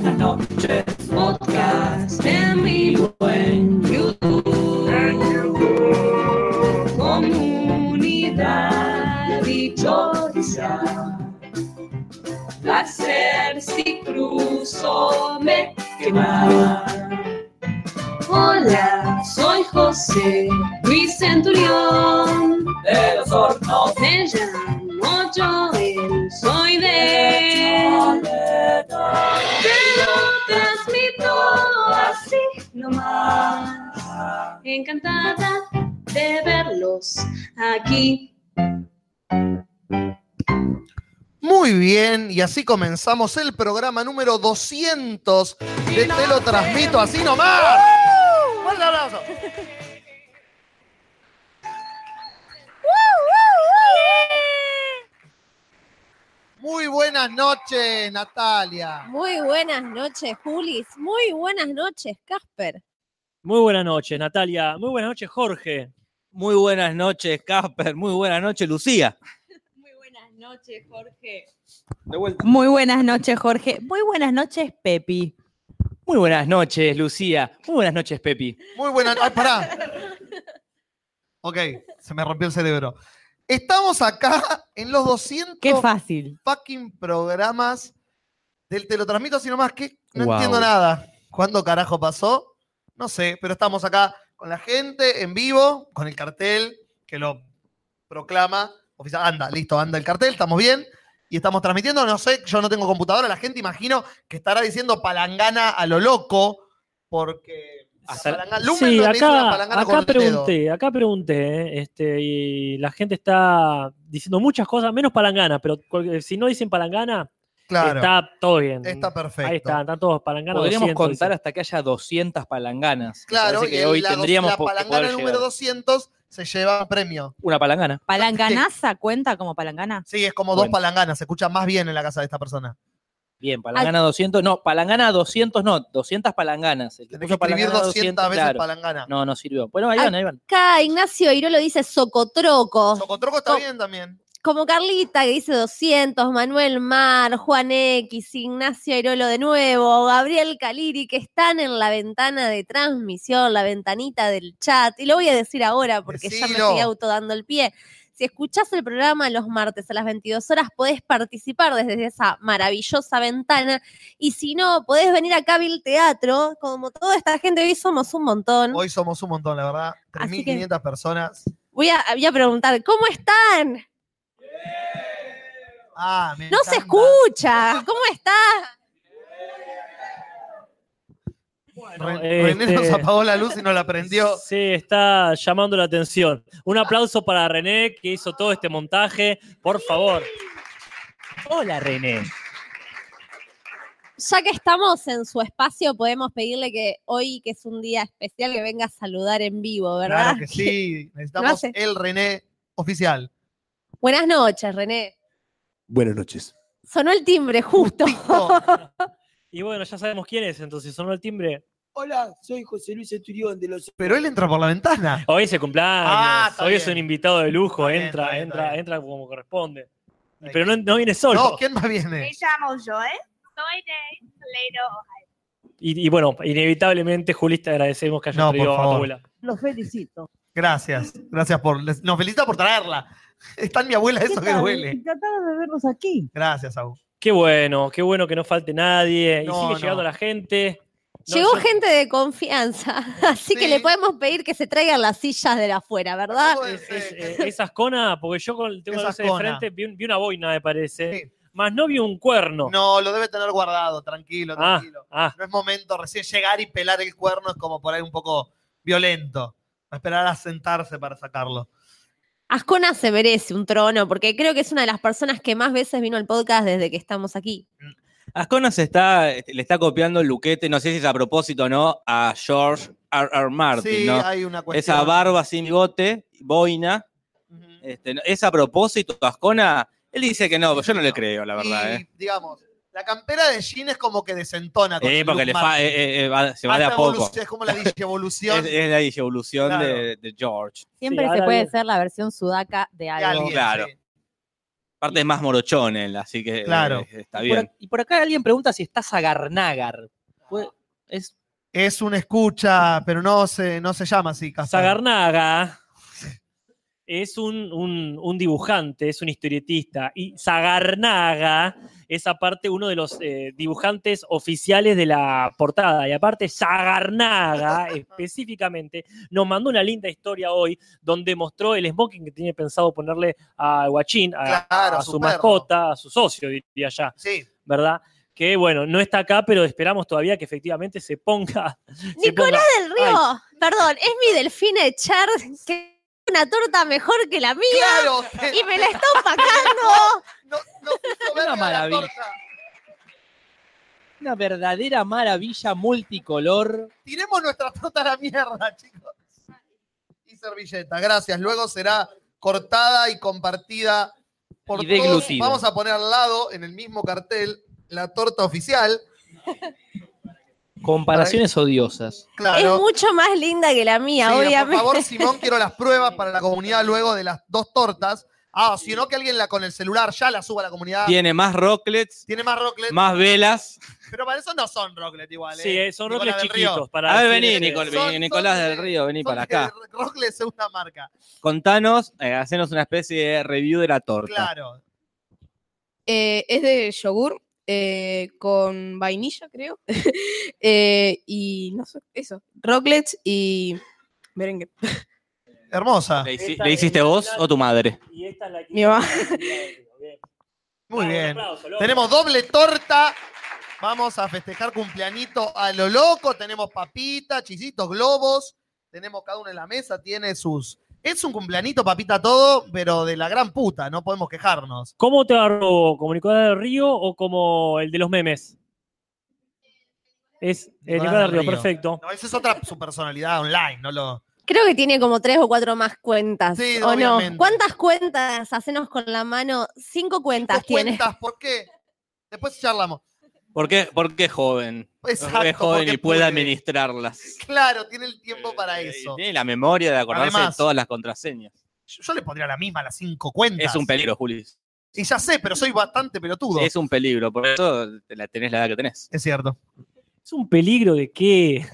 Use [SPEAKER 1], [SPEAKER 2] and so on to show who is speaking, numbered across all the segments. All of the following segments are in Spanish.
[SPEAKER 1] escuches podcast en vivo en YouTube. Comunidad dichosa. Placer si cruzo me quema. Hola, soy José Luis Centurión.
[SPEAKER 2] De los hornos
[SPEAKER 1] Me llamo Joel, soy de... Te lo transmito así nomás. Encantada de verlos aquí.
[SPEAKER 3] Muy bien, y así comenzamos el programa número 200 de Te lo transmito así nomás. ¡Fuerte abrazo! Muy buenas noches, Natalia.
[SPEAKER 4] Muy buenas noches, Julis. Muy buenas noches, Casper.
[SPEAKER 5] Muy buenas noches, Natalia. Muy buenas noches, Jorge.
[SPEAKER 6] Muy buenas noches, Casper. Muy buenas noches, Lucía.
[SPEAKER 7] Muy buenas noches, Jorge.
[SPEAKER 8] Muy buenas noches, Jorge. Muy buenas noches, Pepi.
[SPEAKER 6] Muy buenas noches, Lucía. Muy buenas noches, Pepi.
[SPEAKER 3] Muy buenas. ¡Ay, pará! Ok, se me rompió el cerebro. Estamos acá en los 200
[SPEAKER 8] Qué fácil.
[SPEAKER 3] fucking programas del Te lo transmito así nomás que no
[SPEAKER 6] Guau.
[SPEAKER 3] entiendo nada. ¿Cuándo carajo pasó? No sé, pero estamos acá con la gente en vivo, con el cartel que lo proclama oficial. Anda, listo, anda el cartel, estamos bien. Y estamos transmitiendo, no sé, yo no tengo computadora, la gente imagino que estará diciendo palangana a lo loco, porque...
[SPEAKER 6] Hasta-
[SPEAKER 3] palangana- Lumen
[SPEAKER 5] Sí,
[SPEAKER 3] no dice una
[SPEAKER 5] acá,
[SPEAKER 3] palangana con
[SPEAKER 5] acá
[SPEAKER 3] el dedo.
[SPEAKER 5] pregunté, acá pregunté, eh, este, y la gente está diciendo muchas cosas, menos palangana, pero cual- eh, si no dicen palangana,
[SPEAKER 3] Claro, está,
[SPEAKER 5] está todo bien.
[SPEAKER 3] perfecto.
[SPEAKER 5] Ahí están, están todos palangana.
[SPEAKER 6] Podríamos
[SPEAKER 5] 200,
[SPEAKER 6] contar
[SPEAKER 5] dicen.
[SPEAKER 6] hasta que haya 200 palanganas. Me
[SPEAKER 3] Claro,
[SPEAKER 6] parece
[SPEAKER 3] y
[SPEAKER 6] que
[SPEAKER 3] el-
[SPEAKER 6] hoy
[SPEAKER 3] la,
[SPEAKER 6] tendríamos
[SPEAKER 3] la
[SPEAKER 6] po- que
[SPEAKER 3] palangana
[SPEAKER 6] poder
[SPEAKER 3] número
[SPEAKER 6] llegar.
[SPEAKER 3] 200 se lleva un premio.
[SPEAKER 6] Una palangana.
[SPEAKER 8] ¿Palanganaza cuenta como palangana?
[SPEAKER 3] Sí, es como dos
[SPEAKER 6] Bueno.
[SPEAKER 3] palanganas, se escucha más bien en la casa de esta persona.
[SPEAKER 6] Bien,
[SPEAKER 3] Ah.
[SPEAKER 6] palangana 200. No, palangana 200 no, 200 palanganas. El que
[SPEAKER 3] Tenés que
[SPEAKER 6] puso
[SPEAKER 3] escribir
[SPEAKER 6] palangana
[SPEAKER 3] 200, veces
[SPEAKER 6] claro.
[SPEAKER 3] palangana. Ah.
[SPEAKER 6] No, no sirvió. Bueno, ahí
[SPEAKER 4] Ay.
[SPEAKER 6] van, ahí van.
[SPEAKER 4] Acá Ignacio Irolo dice socotroco.
[SPEAKER 3] Socotroco está
[SPEAKER 4] No.
[SPEAKER 3] bien también.
[SPEAKER 4] Como Carlita que dice 200, Manuel Mar, Juan X, Ignacio Irolo de nuevo, Gabriel Caliri que están en la ventana de transmisión, la ventanita del chat. Y lo voy a decir ahora porque ya me
[SPEAKER 3] Decilo.
[SPEAKER 4] estoy auto dando el pie. Si escuchás el programa los martes a las 22 horas, podés participar desde esa maravillosa ventana. Y si no, podés venir acá a Vil Teatro. Como toda esta gente, hoy somos un montón.
[SPEAKER 3] Hoy somos un montón, la verdad.
[SPEAKER 4] Así
[SPEAKER 3] 3.500 personas.
[SPEAKER 4] Voy a, voy a preguntar, ¿cómo están?
[SPEAKER 3] Ah, me
[SPEAKER 4] No se
[SPEAKER 3] encanta.
[SPEAKER 4] escucha. ¿Cómo está?
[SPEAKER 3] Re- René nos
[SPEAKER 5] Este-
[SPEAKER 3] apagó la luz y nos la prendió.
[SPEAKER 5] Sí, está llamando la atención. Un aplauso para René que hizo todo este montaje, por favor.
[SPEAKER 6] Hola, René.
[SPEAKER 4] Ya que estamos en su espacio, podemos pedirle que hoy, que es un día especial, que venga a saludar en vivo, ¿verdad?
[SPEAKER 3] Claro que sí.
[SPEAKER 4] Lo
[SPEAKER 3] Necesitamos
[SPEAKER 4] hace.
[SPEAKER 3] el René oficial.
[SPEAKER 4] Buenas noches, René.
[SPEAKER 9] Buenas noches.
[SPEAKER 4] Sonó el timbre justo.
[SPEAKER 3] Justo.
[SPEAKER 5] Y bueno, ya sabemos quién es, entonces sonó el timbre.
[SPEAKER 2] Hola, soy José Luis Esturión de los
[SPEAKER 3] Pero él entra por la ventana.
[SPEAKER 5] Hoy es el cumpleaños,
[SPEAKER 3] Ah, está
[SPEAKER 5] hoy es
[SPEAKER 3] bien.
[SPEAKER 5] un invitado de lujo,
[SPEAKER 3] Está bien,
[SPEAKER 5] entra,
[SPEAKER 3] está bien, está
[SPEAKER 5] entra,
[SPEAKER 3] bien.
[SPEAKER 5] entra como corresponde. Pero no, no viene solo.
[SPEAKER 3] No, ¿quién más viene?
[SPEAKER 7] llamo Joel. Soy de Leiro.
[SPEAKER 5] Y, y bueno, inevitablemente, Juli, te agradecemos que hayas
[SPEAKER 3] No, por
[SPEAKER 5] traído a tu
[SPEAKER 3] favor.
[SPEAKER 5] abuela.
[SPEAKER 8] Los felicito.
[SPEAKER 3] Gracias. Gracias por. les- Nos felicita por traerla. Está en mi abuela, eso que duele.
[SPEAKER 8] Encantado de vernos aquí.
[SPEAKER 3] Gracias, Abu.
[SPEAKER 5] Qué bueno, qué bueno que no falte nadie.
[SPEAKER 3] No,
[SPEAKER 5] y sigue
[SPEAKER 3] no.
[SPEAKER 5] llegando la gente. No,
[SPEAKER 4] Llegó
[SPEAKER 5] yo-
[SPEAKER 4] gente de confianza, así
[SPEAKER 3] Sí.
[SPEAKER 4] que le podemos pedir que se traigan las sillas de afuera, ¿verdad?
[SPEAKER 3] Puede
[SPEAKER 5] Es, es,
[SPEAKER 3] ser.
[SPEAKER 5] eh, es ascona, porque yo con, tengo la
[SPEAKER 3] Es
[SPEAKER 5] luz de
[SPEAKER 3] ascona.
[SPEAKER 5] frente, vi, un- vi una boina, me parece.
[SPEAKER 3] Sí.
[SPEAKER 5] Más no vi un cuerno.
[SPEAKER 3] No, lo debe tener guardado, tranquilo,
[SPEAKER 5] ah,
[SPEAKER 3] tranquilo.
[SPEAKER 5] ah,
[SPEAKER 3] No es momento, recién llegar y pelar el cuerno es como por ahí un poco violento. Va a esperar a sentarse para sacarlo.
[SPEAKER 4] Ascona se merece un trono, porque creo que es una de las personas que más veces vino al podcast desde que estamos aquí.
[SPEAKER 6] Ascona se está, este, le está copiando el luquete, no sé si es a propósito o no, a George R. R. Martin,
[SPEAKER 3] sí,
[SPEAKER 6] ¿no?
[SPEAKER 3] hay una
[SPEAKER 9] Pues
[SPEAKER 3] cuestión.
[SPEAKER 6] Esa barba sin bigote, boina,
[SPEAKER 3] Ujú.
[SPEAKER 6] Este, no- es a propósito, Ascona. Él dice que no, pero yo no le creo, la verdad.
[SPEAKER 3] Y,
[SPEAKER 6] ¿eh?
[SPEAKER 3] digamos, la campera de Jean es como que desentona. Con
[SPEAKER 6] Eh,
[SPEAKER 3] el
[SPEAKER 6] porque
[SPEAKER 3] look
[SPEAKER 6] le
[SPEAKER 3] más-
[SPEAKER 6] fa- eh, eh, eh, va- se va
[SPEAKER 3] más
[SPEAKER 6] de a poco.
[SPEAKER 3] evolución, Es como la
[SPEAKER 6] Es,
[SPEAKER 3] evolución de
[SPEAKER 6] es la evolución
[SPEAKER 3] Claro.
[SPEAKER 6] de, de George.
[SPEAKER 8] Siempre
[SPEAKER 5] Sí,
[SPEAKER 8] se
[SPEAKER 5] ahora
[SPEAKER 8] puede
[SPEAKER 5] bien.
[SPEAKER 8] ser la versión sudaca de algo.
[SPEAKER 3] alguien.
[SPEAKER 6] Claro.
[SPEAKER 3] sí.
[SPEAKER 6] Aparte es más morochón él, así que eh,
[SPEAKER 3] Claro.
[SPEAKER 6] está Y por bien.
[SPEAKER 2] ac- y por acá alguien pregunta si está Zagarnagar.
[SPEAKER 6] Pues, es
[SPEAKER 3] Es un escucha, pero no se, no se llama así, Casper.
[SPEAKER 5] Sagarnaga es un, un- un dibujante, es un historietista. Y Sagarnaga es aparte uno de los eh, dibujantes oficiales de la portada. Y aparte Sagarnaga específicamente nos mandó una linda historia hoy donde mostró el smoking que tiene pensado ponerle a Guachín, a,
[SPEAKER 3] Claro,
[SPEAKER 5] a
[SPEAKER 3] a
[SPEAKER 5] su,
[SPEAKER 3] su perro.
[SPEAKER 5] mascota, a su socio, diría ya.
[SPEAKER 3] Sí.
[SPEAKER 5] ¿verdad? Que bueno, no está acá, pero esperamos todavía que efectivamente se ponga. se
[SPEAKER 4] Nicolás
[SPEAKER 5] ponga-
[SPEAKER 4] del Río, perdón, es mi delfina Char que es una torta mejor que la mía
[SPEAKER 3] Claro.
[SPEAKER 4] y me la está opacando.
[SPEAKER 3] No, no quiso ver
[SPEAKER 9] Una
[SPEAKER 3] la
[SPEAKER 9] maravilla.
[SPEAKER 3] torta.
[SPEAKER 9] Una verdadera maravilla multicolor.
[SPEAKER 3] Tiremos nuestra torta a la mierda, chicos. Y servilleta, gracias. Luego será cortada y compartida por
[SPEAKER 9] Y deglutida.
[SPEAKER 3] todos. Vamos a poner al lado, en el mismo cartel, la torta oficial.
[SPEAKER 9] Comparaciones odiosas.
[SPEAKER 3] Claro.
[SPEAKER 4] Es mucho más linda que la
[SPEAKER 3] Sí,
[SPEAKER 4] mía,
[SPEAKER 3] Por
[SPEAKER 4] obviamente.
[SPEAKER 3] favor, Simón, quiero las pruebas para la comunidad luego de las dos tortas. Ah, si no, que alguien la con el celular ya la suba a la comunidad.
[SPEAKER 6] Tiene más rocklets,
[SPEAKER 3] Tiene más rocklet,
[SPEAKER 6] más velas.
[SPEAKER 3] pero para eso no son rocklet igual.
[SPEAKER 5] Sí,
[SPEAKER 3] ¿eh?
[SPEAKER 5] eh, son
[SPEAKER 3] Nicolás
[SPEAKER 5] rockles
[SPEAKER 3] del Río.
[SPEAKER 5] chiquitos. Para
[SPEAKER 6] A ver,
[SPEAKER 5] decir,
[SPEAKER 6] vení,
[SPEAKER 5] eh,
[SPEAKER 6] Nicol-
[SPEAKER 3] son-
[SPEAKER 6] Nicolás
[SPEAKER 3] son de-
[SPEAKER 6] del Río, vení
[SPEAKER 3] Son
[SPEAKER 6] para
[SPEAKER 3] de
[SPEAKER 6] acá.
[SPEAKER 3] Rocklet es una marca.
[SPEAKER 6] Contanos, eh, hacenos una especie de review de la torta.
[SPEAKER 3] Claro.
[SPEAKER 10] Eh, es de yogur eh, con vainilla, creo. Eh, y no sé, eso. Rocklets y merengue.
[SPEAKER 3] Hermosa.
[SPEAKER 6] ¿Le, hici- le hiciste vos o tu madre?
[SPEAKER 5] Y esta es la que-
[SPEAKER 10] Mi mamá.
[SPEAKER 5] Bien.
[SPEAKER 3] Muy
[SPEAKER 5] Bravo, un
[SPEAKER 3] bien.
[SPEAKER 5] aplauso, loco.
[SPEAKER 3] Tenemos doble torta. Vamos a festejar cumpleañito a lo loco. Tenemos papita, chisitos, globos. Tenemos cada uno en la mesa, tiene sus. Es un cumpleañito, papita, todo, pero de la gran puta, no podemos quejarnos.
[SPEAKER 5] ¿Cómo te agarró? ¿Como Nicolás del Río o como el de los memes? Es eh, Nicolás, del Río, perfecto.
[SPEAKER 3] No, esa es otra su personalidad online, no lo.
[SPEAKER 4] Creo que tiene como tres o cuatro más cuentas.
[SPEAKER 3] Sí,
[SPEAKER 4] ¿O
[SPEAKER 3] obviamente.
[SPEAKER 4] no? ¿Cuántas cuentas? Hacenos con la mano. Cinco cuentas
[SPEAKER 3] Vos
[SPEAKER 4] tiene.
[SPEAKER 3] cuentas, ¿por qué? Después charlamos.
[SPEAKER 6] ¿Por qué, por qué joven?
[SPEAKER 3] Exacto,
[SPEAKER 6] Porque es joven
[SPEAKER 3] porque
[SPEAKER 6] y puede
[SPEAKER 3] puede.
[SPEAKER 6] administrarlas.
[SPEAKER 3] Claro, tiene el tiempo para
[SPEAKER 6] Eh,
[SPEAKER 3] eso.
[SPEAKER 6] Tiene la memoria de acordarse
[SPEAKER 3] Además-
[SPEAKER 6] de todas las contraseñas.
[SPEAKER 3] Yo, yo le pondría la misma a las cinco cuentas.
[SPEAKER 6] Es un peligro, Juli.
[SPEAKER 3] Y ya sé, pero soy bastante pelotudo.
[SPEAKER 6] Es un peligro, por eso te la tenés la edad que tenés.
[SPEAKER 3] Es cierto.
[SPEAKER 5] Es un peligro de qué.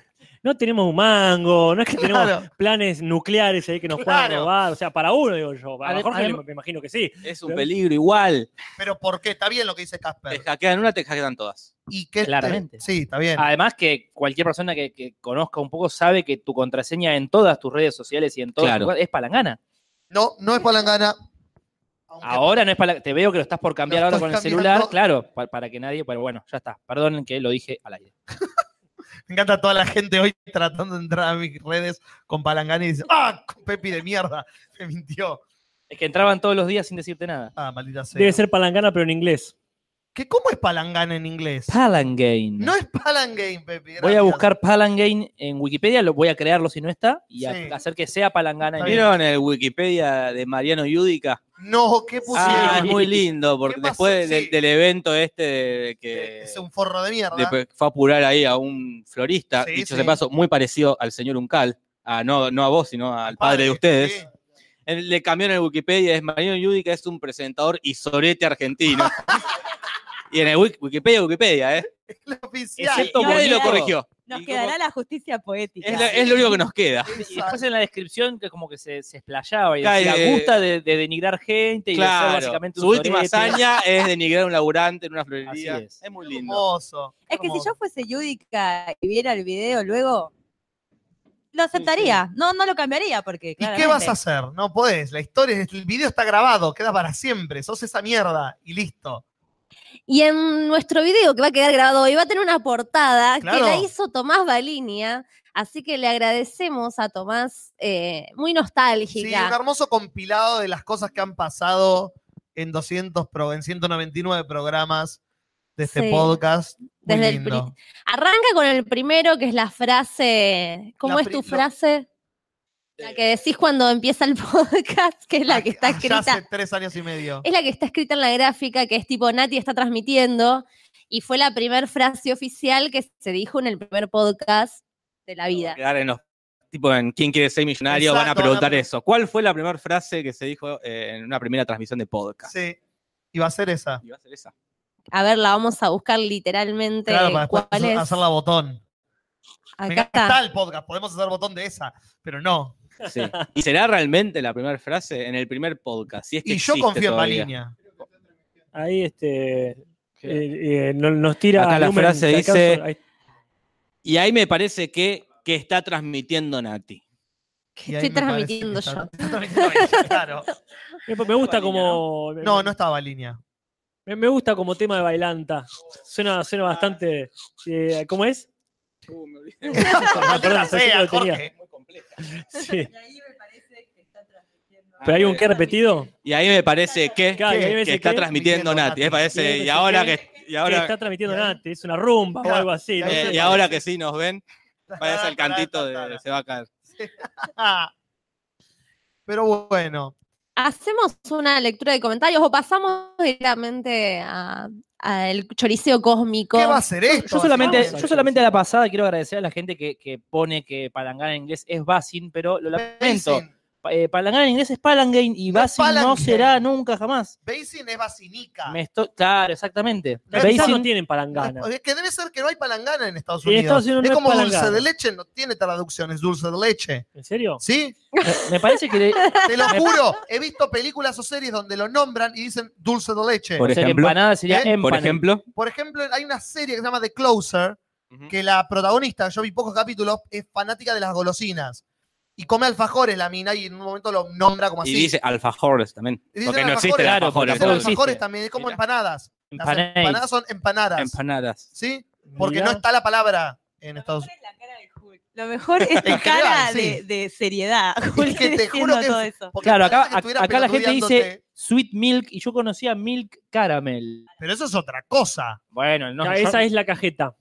[SPEAKER 5] No tenemos un mango, no es que tenemos
[SPEAKER 3] Claro.
[SPEAKER 5] planes nucleares ahí que nos puedan
[SPEAKER 3] Claro.
[SPEAKER 5] robar. O sea, para uno, digo yo. Para
[SPEAKER 9] Adem-
[SPEAKER 5] Jorge
[SPEAKER 9] adem-
[SPEAKER 5] me imagino que sí.
[SPEAKER 6] Es un
[SPEAKER 5] Pero-
[SPEAKER 6] peligro igual.
[SPEAKER 3] Pero ¿por qué? Está bien lo que dice
[SPEAKER 6] Te
[SPEAKER 3] Casper.
[SPEAKER 6] hackean una, te hackean todas.
[SPEAKER 3] Y que este-
[SPEAKER 9] Claramente.
[SPEAKER 3] Sí, está
[SPEAKER 6] Ah.
[SPEAKER 3] bien.
[SPEAKER 9] Además que cualquier persona que, que conozca un poco sabe que tu contraseña en todas tus redes sociales y en todas
[SPEAKER 6] Claro.
[SPEAKER 9] tus cosas es palangana.
[SPEAKER 3] No, no es palangana. Aunque-
[SPEAKER 9] Ahora no es palangana. Te veo que lo estás por cambiar
[SPEAKER 3] Lo
[SPEAKER 9] ahora
[SPEAKER 3] estoy
[SPEAKER 9] con el
[SPEAKER 3] cambiando.
[SPEAKER 9] celular, claro, pa- para, que nadie, pero bueno, ya está. Perdonen que lo dije al aire.
[SPEAKER 3] Me encanta toda la gente hoy tratando de entrar a mis redes con palangana y dice, ¡ah! Pepi de mierda, me mintió.
[SPEAKER 9] Es que entraban todos los días sin decirte nada.
[SPEAKER 3] Ah, maldita sea.
[SPEAKER 5] Debe ser palangana, pero en inglés.
[SPEAKER 3] ¿Qué, ¿Cómo es palangana en inglés?
[SPEAKER 9] Palangain.
[SPEAKER 3] No es palangame, Pepi.
[SPEAKER 9] Voy a
[SPEAKER 3] gracias.
[SPEAKER 9] buscar Palangain en Wikipedia, lo voy a crearlo si no está, y a-
[SPEAKER 3] Sí.
[SPEAKER 9] hacer que sea Palangana.
[SPEAKER 3] Está
[SPEAKER 9] en
[SPEAKER 3] bien.
[SPEAKER 9] inglés.
[SPEAKER 6] ¿Vieron el Wikipedia de Mariano Yudica?
[SPEAKER 3] No, ¿qué pusieron?
[SPEAKER 6] Ah,
[SPEAKER 9] Sí.
[SPEAKER 6] es muy lindo, porque
[SPEAKER 3] ¿Qué pasó?
[SPEAKER 6] después del,
[SPEAKER 3] Sí.
[SPEAKER 6] del evento este de que
[SPEAKER 3] es un forro de mierda.
[SPEAKER 6] después fue a apurar ahí a un florista,
[SPEAKER 3] Sí,
[SPEAKER 6] dicho
[SPEAKER 3] sí.
[SPEAKER 6] de paso, muy parecido al señor Uncal, a- no, no a vos, sino al padre de ustedes.
[SPEAKER 3] sí.
[SPEAKER 6] En- Le cambiaron el Wikipedia, es Mariano Yudica, es un presentador y sorete argentino. y en el Wik- Wikipedia, Wikipedia, ¿eh?
[SPEAKER 3] El
[SPEAKER 9] Es
[SPEAKER 3] oficial.
[SPEAKER 9] cierto,
[SPEAKER 6] Y nadie lo
[SPEAKER 9] boludo.
[SPEAKER 6] corrigió.
[SPEAKER 8] Nos
[SPEAKER 6] Y
[SPEAKER 8] quedará
[SPEAKER 6] como-
[SPEAKER 8] la justicia poética.
[SPEAKER 6] es, la- es lo único que nos queda.
[SPEAKER 9] Y después en la descripción que como que se, se explayaba y
[SPEAKER 6] Cae
[SPEAKER 9] decía,
[SPEAKER 6] de-
[SPEAKER 9] gusta de, de denigrar gente y de ser
[SPEAKER 6] Claro,
[SPEAKER 9] básicamente un
[SPEAKER 6] su última
[SPEAKER 9] sorete".
[SPEAKER 6] hazaña es denigrar a un laburante en una florería.
[SPEAKER 9] Así
[SPEAKER 6] Es.
[SPEAKER 9] es.
[SPEAKER 6] muy lindo.
[SPEAKER 3] Hermoso.
[SPEAKER 8] Es que si
[SPEAKER 3] hermoso.
[SPEAKER 8] yo fuese Yudica y viera el video luego, lo aceptaría. No, no lo cambiaría porque.
[SPEAKER 3] ¿Y qué vas a hacer? No podés. La historia, el video está grabado, queda para siempre. Sos esa mierda y listo.
[SPEAKER 4] Y en nuestro video que va a quedar grabado hoy va a tener una portada
[SPEAKER 3] Claro.
[SPEAKER 4] que la hizo Tomás Balinia. Así que le agradecemos a Tomás, eh, muy
[SPEAKER 3] Sí,
[SPEAKER 4] nostálgica.
[SPEAKER 3] un hermoso compilado de las cosas que han pasado en 200, pro- en 199 programas de este
[SPEAKER 4] Sí.
[SPEAKER 3] podcast. Muy
[SPEAKER 4] Desde el
[SPEAKER 3] lindo.
[SPEAKER 4] Arranca con el primero, que es la frase. ¿Cómo
[SPEAKER 3] La
[SPEAKER 4] es tu
[SPEAKER 3] pri- no.
[SPEAKER 4] frase? La que decís cuando empieza el podcast, que es la que está
[SPEAKER 3] Ah, ya
[SPEAKER 4] escrita.
[SPEAKER 3] Hace tres años y medio.
[SPEAKER 4] Es la que está escrita en la gráfica, que es tipo Nati está transmitiendo. Y fue la primera frase oficial que se dijo en el primer podcast de la vida.
[SPEAKER 6] Quedar en los tipo en quién quiere ser millonario van a
[SPEAKER 3] Exacto,
[SPEAKER 6] preguntar
[SPEAKER 3] van a-
[SPEAKER 6] eso. ¿Cuál fue la primera frase que se dijo eh, en una primera transmisión de podcast?
[SPEAKER 4] Este,
[SPEAKER 3] Sí. Y va a ser esa.
[SPEAKER 6] Y va a ser esa.
[SPEAKER 4] A ver, la vamos a buscar literalmente
[SPEAKER 3] Claro, para después
[SPEAKER 4] cuál es.
[SPEAKER 3] hacer la botón. Me
[SPEAKER 4] Acá
[SPEAKER 3] encanta
[SPEAKER 4] está.
[SPEAKER 3] el podcast, podemos hacer botón de esa, pero no.
[SPEAKER 6] Sí. Y será realmente la primera frase en el primer podcast. Si es que
[SPEAKER 3] Y yo
[SPEAKER 6] Este existe
[SPEAKER 3] confío
[SPEAKER 6] todavía.
[SPEAKER 3] en Maliña.
[SPEAKER 5] Ahí este, eh, eh, no- nos tira.
[SPEAKER 6] Acá la
[SPEAKER 5] Lumen,
[SPEAKER 6] frase
[SPEAKER 5] si acaso,
[SPEAKER 6] dice-
[SPEAKER 5] ahí-
[SPEAKER 6] Y ahí me parece que, que está transmitiendo Nati.
[SPEAKER 3] Y ahí me
[SPEAKER 4] estoy
[SPEAKER 3] parece que
[SPEAKER 4] transmitiendo
[SPEAKER 3] está-
[SPEAKER 4] yo?
[SPEAKER 3] está transmitiendo ella, claro.
[SPEAKER 5] me me gusta como.
[SPEAKER 3] No, no estaba línea.
[SPEAKER 5] Me, me gusta como tema de bailanta. Suena,
[SPEAKER 8] Ah.
[SPEAKER 5] suena bastante. eh, ¿Cómo es?
[SPEAKER 3] Maldita Ah,
[SPEAKER 5] perdón, pensé que
[SPEAKER 3] sea,
[SPEAKER 5] lo tenía.
[SPEAKER 3] Jorge.
[SPEAKER 5] Sí.
[SPEAKER 8] ahí me parece que está transmitiendo.
[SPEAKER 5] ¿Pero hay un qué repetido?
[SPEAKER 6] Y ahí me parece que,
[SPEAKER 5] Claro,
[SPEAKER 3] ¿Qué?
[SPEAKER 5] y ahí me
[SPEAKER 6] que
[SPEAKER 5] dice
[SPEAKER 6] está
[SPEAKER 5] que-
[SPEAKER 6] transmitiendo Nati. Me parece,
[SPEAKER 5] Sí,
[SPEAKER 6] y ahora
[SPEAKER 5] sí,
[SPEAKER 6] que, y
[SPEAKER 5] que
[SPEAKER 6] ahora,
[SPEAKER 5] está transmitiendo
[SPEAKER 3] y ahí-
[SPEAKER 5] Nati, es una rumba o
[SPEAKER 3] Claro,
[SPEAKER 5] algo así.
[SPEAKER 3] y
[SPEAKER 5] no
[SPEAKER 3] ahí-
[SPEAKER 5] sé.
[SPEAKER 6] eh, y ahora que sí nos ven, parece el cantito de se va a caer.
[SPEAKER 3] Ah. Pero bueno,
[SPEAKER 4] ¿Hacemos una lectura de comentarios o pasamos directamente a- al choriceo cósmico?
[SPEAKER 3] ¿qué va a hacer esto?
[SPEAKER 9] Yo solamente,
[SPEAKER 5] vamos a
[SPEAKER 9] yo solamente a la pasada quiero agradecer a la gente que, que pone que palangana en inglés es Basin, pero lo lamento.
[SPEAKER 3] Basin,
[SPEAKER 9] Pa- eh, palangana en inglés es Palangain y
[SPEAKER 3] No es
[SPEAKER 9] Basin no
[SPEAKER 3] Palangain. Ah.
[SPEAKER 9] será nunca jamás.
[SPEAKER 3] Basin es basinica.
[SPEAKER 9] Me estoy- claro, exactamente.
[SPEAKER 5] No, quizás no
[SPEAKER 9] Basin,
[SPEAKER 5] tienen palangana.
[SPEAKER 3] No, es que debe ser que no hay palangana en Estados
[SPEAKER 5] Y en
[SPEAKER 3] Unidos.
[SPEAKER 5] Estados Unidos
[SPEAKER 3] es
[SPEAKER 5] no es
[SPEAKER 3] como dulce
[SPEAKER 5] palangana.
[SPEAKER 3] de leche, no tiene traducción, es dulce de leche.
[SPEAKER 5] ¿En serio?
[SPEAKER 3] ¿Sí?
[SPEAKER 9] eh, me- me parece que, le-
[SPEAKER 3] Te lo juro, he visto películas o series donde lo nombran y dicen dulce de leche.
[SPEAKER 9] o
[SPEAKER 6] Por
[SPEAKER 9] sea, que
[SPEAKER 6] ejemplo,
[SPEAKER 9] empanada sería
[SPEAKER 3] ¿eh?
[SPEAKER 6] Por
[SPEAKER 9] empana.
[SPEAKER 6] ejemplo,
[SPEAKER 3] Por ejemplo, hay una serie que se llama The Closer,
[SPEAKER 6] Ujú.
[SPEAKER 3] que la protagonista, yo vi pocos capítulos, es fanática de las golosinas. Y come alfajores la mina y en un momento lo nombra como así.
[SPEAKER 6] y dice alfajores también.
[SPEAKER 3] Y dicen
[SPEAKER 6] Porque no
[SPEAKER 3] alfajores,
[SPEAKER 6] existe el
[SPEAKER 9] claro,
[SPEAKER 6] alfajor
[SPEAKER 9] porque
[SPEAKER 3] Dicen
[SPEAKER 9] tampoco
[SPEAKER 6] acá.
[SPEAKER 9] existe.
[SPEAKER 3] alfajores también, es como
[SPEAKER 6] Mirá.
[SPEAKER 3] empanadas. Las
[SPEAKER 9] Empanadas.
[SPEAKER 3] empanadas son empanadas,
[SPEAKER 6] Empanadas.
[SPEAKER 3] ¿sí? Porque
[SPEAKER 5] Mirá.
[SPEAKER 3] no está la palabra en Estados Unidos.
[SPEAKER 8] Lo mejor es tu
[SPEAKER 3] En general,
[SPEAKER 8] cara
[SPEAKER 3] sí.
[SPEAKER 8] de, de seriedad.
[SPEAKER 3] Es que te juro que-
[SPEAKER 8] todo eso.
[SPEAKER 3] porque
[SPEAKER 9] Claro, acá,
[SPEAKER 3] parece que estuviera
[SPEAKER 9] acá la gente dice
[SPEAKER 3] pelotudeándote.
[SPEAKER 9] sweet milk y yo conocía milk caramel.
[SPEAKER 3] Pero eso es otra cosa.
[SPEAKER 9] Bueno, no,
[SPEAKER 5] Ah,
[SPEAKER 9] yo-
[SPEAKER 5] Esa es la cajeta.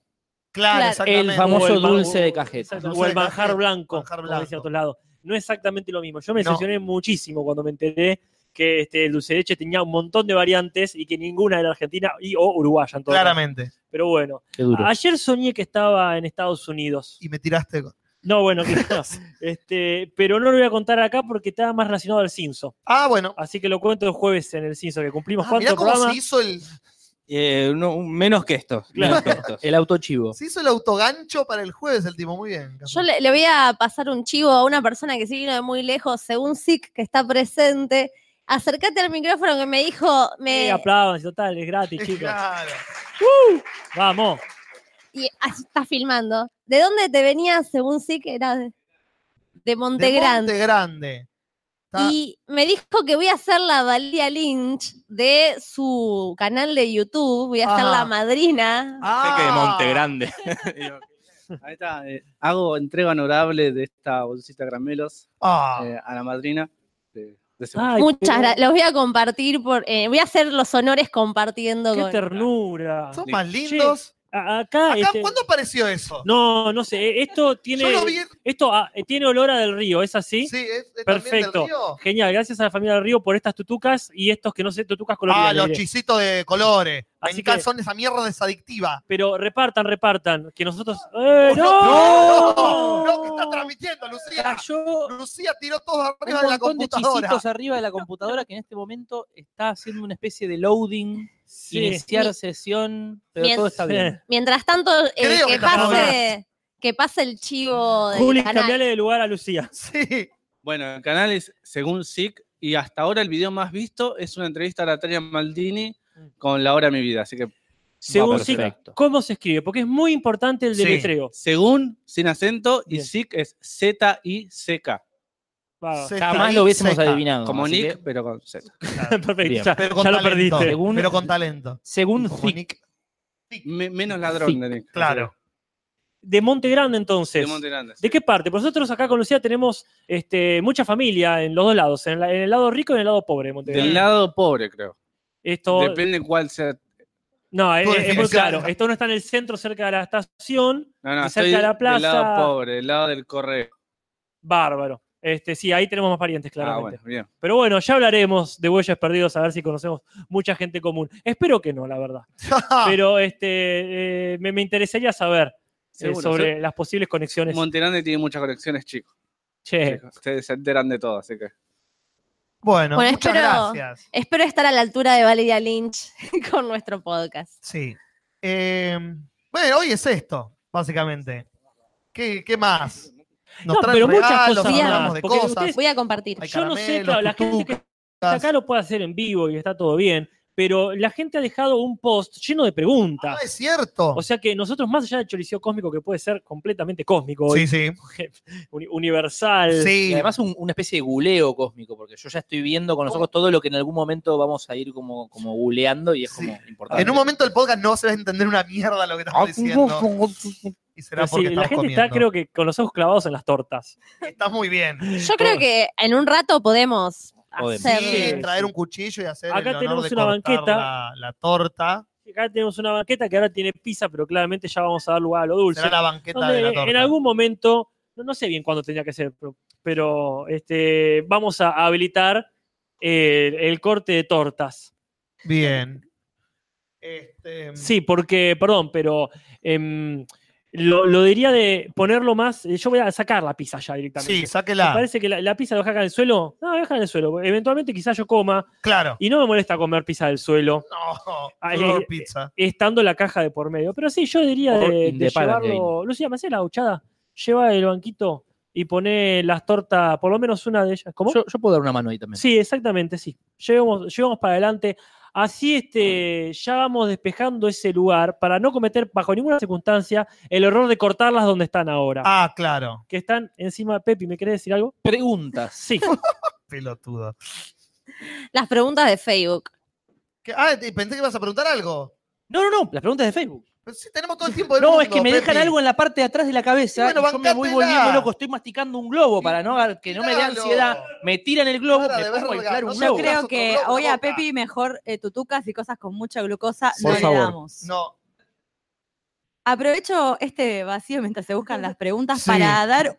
[SPEAKER 3] Claro,
[SPEAKER 4] Claro.
[SPEAKER 3] exactamente.
[SPEAKER 9] El famoso-
[SPEAKER 5] O ma-
[SPEAKER 9] dulce de
[SPEAKER 5] o-
[SPEAKER 9] cajeta.
[SPEAKER 5] exacto,
[SPEAKER 3] Dulce
[SPEAKER 5] O
[SPEAKER 3] de
[SPEAKER 5] el manjar
[SPEAKER 3] cajeta,
[SPEAKER 5] blanco,
[SPEAKER 3] manjar
[SPEAKER 5] como dicen
[SPEAKER 3] blanco.
[SPEAKER 5] a otros lados. No es exactamente lo mismo. Yo me
[SPEAKER 3] No.
[SPEAKER 5] decepcioné muchísimo cuando me enteré que este, el dulce de leche tenía un montón de variantes y que ninguna era argentina y o uruguaya. En todo caso.
[SPEAKER 3] Claramente.
[SPEAKER 5] Pero bueno,
[SPEAKER 9] Qué duro.
[SPEAKER 11] Ah,
[SPEAKER 5] ayer soñé que estaba en Estados Unidos.
[SPEAKER 3] Y me tiraste. con-
[SPEAKER 5] No, bueno, quizás. este, pero no lo voy a contar acá porque estaba más relacionado al Cinso.
[SPEAKER 3] Ah, bueno.
[SPEAKER 5] Así que lo cuento el jueves en el Cinso, que cumplimos
[SPEAKER 3] Ah, mirá
[SPEAKER 5] cuánto
[SPEAKER 3] cómo
[SPEAKER 5] programa.
[SPEAKER 3] se hizo, el,
[SPEAKER 6] Eh, no, un- menos que esto. menos que esto.
[SPEAKER 9] El autochivo.
[SPEAKER 3] se hizo el autogancho para el jueves el tipo. Muy bien. Carlos.
[SPEAKER 4] Yo le, le voy a pasar un chivo a una persona que sí vino de muy lejos, según SIC, que está presente. Acércate al micrófono que me dijo,
[SPEAKER 5] Sí,
[SPEAKER 4] me,
[SPEAKER 5] aplaudan, si total, es gratis, chicos.
[SPEAKER 3] Claro.
[SPEAKER 5] Vamos.
[SPEAKER 4] y ah, está filmando. ¿De dónde te venía, según SIC? Era de, de
[SPEAKER 3] De
[SPEAKER 4] Montegrande.
[SPEAKER 3] Monte Grande. Está-
[SPEAKER 4] Y me dijo que voy a hacer la Valía Lynch de su canal de YouTube, voy a ser
[SPEAKER 3] Ajá.
[SPEAKER 4] la madrina.
[SPEAKER 3] Ah.
[SPEAKER 6] que de Monte Grande.
[SPEAKER 11] Ahí está, eh, hago entrega honorable de esta bolsita de caramelos
[SPEAKER 3] Ah.
[SPEAKER 11] eh, a la madrina. de- de ese-
[SPEAKER 5] Ay,
[SPEAKER 4] Muchas
[SPEAKER 5] pero-
[SPEAKER 4] gracias. Los voy a compartir por. eh, voy a hacer los honores compartiendo
[SPEAKER 5] Qué
[SPEAKER 4] con.
[SPEAKER 5] ternura.
[SPEAKER 3] Son más lindos.
[SPEAKER 5] A- Acá,
[SPEAKER 3] Acá,
[SPEAKER 5] este-
[SPEAKER 3] ¿Cuándo apareció eso?
[SPEAKER 5] No, no sé. eh, Esto tiene,
[SPEAKER 3] Yo lo vi.
[SPEAKER 5] esto ah, eh, tiene olor a del río, ¿es así?
[SPEAKER 3] Sí, es, es también del
[SPEAKER 5] Perfecto.
[SPEAKER 3] río.
[SPEAKER 5] Genial, gracias a la familia del río por estas tutucas y estos que no sé, tutucas coloridas.
[SPEAKER 3] Ah,
[SPEAKER 5] le
[SPEAKER 3] los
[SPEAKER 5] diré.
[SPEAKER 3] chisitos de colores. Me
[SPEAKER 5] Así
[SPEAKER 3] encantan,
[SPEAKER 5] que-
[SPEAKER 3] son esa mierda desadictiva.
[SPEAKER 5] Pero repartan, repartan. Que nosotros. ¡Eh,
[SPEAKER 3] Oh, no,
[SPEAKER 5] no! Ah,
[SPEAKER 3] no, no, que está transmitiendo, Lucía.
[SPEAKER 9] Cayó
[SPEAKER 3] Lucía tiró todo
[SPEAKER 9] un
[SPEAKER 3] arriba de la
[SPEAKER 9] montón de
[SPEAKER 3] computadora.
[SPEAKER 9] chisitos arriba de la computadora que en este momento está haciendo una especie de loading,
[SPEAKER 5] Sí.
[SPEAKER 9] iniciar sesión, pero
[SPEAKER 4] Bien.
[SPEAKER 9] todo está bien.
[SPEAKER 4] Mientras tanto, eh,
[SPEAKER 3] Creo
[SPEAKER 4] que,
[SPEAKER 3] que tampoco
[SPEAKER 4] pase, que pase el chivo del
[SPEAKER 5] Juli,
[SPEAKER 4] canal.
[SPEAKER 5] cambiale de lugar a Lucía.
[SPEAKER 3] Sí.
[SPEAKER 11] Bueno, el canal es según SIC y hasta ahora el video más visto es una entrevista a Natalia Maldini con La Hora de mi Vida. Así que
[SPEAKER 5] Según
[SPEAKER 11] perfecto.
[SPEAKER 5] sí, ¿cómo se escribe? Porque es muy importante el
[SPEAKER 3] Sí.
[SPEAKER 5] deletreo.
[SPEAKER 11] según, sin acento, y
[SPEAKER 5] Bien.
[SPEAKER 11] SIC es Z-I-C-K.
[SPEAKER 5] Va,
[SPEAKER 3] Se
[SPEAKER 9] Jamás
[SPEAKER 3] está
[SPEAKER 9] lo hubiésemos
[SPEAKER 3] seca.
[SPEAKER 9] adivinado.
[SPEAKER 11] Como
[SPEAKER 9] así
[SPEAKER 11] Nick,
[SPEAKER 9] que,
[SPEAKER 11] pero con Z.
[SPEAKER 5] Perfecto,
[SPEAKER 9] Bien.
[SPEAKER 5] ya,
[SPEAKER 3] Pero con
[SPEAKER 5] ya lo
[SPEAKER 3] talento.
[SPEAKER 5] perdiste.
[SPEAKER 9] Según-
[SPEAKER 3] Pero con talento.
[SPEAKER 9] según
[SPEAKER 3] Como
[SPEAKER 9] Thick,
[SPEAKER 3] Nick.
[SPEAKER 11] Me- menos ladrón de Nick.
[SPEAKER 3] Claro.
[SPEAKER 5] De Monte Grande, entonces.
[SPEAKER 11] De Monte Grande.
[SPEAKER 5] ¿De qué parte? Porque nosotros acá con Lucía tenemos este, mucha familia en los dos lados, en, la- en el lado rico y en el lado pobre de Monte
[SPEAKER 11] Del
[SPEAKER 5] Grande.
[SPEAKER 11] lado pobre, creo.
[SPEAKER 5] Esto,
[SPEAKER 11] Depende cuál sea.
[SPEAKER 5] no, es,
[SPEAKER 3] tu
[SPEAKER 5] es muy
[SPEAKER 3] definición.
[SPEAKER 5] claro. Esto no está en el centro, cerca de la estación.
[SPEAKER 11] No, no,
[SPEAKER 5] Y cerca
[SPEAKER 11] estoy
[SPEAKER 5] de la plaza-
[SPEAKER 11] del lado pobre, del lado del correo.
[SPEAKER 5] Bárbaro. Este, sí, ahí tenemos más parientes,
[SPEAKER 11] Ah,
[SPEAKER 5] claramente.
[SPEAKER 11] bueno, bien.
[SPEAKER 6] Eh,
[SPEAKER 5] Pero bueno, ya hablaremos de Bueyes Perdidos, a ver si conocemos mucha gente común. Espero que no, la verdad.
[SPEAKER 3] Ah.
[SPEAKER 5] Pero este, eh, me, me interesaría saber eh,
[SPEAKER 11] Seguro,
[SPEAKER 5] sobre las posibles conexiones.
[SPEAKER 6] Eh.
[SPEAKER 11] Monterande tiene muchas conexiones, chicos.
[SPEAKER 5] Che,
[SPEAKER 11] Ustedes se enteran de todo, así que.
[SPEAKER 3] Bueno,
[SPEAKER 4] Bueno,
[SPEAKER 3] muchas
[SPEAKER 4] espero,
[SPEAKER 3] gracias.
[SPEAKER 4] espero estar a la altura de Valeria Lynch con nuestro podcast.
[SPEAKER 3] Sí. Eh, bueno, hoy es esto, básicamente. ¿Qué, qué más? Nos traen regalos, hablamos de
[SPEAKER 5] porque
[SPEAKER 3] cosas.
[SPEAKER 5] ustedes-
[SPEAKER 4] Voy a compartir.
[SPEAKER 5] yo no sé,
[SPEAKER 3] caramelos,
[SPEAKER 5] claro, la gente que está acá lo puede hacer en vivo y está todo bien, pero la gente ha dejado un post lleno de preguntas.
[SPEAKER 3] Ah, es cierto.
[SPEAKER 5] O sea que nosotros, más allá del choriceo cósmico, que puede ser completamente cósmico, hoy,
[SPEAKER 3] Sí,
[SPEAKER 5] uni- universal,
[SPEAKER 9] Y además un- una especie de guleo cósmico, porque yo ya estoy viendo con los ojos todo lo que en algún momento vamos a ir como, como guleando y es como importante.
[SPEAKER 3] En un momento del podcast no se va a entender una mierda lo que
[SPEAKER 5] Ah,
[SPEAKER 3] estamos diciendo. Y será
[SPEAKER 5] Pero Pues sí,
[SPEAKER 3] porque
[SPEAKER 5] la
[SPEAKER 3] estamos
[SPEAKER 5] gente
[SPEAKER 3] comiendo.
[SPEAKER 5] está, creo que, con los ojos clavados en las tortas.
[SPEAKER 3] Está muy bien.
[SPEAKER 4] Yo creo que en un rato podemos
[SPEAKER 5] Podemos.
[SPEAKER 4] hacer.
[SPEAKER 5] Sí,
[SPEAKER 3] traer un cuchillo y hacer
[SPEAKER 5] Acá
[SPEAKER 3] el honor
[SPEAKER 5] tenemos
[SPEAKER 3] de
[SPEAKER 5] una
[SPEAKER 3] cortar
[SPEAKER 5] banqueta.
[SPEAKER 3] La, la torta.
[SPEAKER 5] Acá tenemos una banqueta que ahora tiene pizza, pero claramente ya vamos a dar lugar a lo dulce.
[SPEAKER 3] Será la banqueta
[SPEAKER 5] Donde
[SPEAKER 3] de la torta.
[SPEAKER 5] En algún momento, no, no sé bien cuándo tenía que ser, pero, pero, este, vamos a habilitar eh, el corte de tortas.
[SPEAKER 3] Bien. Este,
[SPEAKER 5] Sí, porque, perdón, pero em, lo, lo diría de ponerlo más. eh, Yo voy a sacar la pizza ya directamente.
[SPEAKER 3] Sí, sáquela.
[SPEAKER 5] Me parece que la, la pizza lo acá en el suelo. No, deja en el suelo. Eventualmente quizás yo coma.
[SPEAKER 3] Claro.
[SPEAKER 5] Y no me molesta comer pizza del suelo.
[SPEAKER 3] No,
[SPEAKER 5] Ay,
[SPEAKER 3] flor
[SPEAKER 5] eh,
[SPEAKER 3] pizza.
[SPEAKER 5] Estando la caja de por medio. Pero sí, yo diría
[SPEAKER 9] Or
[SPEAKER 5] de,
[SPEAKER 9] in
[SPEAKER 5] de
[SPEAKER 9] the paladine.
[SPEAKER 5] llevarlo. Lucía, me hace la huchada. Lleva el banquito y pone las tortas, por lo menos una de ellas. ¿Cómo?
[SPEAKER 9] Yo, yo puedo dar una mano ahí también.
[SPEAKER 5] Sí, exactamente, sí. Llevamos, llevamos para adelante. Así este, ya vamos despejando ese lugar para no cometer bajo ninguna circunstancia el error de cortarlas donde están ahora.
[SPEAKER 3] Ah, claro.
[SPEAKER 5] Que están encima. Pepi, ¿me querés decir algo?
[SPEAKER 9] Preguntas.
[SPEAKER 5] Sí.
[SPEAKER 3] Pelotudo.
[SPEAKER 4] Las preguntas de Facebook.
[SPEAKER 3] ¿Qué? Ah, te- pensé que ibas a preguntar algo.
[SPEAKER 9] No, no, no, las preguntas de Facebook.
[SPEAKER 3] Pero sí, tenemos todo el tiempo del
[SPEAKER 9] no,
[SPEAKER 3] mundo,
[SPEAKER 9] es que me dejan
[SPEAKER 3] Pepi.
[SPEAKER 9] algo en la parte de atrás de la cabeza.
[SPEAKER 3] Y bueno,
[SPEAKER 9] y yo me voy
[SPEAKER 3] bancátela.
[SPEAKER 9] volviendo loco, estoy masticando un globo para no que no me dé
[SPEAKER 3] Tiralo.
[SPEAKER 9] ansiedad. Me tiran el globo,
[SPEAKER 3] Para
[SPEAKER 9] me
[SPEAKER 3] de
[SPEAKER 9] pongo a
[SPEAKER 3] verga,
[SPEAKER 9] inflar un
[SPEAKER 3] no
[SPEAKER 8] Yo
[SPEAKER 9] globo.
[SPEAKER 8] creo que
[SPEAKER 3] Globo,
[SPEAKER 8] hoy a
[SPEAKER 3] boca.
[SPEAKER 8] Pepi mejor eh, tutucas y cosas con mucha glucosa
[SPEAKER 9] Por
[SPEAKER 8] no
[SPEAKER 9] favor.
[SPEAKER 8] le damos.
[SPEAKER 3] No.
[SPEAKER 8] Aprovecho este vacío mientras se buscan las preguntas
[SPEAKER 3] Sí.
[SPEAKER 8] para dar,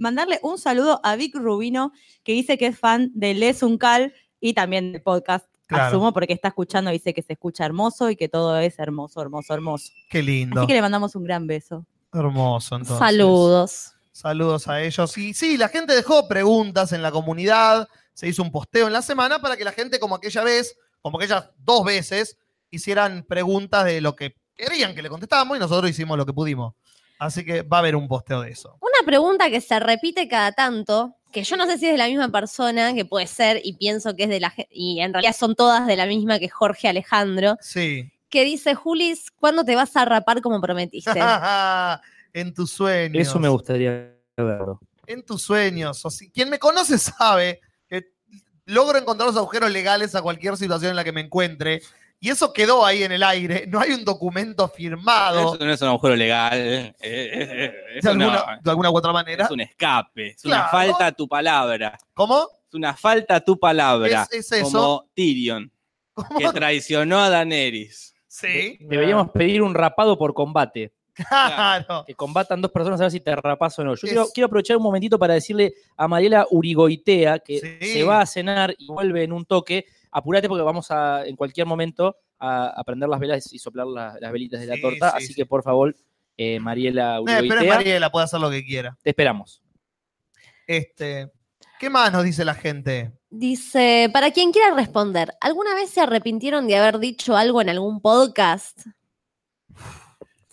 [SPEAKER 8] mandarle un saludo a Vic Rubino, que dice que es fan de Les Uncal y también del podcast.
[SPEAKER 3] Claro.
[SPEAKER 8] Asumo porque está escuchando, dice que se escucha hermoso y que todo es hermoso, hermoso, hermoso.
[SPEAKER 3] Qué lindo.
[SPEAKER 8] Así que le mandamos un gran beso.
[SPEAKER 3] Hermoso, entonces.
[SPEAKER 4] Saludos.
[SPEAKER 3] Saludos a ellos. Y sí, la gente dejó preguntas en la comunidad, se hizo un posteo en la semana para que la gente, como aquella vez, como aquellas dos veces, hicieran preguntas de lo que querían que le contestábamos y nosotros hicimos lo que pudimos. Así que va a haber un posteo de eso.
[SPEAKER 4] Una pregunta que se repite cada tanto, que yo no sé si es de la misma persona, que puede ser, y pienso que es de la gen- y en realidad son todas de la misma que Jorge Alejandro,
[SPEAKER 3] Sí.
[SPEAKER 4] que dice, Julis, ¿cuándo te vas a rapar como prometiste?
[SPEAKER 3] en tus sueños.
[SPEAKER 9] Eso me gustaría verlo.
[SPEAKER 3] En tus sueños. O si- quien me conoce sabe que logro encontrar los agujeros legales a cualquier situación en la que me encuentre. Y eso quedó ahí en el aire. No hay un documento firmado.
[SPEAKER 6] Eso no es un agujero legal. eh, eh, eh,
[SPEAKER 3] de,
[SPEAKER 6] eso
[SPEAKER 3] alguna,
[SPEAKER 6] no.
[SPEAKER 3] de alguna u otra manera.
[SPEAKER 6] Es un escape. Es
[SPEAKER 3] Claro.
[SPEAKER 6] una falta a tu palabra.
[SPEAKER 3] ¿Cómo?
[SPEAKER 6] Es una falta a tu palabra.
[SPEAKER 3] Es- es eso.
[SPEAKER 6] Como Tyrion, que traicionó a Daenerys.
[SPEAKER 3] Sí.
[SPEAKER 9] Deberíamos pedir un rapado por combate.
[SPEAKER 3] Claro.
[SPEAKER 9] que combatan dos personas a ver si te rapas o no. Yo
[SPEAKER 3] Es-
[SPEAKER 9] quiero, quiero aprovechar un momentito para decirle a Mariela Urigoitea que
[SPEAKER 3] Sí.
[SPEAKER 9] se va a cenar y vuelve en un toque. Apúrate porque vamos a, en cualquier momento a, a prender las velas y soplar la- las velitas de la
[SPEAKER 3] Sí,
[SPEAKER 9] torta.
[SPEAKER 3] sí,
[SPEAKER 9] Así
[SPEAKER 3] sí.
[SPEAKER 9] que por favor, eh, Mariela
[SPEAKER 3] Eh, pero es
[SPEAKER 9] Urigoitea,
[SPEAKER 3] Mariela, puede hacer lo que quiera.
[SPEAKER 9] te esperamos.
[SPEAKER 3] Este, ¿Qué más nos dice la gente?
[SPEAKER 4] Dice, para quien quiera responder, ¿alguna vez se arrepintieron de haber dicho algo en algún podcast?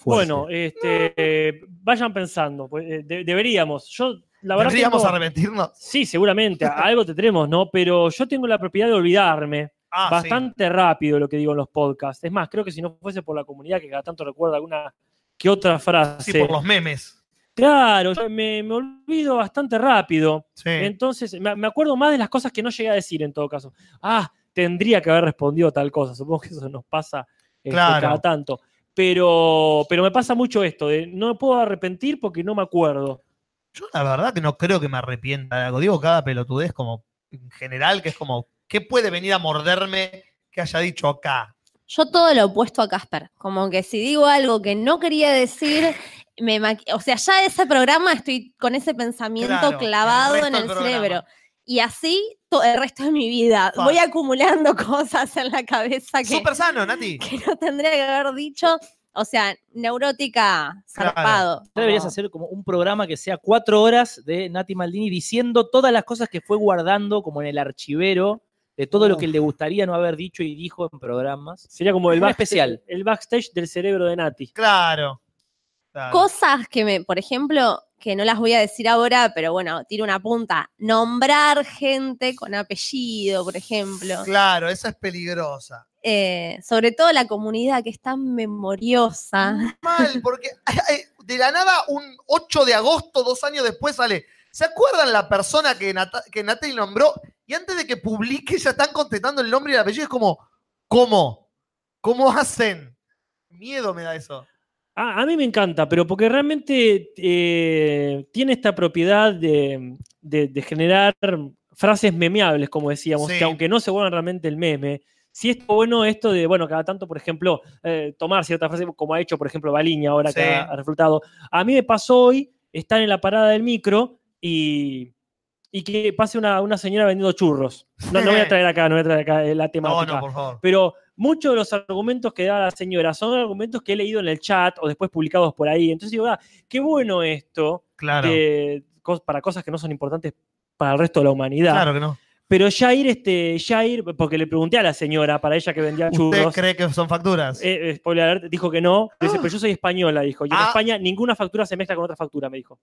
[SPEAKER 5] Bueno, este, eh, vayan pensando. pues, eh, de- deberíamos. Yo, la verdad.
[SPEAKER 3] ¿Deberíamos
[SPEAKER 5] tengo-
[SPEAKER 3] arrepentirnos?
[SPEAKER 5] Sí, seguramente. a- Algo tendremos, ¿no? Pero yo tengo la propiedad de olvidarme
[SPEAKER 3] Ah, sí.
[SPEAKER 5] bastante rápido lo que digo en los podcasts. Es más, creo que si no fuese por la comunidad que cada tanto recuerda alguna que otra frase.
[SPEAKER 3] Sí, por los memes.
[SPEAKER 5] Claro, yo me, me olvido bastante rápido.
[SPEAKER 3] Sí.
[SPEAKER 5] Entonces, me, me acuerdo más de las cosas que no llegué a decir en todo caso. Ah, tendría que haber respondido tal cosa. Supongo que eso nos pasa este,
[SPEAKER 3] Claro.
[SPEAKER 5] cada tanto. Pero, pero me pasa mucho esto, de no me puedo arrepentir porque no me acuerdo.
[SPEAKER 3] Yo la verdad que no creo que me arrepienta de algo. Digo cada pelotudez como en general, que es como, ¿qué puede venir a morderme que haya dicho acá?
[SPEAKER 4] Yo todo lo opuesto a Casper. Como que si digo algo que no quería decir, me maqui- o sea, ya ese programa estoy con ese pensamiento
[SPEAKER 3] Claro, el
[SPEAKER 4] clavado
[SPEAKER 3] resto
[SPEAKER 4] en
[SPEAKER 3] del
[SPEAKER 4] el
[SPEAKER 3] programa.
[SPEAKER 4] cerebro. Y así to- el resto de mi vida.
[SPEAKER 3] Pa.
[SPEAKER 4] Voy acumulando cosas en la cabeza que,
[SPEAKER 3] Súper sano, Nati.
[SPEAKER 4] que no tendría que haber dicho. O sea, neurótica, zarpado.
[SPEAKER 9] Ya deberías hacer como un programa que sea cuatro horas de Nati Maldini diciendo todas las cosas que fue guardando como en el archivero de todo lo que le gustaría no haber dicho y dijo en programas.
[SPEAKER 5] Sería como el
[SPEAKER 9] Un
[SPEAKER 5] backsta-
[SPEAKER 9] especial.
[SPEAKER 5] El backstage del cerebro de Nati.
[SPEAKER 3] Claro.
[SPEAKER 4] Cosas que me, por ejemplo, que no las voy a decir ahora, pero bueno, tiro una punta. Nombrar gente con apellido, por ejemplo.
[SPEAKER 3] Claro, esa es peligrosa.
[SPEAKER 4] Eh, sobre todo la comunidad que es tan
[SPEAKER 3] Mm.
[SPEAKER 4] memoriosa.
[SPEAKER 3] Mal, porque eh, de la nada, un 8 de agosto, dos años después, sale. ¿Se acuerdan la persona que, Nata- que Natalie nombró? Y antes de que publique, ya están contestando el nombre y el apellido. Es como, ¿cómo? ¿Cómo hacen? Miedo me da eso.
[SPEAKER 5] Ah, A, a mí me encanta, pero porque realmente eh, tiene esta propiedad de, de- de generar frases memeables, como decíamos,
[SPEAKER 3] Sí.
[SPEAKER 5] que aunque no se vuelvan realmente el meme, si es bueno esto de, bueno, cada tanto, por ejemplo, eh, tomar cierta frase, como ha hecho, por ejemplo, Baliña ahora que
[SPEAKER 3] Sí.
[SPEAKER 5] ha, ha reflotado. A mí me pasó hoy estar en la parada del micro y, y que pase una, una señora vendiendo churros. No, no voy a traer acá, no voy a traer acá eh, la
[SPEAKER 3] No,
[SPEAKER 5] temática.
[SPEAKER 3] no, por favor.
[SPEAKER 5] Pero muchos de los argumentos que da la señora son argumentos que he leído en el chat o después publicados por ahí. Entonces digo, ah, qué bueno esto
[SPEAKER 3] Claro.
[SPEAKER 5] de cos- para cosas que no son importantes para el resto de la humanidad.
[SPEAKER 3] Claro que no.
[SPEAKER 5] Pero ya ir, este, ya ir, porque le pregunté a la señora, para ella que vendía
[SPEAKER 3] ¿Usted
[SPEAKER 5] churros.
[SPEAKER 3] cree que son facturas?
[SPEAKER 5] eh, eh, spoiler alert, dijo que no. Dice, pero yo soy española, dijo. Y en
[SPEAKER 3] Ah.
[SPEAKER 5] España ninguna factura se mezcla con otra factura, me dijo.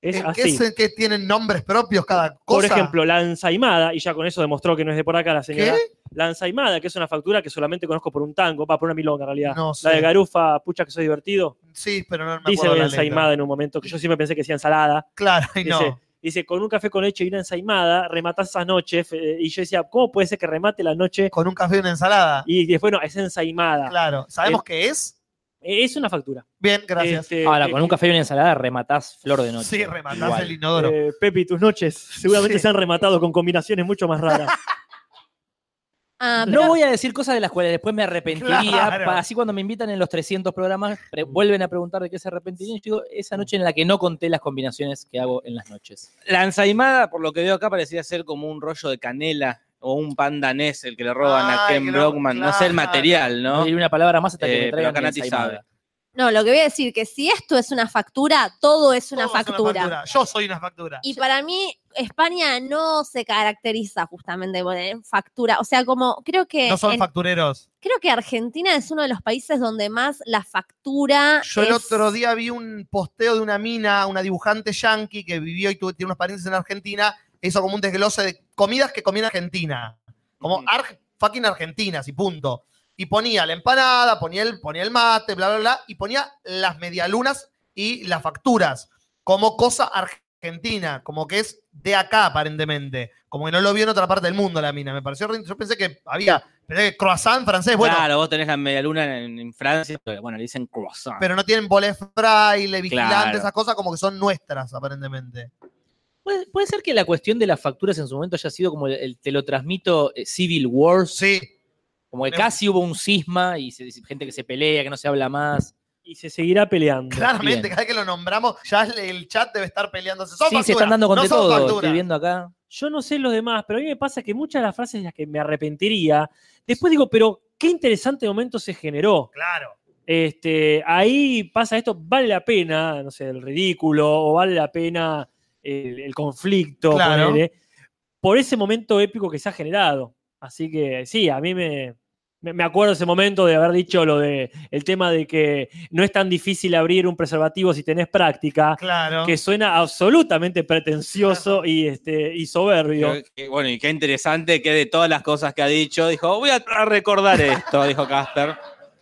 [SPEAKER 5] Es
[SPEAKER 3] ¿En
[SPEAKER 5] así.
[SPEAKER 3] qué, se- qué tienen nombres propios cada cosa?
[SPEAKER 5] Por ejemplo, la ensaimada, y ya con eso demostró que no es de por acá la señora.
[SPEAKER 3] ¿Qué?
[SPEAKER 5] La ensaimada, que es una factura que solamente conozco por un tango, va por una milonga en realidad.
[SPEAKER 3] No
[SPEAKER 5] La
[SPEAKER 3] sé.
[SPEAKER 5] de Garufa, pucha que soy divertido.
[SPEAKER 3] Sí, pero no me
[SPEAKER 5] Dice
[SPEAKER 3] acuerdo la letra.
[SPEAKER 5] ensaimada en un momento, que yo siempre pensé que decía ensalada.
[SPEAKER 3] Claro, y
[SPEAKER 5] Dice,
[SPEAKER 3] no.
[SPEAKER 5] dice, con un café con leche y una ensaimada, rematás esas noches. eh, Y yo decía, ¿cómo puede ser que remate la noche?
[SPEAKER 3] Con un café y una ensalada.
[SPEAKER 5] Y después, no, es ensaimada. Eh,
[SPEAKER 3] Claro. ¿Sabemos qué es?
[SPEAKER 5] Es una factura.
[SPEAKER 3] Bien, gracias.
[SPEAKER 5] Este,
[SPEAKER 9] Ahora,
[SPEAKER 5] eh,
[SPEAKER 9] con un café y una ensalada rematás flor de noche.
[SPEAKER 3] sí, rematás
[SPEAKER 9] Igual.
[SPEAKER 3] el inodoro.
[SPEAKER 5] eh, Pepe y tus noches seguramente
[SPEAKER 3] Sí.
[SPEAKER 5] se han rematado con combinaciones mucho más raras.
[SPEAKER 4] Ah, pero
[SPEAKER 9] No voy a decir cosas de las cuales después me arrepentiría.
[SPEAKER 3] Claro.
[SPEAKER 9] pa- Así cuando me invitan en los 300 programas, pre- vuelven a preguntar de qué se arrepentirían. Yo digo, esa noche en la que no conté las combinaciones que hago en las noches.
[SPEAKER 6] La ensaimada, por lo que veo acá, parecía ser como un rollo de canela o un pan danés el que le roban a
[SPEAKER 3] Ay,
[SPEAKER 6] Ken
[SPEAKER 3] que lo-
[SPEAKER 6] Brockman. No sé el
[SPEAKER 3] claro.
[SPEAKER 6] material,
[SPEAKER 9] No
[SPEAKER 6] ¿no?
[SPEAKER 9] diré una palabra más hasta que
[SPEAKER 6] Eh,
[SPEAKER 9] me
[SPEAKER 6] pero
[SPEAKER 9] traigan
[SPEAKER 6] acá
[SPEAKER 9] mi
[SPEAKER 6] Nati
[SPEAKER 9] ensaimada.
[SPEAKER 6] sabe.
[SPEAKER 4] No, lo que voy a decir que si esto es una factura, todo es una,
[SPEAKER 3] Todos son una
[SPEAKER 4] factura.
[SPEAKER 3] factura. Yo soy una factura.
[SPEAKER 4] Y para mí, España no se caracteriza justamente por tener factura. O sea, como creo que
[SPEAKER 3] No son
[SPEAKER 4] en-
[SPEAKER 3] factureros.
[SPEAKER 4] creo que Argentina es uno de los países donde más la factura.
[SPEAKER 3] Yo el
[SPEAKER 4] es-
[SPEAKER 3] otro día vi un posteo de una mina, una dibujante yankee que vivió y tuvo, tiene unos parientes en Argentina, e hizo como un desglose de comidas que comía en Argentina. Como
[SPEAKER 6] Ujú.
[SPEAKER 3] ar- fucking argentinas y punto. Y ponía la empanada, ponía el, ponía el mate, bla, bla, bla, y ponía las medialunas y las facturas como cosa argentina, como que es de acá aparentemente. Como que no lo vio en otra parte del mundo la mina, me pareció re- Yo pensé que había pensé que croissant francés, bueno,
[SPEAKER 6] Claro, vos tenés la medialuna en, en Francia, pero bueno, le dicen
[SPEAKER 9] Ah.
[SPEAKER 6] croissant.
[SPEAKER 3] pero no tienen bolés fraile, vigilante,
[SPEAKER 6] Claro.
[SPEAKER 3] esas cosas como que son nuestras, aparentemente.
[SPEAKER 9] ¿Puede, puede ser que la cuestión de las facturas en su momento haya sido como el, el- te lo transmito eh, Civil Wars,
[SPEAKER 3] Sí,
[SPEAKER 9] como que
[SPEAKER 3] Me-
[SPEAKER 9] casi hubo un cisma y se- gente que se pelea, que no se habla más.
[SPEAKER 5] y se seguirá peleando.
[SPEAKER 3] claramente,
[SPEAKER 9] bien.
[SPEAKER 3] cada vez que lo nombramos, ya el- el chat debe estar peleándose. Son
[SPEAKER 9] sí, se
[SPEAKER 3] facturas,
[SPEAKER 9] están dando con
[SPEAKER 3] no
[SPEAKER 9] de
[SPEAKER 3] son
[SPEAKER 9] todo,
[SPEAKER 3] facturas.
[SPEAKER 9] estoy viendo acá.
[SPEAKER 5] Yo no sé los demás, pero a mí me pasa que muchas de las frases de las que me arrepentiría, después digo, pero qué interesante momento se generó.
[SPEAKER 3] Claro.
[SPEAKER 5] Este, ahí pasa esto, vale la pena, no sé, el ridículo, o vale la pena el, el conflicto,
[SPEAKER 3] Claro.
[SPEAKER 5] ponele, por ese momento épico que se ha generado. Así que sí, a mí me, me me acuerdo ese momento de haber dicho lo de el tema de que no es tan difícil abrir un preservativo si tenés práctica,
[SPEAKER 3] Claro.
[SPEAKER 5] que suena absolutamente pretencioso y, este, y soberbio.
[SPEAKER 6] Pero que- bueno, y qué interesante que de todas las cosas que ha dicho, dijo, voy a tra- recordar esto, dijo Casper.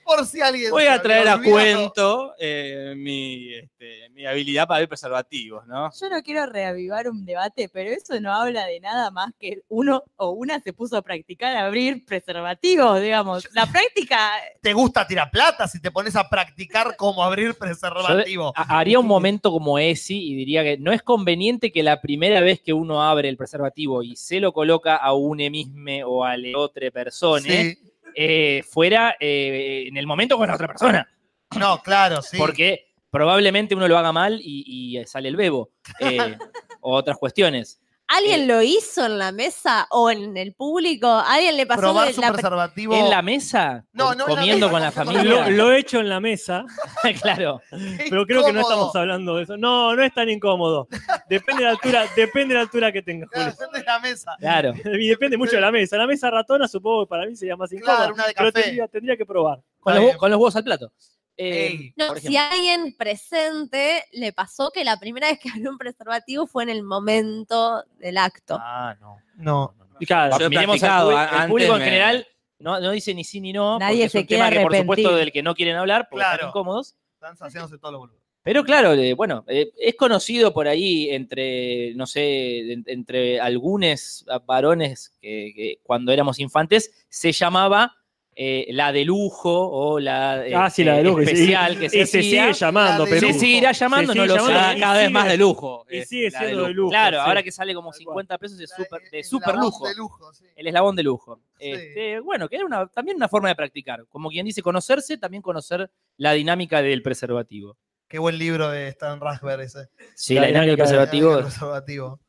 [SPEAKER 3] Por si alguien.
[SPEAKER 6] Voy
[SPEAKER 3] se
[SPEAKER 6] a
[SPEAKER 3] había
[SPEAKER 6] traer a
[SPEAKER 3] olvidado.
[SPEAKER 6] cuento eh, mi, este, mi habilidad para ver preservativos, ¿no?
[SPEAKER 8] Yo no quiero reavivar un debate, pero eso no habla de nada más que uno o una se puso a practicar abrir preservativos, digamos. La práctica,
[SPEAKER 3] ¿Te gusta tirar plata si te pones a practicar cómo abrir preservativo?
[SPEAKER 9] Ha- Haría un momento como ese y diría que no es conveniente que la primera vez que uno abre el preservativo y se lo coloca a une mismo o a le otra persona,
[SPEAKER 3] Sí.
[SPEAKER 9] eh, fuera eh, en el momento con la otra persona.
[SPEAKER 3] No, claro, sí.
[SPEAKER 9] porque probablemente uno lo haga mal y, y sale el bebo eh, o eh, otras cuestiones.
[SPEAKER 4] ¿Alguien lo hizo en la mesa o en el público? ¿Alguien le pasó
[SPEAKER 3] Probar
[SPEAKER 4] de
[SPEAKER 3] su
[SPEAKER 4] la-
[SPEAKER 3] preservativo.
[SPEAKER 9] ¿En la mesa?
[SPEAKER 3] No, no en la
[SPEAKER 9] Comiendo
[SPEAKER 3] mesa,
[SPEAKER 9] con la
[SPEAKER 3] comiendo
[SPEAKER 9] familia.
[SPEAKER 5] Lo, lo he hecho en la mesa,
[SPEAKER 9] claro.
[SPEAKER 5] pero creo que no
[SPEAKER 3] Incómodo.
[SPEAKER 5] estamos hablando de eso. No, no es tan incómodo. Depende de la altura, depende de la altura que tengas, Juli.
[SPEAKER 3] en la mesa.
[SPEAKER 9] Claro.
[SPEAKER 5] Y depende mucho de la mesa. La mesa ratona supongo que para mí sería más incómoda,
[SPEAKER 3] Claro, una de
[SPEAKER 5] pero
[SPEAKER 3] café.
[SPEAKER 5] tendría, tendría que probar.
[SPEAKER 9] Con
[SPEAKER 3] Está
[SPEAKER 9] los,
[SPEAKER 3] bien.
[SPEAKER 9] con los huevos al plato. Eh,
[SPEAKER 3] Ey,
[SPEAKER 4] No,
[SPEAKER 9] por
[SPEAKER 4] si
[SPEAKER 9] ejemplo.
[SPEAKER 4] alguien presente le pasó que la primera vez que abrió un preservativo fue en el momento del acto.
[SPEAKER 9] Ah, no.
[SPEAKER 3] No.
[SPEAKER 5] Ah, Y claro,
[SPEAKER 6] Yo he
[SPEAKER 9] Miremos al
[SPEAKER 6] practicado,
[SPEAKER 9] público,
[SPEAKER 6] a-
[SPEAKER 9] el público en
[SPEAKER 6] antes me-
[SPEAKER 9] general no, no dice ni sí ni no.
[SPEAKER 8] Nadie
[SPEAKER 9] porque es
[SPEAKER 8] se
[SPEAKER 9] un tema
[SPEAKER 8] quiere
[SPEAKER 9] que, por
[SPEAKER 8] arrepentir.
[SPEAKER 9] supuesto, del que no quieren hablar porque
[SPEAKER 3] Claro.
[SPEAKER 9] están incómodos.
[SPEAKER 3] están saciándose todos los boludos.
[SPEAKER 9] Pero claro, eh, bueno, eh, es conocido por ahí entre, no sé, en- entre algunos varones que, que cuando éramos infantes se llamaba eh, la de lujo o la eh,
[SPEAKER 5] Ah, sí, la de
[SPEAKER 9] eh,
[SPEAKER 5] lujo. Y se-
[SPEAKER 9] especial que ¿eh?
[SPEAKER 5] y
[SPEAKER 9] se,
[SPEAKER 5] se
[SPEAKER 9] hacía.
[SPEAKER 5] sigue llamando,
[SPEAKER 3] La de
[SPEAKER 5] pero.
[SPEAKER 9] Se
[SPEAKER 3] lujo.
[SPEAKER 9] seguirá llamando,
[SPEAKER 5] Se
[SPEAKER 9] no
[SPEAKER 5] sigue
[SPEAKER 9] lo sé. Ah,
[SPEAKER 5] llamando,
[SPEAKER 6] Cada,
[SPEAKER 5] y
[SPEAKER 6] cada vez
[SPEAKER 5] sigue-
[SPEAKER 6] más de lujo.
[SPEAKER 5] Y
[SPEAKER 6] eh,
[SPEAKER 5] sigue
[SPEAKER 6] la de
[SPEAKER 5] siendo de
[SPEAKER 6] lujo.
[SPEAKER 5] lujo.
[SPEAKER 9] Claro,
[SPEAKER 5] sí.
[SPEAKER 9] ahora que sale como
[SPEAKER 5] Tal cual.
[SPEAKER 9] 50 pesos de
[SPEAKER 3] La-
[SPEAKER 9] super,
[SPEAKER 3] el-
[SPEAKER 9] de
[SPEAKER 3] el
[SPEAKER 9] super
[SPEAKER 3] labón
[SPEAKER 9] lujo.
[SPEAKER 3] De lujo, sí.
[SPEAKER 9] El eslabón de lujo.
[SPEAKER 3] Sí.
[SPEAKER 9] Este, bueno, que era una, también una forma de practicar. Como quien dice conocerse, también conocer la dinámica del preservativo.
[SPEAKER 3] Qué buen libro de Stan Rasberg ese.
[SPEAKER 9] Sí,
[SPEAKER 5] La
[SPEAKER 9] la, dinámica del
[SPEAKER 5] dinámica del
[SPEAKER 9] preservativo.
[SPEAKER 3] El preservativo.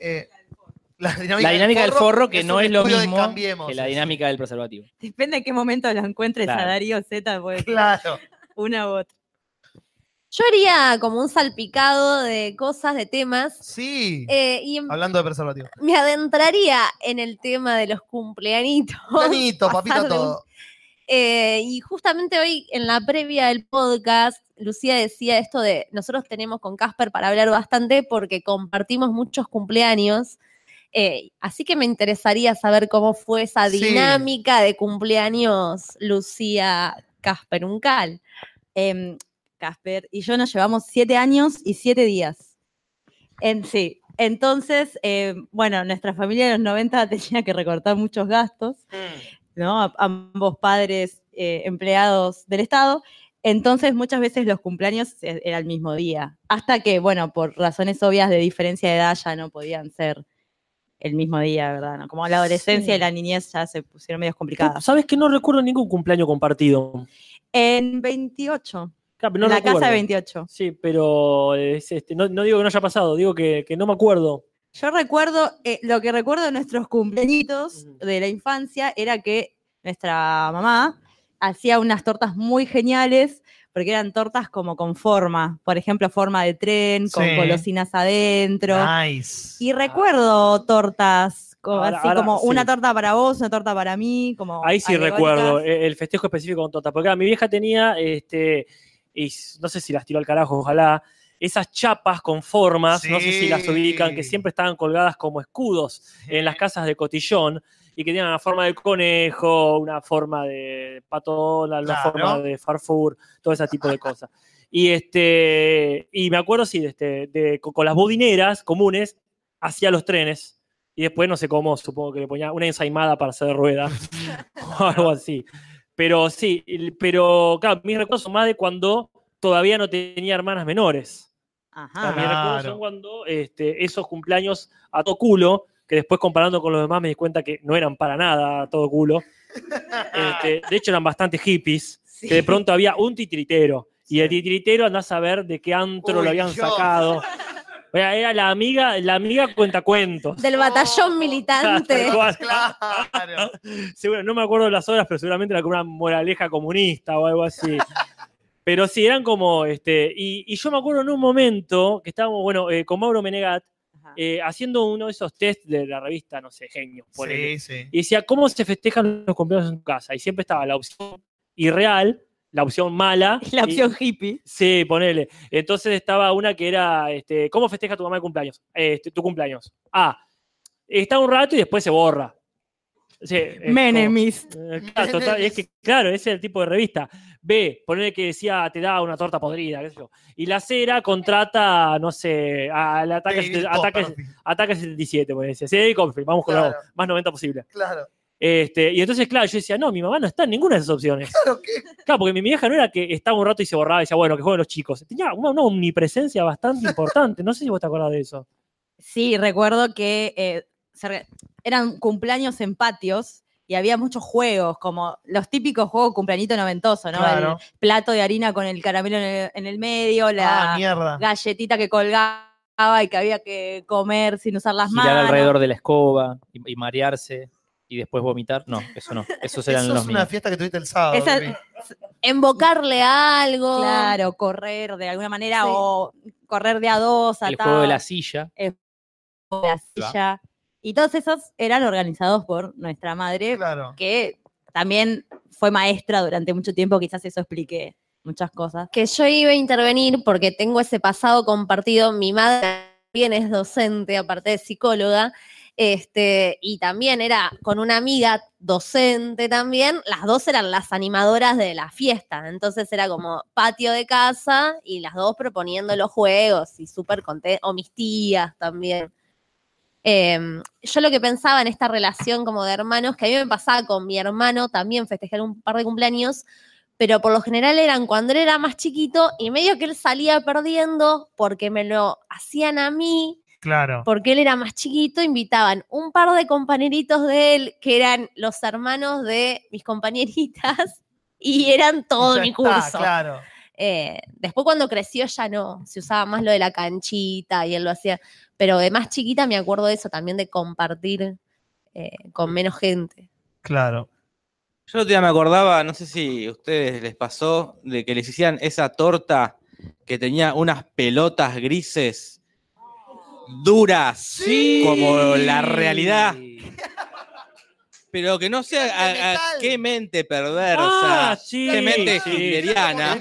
[SPEAKER 3] Eh, la dinámica,
[SPEAKER 9] la dinámica del forro, que no
[SPEAKER 3] un
[SPEAKER 9] es lo
[SPEAKER 3] estudio de
[SPEAKER 9] mismo
[SPEAKER 3] Cambiemos,
[SPEAKER 9] que la
[SPEAKER 3] sí, sí.
[SPEAKER 9] dinámica del preservativo.
[SPEAKER 8] Depende de qué momento lo encuentres a
[SPEAKER 9] Claro.
[SPEAKER 8] Darío Z, pues
[SPEAKER 3] Claro.
[SPEAKER 8] una u otra.
[SPEAKER 4] Yo haría como un salpicado de cosas, de temas,
[SPEAKER 3] Sí.
[SPEAKER 4] eh, y em-
[SPEAKER 3] Hablando de preservativo.
[SPEAKER 4] me adentraría en el tema de los cumpleañitos.
[SPEAKER 3] Planito, papito
[SPEAKER 4] pasar de un-
[SPEAKER 3] todo.
[SPEAKER 4] Eh, y justamente hoy, en la previa del podcast, Lucía decía esto de nosotros tenemos con Casper para hablar bastante porque compartimos muchos cumpleaños. Eh, así que me interesaría saber cómo fue esa
[SPEAKER 3] Sí.
[SPEAKER 4] dinámica de cumpleaños Lucía Casper Uncal.
[SPEAKER 8] Em, Casper y yo nos llevamos siete años y siete días. En sí. Entonces, em, bueno, nuestra familia de los 90 tenía que recortar muchos gastos. ¿no? A- ambos padres eh, empleados del Estado. Entonces, muchas veces los cumpleaños e- era el mismo día. Hasta que, bueno, por razones obvias de diferencia de edad ya no podían ser el mismo día, ¿verdad? ¿no? Como la adolescencia
[SPEAKER 5] Sí.
[SPEAKER 8] y la niñez ya se pusieron medios complicadas.
[SPEAKER 5] Sabes que no recuerdo ningún cumpleaños compartido.
[SPEAKER 8] En 28,
[SPEAKER 5] Claro, no
[SPEAKER 8] en la
[SPEAKER 5] recuerdo.
[SPEAKER 8] casa de 28.
[SPEAKER 5] Sí, pero es, este, no, no digo que no haya pasado, digo que, que no me acuerdo.
[SPEAKER 8] Yo recuerdo, eh, lo que recuerdo de nuestros cumpleañitos
[SPEAKER 5] Ujú.
[SPEAKER 8] de la infancia era que nuestra mamá hacía unas tortas muy geniales, porque eran tortas como con forma, por ejemplo, forma de tren, con
[SPEAKER 3] Sí.
[SPEAKER 8] golosinas adentro.
[SPEAKER 5] Ah,
[SPEAKER 3] Nice.
[SPEAKER 8] Y recuerdo tortas, co-
[SPEAKER 5] Ahora-
[SPEAKER 8] así
[SPEAKER 5] ahora
[SPEAKER 8] como
[SPEAKER 5] sí.
[SPEAKER 8] una torta para vos, una torta para mí, como...
[SPEAKER 5] Ahí sí
[SPEAKER 8] alegóricas.
[SPEAKER 5] recuerdo eh, el festejo específico con tortas. Porque claro, mi vieja tenía, este, y s- no sé si las tiró al carajo, ojalá, esas chapas con formas, no sé si las
[SPEAKER 3] Sí.
[SPEAKER 5] ubican, que siempre estaban colgadas como escudos en las casas de cotillón y que tenían una forma de conejo, una forma de pato, la, la
[SPEAKER 3] Claro.
[SPEAKER 5] forma de farfur, todo ese tipo de cosas. Y este y me acuerdo, sí, de este, de- con, con las budineras comunes hacía los trenes. Y después, no sé cómo, supongo que le ponía una ensaimada para hacer rueda o algo así. Pero sí, el- pero claro, mis recuerdos son más de cuando todavía no tenía hermanas menores.
[SPEAKER 8] Ajá.
[SPEAKER 5] Mis recuerdos
[SPEAKER 3] Claro.
[SPEAKER 5] son cuando este, esos cumpleaños a todo culo, que después comparando con los demás me di cuenta que no eran para nada a todo culo. Este, de hecho, eran bastante hippies, que de pronto había un titiritero. Y el titiritero andás a ver de qué antro
[SPEAKER 3] Uy,
[SPEAKER 5] lo habían
[SPEAKER 3] Dios.
[SPEAKER 5] sacado. O sea, era la amiga, la amiga cuentacuentos.
[SPEAKER 4] Del batallón militante.
[SPEAKER 5] Tal cual.
[SPEAKER 3] Claro.
[SPEAKER 5] Seguro, no me acuerdo las horas, pero seguramente era como una moraleja comunista o algo así. Pero sí, eran como, este, y, y yo me acuerdo en un momento que estábamos, bueno, eh, con Mauro Menegat,
[SPEAKER 8] Ajá.
[SPEAKER 5] eh, haciendo uno de esos test de la revista, no sé, Genio, ponele.
[SPEAKER 3] Sí, sí.
[SPEAKER 5] Y decía, ¿cómo se festejan los cumpleaños en tu casa? Y siempre estaba la opción irreal, la opción mala.
[SPEAKER 8] La
[SPEAKER 5] y-
[SPEAKER 8] opción hippie.
[SPEAKER 5] Sí, ponele. Entonces estaba una que era, este, ¿cómo festeja tu mamá de cumpleaños? Este, tu cumpleaños. Ah, está un rato y después se borra. Sí, es como-
[SPEAKER 8] Menemist.
[SPEAKER 5] Eh, claro, total, es que, claro, ese es el tipo de revista. B, ponele que decía, te da una torta podrida, qué sé yo. Y la cera contrata, no sé, al ataque,
[SPEAKER 3] David
[SPEAKER 5] ataque,
[SPEAKER 3] Copperfield,
[SPEAKER 5] ataque 77, por decía. Sí, David Copperfield, vamos con
[SPEAKER 3] Claro.
[SPEAKER 5] lo más 90 posible.
[SPEAKER 3] Claro.
[SPEAKER 5] Este, y entonces, claro, yo decía, no, mi mamá no está en ninguna de esas opciones.
[SPEAKER 3] Claro que
[SPEAKER 5] Claro, porque mi vieja no era que estaba un rato y se borraba y decía, bueno, que jueguen los chicos. Tenía una, una omnipresencia bastante importante. No sé si vos te acordás de eso.
[SPEAKER 8] Sí, recuerdo que eh, se re- eran cumpleaños en patios y había muchos juegos, como los típicos juegos cumpleañito noventoso, ¿no?
[SPEAKER 3] Claro.
[SPEAKER 8] El plato de harina con el caramelo en el, en el medio,
[SPEAKER 3] Ah,
[SPEAKER 8] la
[SPEAKER 3] mierda.
[SPEAKER 8] galletita que colgaba y que había que comer sin usar las
[SPEAKER 9] Girar
[SPEAKER 8] manos.
[SPEAKER 9] alrededor de la escoba y, y marearse y después vomitar. No, eso no. Esos eran
[SPEAKER 3] Eso
[SPEAKER 9] los
[SPEAKER 3] es una
[SPEAKER 9] míos.
[SPEAKER 3] fiesta que tuviste el sábado.
[SPEAKER 8] Esa-
[SPEAKER 3] Cami.
[SPEAKER 4] Embocarle algo.
[SPEAKER 8] Claro, correr de alguna manera o correr de a dos,
[SPEAKER 9] El
[SPEAKER 8] atado.
[SPEAKER 9] juego de la silla.
[SPEAKER 8] el juego de la
[SPEAKER 9] va.
[SPEAKER 8] silla. Y todos esos eran organizados por nuestra madre, que también fue maestra durante mucho tiempo, quizás eso explique muchas cosas.
[SPEAKER 4] que yo iba a intervenir porque tengo ese pasado compartido. Mi madre también es docente, aparte de psicóloga, este, y también era con una amiga docente también. Las dos eran las animadoras de la fiesta, entonces era como patio de casa y las dos proponiendo los juegos y súper contentas, o mis tías también. Em, yo lo que pensaba en esta relación como de hermanos, que a mí me pasaba con mi hermano también festejar un par de cumpleaños, pero por lo general eran cuando él era más chiquito y medio que él salía perdiendo porque me lo hacían a mí,
[SPEAKER 3] Claro.
[SPEAKER 4] porque él era más chiquito, invitaban un par de compañeritos de él que eran los hermanos de mis compañeritas y eran todo
[SPEAKER 3] Ya
[SPEAKER 4] mi
[SPEAKER 3] está,
[SPEAKER 4] curso.
[SPEAKER 3] claro.
[SPEAKER 4] Eh, después cuando creció ya no, se usaba más lo de la canchita y él lo hacía, pero de más chiquita me acuerdo de eso, también de compartir eh, con menos gente.
[SPEAKER 3] Claro.
[SPEAKER 6] Yo el otro día me acordaba, no sé si a ustedes les pasó, de que les hicieran esa torta que tenía unas pelotas grises duras, como la realidad. Pero que no sea a- a qué mente perversa,
[SPEAKER 9] Ah, sí,
[SPEAKER 6] qué mente
[SPEAKER 9] sí.
[SPEAKER 6] hitleriana.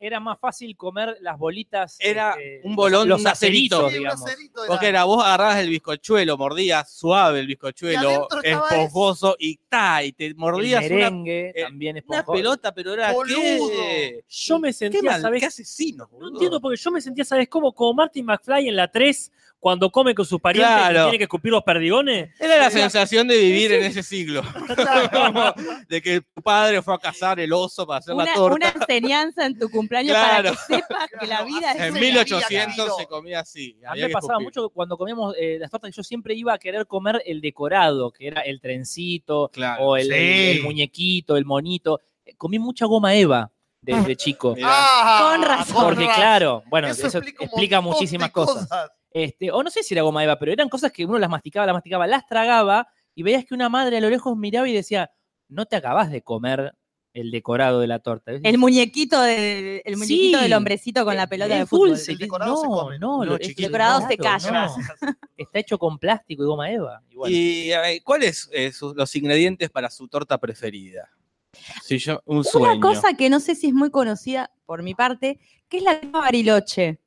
[SPEAKER 9] Era más fácil comer las bolitas.
[SPEAKER 6] Era
[SPEAKER 9] eh,
[SPEAKER 6] un bolón,
[SPEAKER 9] los
[SPEAKER 6] un acerito.
[SPEAKER 9] aceritos,
[SPEAKER 6] Sí, un
[SPEAKER 9] digamos.
[SPEAKER 6] Porque era vos agarrabas el bizcochuelo, mordías suave el bizcochuelo,
[SPEAKER 9] adentro estaba
[SPEAKER 6] esponjoso y ta, y te mordías
[SPEAKER 9] El
[SPEAKER 6] una,
[SPEAKER 9] merengue,
[SPEAKER 6] eh,
[SPEAKER 9] también es
[SPEAKER 6] una pelota, pero era ¿qué?
[SPEAKER 5] Yo me sentía,
[SPEAKER 6] mal-
[SPEAKER 5] ¿sabes?
[SPEAKER 6] qué asesino,
[SPEAKER 5] No entiendo porque yo me sentía, ¿sabes cómo? Como Martin McFly en la 3, cuando come con sus parientes
[SPEAKER 6] Claro.
[SPEAKER 5] y tiene que escupir los perdigones.
[SPEAKER 6] Era la sensación de vivir en ese siglo. Como de que tu padre fue a cazar el oso para hacer la
[SPEAKER 8] Una,
[SPEAKER 6] torta.
[SPEAKER 8] una enseñanza en tu cumpleaños
[SPEAKER 6] Claro.
[SPEAKER 8] para que sepas que la vida es
[SPEAKER 6] en 1800 se comía así.
[SPEAKER 9] A mí
[SPEAKER 6] había
[SPEAKER 9] me
[SPEAKER 6] que
[SPEAKER 9] pasaba
[SPEAKER 6] escupir.
[SPEAKER 9] mucho cuando comíamos eh, las tortas que yo siempre iba a querer comer el decorado, que era el trencito o el,
[SPEAKER 6] Sí.
[SPEAKER 9] el- el muñequito, el monito. Eh, Comí mucha goma Eva
[SPEAKER 8] Ah.
[SPEAKER 9] desde chico.
[SPEAKER 3] Ah, con razón.
[SPEAKER 9] Porque claro, bueno,
[SPEAKER 3] Eso
[SPEAKER 9] eso,
[SPEAKER 3] explica
[SPEAKER 9] explica,
[SPEAKER 3] un montón de
[SPEAKER 9] muchísimas cosas. Este, o no sé si era goma Eva, pero eran cosas que uno las masticaba, las masticaba, las tragaba y veías que una madre a lo lejos miraba y decía, no te acabas de comer el decorado de la torta.
[SPEAKER 8] El muñequito del, el muñequito
[SPEAKER 9] Sí.
[SPEAKER 8] del hombrecito con la pelota de
[SPEAKER 9] es
[SPEAKER 8] fútbol.
[SPEAKER 9] dulce, que- no, no, lo- es-
[SPEAKER 8] El decorado se
[SPEAKER 9] no,
[SPEAKER 8] calla.
[SPEAKER 9] no.
[SPEAKER 3] Este,
[SPEAKER 9] Está hecho con plástico y goma Eva. Y bueno,
[SPEAKER 6] Y a ver, ¿cuáles eh, sus- los ingredientes para su torta preferida? Si yo, un
[SPEAKER 8] Una
[SPEAKER 6] sueño.
[SPEAKER 8] cosa que no sé si es muy conocida por mi parte, que es la crema bariloche.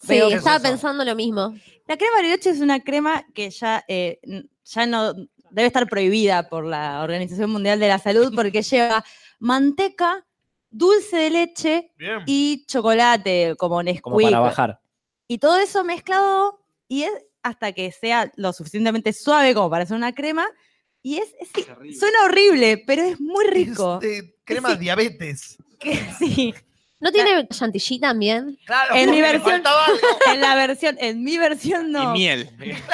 [SPEAKER 4] Sí,
[SPEAKER 8] Pero-
[SPEAKER 4] estaba pensando lo mismo.
[SPEAKER 8] La crema bariloche es una crema que ya, eh, n- ya no debe estar prohibida por la Organización Mundial de la Salud porque lleva manteca, dulce de leche
[SPEAKER 3] Bien.
[SPEAKER 8] y chocolate como Nesquik.
[SPEAKER 9] como para bajar.
[SPEAKER 8] Y todo eso mezclado y es hasta que sea lo suficientemente suave como para hacer una crema. Y es, es- suena horrible, pero es muy rico.
[SPEAKER 9] Este
[SPEAKER 3] Crema diabetes.
[SPEAKER 8] sí.
[SPEAKER 4] ¿No tiene chantilly también?
[SPEAKER 3] Claro,
[SPEAKER 8] En
[SPEAKER 3] porque
[SPEAKER 8] mi
[SPEAKER 3] le
[SPEAKER 8] versión,
[SPEAKER 3] faltaba algo.
[SPEAKER 8] en la versión, en mi versión no.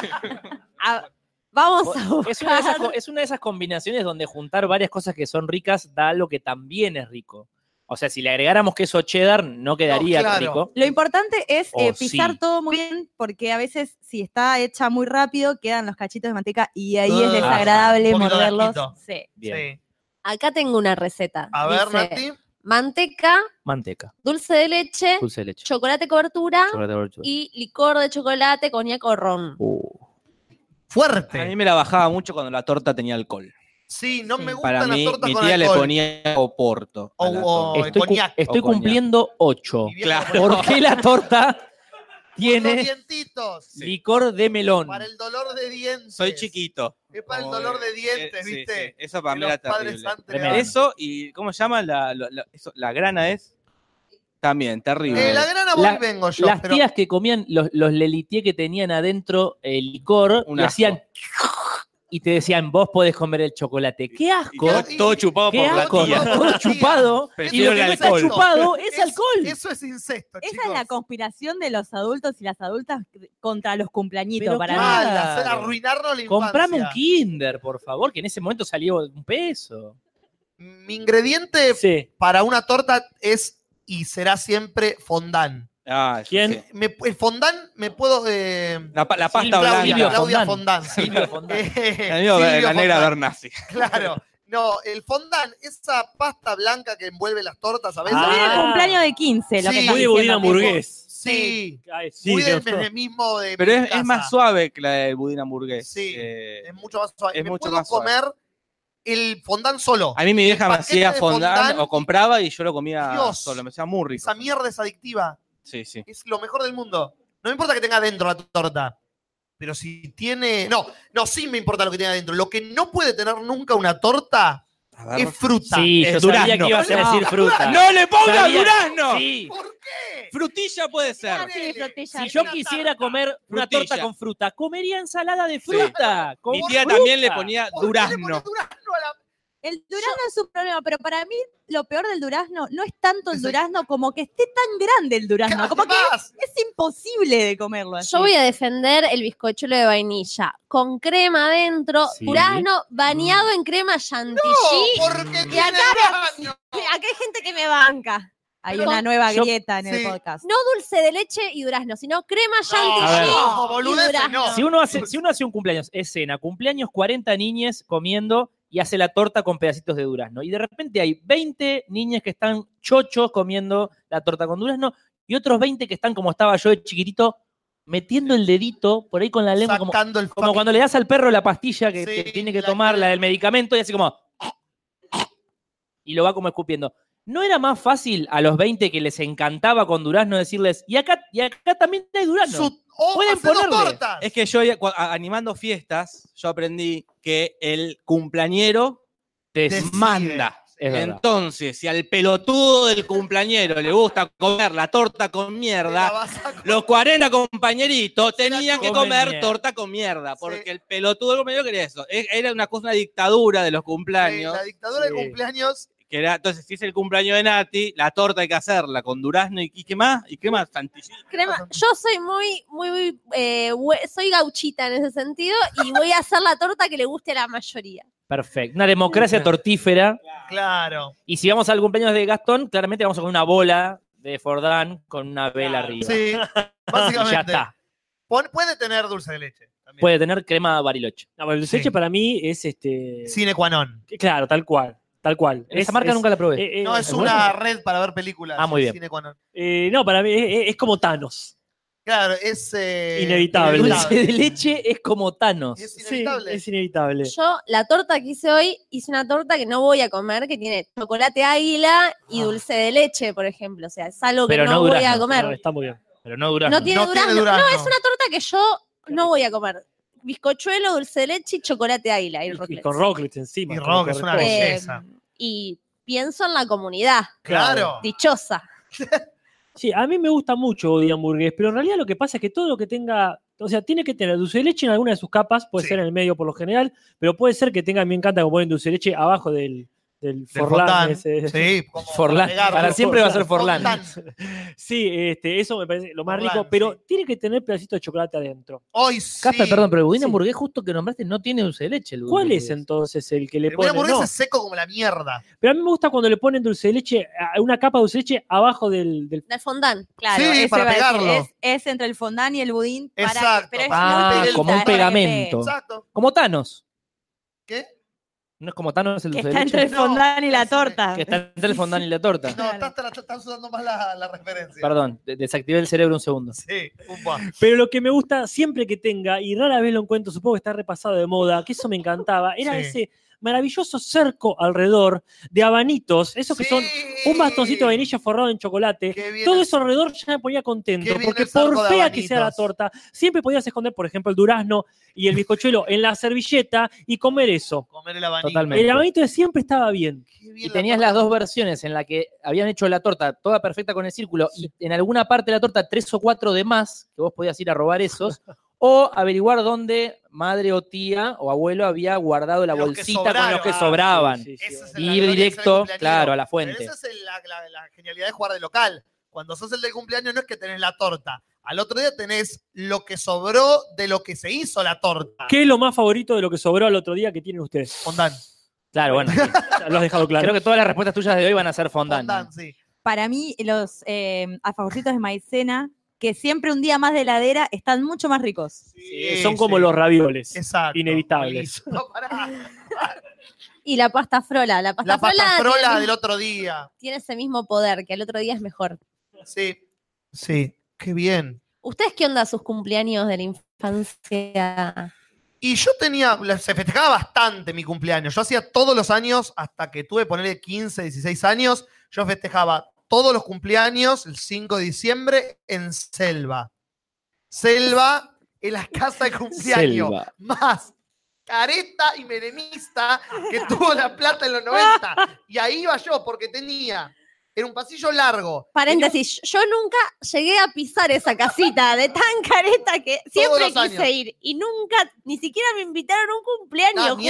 [SPEAKER 8] Ah, vamos a buscar.
[SPEAKER 9] Es una, de esas, co- es una de esas combinaciones donde juntar varias cosas que son ricas da lo que también es rico. O sea, si le agregáramos queso cheddar, no quedaría rico.
[SPEAKER 8] Lo importante es eh,
[SPEAKER 9] O sí.
[SPEAKER 8] pisar todo muy bien, porque a veces si está hecha muy rápido, quedan los cachitos de manteca y ahí es
[SPEAKER 9] Ah,
[SPEAKER 8] desagradable
[SPEAKER 9] un poquito de
[SPEAKER 8] morderlos.
[SPEAKER 9] asquito.
[SPEAKER 8] Sí.
[SPEAKER 9] Bien.
[SPEAKER 4] Acá tengo una receta.
[SPEAKER 9] A ver,
[SPEAKER 4] Dice, Manteca,
[SPEAKER 9] Manteca,
[SPEAKER 4] dulce de leche,
[SPEAKER 9] dulce de leche.
[SPEAKER 4] chocolate cobertura
[SPEAKER 9] chocolate barbecue.
[SPEAKER 4] y licor de chocolate, coñac o ron.
[SPEAKER 3] Fuerte.
[SPEAKER 6] A mí me la bajaba mucho cuando la torta tenía alcohol.
[SPEAKER 3] Sí, no me gustan
[SPEAKER 6] Para
[SPEAKER 3] las
[SPEAKER 6] mí,
[SPEAKER 3] tortas
[SPEAKER 6] mi
[SPEAKER 3] con
[SPEAKER 6] tía le
[SPEAKER 3] alcohol. Oh,
[SPEAKER 6] ponía oporto. a la
[SPEAKER 3] o
[SPEAKER 6] torta.
[SPEAKER 9] estoy cu- estoy
[SPEAKER 6] O coñac.
[SPEAKER 9] cumpliendo 8.
[SPEAKER 6] Claro.
[SPEAKER 9] ¿Por qué la torta tiene
[SPEAKER 3] Los dientitos.
[SPEAKER 9] licor de melón?
[SPEAKER 3] Para el dolor de dientes.
[SPEAKER 6] Soy chiquito.
[SPEAKER 3] Es para el
[SPEAKER 6] Como
[SPEAKER 3] dolor
[SPEAKER 11] eh,
[SPEAKER 3] de dientes,
[SPEAKER 6] Eh, sí,
[SPEAKER 3] ¿viste?
[SPEAKER 6] sí, Eso para
[SPEAKER 3] Que
[SPEAKER 6] mí
[SPEAKER 3] los
[SPEAKER 6] era
[SPEAKER 3] padres
[SPEAKER 6] terrible.
[SPEAKER 3] antes eh,
[SPEAKER 6] Tremendo.
[SPEAKER 3] daban.
[SPEAKER 6] Eso y ¿cómo se llama? La, la- la- eso, la grana es también terrible.
[SPEAKER 3] Eh, la grana voy
[SPEAKER 9] La-
[SPEAKER 3] y vengo yo.
[SPEAKER 9] las
[SPEAKER 3] pero
[SPEAKER 9] tías que comían los, los lelitier que tenían adentro el licor,
[SPEAKER 6] Un
[SPEAKER 9] le
[SPEAKER 6] asco.
[SPEAKER 9] hacían y te decían, vos podés comer el chocolate. ¡Qué asco!
[SPEAKER 6] todo, todo chupado
[SPEAKER 9] ¡Qué
[SPEAKER 6] por la
[SPEAKER 9] asco!
[SPEAKER 6] tía.
[SPEAKER 9] Todo chupado. y
[SPEAKER 6] Prefiero
[SPEAKER 9] lo
[SPEAKER 6] el
[SPEAKER 9] que no está
[SPEAKER 6] alcohol.
[SPEAKER 9] chupado es alcohol.
[SPEAKER 3] Eso es incesto.
[SPEAKER 8] Esa es la conspiración de los adultos y las adultas contra los cumpleañitos
[SPEAKER 9] Pero
[SPEAKER 8] para
[SPEAKER 9] claro.
[SPEAKER 8] mí.
[SPEAKER 3] hacer arruinarnos la infancia.
[SPEAKER 9] Comprame un Kinder, por favor, que en ese momento salió un peso.
[SPEAKER 3] Mi ingrediente
[SPEAKER 6] Eh,
[SPEAKER 9] Sí.
[SPEAKER 3] para una torta es y será siempre fondant.
[SPEAKER 6] Ah,
[SPEAKER 5] ¿Quién?
[SPEAKER 6] sí.
[SPEAKER 3] Me- el fondant me puedo. eh,
[SPEAKER 6] La, pa- la pasta
[SPEAKER 3] Silvia-
[SPEAKER 6] blanca.
[SPEAKER 3] Claudia Fondant.
[SPEAKER 6] Silvio
[SPEAKER 3] Eh,
[SPEAKER 6] El amigo de-
[SPEAKER 3] Silvio
[SPEAKER 6] la negra
[SPEAKER 3] Fondant.
[SPEAKER 6] Bernasi.
[SPEAKER 3] Claro. No, el fondant, esa pasta blanca que envuelve las tortas a veces.
[SPEAKER 8] Muy de
[SPEAKER 9] Ah.
[SPEAKER 8] cumpleaños de 15, lo que
[SPEAKER 3] Sí.
[SPEAKER 8] estás
[SPEAKER 3] Muy de
[SPEAKER 8] diciendo.
[SPEAKER 5] budín hamburgués.
[SPEAKER 3] Sí.
[SPEAKER 5] Ay, sí,
[SPEAKER 3] Muy del
[SPEAKER 5] Dios.
[SPEAKER 3] menemismo de
[SPEAKER 6] Pero
[SPEAKER 3] mi
[SPEAKER 6] es, es
[SPEAKER 3] casa.
[SPEAKER 6] más suave que la del budín hamburgués.
[SPEAKER 3] Sí.
[SPEAKER 6] Eh,
[SPEAKER 3] Es mucho más suave.
[SPEAKER 6] es
[SPEAKER 3] me
[SPEAKER 6] mucho
[SPEAKER 3] puedo
[SPEAKER 6] más suave.
[SPEAKER 3] comer el fondant solo.
[SPEAKER 6] a mí mi vieja me
[SPEAKER 3] paquete
[SPEAKER 6] hacía
[SPEAKER 3] de
[SPEAKER 6] fondant,
[SPEAKER 3] fondant-
[SPEAKER 6] o compraba y yo lo comía
[SPEAKER 3] Dios.
[SPEAKER 6] solo. Me hacía muy rico.
[SPEAKER 3] Esa mierda es adictiva.
[SPEAKER 6] Sí, sí.
[SPEAKER 3] Es lo mejor del mundo. No me importa que tenga adentro la torta. Pero si tiene. No, no, sí me importa lo que tenga adentro. Lo que no puede tener nunca una torta
[SPEAKER 6] A ver.
[SPEAKER 3] es fruta.
[SPEAKER 5] Sí, yo
[SPEAKER 6] Es
[SPEAKER 5] sabía
[SPEAKER 6] durazno.
[SPEAKER 5] que ibas a
[SPEAKER 6] No.
[SPEAKER 5] decir fruta.
[SPEAKER 6] ¡No le pongas
[SPEAKER 5] Sabía-
[SPEAKER 6] durazno!
[SPEAKER 5] Sí.
[SPEAKER 6] Frutilla puede ser.
[SPEAKER 5] Si yo quisiera comer una
[SPEAKER 6] Frutilla.
[SPEAKER 5] torta con fruta, comería ensalada de fruta. con
[SPEAKER 6] Mi tía
[SPEAKER 5] fruta.
[SPEAKER 6] también le ponía
[SPEAKER 3] ¿Por qué le pones
[SPEAKER 6] durazno.
[SPEAKER 3] durazno a la-
[SPEAKER 8] El durazno es un problema, pero para mí lo peor del durazno no es tanto el
[SPEAKER 3] Exacto.
[SPEAKER 8] durazno como que esté tan grande el durazno. Como que
[SPEAKER 3] Además,
[SPEAKER 8] es imposible de comerlo así.
[SPEAKER 4] Yo voy a defender el bizcochuelo de vainilla con crema adentro,
[SPEAKER 5] Sí.
[SPEAKER 4] durazno bañado
[SPEAKER 9] Mm.
[SPEAKER 4] en crema chantilly.
[SPEAKER 3] No,
[SPEAKER 5] Mm.
[SPEAKER 3] porque
[SPEAKER 4] y acá,
[SPEAKER 3] tiene durazno.
[SPEAKER 4] acá hay gente que me banca.
[SPEAKER 8] Hay
[SPEAKER 4] Pero-
[SPEAKER 8] una nueva
[SPEAKER 5] Yo-
[SPEAKER 8] grieta en el
[SPEAKER 3] sí.
[SPEAKER 8] podcast.
[SPEAKER 4] No dulce de leche y durazno, sino crema
[SPEAKER 5] a ver.
[SPEAKER 4] chantilly.
[SPEAKER 3] No,
[SPEAKER 4] y
[SPEAKER 3] boludeces,
[SPEAKER 4] durazno.
[SPEAKER 3] no.
[SPEAKER 5] Si uno, hace, si uno hace un cumpleaños, es cena, cumpleaños 40 niñas comiendo y hace la torta con pedacitos de durazno. Y de repente hay 20 niñas que están chochos comiendo la torta con durazno y otros 20 que están como estaba yo de chiquitito, metiendo el dedito por ahí con la lengua, como,
[SPEAKER 3] Sacando el
[SPEAKER 5] como
[SPEAKER 3] fucking-
[SPEAKER 5] cuando le das al perro la pastilla que
[SPEAKER 3] Sí,
[SPEAKER 5] te tiene que
[SPEAKER 3] la-
[SPEAKER 5] tomar, la del medicamento, y así como... Y lo va como escupiendo. ¿No era más fácil a los 20 que les encantaba con durazno decirles, y acá, y acá también hay durazno?
[SPEAKER 3] Su- o
[SPEAKER 5] Pueden
[SPEAKER 3] hacer dos
[SPEAKER 5] ponerle.
[SPEAKER 3] tortas.
[SPEAKER 6] Es que yo, cua- a- animando fiestas, yo aprendí que el cumpleañero
[SPEAKER 5] Te
[SPEAKER 3] Decide.
[SPEAKER 6] manda.
[SPEAKER 5] Es verdad.
[SPEAKER 6] Entonces, si al pelotudo del cumpleañero le gusta comer la torta con
[SPEAKER 3] Te
[SPEAKER 6] mierda,
[SPEAKER 3] la vas a comer.
[SPEAKER 6] Los 40 compañeritos
[SPEAKER 3] Se la
[SPEAKER 6] tenían que
[SPEAKER 5] comen
[SPEAKER 6] comer
[SPEAKER 5] mierda.
[SPEAKER 6] torta con mierda, Ah, porque
[SPEAKER 3] Sí.
[SPEAKER 6] el pelotudo del compañero quería eso. E- Era una cosa, una dictadura de los cumpleaños.
[SPEAKER 3] La dictadura
[SPEAKER 5] Sí.
[SPEAKER 3] de cumpleaños.
[SPEAKER 6] que era, entonces, si es el cumpleaños de Nati, la torta hay que hacerla con durazno y, y qué más, y qué más, Santilli.
[SPEAKER 4] Crema- Yo soy muy, muy, muy, eh, hue- soy gauchita en ese sentido y voy a hacer la torta que le guste a la mayoría.
[SPEAKER 5] Perfecto. Una democracia tortífera.
[SPEAKER 3] Claro.
[SPEAKER 5] Y si vamos al cumpleaños de Gastón, claramente vamos a comer una bola de Fordán con una vela arriba.
[SPEAKER 3] Sí,
[SPEAKER 5] Y ya
[SPEAKER 3] básicamente.
[SPEAKER 5] está.
[SPEAKER 3] Pon- puede tener dulce de leche. También.
[SPEAKER 5] Puede tener crema bariloche. No, el
[SPEAKER 3] Sí.
[SPEAKER 5] leche para mí es este.
[SPEAKER 3] Sine qua non.
[SPEAKER 5] Claro, tal cual. Tal cual.
[SPEAKER 9] Esa marca nunca la probé.
[SPEAKER 5] eh, eh,
[SPEAKER 3] No, es
[SPEAKER 5] bueno.
[SPEAKER 3] una red para ver películas.
[SPEAKER 5] Ah, muy
[SPEAKER 3] es
[SPEAKER 5] bien.
[SPEAKER 3] Sine qua non.
[SPEAKER 5] Eh, no, para mí es, es como Thanos.
[SPEAKER 3] Claro, es. eh,
[SPEAKER 5] inevitable. El dulce de
[SPEAKER 3] inevitable.
[SPEAKER 5] leche es como Thanos.
[SPEAKER 3] Es inevitable.
[SPEAKER 5] Sí, es inevitable.
[SPEAKER 4] Yo, la torta que hice hoy, hice una torta que no voy a comer, que tiene chocolate águila y dulce de leche, por ejemplo. O sea, es algo que
[SPEAKER 5] Pero
[SPEAKER 4] no,
[SPEAKER 5] no,
[SPEAKER 4] voy
[SPEAKER 5] durazno,
[SPEAKER 4] a comer.
[SPEAKER 5] no,
[SPEAKER 4] No,
[SPEAKER 5] está muy bien. Pero no durazno.
[SPEAKER 4] tiene
[SPEAKER 3] No
[SPEAKER 4] durazno.
[SPEAKER 3] tiene durazno.
[SPEAKER 4] No, es una torta que yo no voy a comer. Bizcochuelo, dulce de leche y chocolate águila. Y,
[SPEAKER 5] y,
[SPEAKER 4] roclets.
[SPEAKER 5] y con Rocklets encima.
[SPEAKER 3] Y
[SPEAKER 5] como
[SPEAKER 3] rock, es una
[SPEAKER 5] corresponde.
[SPEAKER 4] Eh,
[SPEAKER 3] belleza.
[SPEAKER 4] Y pienso en la comunidad,
[SPEAKER 3] Claro.
[SPEAKER 4] dichosa.
[SPEAKER 5] Sí, a mí me gusta mucho Odi Hamburgués, pero en realidad lo que pasa es que todo lo que tenga, o sea, tiene que tener dulce de leche en alguna de sus capas, puede
[SPEAKER 3] Sí.
[SPEAKER 5] ser en el medio por lo general, pero puede ser que tenga, me encanta como ponen dulce de leche abajo del, del
[SPEAKER 3] Del
[SPEAKER 5] Forlán.
[SPEAKER 3] fondant.
[SPEAKER 5] ese-
[SPEAKER 3] Sí, como
[SPEAKER 5] Forlán.
[SPEAKER 3] agregarlo.
[SPEAKER 5] Para siempre va a ser Forlán.
[SPEAKER 3] Fondant.
[SPEAKER 5] Sí, este, eso me parece lo más
[SPEAKER 3] Forlán,
[SPEAKER 5] rico, pero
[SPEAKER 3] sí.
[SPEAKER 5] tiene que tener pedacito de chocolate adentro.
[SPEAKER 3] Hoy sí.
[SPEAKER 9] Casper, perdón, pero el budín
[SPEAKER 5] Sí.
[SPEAKER 9] hamburgués justo que nombraste no tiene dulce de leche. el budín
[SPEAKER 5] ¿Cuál es
[SPEAKER 9] hamburgués.
[SPEAKER 5] entonces el que le
[SPEAKER 3] El buen
[SPEAKER 5] ponen?
[SPEAKER 3] hamburguesa
[SPEAKER 5] No,
[SPEAKER 3] es seco como la mierda.
[SPEAKER 5] Pero a mí me gusta cuando le ponen dulce de leche, a- una capa de dulce de leche abajo del, del
[SPEAKER 4] Del fondant.
[SPEAKER 8] Claro,
[SPEAKER 3] Sí,
[SPEAKER 8] ese
[SPEAKER 3] para
[SPEAKER 8] va a decir,
[SPEAKER 3] pegarlo.
[SPEAKER 8] Es, es entre el fondant y el budín. Para que-
[SPEAKER 3] Exacto,
[SPEAKER 8] pero es
[SPEAKER 3] para
[SPEAKER 8] muy
[SPEAKER 3] que
[SPEAKER 8] finita,
[SPEAKER 3] como un
[SPEAKER 8] es para que
[SPEAKER 9] pegamento.
[SPEAKER 8] pegue.
[SPEAKER 3] Exacto.
[SPEAKER 9] Como Thanos.
[SPEAKER 3] ¿Qué?
[SPEAKER 9] No es como Thanos el
[SPEAKER 8] Que
[SPEAKER 9] dulce
[SPEAKER 8] está
[SPEAKER 9] de
[SPEAKER 8] entre
[SPEAKER 9] leche.
[SPEAKER 8] el fondant y la
[SPEAKER 3] No,
[SPEAKER 8] torta.
[SPEAKER 9] Que está entre el fondant y la torta.
[SPEAKER 3] No,
[SPEAKER 8] Claro.
[SPEAKER 3] estás, tra- estás usando más la, la referencia.
[SPEAKER 9] Perdón, de- desactivé el cerebro un segundo.
[SPEAKER 3] Sí, upa.
[SPEAKER 5] Pero lo que me gusta siempre que tenga, y rara vez lo encuentro, supongo que está repasado de moda, que eso me encantaba, era
[SPEAKER 3] Sí.
[SPEAKER 5] ese maravilloso cerco alrededor de abanitos, esos que son un bastoncito de vainilla forrado en chocolate.
[SPEAKER 3] Qué bien
[SPEAKER 5] Todo eso alrededor ya me ponía contento,
[SPEAKER 3] Qué bien
[SPEAKER 5] porque
[SPEAKER 3] el cerco
[SPEAKER 5] por
[SPEAKER 3] de
[SPEAKER 5] fea que sea la
[SPEAKER 3] abanitos.
[SPEAKER 5] torta, siempre podías esconder, por ejemplo, el durazno y el bizcochuelo en la servilleta y comer eso.
[SPEAKER 3] Comer el abanico.
[SPEAKER 9] Totalmente.
[SPEAKER 5] El abanito de siempre estaba bien.
[SPEAKER 3] Qué bien
[SPEAKER 9] Y
[SPEAKER 3] la
[SPEAKER 9] tenías
[SPEAKER 3] torta.
[SPEAKER 9] las dos versiones en la que habían hecho la torta toda perfecta con el círculo y en alguna parte de la torta tres o cuatro de más, que vos podías ir a robar esos, o averiguar dónde madre o tía o abuelo había guardado la
[SPEAKER 3] Los que
[SPEAKER 9] bolsita con los que
[SPEAKER 3] sobraron.
[SPEAKER 9] sobraban.
[SPEAKER 5] Sí, sí, sí.
[SPEAKER 3] Esa Ah, es
[SPEAKER 9] Y
[SPEAKER 3] la
[SPEAKER 9] ir
[SPEAKER 3] gloria de ser
[SPEAKER 9] directo,
[SPEAKER 3] cumpleañero.
[SPEAKER 9] claro, a la
[SPEAKER 3] Pero
[SPEAKER 9] fuente.
[SPEAKER 3] esa es la, la- la genialidad de jugar de local. Cuando sos el del cumpleaños no es que tenés la torta. Al otro día tenés lo que sobró de lo que se hizo la torta.
[SPEAKER 5] ¿Qué es lo más favorito de lo que sobró al otro día que tienen ustedes?
[SPEAKER 3] Fondant.
[SPEAKER 9] Claro, bueno, sí.
[SPEAKER 5] Lo has dejado claro.
[SPEAKER 9] creo que todas las respuestas tuyas de hoy van a ser fondant. ¿eh?
[SPEAKER 3] Fondant, sí.
[SPEAKER 8] para mí los eh, alfajorcitos de maicena, que siempre un día más de heladera, están mucho más ricos.
[SPEAKER 5] Eh, Son como los ravioles. Inevitables.
[SPEAKER 4] Y la pasta frola, la pasta
[SPEAKER 3] La
[SPEAKER 4] frola.
[SPEAKER 3] pasta
[SPEAKER 4] tiene-
[SPEAKER 3] frola del otro día.
[SPEAKER 4] Tiene ese mismo poder, que al otro día es mejor.
[SPEAKER 3] Sí. Sí, qué bien.
[SPEAKER 4] ¿Ustedes qué onda sus cumpleaños de la infancia?
[SPEAKER 3] Y yo tenía, la- se festejaba bastante mi cumpleaños. Yo hacía todos los años, hasta que tuve, ponerle 15, 16 años, yo festejaba todos los cumpleaños, el 5 de diciembre, en Selva. Selva en la casa de cumpleaños.
[SPEAKER 1] Selva.
[SPEAKER 3] Más careta y menemista que tuvo La Plata en los 90. Y ahí iba yo, porque tenía, era un pasillo largo.
[SPEAKER 4] Paréntesis, yo nunca llegué a pisar esa casita de tan careta que siempre
[SPEAKER 3] los años. Ah,
[SPEAKER 4] quise ir y nunca, ni siquiera me invitaron a un cumpleaños. Juli.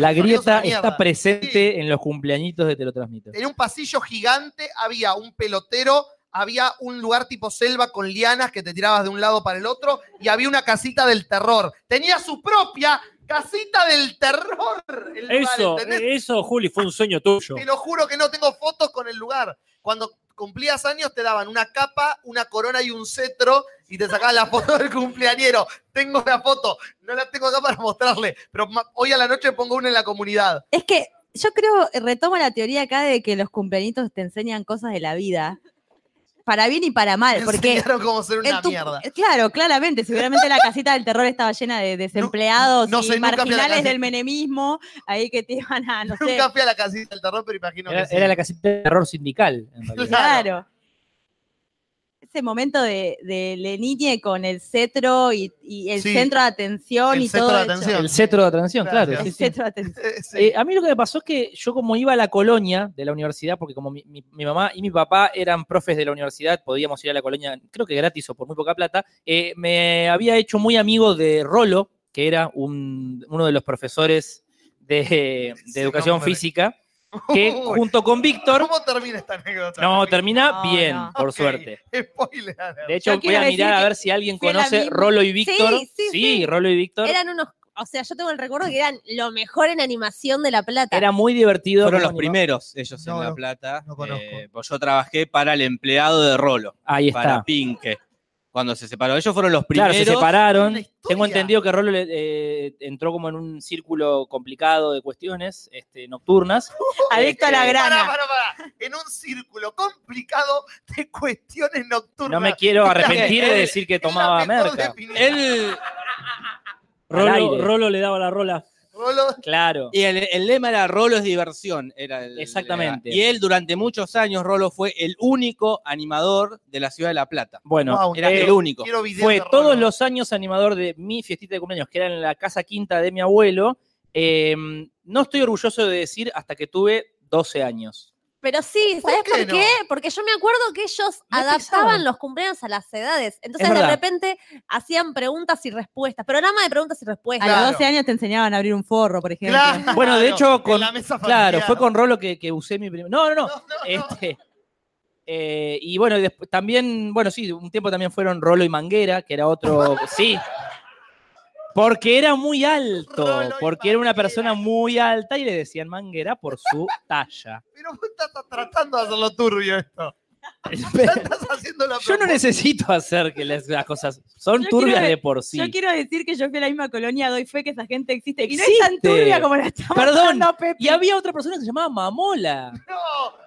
[SPEAKER 9] La grieta
[SPEAKER 3] mierda.
[SPEAKER 9] está presente en los cumpleañitos de Te lo transmito.
[SPEAKER 3] Tenía un pasillo gigante, había un pelotero, había un lugar tipo selva con lianas que te tirabas de un lado para el otro y había una casita del terror. Tenía su propia casita del terror. el lugar,
[SPEAKER 5] Eso,
[SPEAKER 3] ¿entendés?
[SPEAKER 5] eso, Juli, fue un sueño tuyo.
[SPEAKER 3] Te lo juro que no tengo fotos con el lugar. Cuando cumplías años te daban una capa, una corona y un cetro y te sacaban la foto del cumpleañero. Tengo la foto, no la tengo acá para mostrarle, pero ma- hoy a la noche pongo una en la comunidad.
[SPEAKER 8] Es que yo creo, retomo la teoría acá de que los cumpleañitos te enseñan cosas de la vida. Para bien y para mal,
[SPEAKER 3] Me
[SPEAKER 8] porque
[SPEAKER 3] enseñaron cómo ser una
[SPEAKER 8] en tu- eh,
[SPEAKER 3] mierda.
[SPEAKER 8] Claro, claramente. Seguramente la casita del terror estaba llena de desempleados
[SPEAKER 3] no sé,
[SPEAKER 8] y
[SPEAKER 3] nunca fui a la
[SPEAKER 8] marginales
[SPEAKER 3] casa.
[SPEAKER 8] del menemismo, ahí que te iban a, no sé.
[SPEAKER 3] Nunca fui a la casita del terror, pero imagino
[SPEAKER 9] Era,
[SPEAKER 3] que sí.
[SPEAKER 9] era la casita de terror sindical. en realidad.
[SPEAKER 8] Claro. Ese momento de, de Leninie con el cetro y, y el
[SPEAKER 9] Sí.
[SPEAKER 8] centro de atención y todo. hecho.
[SPEAKER 9] El cetro de atención, claro.
[SPEAKER 8] El
[SPEAKER 9] sí, sí.
[SPEAKER 8] centro de atención.
[SPEAKER 9] Eh, a mí lo que me pasó es que yo como iba a la colonia de la universidad, porque como mi, mi- mi mamá y mi papá eran profes de la universidad, podíamos ir a la colonia, creo que gratis o por muy poca plata, eh, me había hecho muy amigo de Rolo, que era un- uno de los profesores de, de educación
[SPEAKER 3] nombre.
[SPEAKER 9] física, que
[SPEAKER 3] Uy.
[SPEAKER 9] junto con Víctor...
[SPEAKER 3] ¿Cómo termina esta anécdota?
[SPEAKER 9] No, termina
[SPEAKER 8] No,
[SPEAKER 9] bien,
[SPEAKER 8] no.
[SPEAKER 9] por
[SPEAKER 3] Ok.
[SPEAKER 9] suerte.
[SPEAKER 3] Spoiler.
[SPEAKER 9] De hecho,
[SPEAKER 8] Yo
[SPEAKER 9] voy
[SPEAKER 8] quiero
[SPEAKER 9] a
[SPEAKER 8] decir
[SPEAKER 9] mirar a
[SPEAKER 8] que
[SPEAKER 9] ver si alguien
[SPEAKER 8] fue la
[SPEAKER 9] conoce
[SPEAKER 8] misma-
[SPEAKER 9] Rolo y Víctor.
[SPEAKER 4] Sí, sí, sí.
[SPEAKER 9] Rolo y Víctor.
[SPEAKER 4] Eran unos, o sea, yo tengo el recuerdo que eran lo mejor en animación de La Plata.
[SPEAKER 9] Era muy divertido.
[SPEAKER 6] Fueron los
[SPEAKER 9] como animaba.
[SPEAKER 6] primeros ellos en La Plata.
[SPEAKER 3] No conozco.
[SPEAKER 6] Eh, pues yo trabajé para el empleado de Rolo.
[SPEAKER 9] Ahí
[SPEAKER 6] Para
[SPEAKER 9] está.
[SPEAKER 6] Pinque. Cuando se separó. Ellos fueron los
[SPEAKER 9] Claro,
[SPEAKER 6] primeros.
[SPEAKER 9] se separaron.
[SPEAKER 3] Una historia.
[SPEAKER 9] Tengo entendido que Rolo le- eh, entró como en un círculo complicado de cuestiones este, nocturnas.
[SPEAKER 8] Adicto a la
[SPEAKER 9] Este,
[SPEAKER 8] grana.
[SPEAKER 3] Pará, pará, pará. En un círculo complicado de cuestiones nocturnas.
[SPEAKER 9] No me quiero arrepentir de decir que
[SPEAKER 3] Es la
[SPEAKER 9] tomaba
[SPEAKER 3] mejor
[SPEAKER 9] merca.
[SPEAKER 3] definición.
[SPEAKER 6] Él.
[SPEAKER 5] Rolo,
[SPEAKER 9] aire.
[SPEAKER 5] Rolo le daba la rola.
[SPEAKER 3] Rolo,
[SPEAKER 9] Claro.
[SPEAKER 6] Y el, el lema era Rolo es diversión. Era el-
[SPEAKER 9] Exactamente.
[SPEAKER 6] Y él durante muchos años, Rolo fue el único animador de la ciudad de La Plata.
[SPEAKER 9] Bueno,
[SPEAKER 3] Wow,
[SPEAKER 6] Era
[SPEAKER 9] eh,
[SPEAKER 6] el único.
[SPEAKER 3] quiero videos
[SPEAKER 9] fue
[SPEAKER 3] de Rolo.
[SPEAKER 9] todos los años animador de mi fiestita de cumpleaños, que era en la casa quinta de mi abuelo. Eh, no estoy orgulloso de decir hasta que tuve 12 años.
[SPEAKER 4] Pero sí, ¿sabes
[SPEAKER 3] qué
[SPEAKER 4] por qué?
[SPEAKER 3] no?
[SPEAKER 4] Porque yo me acuerdo que ellos
[SPEAKER 9] No
[SPEAKER 4] adaptaban
[SPEAKER 9] empezaron.
[SPEAKER 4] los cumpleaños a las edades. Entonces
[SPEAKER 9] Es
[SPEAKER 4] de
[SPEAKER 9] verdad.
[SPEAKER 4] repente hacían preguntas y respuestas, programa de preguntas y
[SPEAKER 8] A
[SPEAKER 4] respuestas.
[SPEAKER 3] Claro.
[SPEAKER 8] los 12 años te enseñaban a abrir un forro, por ejemplo.
[SPEAKER 3] Claro,
[SPEAKER 9] Bueno, de hecho,
[SPEAKER 3] en
[SPEAKER 9] con-
[SPEAKER 3] la mesa
[SPEAKER 9] Claro,
[SPEAKER 3] familiar.
[SPEAKER 9] fue con Rolo que, que usé mi primer. No, no, no.
[SPEAKER 3] No, no, no.
[SPEAKER 9] Este, eh, y bueno, y desp- también, bueno, sí, un tiempo también fueron Rolo y Manguera, que era otro. sí. Porque era muy alto,
[SPEAKER 3] Rolo y
[SPEAKER 9] porque era una
[SPEAKER 3] Manguera.
[SPEAKER 9] persona muy alta y le decían Manguera por su talla.
[SPEAKER 3] Pero vos estás tratando de hacerlo turbio esto. Ya estás haciendo la
[SPEAKER 9] Yo no
[SPEAKER 3] propuesta.
[SPEAKER 9] necesito hacer que las, las cosas son
[SPEAKER 8] Yo
[SPEAKER 9] turbias
[SPEAKER 8] quiero-
[SPEAKER 9] de por sí.
[SPEAKER 8] Yo quiero decir que yo fui a la misma colonia, doy fe que esa gente existe. Y no es
[SPEAKER 9] Existe.
[SPEAKER 8] tan turbia como la estamos
[SPEAKER 9] Perdón.
[SPEAKER 8] dando, Pepe.
[SPEAKER 9] Y había otra persona que se llamaba Mamola.
[SPEAKER 3] No,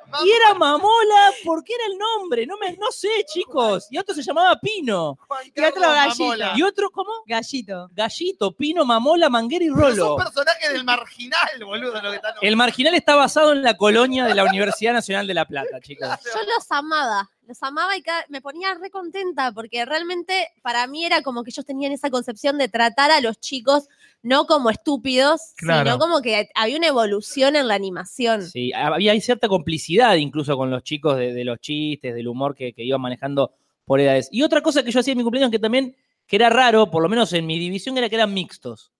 [SPEAKER 3] mamá,
[SPEAKER 9] Y era Mamola porque era el nombre, no, me, no sé, chicos. Y otro se llamaba Pino.
[SPEAKER 3] Juan
[SPEAKER 8] y otro
[SPEAKER 3] Carlos
[SPEAKER 8] gallito.
[SPEAKER 3] Mamola.
[SPEAKER 9] Y otro, ¿cómo?
[SPEAKER 8] Gallito.
[SPEAKER 9] Gallito, Pino, Mamola, Manguera y
[SPEAKER 3] Pero Sos
[SPEAKER 9] Rolo.
[SPEAKER 3] personaje del marginal, boludo, lo que están
[SPEAKER 9] El marginal está basado en la colonia de la Universidad Nacional de La Plata, chicos.
[SPEAKER 4] Yo los amaba, los amaba y cada- me ponía re contenta porque realmente para mí era como que ellos tenían esa concepción de tratar a los chicos no como estúpidos,
[SPEAKER 3] Claro.
[SPEAKER 4] sino como que había una evolución en la animación.
[SPEAKER 9] Sí, había hay cierta complicidad incluso con los chicos de, de los chistes, del humor que, que iban manejando por edades. Y otra cosa que yo hacía en mi cumpleaños que también, que era raro, por lo menos en mi división, era que eran mixtos.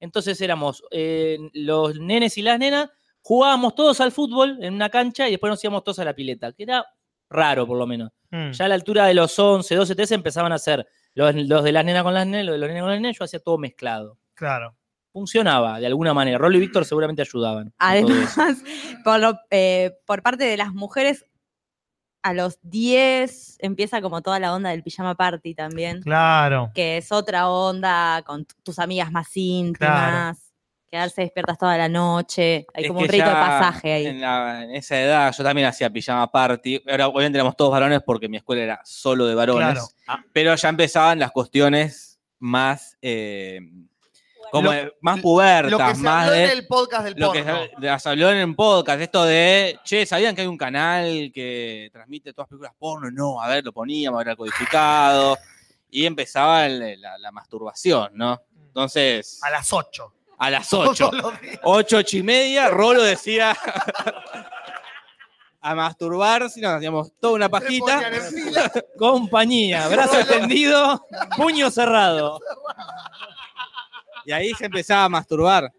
[SPEAKER 9] Entonces éramos eh, los nenes y las nenas, jugábamos todos al fútbol en una cancha y después nos íbamos todos a la pileta, que era raro por lo menos. Ya a la altura de los 11, 12, 13 empezaban a hacer los, los de las nenas con las nenas, los de los nenes con las nenas, yo hacía todo mezclado.
[SPEAKER 3] Claro.
[SPEAKER 9] Funcionaba de alguna manera. Rolo y Víctor seguramente ayudaban. en todo eso.
[SPEAKER 8] Además, por, lo- eh, por parte de las mujeres, a los 10 empieza como toda la onda del pijama party también.
[SPEAKER 3] Claro.
[SPEAKER 8] Que es otra onda con t- tus amigas más íntimas. Quedarse despiertas toda la noche. Hay
[SPEAKER 6] Es
[SPEAKER 8] como
[SPEAKER 6] que
[SPEAKER 8] un rito de
[SPEAKER 6] ya
[SPEAKER 8] pasaje ahí.
[SPEAKER 6] En, la- en esa edad yo también hacía pijama party. Ahora, obviamente éramos todos varones porque mi escuela era solo de varones.
[SPEAKER 3] Claro.
[SPEAKER 6] Pero ya empezaban las cuestiones más. eh, como
[SPEAKER 3] Lo-
[SPEAKER 6] de- más pubertas,
[SPEAKER 3] Lo que se
[SPEAKER 6] más
[SPEAKER 3] habló
[SPEAKER 6] de.
[SPEAKER 3] en el podcast del
[SPEAKER 6] lo que
[SPEAKER 3] porno.
[SPEAKER 6] se- las habló en un podcast, esto de, che, ¿sabían que hay un canal que transmite todas películas porno? No, a ver, lo poníamos, era codificado. Y empezaba el- eh, la, la masturbación, ¿no? Entonces,
[SPEAKER 3] A las 8.
[SPEAKER 6] a las 8. 8, 8 y media, Rolo decía a masturbarse, nos hacíamos toda una pajita. Compañía, brazo extendido, puño cerrado. Y ahí se empezaba a masturbar.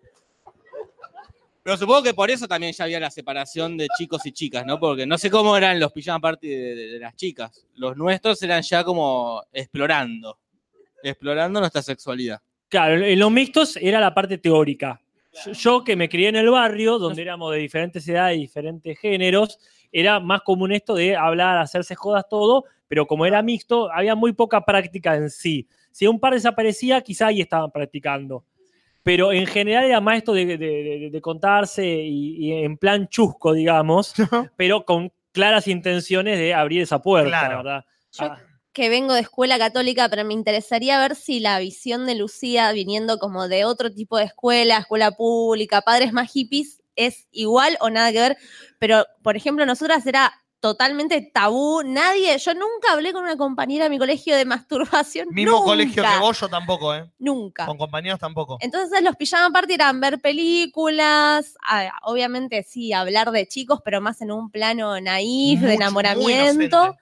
[SPEAKER 6] Pero supongo que por eso también ya había la separación de chicos y chicas, ¿no? Porque no sé cómo eran los pijama party de, de- de las chicas. Los nuestros eran ya como explorando. Explorando nuestra sexualidad.
[SPEAKER 5] Claro, en los mixtos era la parte teórica. Yo, yo que me crié en el barrio, donde éramos de diferentes edades y diferentes géneros, era más común esto de hablar, hacerse jodas, todo, pero como era mixto, había muy poca práctica en sí. Si un par desaparecía, quizá ahí estaban practicando. Pero en general era más esto de, de- de- de contarse y, y en plan chusco, digamos, pero con claras intenciones de abrir esa puerta,
[SPEAKER 3] Claro.
[SPEAKER 5] ¿verdad? Ah.
[SPEAKER 4] que vengo de escuela católica, pero me interesaría ver si la visión de Lucía, viniendo como de otro tipo de escuela, escuela pública, padres más hippies, es igual o nada que ver. Pero, por ejemplo, nosotras era totalmente tabú, nadie, yo nunca hablé con una compañera de mi colegio de masturbación.
[SPEAKER 3] Mismo
[SPEAKER 4] nunca,
[SPEAKER 3] colegio que vos, yo tampoco, ¿eh?
[SPEAKER 4] Nunca.
[SPEAKER 3] Con compañeros tampoco.
[SPEAKER 4] Entonces los pijama party eran ver películas, a- obviamente sí, hablar de chicos, pero más en un plano naif,
[SPEAKER 3] Mucho, muy
[SPEAKER 4] de enamoramiento.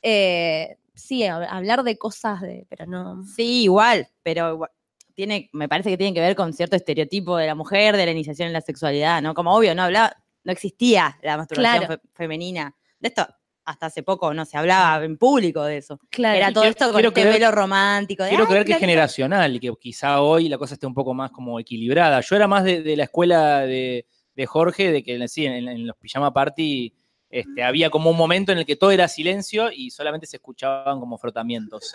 [SPEAKER 4] Eh, sí, hab- hablar de cosas de, pero no.
[SPEAKER 8] Sí, igual, pero igua- tiene, me parece que tiene que ver con cierto estereotipo de la mujer, de la iniciación en la sexualidad, ¿no? Como obvio, no hablaba, no existía la masturbación
[SPEAKER 4] Claro.
[SPEAKER 8] fe- femenina. De esto hasta hace poco no se hablaba en público de eso.
[SPEAKER 4] Claro.
[SPEAKER 8] Era
[SPEAKER 4] Y
[SPEAKER 8] todo
[SPEAKER 4] quiero-
[SPEAKER 8] esto con
[SPEAKER 9] quiero
[SPEAKER 8] este
[SPEAKER 9] creer-
[SPEAKER 8] velo romántico. De,
[SPEAKER 9] Quiero
[SPEAKER 8] "Ay,
[SPEAKER 9] creer que es
[SPEAKER 8] clarita".
[SPEAKER 9] generacional, que quizá hoy la cosa esté un poco más como equilibrada. Yo era más de, de la escuela de, de Jorge, de que sí, en, en los pijama party este, había como un momento en el que todo era silencio y solamente se escuchaban como frotamientos.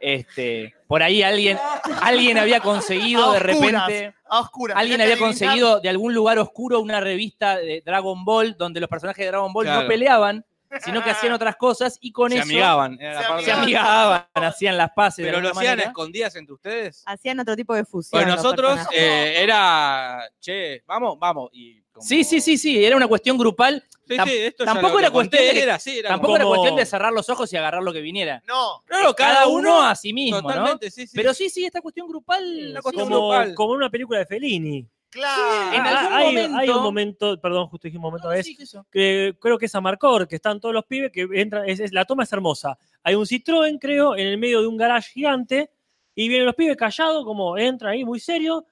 [SPEAKER 9] este, por ahí alguien, alguien había conseguido de
[SPEAKER 3] oscuras,
[SPEAKER 9] repente.
[SPEAKER 3] A oscuras.
[SPEAKER 9] Alguien
[SPEAKER 3] Tenía
[SPEAKER 9] había
[SPEAKER 3] que adivinar-
[SPEAKER 9] conseguido de algún lugar oscuro una revista de Dragon Ball donde los personajes de Dragon Ball
[SPEAKER 6] Claro.
[SPEAKER 9] no peleaban, sino que hacían otras cosas y con
[SPEAKER 6] Se
[SPEAKER 9] eso
[SPEAKER 6] amigaban. era la
[SPEAKER 3] Se
[SPEAKER 6] parte-
[SPEAKER 9] se amigaban, hacían las paces.
[SPEAKER 6] Pero
[SPEAKER 9] de
[SPEAKER 6] lo
[SPEAKER 9] alguna
[SPEAKER 6] hacían a
[SPEAKER 9] manera. Ah,
[SPEAKER 6] escondidas entre ustedes.
[SPEAKER 8] Hacían otro tipo de fusión.
[SPEAKER 6] Pues
[SPEAKER 8] los
[SPEAKER 6] nosotros
[SPEAKER 8] personajes.
[SPEAKER 6] eh, era, che, vamos, vamos. Y como-
[SPEAKER 9] Sí, sí, sí, sí, era una cuestión grupal.
[SPEAKER 6] Sí,
[SPEAKER 9] Tam-
[SPEAKER 6] sí, esto ya
[SPEAKER 9] tampoco
[SPEAKER 6] lo-
[SPEAKER 9] era
[SPEAKER 6] lo conté,
[SPEAKER 9] cuestión de que-
[SPEAKER 6] era, sí, era
[SPEAKER 9] Tampoco
[SPEAKER 6] como-
[SPEAKER 9] era
[SPEAKER 5] Como-
[SPEAKER 9] cuestión de cerrar los ojos y agarrar lo que viniera.
[SPEAKER 3] No.
[SPEAKER 6] Claro,
[SPEAKER 9] Cada uno a sí mismo, ¿no?
[SPEAKER 6] Totalmente, sí, sí.
[SPEAKER 9] Pero sí, sí, esta cuestión grupal.
[SPEAKER 6] Una
[SPEAKER 9] sí,
[SPEAKER 6] cuestión
[SPEAKER 5] como,
[SPEAKER 6] grupal.
[SPEAKER 5] como una película de Fellini.
[SPEAKER 3] Claro.
[SPEAKER 9] En
[SPEAKER 5] Ah,
[SPEAKER 9] algún
[SPEAKER 5] hay,
[SPEAKER 9] momento-
[SPEAKER 5] hay un momento, perdón, justo dije un momento,
[SPEAKER 9] No,
[SPEAKER 5] es,
[SPEAKER 9] sí, eso.
[SPEAKER 5] que, creo que es Amarcor, que están todos los pibes, que entran, es, es- la toma es hermosa. Hay un Citroën, creo, en el medio de un garage gigante, y vienen los pibes callados, como entran ahí muy serio,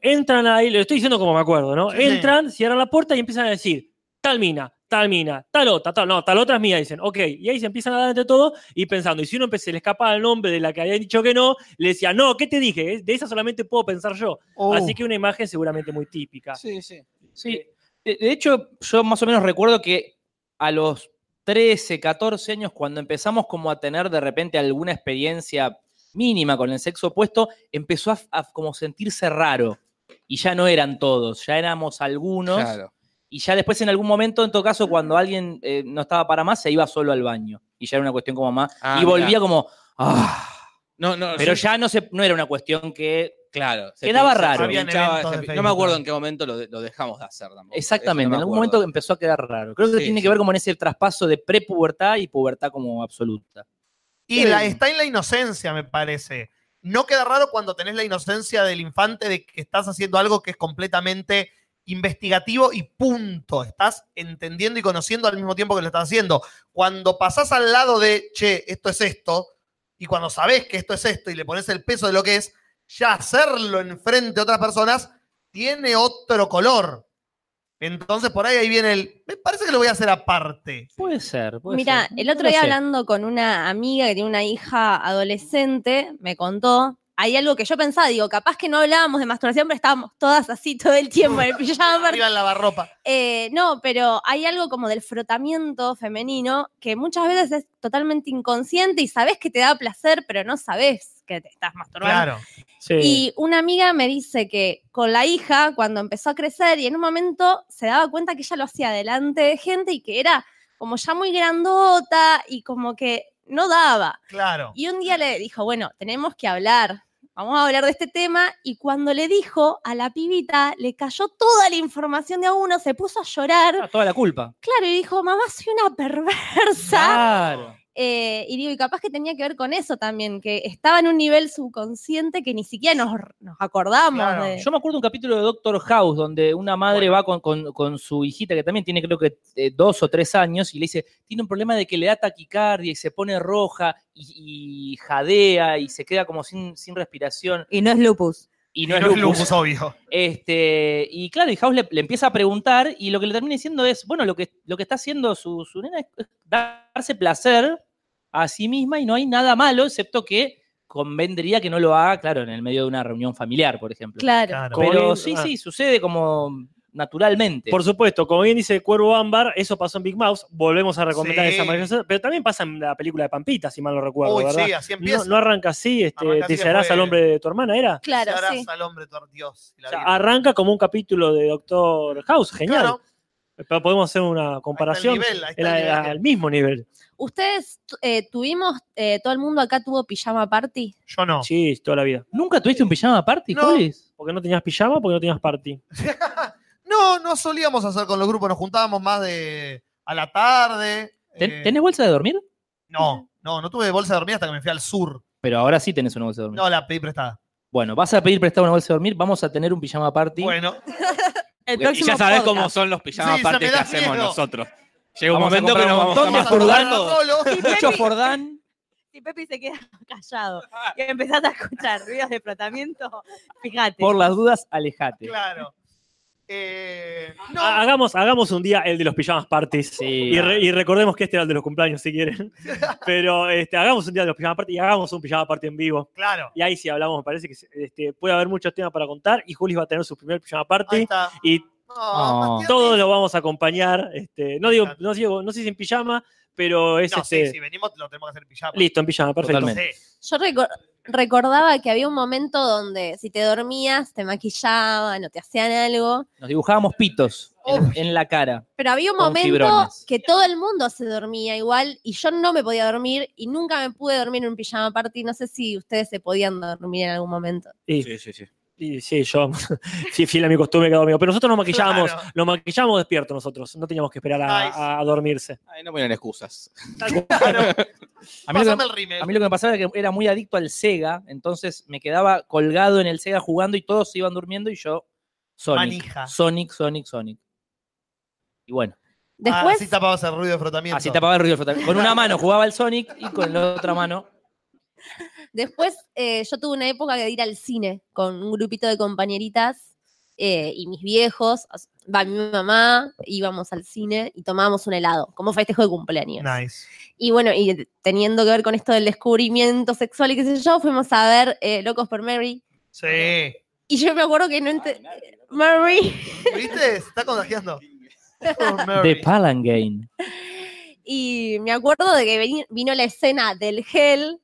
[SPEAKER 5] entran ahí, lo estoy diciendo como me acuerdo, ¿no?
[SPEAKER 3] Sí, sí.
[SPEAKER 5] Entran, cierran la puerta y empiezan a decir, tal mina, tal mina, tal otra, tal, no, tal otra es mía, dicen, ok, y ahí se empiezan a dar entre todos y pensando, y si uno empe- se le escapaba el nombre de la que había dicho que no, le decía, no, ¿qué te dije? De esa solamente puedo pensar yo.
[SPEAKER 3] Uh,
[SPEAKER 5] Así que una imagen seguramente muy típica.
[SPEAKER 11] Sí, sí.
[SPEAKER 9] Sí. De, de hecho, yo más o menos recuerdo que a los 13, 14 años, cuando empezamos como a tener de repente alguna experiencia mínima con el sexo opuesto, empezó a, a como sentirse raro. Y ya no eran todos, ya éramos algunos.
[SPEAKER 6] Claro.
[SPEAKER 9] Y ya después, en algún momento, en todo caso, cuando alguien eh, no estaba para más, se iba solo al baño. Y ya era una cuestión como más.
[SPEAKER 6] Ah,
[SPEAKER 9] y volvía
[SPEAKER 6] mirá.
[SPEAKER 9] como. "Ah".
[SPEAKER 6] No, no,
[SPEAKER 9] pero
[SPEAKER 6] sí,
[SPEAKER 9] ya no, se, no era una cuestión que.
[SPEAKER 6] claro. se
[SPEAKER 9] quedaba
[SPEAKER 6] pinchaba,
[SPEAKER 9] raro.
[SPEAKER 6] se
[SPEAKER 3] Habían
[SPEAKER 6] pinchaba,
[SPEAKER 3] eventos
[SPEAKER 6] se
[SPEAKER 3] de
[SPEAKER 6] pin-
[SPEAKER 3] Facebook
[SPEAKER 6] no me acuerdo
[SPEAKER 3] también.
[SPEAKER 6] en qué momento lo, de- lo dejamos de hacer tampoco.
[SPEAKER 9] Exactamente,
[SPEAKER 6] Eso no me
[SPEAKER 9] en algún
[SPEAKER 6] acuerdo.
[SPEAKER 9] momento empezó a quedar raro. Creo que
[SPEAKER 6] Sí,
[SPEAKER 9] tiene
[SPEAKER 6] sí.
[SPEAKER 9] que ver como en ese traspaso de prepubertad y pubertad como absoluta.
[SPEAKER 3] Y la, está en la inocencia, me parece. No queda raro cuando tenés la inocencia del infante de que estás haciendo algo que es completamente investigativo y punto. Estás entendiendo y conociendo al mismo tiempo que lo estás haciendo. Cuando pasás al lado de, che, esto es esto, y cuando sabés que esto es esto y le pones el peso de lo que es, ya hacerlo enfrente de otras personas tiene otro color. Entonces por ahí ahí viene el, me parece que lo voy a hacer aparte.
[SPEAKER 9] Puede ser, puede
[SPEAKER 4] Mira,
[SPEAKER 9] ser.
[SPEAKER 4] el
[SPEAKER 9] No
[SPEAKER 4] otro
[SPEAKER 9] lo
[SPEAKER 4] día
[SPEAKER 9] sé.
[SPEAKER 4] hablando con una amiga que tiene una hija adolescente, me contó hay algo que yo pensaba, digo, capaz que no hablábamos de masturbación, pero estábamos todas así todo el tiempo en el pijama.
[SPEAKER 3] Arriba en lavarropa.
[SPEAKER 4] Eh, no, pero hay algo como del frotamiento femenino que muchas veces es totalmente inconsciente y sabes que te da placer, pero no sabes que te estás masturbando.
[SPEAKER 3] Claro.
[SPEAKER 4] Y una amiga me dice que con la hija, cuando empezó a crecer y en un momento se daba cuenta que ella lo hacía delante de gente y que era como ya muy grandota y como que no daba.
[SPEAKER 3] Claro.
[SPEAKER 4] Y un día le dijo, bueno, tenemos que hablar, vamos a hablar de este tema. Y cuando le dijo a la pibita, le cayó toda la información de a uno, se puso a
[SPEAKER 9] Ah.
[SPEAKER 4] llorar.
[SPEAKER 5] Toda la culpa.
[SPEAKER 4] Claro, y dijo, mamá, soy una
[SPEAKER 9] Ah.
[SPEAKER 4] perversa.
[SPEAKER 5] Claro.
[SPEAKER 4] Eh, y digo, y capaz que tenía que ver con eso también, que estaba en un nivel subconsciente que ni siquiera nos, nos acordamos.
[SPEAKER 9] Claro.
[SPEAKER 4] de-
[SPEAKER 9] Yo me acuerdo de un capítulo de Doctor House donde una madre va con, con- con su hijita que también tiene creo que eh, dos o tres años y le dice, tiene un problema de que le da taquicardia y se pone roja y, y jadea y se queda como sin, sin respiración.
[SPEAKER 8] Y no es lupus.
[SPEAKER 9] Y
[SPEAKER 3] Y
[SPEAKER 9] no, es lupus.
[SPEAKER 3] obvio.
[SPEAKER 9] Este, y claro, y House le, le empieza a preguntar y lo que le termina diciendo es, bueno, lo que, lo que está haciendo su, su nena es es darse placer a sí misma y no hay nada malo, excepto que convendría que no lo haga, claro, en el medio de una reunión familiar, por ejemplo.
[SPEAKER 4] Claro.
[SPEAKER 9] Pero
[SPEAKER 5] Colin-
[SPEAKER 9] sí,
[SPEAKER 5] ah.
[SPEAKER 9] sí, sucede como naturalmente.
[SPEAKER 5] Por supuesto, como bien dice Cuervo Ámbar, eso pasó en Big Mouse, volvemos a recomendar
[SPEAKER 3] Sí.
[SPEAKER 5] esa manifestación, pero también pasa en la película de Pampita, si mal no recuerdo,
[SPEAKER 3] Uy, sí,
[SPEAKER 5] ¿verdad?
[SPEAKER 3] así
[SPEAKER 5] No-
[SPEAKER 3] empieza.
[SPEAKER 5] No, arranca así, este,
[SPEAKER 3] Arranca
[SPEAKER 5] te
[SPEAKER 3] así,
[SPEAKER 5] hallarás
[SPEAKER 3] fue-
[SPEAKER 5] al hombre de tu hermana, ¿era?
[SPEAKER 4] Claro,
[SPEAKER 3] Se harás
[SPEAKER 4] sí.
[SPEAKER 3] al hombre tu Dios. y la
[SPEAKER 5] O sea,
[SPEAKER 3] Virgen.
[SPEAKER 5] arranca como un capítulo de Doctor House, genial.
[SPEAKER 3] Claro.
[SPEAKER 5] Pero podemos hacer una comparación
[SPEAKER 3] nivel, ahí está el
[SPEAKER 5] era-
[SPEAKER 3] nivel
[SPEAKER 5] era
[SPEAKER 3] que-
[SPEAKER 5] al mismo nivel.
[SPEAKER 4] ¿Ustedes tu- eh, tuvimos, eh, todo el mundo acá tuvo pijama party?
[SPEAKER 3] Yo no.
[SPEAKER 5] Sí, toda la vida.
[SPEAKER 9] ¿Nunca tuviste un pijama party,
[SPEAKER 3] No.
[SPEAKER 9] Colis?
[SPEAKER 5] Porque no tenías pijama, porque no tenías party.
[SPEAKER 3] No, no solíamos hacer con los grupos, nos juntábamos más de a la tarde.
[SPEAKER 9] ¿Ten-
[SPEAKER 3] eh,
[SPEAKER 9] ¿Tenés bolsa de dormir?
[SPEAKER 3] No, no, no tuve bolsa de dormir hasta que me fui al sur.
[SPEAKER 9] Pero ahora sí tenés una bolsa de dormir.
[SPEAKER 3] No, la pedí prestada.
[SPEAKER 9] Bueno, vas a pedir prestada una bolsa de dormir, vamos a tener un pijama party.
[SPEAKER 3] Bueno,
[SPEAKER 8] El
[SPEAKER 6] Y
[SPEAKER 8] próximo
[SPEAKER 6] ya sabes
[SPEAKER 8] podcast.
[SPEAKER 6] cómo son los
[SPEAKER 3] Sí,
[SPEAKER 6] pijamas
[SPEAKER 3] ya
[SPEAKER 6] parties
[SPEAKER 3] me
[SPEAKER 6] que
[SPEAKER 3] da
[SPEAKER 6] hacemos
[SPEAKER 3] miedo.
[SPEAKER 6] nosotros. Llega un
[SPEAKER 9] Vamos a
[SPEAKER 6] momento que
[SPEAKER 9] comprar
[SPEAKER 6] nos
[SPEAKER 9] un
[SPEAKER 6] vamos
[SPEAKER 9] montón de
[SPEAKER 6] a acordar
[SPEAKER 9] furganos.
[SPEAKER 3] solo.
[SPEAKER 9] Mucho Fordán.
[SPEAKER 8] Si Pepi se queda callado y empezás a escuchar ruidos de frotamiento, fíjate.
[SPEAKER 9] Por las dudas, alejate.
[SPEAKER 3] Claro. Eh, no,
[SPEAKER 9] Ah,
[SPEAKER 5] Ha- Hagamos, hagamos un día el de los pijamas parties. Y, re- y recordemos que este era el de los cumpleaños, si quieren. Pero este, hagamos un día de los pijamas party y hagamos un pijama party en vivo.
[SPEAKER 3] claro.
[SPEAKER 5] Y ahí sí hablamos, me parece que este, puede haber muchos temas para contar. Y Julis va a tener su primer pijama
[SPEAKER 3] Ahí
[SPEAKER 5] party.
[SPEAKER 3] está.
[SPEAKER 5] Y
[SPEAKER 3] No, más
[SPEAKER 5] todos
[SPEAKER 3] tiernis.
[SPEAKER 5] lo vamos a acompañar. Este, no, digo, no, digo, no sé si en pijama, pero es
[SPEAKER 3] No,
[SPEAKER 5] este,
[SPEAKER 3] sí, si venimos lo tenemos que hacer en pijama.
[SPEAKER 5] listo, en pijama, perfecto.
[SPEAKER 9] Totalmente.
[SPEAKER 3] Sí.
[SPEAKER 4] Yo recor- recordaba que había un momento donde si te dormías, te maquillaban o te hacían algo.
[SPEAKER 9] Nos dibujábamos pitos en, en la cara.
[SPEAKER 4] Pero había un
[SPEAKER 9] Con
[SPEAKER 4] momento
[SPEAKER 9] fibrones.
[SPEAKER 4] que todo el mundo se dormía igual y yo no me podía dormir y nunca me pude dormir en un pijama party. No sé si ustedes se podían dormir en algún momento.
[SPEAKER 5] Y-
[SPEAKER 6] Sí, sí, sí.
[SPEAKER 5] Y sí, yo, sí, fiel a mi costumbre que dormido. Pero nosotros nos maquillábamos,
[SPEAKER 3] Claro.
[SPEAKER 5] nos maquillábamos despiertos nosotros, no teníamos que esperar
[SPEAKER 3] Ay, sí.
[SPEAKER 5] a, a dormirse.
[SPEAKER 6] Ay, no ponían excusas.
[SPEAKER 9] A mí,
[SPEAKER 3] Pásame
[SPEAKER 9] lo que,
[SPEAKER 3] el rímel.
[SPEAKER 9] a mí lo que me pasaba era que era muy adicto al Sega, entonces me quedaba colgado en el Sega jugando y todos se iban durmiendo y yo Sonic.
[SPEAKER 3] Manija.
[SPEAKER 9] Sonic, Sonic, Sonic. Y bueno,
[SPEAKER 3] Ah,
[SPEAKER 4] Después,
[SPEAKER 3] así tapabas el ruido de frotamiento.
[SPEAKER 9] así tapaba el ruido. del frotamiento. Con una mano jugaba al Sonic y con la otra mano.
[SPEAKER 4] después eh, yo tuve una época de ir al cine con un grupito de compañeritas eh, y mis viejos, o sea, va mi mamá, íbamos al cine y tomábamos un helado, como festejo de cumpleaños.
[SPEAKER 3] Nice.
[SPEAKER 4] Y bueno, y teniendo que ver con esto del descubrimiento sexual y qué sé yo, fuimos a ver eh, Locos por Mary.
[SPEAKER 3] Sí.
[SPEAKER 4] Y yo me acuerdo que no entendí.
[SPEAKER 3] Ah,
[SPEAKER 4] Mary.
[SPEAKER 3] ¿Viste? Se está contagiando. Oh, Mary.
[SPEAKER 9] De Palangain.
[SPEAKER 4] Y me acuerdo de que veni- vino la escena del gel.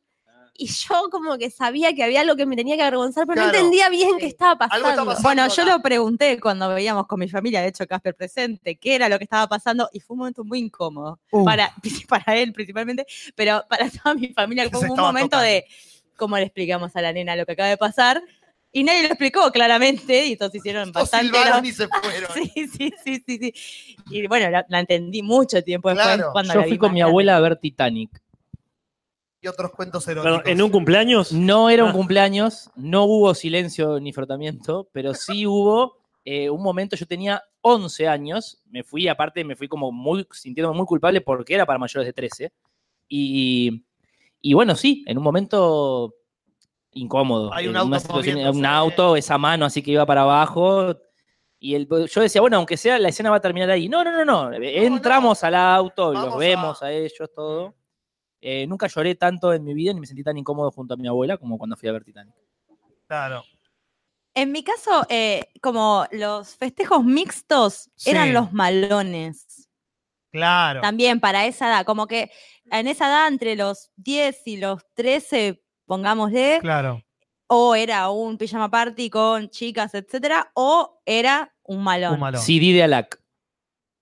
[SPEAKER 4] Y yo como que sabía que había algo que me tenía que avergonzar, pero no
[SPEAKER 3] Claro.
[SPEAKER 4] entendía bien qué estaba pasando.
[SPEAKER 3] Algo está pasando.
[SPEAKER 8] Bueno, yo
[SPEAKER 3] acá.
[SPEAKER 8] lo pregunté cuando veíamos con mi familia, de hecho Casper presente, qué era lo que estaba pasando y fue un momento muy incómodo
[SPEAKER 9] Uh.
[SPEAKER 8] para, para él principalmente, pero para toda mi familia
[SPEAKER 3] Que
[SPEAKER 8] fue
[SPEAKER 3] se
[SPEAKER 8] un
[SPEAKER 3] estaba
[SPEAKER 8] momento de cómo le explicamos a la nena lo que acaba de pasar y nadie lo explicó claramente y todos hicieron
[SPEAKER 3] Todos
[SPEAKER 8] bastante...
[SPEAKER 3] silbaron y se fueron.
[SPEAKER 8] Sí, sí, sí, sí, sí. Y bueno, la, la entendí mucho tiempo después
[SPEAKER 3] Claro.
[SPEAKER 8] cuando
[SPEAKER 9] Yo
[SPEAKER 8] la
[SPEAKER 9] fui
[SPEAKER 8] vi
[SPEAKER 9] con
[SPEAKER 8] más
[SPEAKER 9] mi
[SPEAKER 8] grande.
[SPEAKER 9] abuela a ver Titanic.
[SPEAKER 3] Y otros cuentos
[SPEAKER 5] Perdón,
[SPEAKER 3] eróticos.
[SPEAKER 5] ¿En un cumpleaños?
[SPEAKER 9] No era un
[SPEAKER 5] Ah.
[SPEAKER 9] cumpleaños, no hubo silencio ni frotamiento, pero sí hubo eh, un momento, yo tenía 11 años, me fui, aparte me fui como muy, sintiéndome muy culpable porque era para mayores de 13. Y, y bueno, sí, en un momento incómodo.
[SPEAKER 3] Hay un
[SPEAKER 9] en una
[SPEAKER 3] auto
[SPEAKER 9] situación-
[SPEAKER 3] moviéndose.
[SPEAKER 9] un auto, esa mano así que iba para abajo. Y el, yo decía, bueno, aunque sea, la escena va a terminar ahí. No, no, no, no. Entramos al auto, los
[SPEAKER 3] Vamos
[SPEAKER 9] vemos
[SPEAKER 3] a-
[SPEAKER 9] a ellos, todo. Eh, nunca lloré tanto en mi vida ni me sentí tan incómodo junto a mi abuela como cuando fui a ver Titanic.
[SPEAKER 3] Claro.
[SPEAKER 8] En mi caso, eh, como los festejos mixtos
[SPEAKER 3] Sí.
[SPEAKER 8] eran los malones.
[SPEAKER 3] Claro.
[SPEAKER 8] También para esa edad, como que en esa edad entre los 10 y los 13, pongámosle,
[SPEAKER 3] Claro.
[SPEAKER 8] o era un pijama party con chicas, etcétera, o era un malón.
[SPEAKER 9] CD de Alac.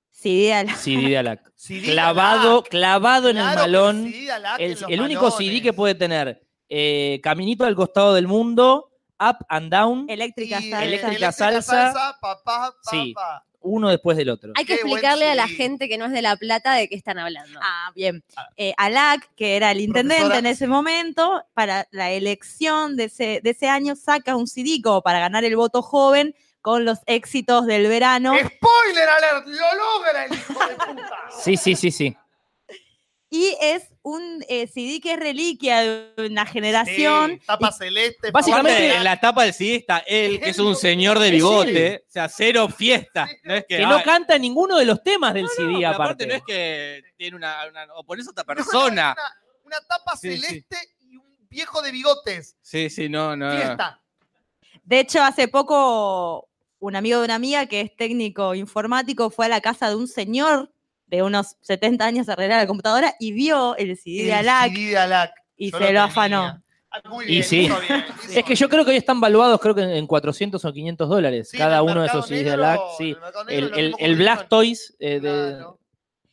[SPEAKER 8] Sí, de la-
[SPEAKER 9] CD de Alac.
[SPEAKER 3] CD de
[SPEAKER 9] clavado, clavado en el
[SPEAKER 3] Claro que
[SPEAKER 9] malón.
[SPEAKER 3] sí, Alac
[SPEAKER 9] El,
[SPEAKER 3] en los
[SPEAKER 9] el único
[SPEAKER 3] malones.
[SPEAKER 9] CD que puede tener eh, Caminito al costado del mundo, Up and Down,
[SPEAKER 8] Eléctrica
[SPEAKER 3] Y
[SPEAKER 8] salsa.
[SPEAKER 9] Eléctrica
[SPEAKER 3] eléctrica
[SPEAKER 9] salsa.
[SPEAKER 3] papá, papá.
[SPEAKER 9] Sí. uno después del otro.
[SPEAKER 4] Hay que
[SPEAKER 3] Qué buen
[SPEAKER 4] explicarle a la
[SPEAKER 3] sí.
[SPEAKER 4] gente que no es de La Plata de qué están hablando.
[SPEAKER 8] Ah, bien. Eh, Alac, que era el intendente
[SPEAKER 4] Profesora.
[SPEAKER 8] en ese momento, para la elección de ese, de ese año, saca un CD como para ganar el voto joven con los éxitos del verano.
[SPEAKER 3] Eh. ¡Spoiler alert! ¡Lo logra el hijo de puta!
[SPEAKER 9] Sí, sí, sí, sí.
[SPEAKER 8] Y es un eh, CD que es reliquia de una
[SPEAKER 3] Sí,
[SPEAKER 8] generación.
[SPEAKER 3] tapa celeste.
[SPEAKER 6] Básicamente,
[SPEAKER 3] papá.
[SPEAKER 6] en la tapa del CD está él, que es un señor de
[SPEAKER 9] Es él.
[SPEAKER 6] bigote. O sea, cero fiesta. No es que,
[SPEAKER 9] Que no
[SPEAKER 6] ah,
[SPEAKER 9] canta ninguno de los temas del
[SPEAKER 6] no,
[SPEAKER 9] CD
[SPEAKER 6] pero
[SPEAKER 9] aparte.
[SPEAKER 6] aparte no es que tiene una, una- o pones otra persona.
[SPEAKER 3] Una, una tapa
[SPEAKER 6] Sí, sí.
[SPEAKER 3] celeste y un viejo de bigotes.
[SPEAKER 6] Sí, sí, no, no. no.
[SPEAKER 3] Fiesta.
[SPEAKER 8] De hecho, hace poco un amigo de una amiga que es técnico informático fue a la casa de un señor de unos 70 años a arreglar la computadora y vio el CD de
[SPEAKER 3] El
[SPEAKER 8] Alac
[SPEAKER 3] CD de Alac.
[SPEAKER 8] y
[SPEAKER 3] yo
[SPEAKER 8] se lo
[SPEAKER 3] tenía.
[SPEAKER 8] afanó.
[SPEAKER 3] Ah, muy
[SPEAKER 9] Y
[SPEAKER 3] bien,
[SPEAKER 9] sí.
[SPEAKER 3] hizo bien, hizo
[SPEAKER 9] Es que yo creo que hoy están valuados, creo que en 400 o 500 dólares
[SPEAKER 3] Sí, en
[SPEAKER 9] cada
[SPEAKER 3] el
[SPEAKER 9] uno de
[SPEAKER 3] mercado
[SPEAKER 9] esos CDs de
[SPEAKER 3] negro,
[SPEAKER 9] Black.
[SPEAKER 3] en
[SPEAKER 9] Sí.
[SPEAKER 3] el mercado negro
[SPEAKER 9] El,
[SPEAKER 3] lo
[SPEAKER 9] el,
[SPEAKER 3] mismo
[SPEAKER 9] el
[SPEAKER 3] que
[SPEAKER 9] Black
[SPEAKER 3] hicieron.
[SPEAKER 9] Toys, eh, de-
[SPEAKER 3] Claro.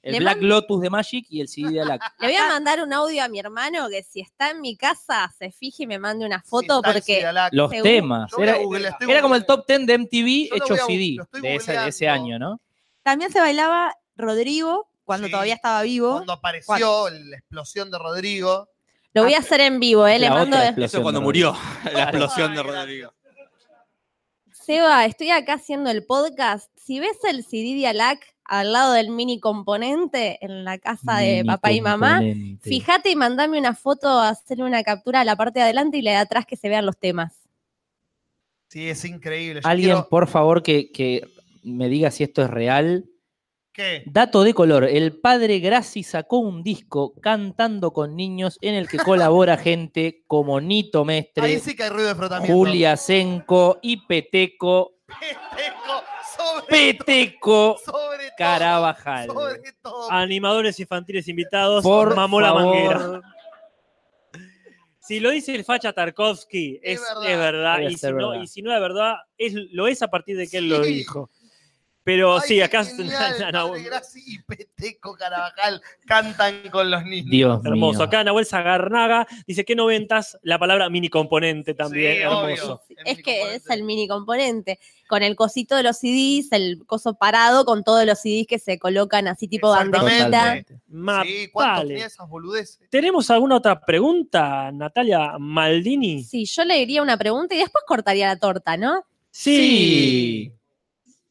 [SPEAKER 9] el
[SPEAKER 4] Le
[SPEAKER 9] Black
[SPEAKER 4] mando-
[SPEAKER 9] Lotus de Magic y el CD de Black.
[SPEAKER 4] Le voy a mandar un audio a mi hermano que si está en mi casa se fije y me mande una
[SPEAKER 3] Sí,
[SPEAKER 4] foto
[SPEAKER 3] está el CD
[SPEAKER 4] porque
[SPEAKER 3] de Alac.
[SPEAKER 9] Los
[SPEAKER 4] Seguro.
[SPEAKER 9] temas.
[SPEAKER 3] Yo voy a
[SPEAKER 9] Era,
[SPEAKER 3] Google, estoy
[SPEAKER 9] era como el
[SPEAKER 3] Google.
[SPEAKER 9] top 10 de
[SPEAKER 3] Yo
[SPEAKER 9] MTV
[SPEAKER 3] lo
[SPEAKER 9] hecho
[SPEAKER 3] voy a-
[SPEAKER 9] CD
[SPEAKER 3] lo estoy
[SPEAKER 9] de ese, de ese
[SPEAKER 3] googleando.
[SPEAKER 9] año, ¿no?
[SPEAKER 8] También se bailaba Rodrigo cuando
[SPEAKER 3] Sí.
[SPEAKER 8] todavía estaba vivo.
[SPEAKER 3] Cuando apareció la explosión de Rodrigo.
[SPEAKER 4] lo voy a hacer en vivo, ¿eh? Le
[SPEAKER 9] La
[SPEAKER 4] mando.
[SPEAKER 9] otra
[SPEAKER 6] Eso
[SPEAKER 9] explosión
[SPEAKER 6] es cuando
[SPEAKER 9] de
[SPEAKER 6] murió,
[SPEAKER 9] Rodrigo.
[SPEAKER 6] la explosión de Rodrigo.
[SPEAKER 4] Seba, estoy acá haciendo el podcast. Si ves el CD de Alac al lado del mini componente en la casa de
[SPEAKER 9] Mini
[SPEAKER 4] papá y mamá,
[SPEAKER 9] componente.
[SPEAKER 4] fíjate y mandame una foto, hacerle una captura a la parte de adelante y la de atrás que se vean los temas.
[SPEAKER 3] Sí, es increíble. Yo
[SPEAKER 9] Alguien,
[SPEAKER 3] quiero-
[SPEAKER 9] por favor, que, que me diga si esto es real.
[SPEAKER 3] ¿Qué?
[SPEAKER 9] Dato de color, el padre Grassi sacó un disco cantando con niños en el que colabora gente como Nito
[SPEAKER 3] Ahí
[SPEAKER 9] Mestre,
[SPEAKER 3] sí que hay ruido de frotamiento.
[SPEAKER 9] Julia Senco y Peteco,
[SPEAKER 3] Peteco, Este, sobre,
[SPEAKER 9] Peteco
[SPEAKER 3] sobre todo,
[SPEAKER 9] Carabajal. Ah,
[SPEAKER 3] Sobre todo.
[SPEAKER 5] Animadores infantiles invitados
[SPEAKER 9] Por
[SPEAKER 5] Mamó la
[SPEAKER 9] favor.
[SPEAKER 5] Manguera. Si lo dice el facha Tarkovsky, es,
[SPEAKER 3] Es
[SPEAKER 5] es verdad.
[SPEAKER 3] verdad.
[SPEAKER 9] Debe
[SPEAKER 5] Y, si
[SPEAKER 9] ser
[SPEAKER 5] No,
[SPEAKER 9] verdad.
[SPEAKER 5] y si no es verdad, es, lo es a partir de que él lo
[SPEAKER 3] Sí.
[SPEAKER 5] dijo. Pero
[SPEAKER 3] Ay,
[SPEAKER 5] sí,
[SPEAKER 3] qué
[SPEAKER 5] acá
[SPEAKER 3] genial,
[SPEAKER 5] no, no,
[SPEAKER 3] Padre Graci y Peteco Carabajal cantan con los niños.
[SPEAKER 9] Dios mío.
[SPEAKER 5] Hermoso. Acá Nahuel Zagarnaga dice que noventas la palabra mini componente también.
[SPEAKER 3] Sí, obvio.
[SPEAKER 5] hermoso.
[SPEAKER 3] El
[SPEAKER 4] Es
[SPEAKER 3] mini
[SPEAKER 4] que es
[SPEAKER 3] componente.
[SPEAKER 4] el mini componente, con el cosito de los CDs, el coso parado con todos los CDs que se colocan así tipo
[SPEAKER 3] Exactamente.
[SPEAKER 4] banderita.
[SPEAKER 9] Totalmente.
[SPEAKER 5] Ma-
[SPEAKER 3] Sí, ¿cuántos
[SPEAKER 5] vale.
[SPEAKER 3] tenía esas boludeces?
[SPEAKER 5] ¿Tenemos alguna otra pregunta, Natalia Maldini?
[SPEAKER 4] Sí, yo le diría una pregunta y después cortaría la torta, ¿no?
[SPEAKER 9] Sí.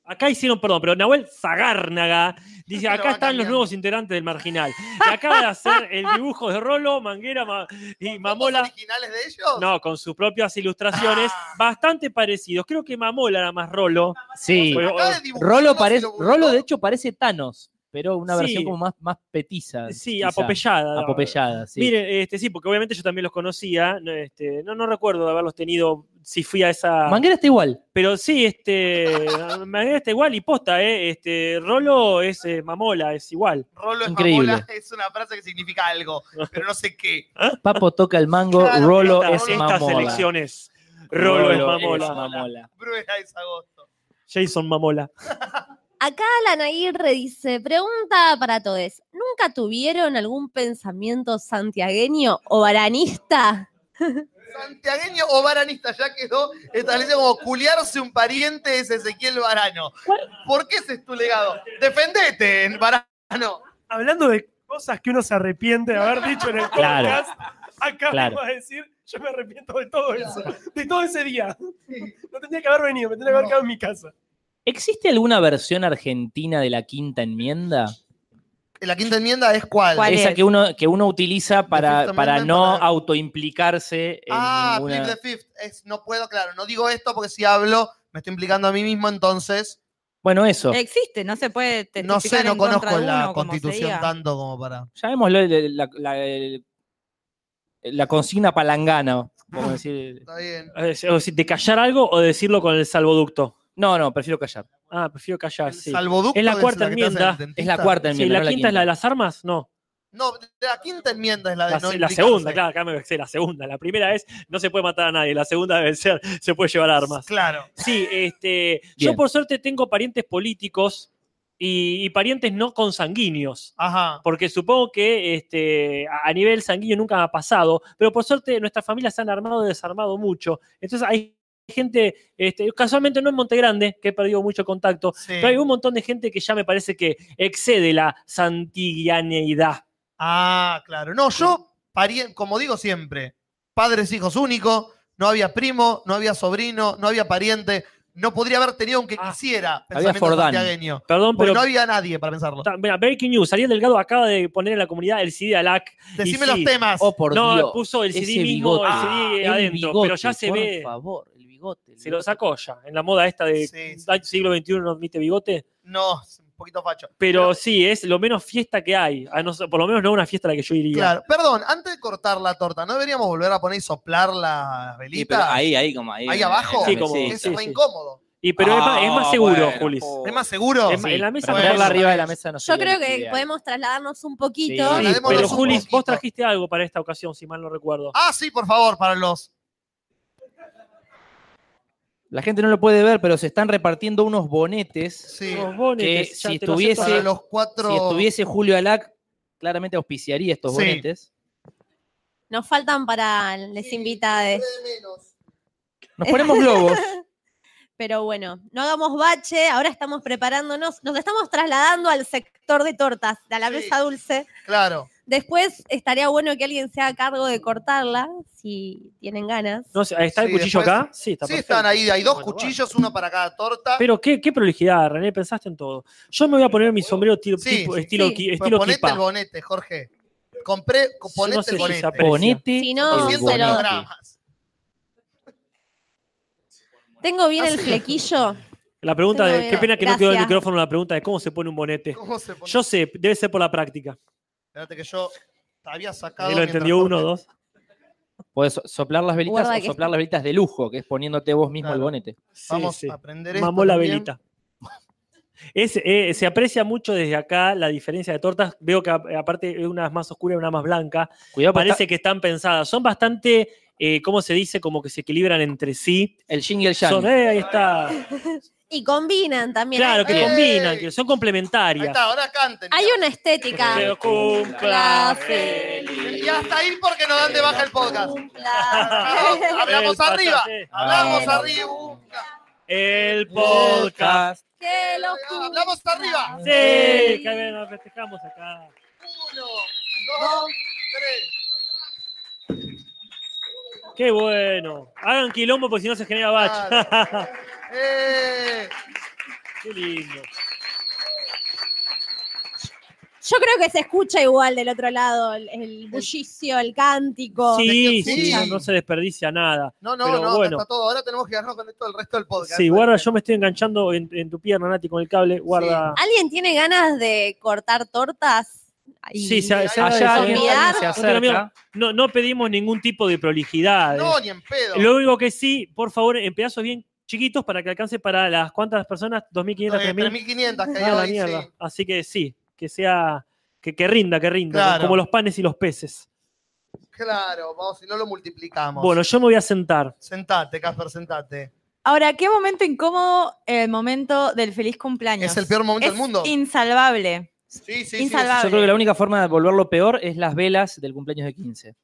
[SPEAKER 5] Acá hicieron, perdón, pero Nahuel Zagárnaga dice,
[SPEAKER 3] Pero
[SPEAKER 5] acá
[SPEAKER 3] va
[SPEAKER 5] están los
[SPEAKER 3] cambiando.
[SPEAKER 5] nuevos integrantes del Marginal. que acaba de hacer el dibujo de Rolo, Manguera Ma- y
[SPEAKER 3] ¿Fotos
[SPEAKER 5] Mamola.
[SPEAKER 3] originales de ellos?
[SPEAKER 5] No, con sus propias ilustraciones, bastante parecidos. Creo que Mamola era más Rolo.
[SPEAKER 9] Sí.
[SPEAKER 5] Pero- eh,
[SPEAKER 3] Acaba de dibujarlo,
[SPEAKER 9] Rolo,
[SPEAKER 3] se
[SPEAKER 9] parece,
[SPEAKER 3] lo burló.
[SPEAKER 9] Rolo, de hecho, parece Thanos, pero una
[SPEAKER 5] Sí.
[SPEAKER 9] versión como más, más petiza.
[SPEAKER 5] Sí,
[SPEAKER 9] quizá.
[SPEAKER 5] apopellada.
[SPEAKER 9] Apopellada, sí.
[SPEAKER 5] Miren, este, sí, porque obviamente yo también los conocía. no, Este, no, no recuerdo de haberlos tenido, si fui a esa...
[SPEAKER 9] Manguera está igual.
[SPEAKER 5] Pero sí, este, Manguera está igual y posta, ¿eh? Este, Rolo es eh, Mamola, es igual.
[SPEAKER 3] Rolo es
[SPEAKER 9] Increíble.
[SPEAKER 3] mamola, es una frase que significa algo, pero no sé qué.
[SPEAKER 9] Papo toca el mango,
[SPEAKER 3] Claro,
[SPEAKER 9] Rolo
[SPEAKER 3] esta-
[SPEAKER 9] es
[SPEAKER 5] es estas
[SPEAKER 9] mamola.
[SPEAKER 5] elecciones. Rolo, es mamola.
[SPEAKER 9] mamola.
[SPEAKER 3] Bruera es agosto.
[SPEAKER 5] Jason Mamola.
[SPEAKER 4] Acá Alan Aguirre dice, pregunta para todos, ¿nunca tuvieron algún pensamiento santiagueño o baranista?
[SPEAKER 3] Santiagueño o baranista, ya quedó establecido como culiarse un pariente es Ezequiel Barano. ¿Por qué ese es tu legado? Defendete, Barano.
[SPEAKER 12] hablando de cosas que uno se arrepiente de haber dicho en el
[SPEAKER 9] Claro.
[SPEAKER 12] podcast, acá
[SPEAKER 9] Claro.
[SPEAKER 12] vengo a decir, yo me arrepiento de todo eso, de todo ese día. No tendría que haber venido, me tendría que haber quedado en mi casa.
[SPEAKER 9] ¿Existe alguna versión argentina de la quinta enmienda?
[SPEAKER 3] La quinta enmienda es cuál.
[SPEAKER 8] ¿Cuál?
[SPEAKER 9] Esa
[SPEAKER 8] es?
[SPEAKER 9] que uno, que uno utiliza para,
[SPEAKER 3] Fifth
[SPEAKER 9] para
[SPEAKER 3] Amendment
[SPEAKER 9] no
[SPEAKER 3] para-
[SPEAKER 9] autoimplicarse en
[SPEAKER 3] Ah,
[SPEAKER 9] ninguna-
[SPEAKER 3] Flip the Fifth. Es, no puedo, claro, no digo esto porque si hablo me estoy implicando a mí mismo, entonces
[SPEAKER 9] Bueno, eso.
[SPEAKER 8] Existe, no se puede
[SPEAKER 3] no sé,
[SPEAKER 8] testificar
[SPEAKER 3] no
[SPEAKER 8] en contra
[SPEAKER 3] conozco
[SPEAKER 8] de
[SPEAKER 3] la
[SPEAKER 8] uno, como se
[SPEAKER 3] constitución
[SPEAKER 8] diga.
[SPEAKER 3] tanto como para.
[SPEAKER 9] Llamémoslo el- el- la, la- el- la consigna palangana. Como decir,
[SPEAKER 3] Está bien.
[SPEAKER 5] Eh, O decir, de callar algo o decirlo con el salvoducto.
[SPEAKER 9] No, no, prefiero callar.
[SPEAKER 5] Ah, prefiero callar, sí.
[SPEAKER 3] salvoducto
[SPEAKER 5] es la
[SPEAKER 3] es
[SPEAKER 5] cuarta
[SPEAKER 3] la que te hace
[SPEAKER 5] enmienda.
[SPEAKER 3] el dentista.
[SPEAKER 9] Es la cuarta
[SPEAKER 5] Sí,
[SPEAKER 9] enmienda,
[SPEAKER 5] la
[SPEAKER 9] no la
[SPEAKER 5] quinta es la
[SPEAKER 9] quinta.
[SPEAKER 5] de las armas, no.
[SPEAKER 3] No, la quinta enmienda es la de
[SPEAKER 5] La,
[SPEAKER 3] Ah, no
[SPEAKER 5] se- la
[SPEAKER 3] implicarse.
[SPEAKER 5] segunda, claro, acá me vexé, la segunda. La primera es no se puede matar a nadie, la segunda debe ser se puede llevar armas.
[SPEAKER 3] Claro.
[SPEAKER 5] Sí, este, yo
[SPEAKER 9] Bien.
[SPEAKER 5] por suerte tengo parientes políticos y, y parientes no consanguíneos.
[SPEAKER 3] Ajá.
[SPEAKER 5] Porque supongo que este, a a nivel sanguíneo nunca ha pasado, pero por suerte nuestras familias se han armado y desarmado mucho. Entonces hay gente, este, casualmente no en Montegrande, que he perdido mucho contacto, pero hay un montón de gente que ya me parece que excede la santiguianeidad.
[SPEAKER 3] Ah, claro. No, yo, parí- como digo siempre, padres, hijos únicos, no había primo, no había sobrino, no había pariente, no podría haber tenido aunque quisiera pensamiento
[SPEAKER 9] Fordán.
[SPEAKER 3] santiagueño.
[SPEAKER 5] Perdón,
[SPEAKER 3] Porque
[SPEAKER 5] Ah, pero
[SPEAKER 3] Pues no había nadie para pensarlo.
[SPEAKER 5] Ta- Mira, Breaking News, Ariel Delgado acaba de poner en la comunidad el CD Alac.
[SPEAKER 3] Decime los temas.
[SPEAKER 9] Oh, por
[SPEAKER 5] no,
[SPEAKER 9] Dios.
[SPEAKER 5] puso el CD
[SPEAKER 9] ese
[SPEAKER 5] mismo,
[SPEAKER 9] bigote.
[SPEAKER 5] el CD
[SPEAKER 9] Ah, el
[SPEAKER 5] adentro, pero ya
[SPEAKER 9] bigote,
[SPEAKER 5] se
[SPEAKER 9] por
[SPEAKER 5] ve,
[SPEAKER 9] favor, el bigote. el
[SPEAKER 5] se lo sacó ya, en la moda esta de
[SPEAKER 3] Sí, sí.
[SPEAKER 5] ah, siglo XXI no admite bigote.
[SPEAKER 3] No, es un poquito facho.
[SPEAKER 5] Pero sí, es lo menos fiesta que hay, A no ser- por lo menos no una fiesta a la que yo iría.
[SPEAKER 3] Claro, perdón, antes de cortar la torta, ¿no deberíamos volver a poner y soplar las
[SPEAKER 6] Sí,
[SPEAKER 3] velitas?
[SPEAKER 6] pero ahí, ahí, como ahí.
[SPEAKER 3] Ahí
[SPEAKER 6] en-
[SPEAKER 3] abajo.
[SPEAKER 6] en
[SPEAKER 5] Sí,
[SPEAKER 6] la
[SPEAKER 5] como-
[SPEAKER 6] mesita.
[SPEAKER 3] es
[SPEAKER 5] sí,
[SPEAKER 3] re
[SPEAKER 5] sí.
[SPEAKER 3] incómodo.
[SPEAKER 5] Y, pero es, más, es más
[SPEAKER 6] Ah,
[SPEAKER 5] seguro,
[SPEAKER 6] bueno,
[SPEAKER 5] Julis.
[SPEAKER 6] po.
[SPEAKER 3] ¿Es más seguro?
[SPEAKER 5] Es más- en la mesa
[SPEAKER 3] Bueno,
[SPEAKER 9] Ponerla
[SPEAKER 5] ponerla
[SPEAKER 9] arriba de la mesa no
[SPEAKER 4] Yo
[SPEAKER 9] sería
[SPEAKER 4] creo
[SPEAKER 9] ni
[SPEAKER 4] que
[SPEAKER 9] idea.
[SPEAKER 4] podemos trasladarnos un
[SPEAKER 5] Sí,
[SPEAKER 4] poquito.
[SPEAKER 9] Sí,
[SPEAKER 3] Hablaremos
[SPEAKER 5] pero
[SPEAKER 3] los un
[SPEAKER 5] Julis,
[SPEAKER 3] poquito.
[SPEAKER 5] vos trajiste algo para esta ocasión, si mal no recuerdo.
[SPEAKER 3] Ah, sí, por favor, para los.
[SPEAKER 9] La gente no lo puede ver, pero se están repartiendo unos bonetes.
[SPEAKER 3] Sí.
[SPEAKER 5] Los bonetes,
[SPEAKER 9] que
[SPEAKER 5] ya
[SPEAKER 9] si
[SPEAKER 5] te los acepto.
[SPEAKER 3] Para
[SPEAKER 9] estuviese-
[SPEAKER 3] los cuatro.
[SPEAKER 9] Si estuviese Julio Alac, claramente auspiciaría estos
[SPEAKER 3] Sí.
[SPEAKER 9] bonetes.
[SPEAKER 4] Nos faltan para les invitades.
[SPEAKER 9] Nos ponemos globos.
[SPEAKER 4] Pero bueno, no hagamos bache, ahora estamos preparándonos, nos estamos trasladando al sector de tortas, de la
[SPEAKER 3] Sí.
[SPEAKER 4] mesa dulce.
[SPEAKER 3] Claro.
[SPEAKER 4] Después estaría bueno que alguien se haga cargo de cortarla, si tienen ganas.
[SPEAKER 5] No sé, ¿Está el
[SPEAKER 3] Sí,
[SPEAKER 5] cuchillo
[SPEAKER 3] después-
[SPEAKER 5] acá? Sí, está
[SPEAKER 3] sí,
[SPEAKER 5] perfecto.
[SPEAKER 3] están ahí. Hay dos
[SPEAKER 5] Bueno, bueno.
[SPEAKER 3] cuchillos, uno para cada torta.
[SPEAKER 5] Pero qué, qué prolijidad, René, pensaste en todo. Yo me voy a poner mi sombrero tipo-
[SPEAKER 3] Sí,
[SPEAKER 5] tipo-
[SPEAKER 3] sí,
[SPEAKER 5] estilo,
[SPEAKER 4] sí.
[SPEAKER 5] qui-
[SPEAKER 3] Pero
[SPEAKER 5] estilo
[SPEAKER 3] ponete
[SPEAKER 5] kipa.
[SPEAKER 3] el bonete, Jorge. Compré, ponete
[SPEAKER 5] no sé
[SPEAKER 3] el
[SPEAKER 5] si se
[SPEAKER 3] bonete.
[SPEAKER 5] aprecia.
[SPEAKER 9] Bonete.
[SPEAKER 4] Si no,
[SPEAKER 9] y
[SPEAKER 4] se
[SPEAKER 3] 200
[SPEAKER 4] lo-
[SPEAKER 9] bonete.
[SPEAKER 3] gramas.
[SPEAKER 4] Tengo bien el flequillo.
[SPEAKER 5] La pregunta
[SPEAKER 4] Tengo
[SPEAKER 5] de, qué
[SPEAKER 4] miedo.
[SPEAKER 5] pena que no quedó el
[SPEAKER 4] Gracias.
[SPEAKER 5] micrófono la pregunta de cómo se pone un bonete.
[SPEAKER 3] ¿Cómo se pone?
[SPEAKER 5] Yo sé, debe ser por la práctica.
[SPEAKER 3] Espérate que yo te había sacado.
[SPEAKER 5] Ahí lo
[SPEAKER 3] mientras
[SPEAKER 5] entendió uno o
[SPEAKER 3] Jorge-
[SPEAKER 5] dos.
[SPEAKER 9] Podés so- soplar las velitas
[SPEAKER 4] Guarda
[SPEAKER 9] o
[SPEAKER 4] que
[SPEAKER 9] soplar las velitas de lujo, que es poniéndote vos mismo el
[SPEAKER 3] Claro.
[SPEAKER 9] bonete.
[SPEAKER 5] Sí,
[SPEAKER 3] Vamos
[SPEAKER 5] sí.
[SPEAKER 3] a aprender esto.
[SPEAKER 5] Mamó la
[SPEAKER 3] también.
[SPEAKER 5] velita. Es, eh, se aprecia mucho desde acá la diferencia de tortas. Veo que a- aparte una es más oscura y una más blanca.
[SPEAKER 9] Cuidado, porque
[SPEAKER 5] Parece que están pensadas. Son bastante, eh, ¿cómo se dice? Como que se equilibran entre sí.
[SPEAKER 9] está el yin y el yang.
[SPEAKER 5] Son, eh, ahí está.
[SPEAKER 4] Y combinan también.
[SPEAKER 5] Claro,
[SPEAKER 4] hay,
[SPEAKER 5] que
[SPEAKER 3] ¡Ey!
[SPEAKER 5] combinan, que son
[SPEAKER 3] eh, Ahí
[SPEAKER 5] complementarias.
[SPEAKER 3] está, ahora canten.
[SPEAKER 4] hay una estética.
[SPEAKER 5] Que cumpla
[SPEAKER 4] feliz.
[SPEAKER 3] Y hasta ahí porque nos dan de baja el podcast.
[SPEAKER 4] Cumpla.
[SPEAKER 3] Hablamos
[SPEAKER 5] El patate.
[SPEAKER 3] arriba. Hablamos
[SPEAKER 4] Ah.
[SPEAKER 3] arriba.
[SPEAKER 5] el podcast.
[SPEAKER 4] Que lo
[SPEAKER 3] Hablamos arriba.
[SPEAKER 5] Sí, que bien, lo festejamos acá.
[SPEAKER 3] Uno, dos, tres.
[SPEAKER 5] Qué bueno. Hagan quilombo porque si no se genera bacha.
[SPEAKER 3] ¡Eh!
[SPEAKER 5] Qué lindo.
[SPEAKER 4] Yo creo que se escucha igual del otro lado el, el bullicio, el cántico.
[SPEAKER 5] Sí,
[SPEAKER 3] Sí.
[SPEAKER 5] sí, no, no se desperdicia nada.
[SPEAKER 3] No, no,
[SPEAKER 5] Pero
[SPEAKER 3] no,
[SPEAKER 5] bueno.
[SPEAKER 3] está todo. Ahora tenemos que quedarnos con esto el resto del podcast.
[SPEAKER 5] Sí, guarda, yo me estoy enganchando en, en tu pierna, Nati, con el cable. Guarda.
[SPEAKER 4] ¿Alguien tiene ganas de cortar tortas? Ay.
[SPEAKER 5] Sí, se, se-
[SPEAKER 9] Allá alguien,
[SPEAKER 4] Olvidar.
[SPEAKER 9] alguien se
[SPEAKER 5] Porque, amigo,
[SPEAKER 9] acerca.
[SPEAKER 5] no, no pedimos ningún tipo de prolijidad.
[SPEAKER 3] No, ni en pedo.
[SPEAKER 5] Lo único que sí, por favor, en pedazos bien chiquitos para que alcance para las cuantas personas, 2.500,
[SPEAKER 3] Eh,
[SPEAKER 5] 3.000.
[SPEAKER 3] 3.500 que
[SPEAKER 5] Ah, la
[SPEAKER 3] hay ahí,
[SPEAKER 5] mierda.
[SPEAKER 3] sí.
[SPEAKER 5] Así que sí, que sea, que, que rinda, que rinda,
[SPEAKER 3] Claro.
[SPEAKER 5] como los panes y los peces.
[SPEAKER 3] Claro, vamos, si no lo multiplicamos.
[SPEAKER 5] Bueno, yo me voy a sentar.
[SPEAKER 3] Sentate, Casper, sentate.
[SPEAKER 8] Ahora, qué momento incómodo el momento del feliz cumpleaños.
[SPEAKER 3] Es el peor momento
[SPEAKER 8] Es
[SPEAKER 3] del mundo.
[SPEAKER 8] Insalvable.
[SPEAKER 3] Sí, sí, sí.
[SPEAKER 8] insalvable.
[SPEAKER 9] Yo creo que la única forma de volverlo peor es las velas del cumpleaños de 15.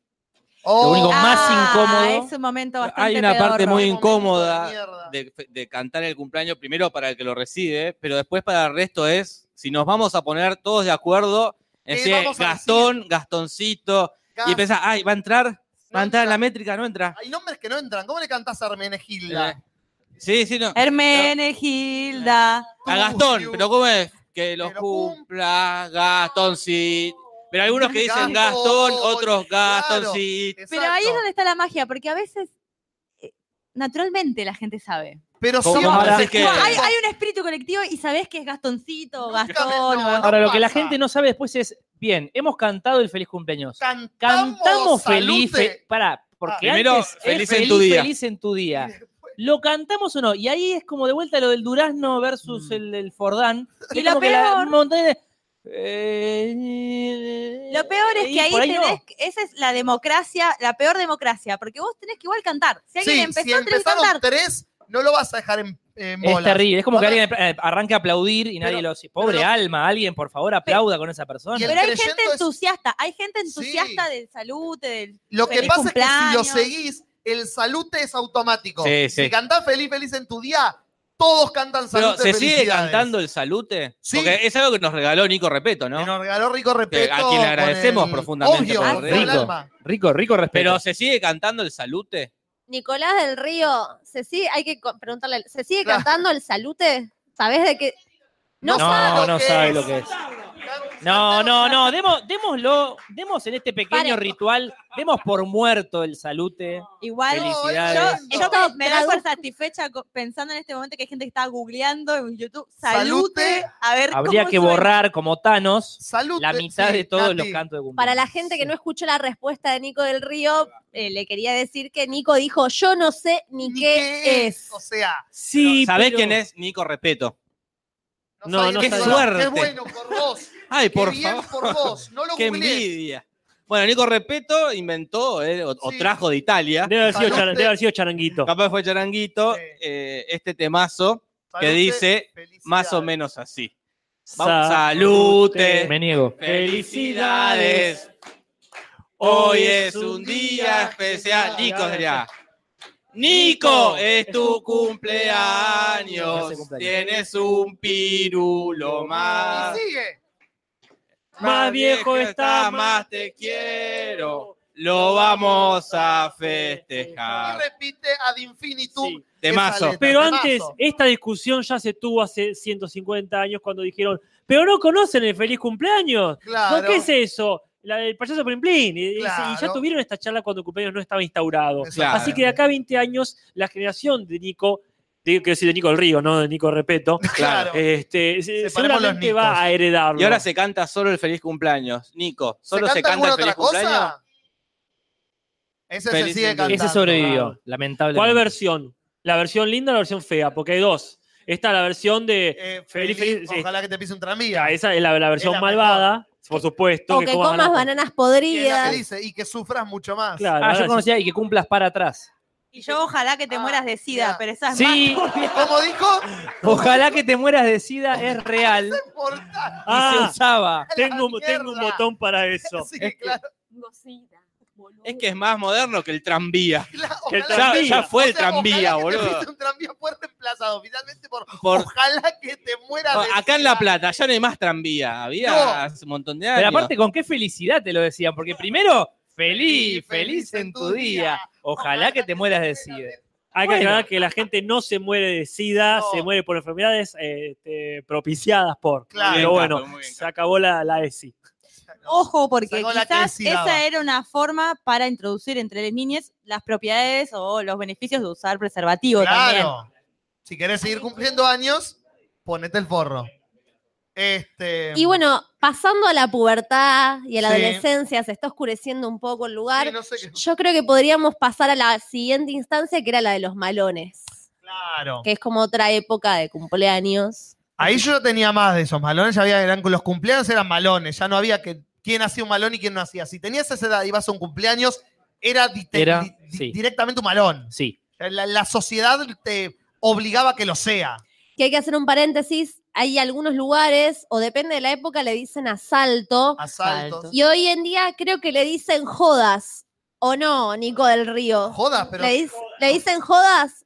[SPEAKER 3] Oh,
[SPEAKER 9] Lo único más
[SPEAKER 8] Ah,
[SPEAKER 9] incómodo.
[SPEAKER 8] Es un momento bastante
[SPEAKER 6] Hay una parte
[SPEAKER 8] pedorro.
[SPEAKER 6] muy
[SPEAKER 3] Momento de mierda.
[SPEAKER 6] incómoda de, de cantar el cumpleaños primero para el que lo recibe, pero después para el resto es, si nos vamos a poner todos de acuerdo,
[SPEAKER 3] ¿Qué
[SPEAKER 6] ese
[SPEAKER 3] vamos a
[SPEAKER 6] Gastón, Gastoncito, y
[SPEAKER 3] Gas-
[SPEAKER 6] pensás, ay, va a entrar, va
[SPEAKER 3] no
[SPEAKER 6] a entrar en la
[SPEAKER 3] entra.
[SPEAKER 6] métrica, no entra.
[SPEAKER 3] Hay nombres que no entran. ¿Cómo le cantás a
[SPEAKER 6] Eh,
[SPEAKER 3] Hermenegilda?
[SPEAKER 6] Sí, sí, no.
[SPEAKER 8] Hermenegilda.
[SPEAKER 6] A
[SPEAKER 3] Tú,
[SPEAKER 6] Gastón, pero ¿cómo es? Que los
[SPEAKER 3] lo
[SPEAKER 6] cumpla, Gastoncito. Pero algunos que dicen
[SPEAKER 3] Gastón,
[SPEAKER 6] Gastón, otros
[SPEAKER 3] claro.
[SPEAKER 6] Gastoncito.
[SPEAKER 8] Pero ahí es
[SPEAKER 3] Exacto.
[SPEAKER 8] donde está la magia, porque a veces, eh, naturalmente, la gente sabe.
[SPEAKER 3] Pero
[SPEAKER 6] ¿Cómo
[SPEAKER 3] siempre
[SPEAKER 9] ahora?
[SPEAKER 3] se
[SPEAKER 6] Es que-
[SPEAKER 8] No,
[SPEAKER 3] escucha.
[SPEAKER 8] hay, hay un espíritu colectivo y sabés que es Gastoncito, o
[SPEAKER 3] Nunca
[SPEAKER 8] Gastón.
[SPEAKER 3] me- no,
[SPEAKER 8] o-
[SPEAKER 3] no.
[SPEAKER 9] Ahora, lo que la
[SPEAKER 3] pasa.
[SPEAKER 9] gente no sabe después es, bien, hemos cantado el feliz cumpleaños.
[SPEAKER 3] Cantamos,
[SPEAKER 9] Cantamos feliz.
[SPEAKER 3] salute.
[SPEAKER 9] para, Porque
[SPEAKER 6] Primero,
[SPEAKER 9] antes es
[SPEAKER 6] feliz en tu día.
[SPEAKER 9] Feliz en tu día. ¿Lo cantamos o no? Y ahí es como de vuelta lo del Durazno versus el del Fordán.
[SPEAKER 8] Y
[SPEAKER 9] es
[SPEAKER 8] lo
[SPEAKER 9] como que la
[SPEAKER 8] peor-
[SPEAKER 9] montaña de-
[SPEAKER 8] Lo peor es
[SPEAKER 9] Y
[SPEAKER 8] que ahí,
[SPEAKER 9] Eh, por ahí
[SPEAKER 8] tenés,
[SPEAKER 9] no.
[SPEAKER 8] esa es la democracia, la peor democracia, porque vos tenés que igual cantar. Si alguien
[SPEAKER 3] Sí,
[SPEAKER 8] empezó,
[SPEAKER 3] si
[SPEAKER 8] tenés que
[SPEAKER 3] empezaron
[SPEAKER 8] cantar.
[SPEAKER 3] tres, no lo vas a dejar en, en
[SPEAKER 9] Es
[SPEAKER 3] bolas.
[SPEAKER 9] terrible. Es como que
[SPEAKER 3] Ahora,
[SPEAKER 9] alguien eh, arranque a aplaudir y nadie lo. Pobre alma, alguien, por favor, aplauda con esa persona.
[SPEAKER 8] Pero hay gente entusiasta, hay gente entusiasta del salud, del
[SPEAKER 3] Lo que
[SPEAKER 8] feliz
[SPEAKER 3] pasa es que si
[SPEAKER 8] cumpleaños.
[SPEAKER 3] lo seguís, el salute es automático.
[SPEAKER 6] Sí, sí.
[SPEAKER 3] Si cantás feliz, feliz en tu día, todos cantan
[SPEAKER 6] Pero,
[SPEAKER 3] salute.
[SPEAKER 6] ¿se sigue
[SPEAKER 3] felicidades.
[SPEAKER 6] cantando el salute? Porque es algo que nos regaló Nico Repeto, ¿no?
[SPEAKER 3] nos regaló Rico Repeto.
[SPEAKER 6] a quien le
[SPEAKER 3] con
[SPEAKER 6] agradecemos
[SPEAKER 3] el-
[SPEAKER 6] profundamente.
[SPEAKER 3] Obvio,
[SPEAKER 6] por
[SPEAKER 3] con
[SPEAKER 6] eso.
[SPEAKER 3] el alma.
[SPEAKER 9] Rico, rico respeto.
[SPEAKER 6] Pero ¿se sigue cantando el salute?
[SPEAKER 4] Nicolás del Río, se sigue, hay que co- preguntarle, ¿se
[SPEAKER 8] Ah.
[SPEAKER 4] sigue cantando el salute? ¿Sabés de qué? No,
[SPEAKER 9] no,
[SPEAKER 4] sabe lo
[SPEAKER 9] no
[SPEAKER 4] que
[SPEAKER 9] sabe
[SPEAKER 4] es.
[SPEAKER 9] lo que es. No, no, no, demos, démoslo, demos en este pequeño
[SPEAKER 8] Paren.
[SPEAKER 9] ritual, demos por muerto el salute.
[SPEAKER 8] Igual
[SPEAKER 9] Felicidades.
[SPEAKER 8] yo, yo me da por satisfecha co- pensando en este momento que hay gente que está googleando en YouTube. Salute,
[SPEAKER 4] Salute.
[SPEAKER 8] a ver
[SPEAKER 9] Habría
[SPEAKER 8] cómo
[SPEAKER 9] que
[SPEAKER 8] suena.
[SPEAKER 9] borrar como Thanos
[SPEAKER 3] eh,
[SPEAKER 9] la mitad
[SPEAKER 8] sí,
[SPEAKER 9] de todos
[SPEAKER 8] Nati.
[SPEAKER 9] los cantos de cumpleaños.
[SPEAKER 4] Para la gente que no escuchó la respuesta de Nico del Río, eh, le quería decir que Nico dijo, yo no sé ni, qué, es.
[SPEAKER 3] O sea,
[SPEAKER 9] Sí,
[SPEAKER 6] ¿Sabés
[SPEAKER 9] pero-
[SPEAKER 6] quién es Nico Repeto?
[SPEAKER 9] No, no
[SPEAKER 6] ¡Qué
[SPEAKER 9] sabe.
[SPEAKER 6] suerte!
[SPEAKER 3] qué bueno por vos.
[SPEAKER 6] Ay,
[SPEAKER 3] qué
[SPEAKER 6] por
[SPEAKER 3] bien
[SPEAKER 6] favor.
[SPEAKER 3] por vos. No lo
[SPEAKER 6] ¡Qué
[SPEAKER 3] googlees.
[SPEAKER 6] envidia! Bueno, Nico Repeto inventó eh, o, o
[SPEAKER 3] Sí.
[SPEAKER 6] trajo de Italia.
[SPEAKER 5] Debe haber, sido
[SPEAKER 6] Salute.
[SPEAKER 5] charan- debe haber sido charanguito.
[SPEAKER 6] Capaz fue Charanguito eh, este temazo que
[SPEAKER 3] eh,
[SPEAKER 5] Salute,
[SPEAKER 6] dice más o menos así. Vamos,
[SPEAKER 5] Salute.
[SPEAKER 6] salute.
[SPEAKER 9] Me niego.
[SPEAKER 6] Felicidades. Hoy es un día especial. Nico sería. Nico, es tu cumpleaños. Tienes un pirulo más.
[SPEAKER 3] Sigue.
[SPEAKER 6] Más viejo está, más te quiero. Lo vamos a
[SPEAKER 3] Y
[SPEAKER 6] festejar.
[SPEAKER 3] repite ad infinitum. esa
[SPEAKER 6] Temazo.
[SPEAKER 3] letra,
[SPEAKER 5] Pero
[SPEAKER 3] temazo.
[SPEAKER 5] antes, esta discusión ya se tuvo hace 150 años cuando dijeron, pero no conocen el feliz cumpleaños.
[SPEAKER 3] Claro.
[SPEAKER 5] ¿No, ¿Qué es eso? La del payaso Plin Plin. Y, y- y
[SPEAKER 3] Claro.
[SPEAKER 5] ya tuvieron esta charla cuando el cumpleaños no estaba instaurado.
[SPEAKER 6] Exacto.
[SPEAKER 5] Así que de acá a 20 años, la generación de Nico, de, quiero decir de Nico del Río, no de Nico Repeto,
[SPEAKER 6] Claro. Eh,
[SPEAKER 5] este, se-
[SPEAKER 6] Separemos los
[SPEAKER 5] seguramente
[SPEAKER 6] Nicos.
[SPEAKER 5] va a heredarlo.
[SPEAKER 6] Y ahora se canta solo el feliz cumpleaños. Nico, solo se canta,
[SPEAKER 3] alguna
[SPEAKER 6] el feliz
[SPEAKER 3] otra cosa?
[SPEAKER 6] cumpleaños.
[SPEAKER 3] Ese se
[SPEAKER 6] Feliz
[SPEAKER 3] sigue
[SPEAKER 6] en-
[SPEAKER 3] cantando.
[SPEAKER 5] Ese sobrevivió,
[SPEAKER 9] lamentablemente.
[SPEAKER 5] ¿Cuál versión? ¿La versión linda o la versión fea? Porque hay dos. Está la versión de
[SPEAKER 3] Eh,
[SPEAKER 5] Feliz,
[SPEAKER 3] feliz,
[SPEAKER 5] feliz, sí.
[SPEAKER 3] ojalá que te pise un tranvía.
[SPEAKER 5] Ya, esa es la, la versión
[SPEAKER 3] Es la
[SPEAKER 5] malvada, por supuesto.
[SPEAKER 4] O que comas bananas,
[SPEAKER 3] Y es la
[SPEAKER 4] podridas.
[SPEAKER 3] que dice, y que sufras mucho más.
[SPEAKER 5] Claro,
[SPEAKER 9] Ah,
[SPEAKER 5] ahora
[SPEAKER 9] yo
[SPEAKER 5] sí.
[SPEAKER 9] conocía y que cumplas para atrás.
[SPEAKER 8] Y yo ojalá
[SPEAKER 3] Ah.
[SPEAKER 8] que te mueras de sida, pero esa
[SPEAKER 4] Ah,
[SPEAKER 8] es
[SPEAKER 9] Sí.
[SPEAKER 8] más turbia.
[SPEAKER 3] Como dijo,
[SPEAKER 9] Ojalá que te mueras de sida es real y
[SPEAKER 3] portal.
[SPEAKER 5] Ah,
[SPEAKER 9] se usaba.
[SPEAKER 5] tengo, un-
[SPEAKER 3] la
[SPEAKER 5] tengo un
[SPEAKER 3] mierda.
[SPEAKER 5] botón para eso.
[SPEAKER 3] Sí, claro.
[SPEAKER 6] Es que es más moderno que el tranvía.
[SPEAKER 3] claro,
[SPEAKER 5] Que el
[SPEAKER 3] ojalá
[SPEAKER 6] Ya,
[SPEAKER 5] tranvía.
[SPEAKER 6] ya fue el
[SPEAKER 3] sea,
[SPEAKER 6] tranvía,
[SPEAKER 3] ojalá que te
[SPEAKER 6] boludo.
[SPEAKER 3] pise un tranvía fue reemplazado finalmente por,
[SPEAKER 6] Por-
[SPEAKER 3] ojalá que te mueras de
[SPEAKER 6] Ah, Acá en La Plata ya no hay más tranvía. Había
[SPEAKER 3] No.
[SPEAKER 6] hace un montón de años.
[SPEAKER 9] Pero aparte, con qué felicidad te lo decían, porque primero, feliz, feliz en tu día. Ojalá que te mueras de sida.
[SPEAKER 5] Hay que
[SPEAKER 9] Bueno.
[SPEAKER 5] aclarar que la gente no se muere de sida,
[SPEAKER 3] No.
[SPEAKER 5] se muere por enfermedades eh, este, propiciadas por.
[SPEAKER 3] Claro.
[SPEAKER 5] Pero
[SPEAKER 6] Muy bien,
[SPEAKER 5] bueno,
[SPEAKER 6] Capo, muy bien,
[SPEAKER 5] se acabó la, la ESI.
[SPEAKER 8] Ojo, porque
[SPEAKER 3] Sacó la que
[SPEAKER 8] quizás
[SPEAKER 3] sí daba.
[SPEAKER 8] esa era una forma para introducir entre las niñas las propiedades o los beneficios de usar preservativo también.
[SPEAKER 3] Claro. Si querés seguir cumpliendo años, ponete el forro. Este,
[SPEAKER 4] Y bueno, pasando a la pubertad y a la
[SPEAKER 3] Sí.
[SPEAKER 4] adolescencia, se está oscureciendo un poco el lugar.
[SPEAKER 3] sí, no sé qué-
[SPEAKER 4] Yo creo que podríamos pasar a la siguiente instancia, que era la de los malones,
[SPEAKER 3] Claro.
[SPEAKER 4] que es como otra época de cumpleaños.
[SPEAKER 3] Ahí yo no tenía más de esos malones, ya había eran, los cumpleaños eran malones, ya no había que quién hacía un malón y quién no hacía. Si tenías esa edad y ibas a un cumpleaños, era, di- te-
[SPEAKER 9] Era,
[SPEAKER 3] di- di-
[SPEAKER 9] sí.
[SPEAKER 3] directamente un malón.
[SPEAKER 9] Sí.
[SPEAKER 3] La, la sociedad te obligaba a que lo sea.
[SPEAKER 4] Que hay que hacer un paréntesis, hay algunos lugares, o depende de la época, le dicen asalto.
[SPEAKER 3] Asaltos.
[SPEAKER 4] Y hoy en día creo que le dicen jodas, ¿o no, Nico del Río?
[SPEAKER 3] Jodas, pero.
[SPEAKER 4] ¿Le, dic- le dicen jodas?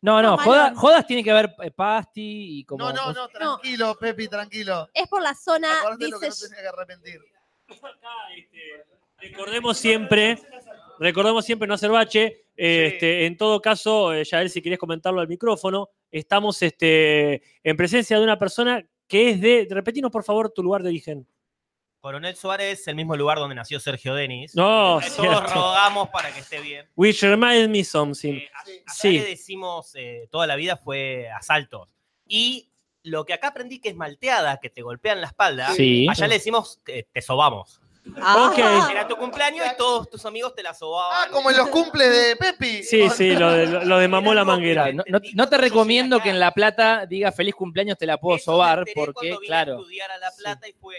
[SPEAKER 9] No,
[SPEAKER 4] No,
[SPEAKER 9] no, joda-
[SPEAKER 4] Marón.
[SPEAKER 9] jodas tiene que ver eh, pasti y como.
[SPEAKER 3] No, no,
[SPEAKER 9] cosas-
[SPEAKER 3] no, tranquilo, Pepi, tranquilo.
[SPEAKER 4] Es por la zona,
[SPEAKER 3] Acordate lo que
[SPEAKER 4] dice...
[SPEAKER 3] no tenía que arrepentir.
[SPEAKER 5] este, Recordemos siempre, recordemos siempre no hacer bache. Eh,
[SPEAKER 3] Sí.
[SPEAKER 5] este, en todo caso, eh, Yael, si querés comentarlo al micrófono, estamos este, en presencia de una persona que es de. Repetinos, por favor, tu lugar de origen.
[SPEAKER 13] Coronel Suárez, el mismo lugar donde nació Sergio Denis.
[SPEAKER 5] No,
[SPEAKER 13] Todos
[SPEAKER 5] cierto.
[SPEAKER 13] rogamos para que esté bien.
[SPEAKER 5] Which reminds me something.
[SPEAKER 13] Acá
[SPEAKER 5] Sí.
[SPEAKER 13] le decimos eh, toda la vida fue asaltos. Y lo que acá aprendí que es malteada, que te golpean la espalda,
[SPEAKER 9] Sí.
[SPEAKER 13] allá le decimos que te sobamos.
[SPEAKER 4] Ah. Ok.
[SPEAKER 13] Era tu cumpleaños y todos tus amigos te la sobaban.
[SPEAKER 3] Ah, como en los cumples de Pepi.
[SPEAKER 5] Sí, sí, lo de, lo de mamó la manguera.
[SPEAKER 9] No, no- no te recomiendo que en La Plata diga feliz cumpleaños, te la puedo sobar, porque, claro.
[SPEAKER 13] estudiar a La Plata y fue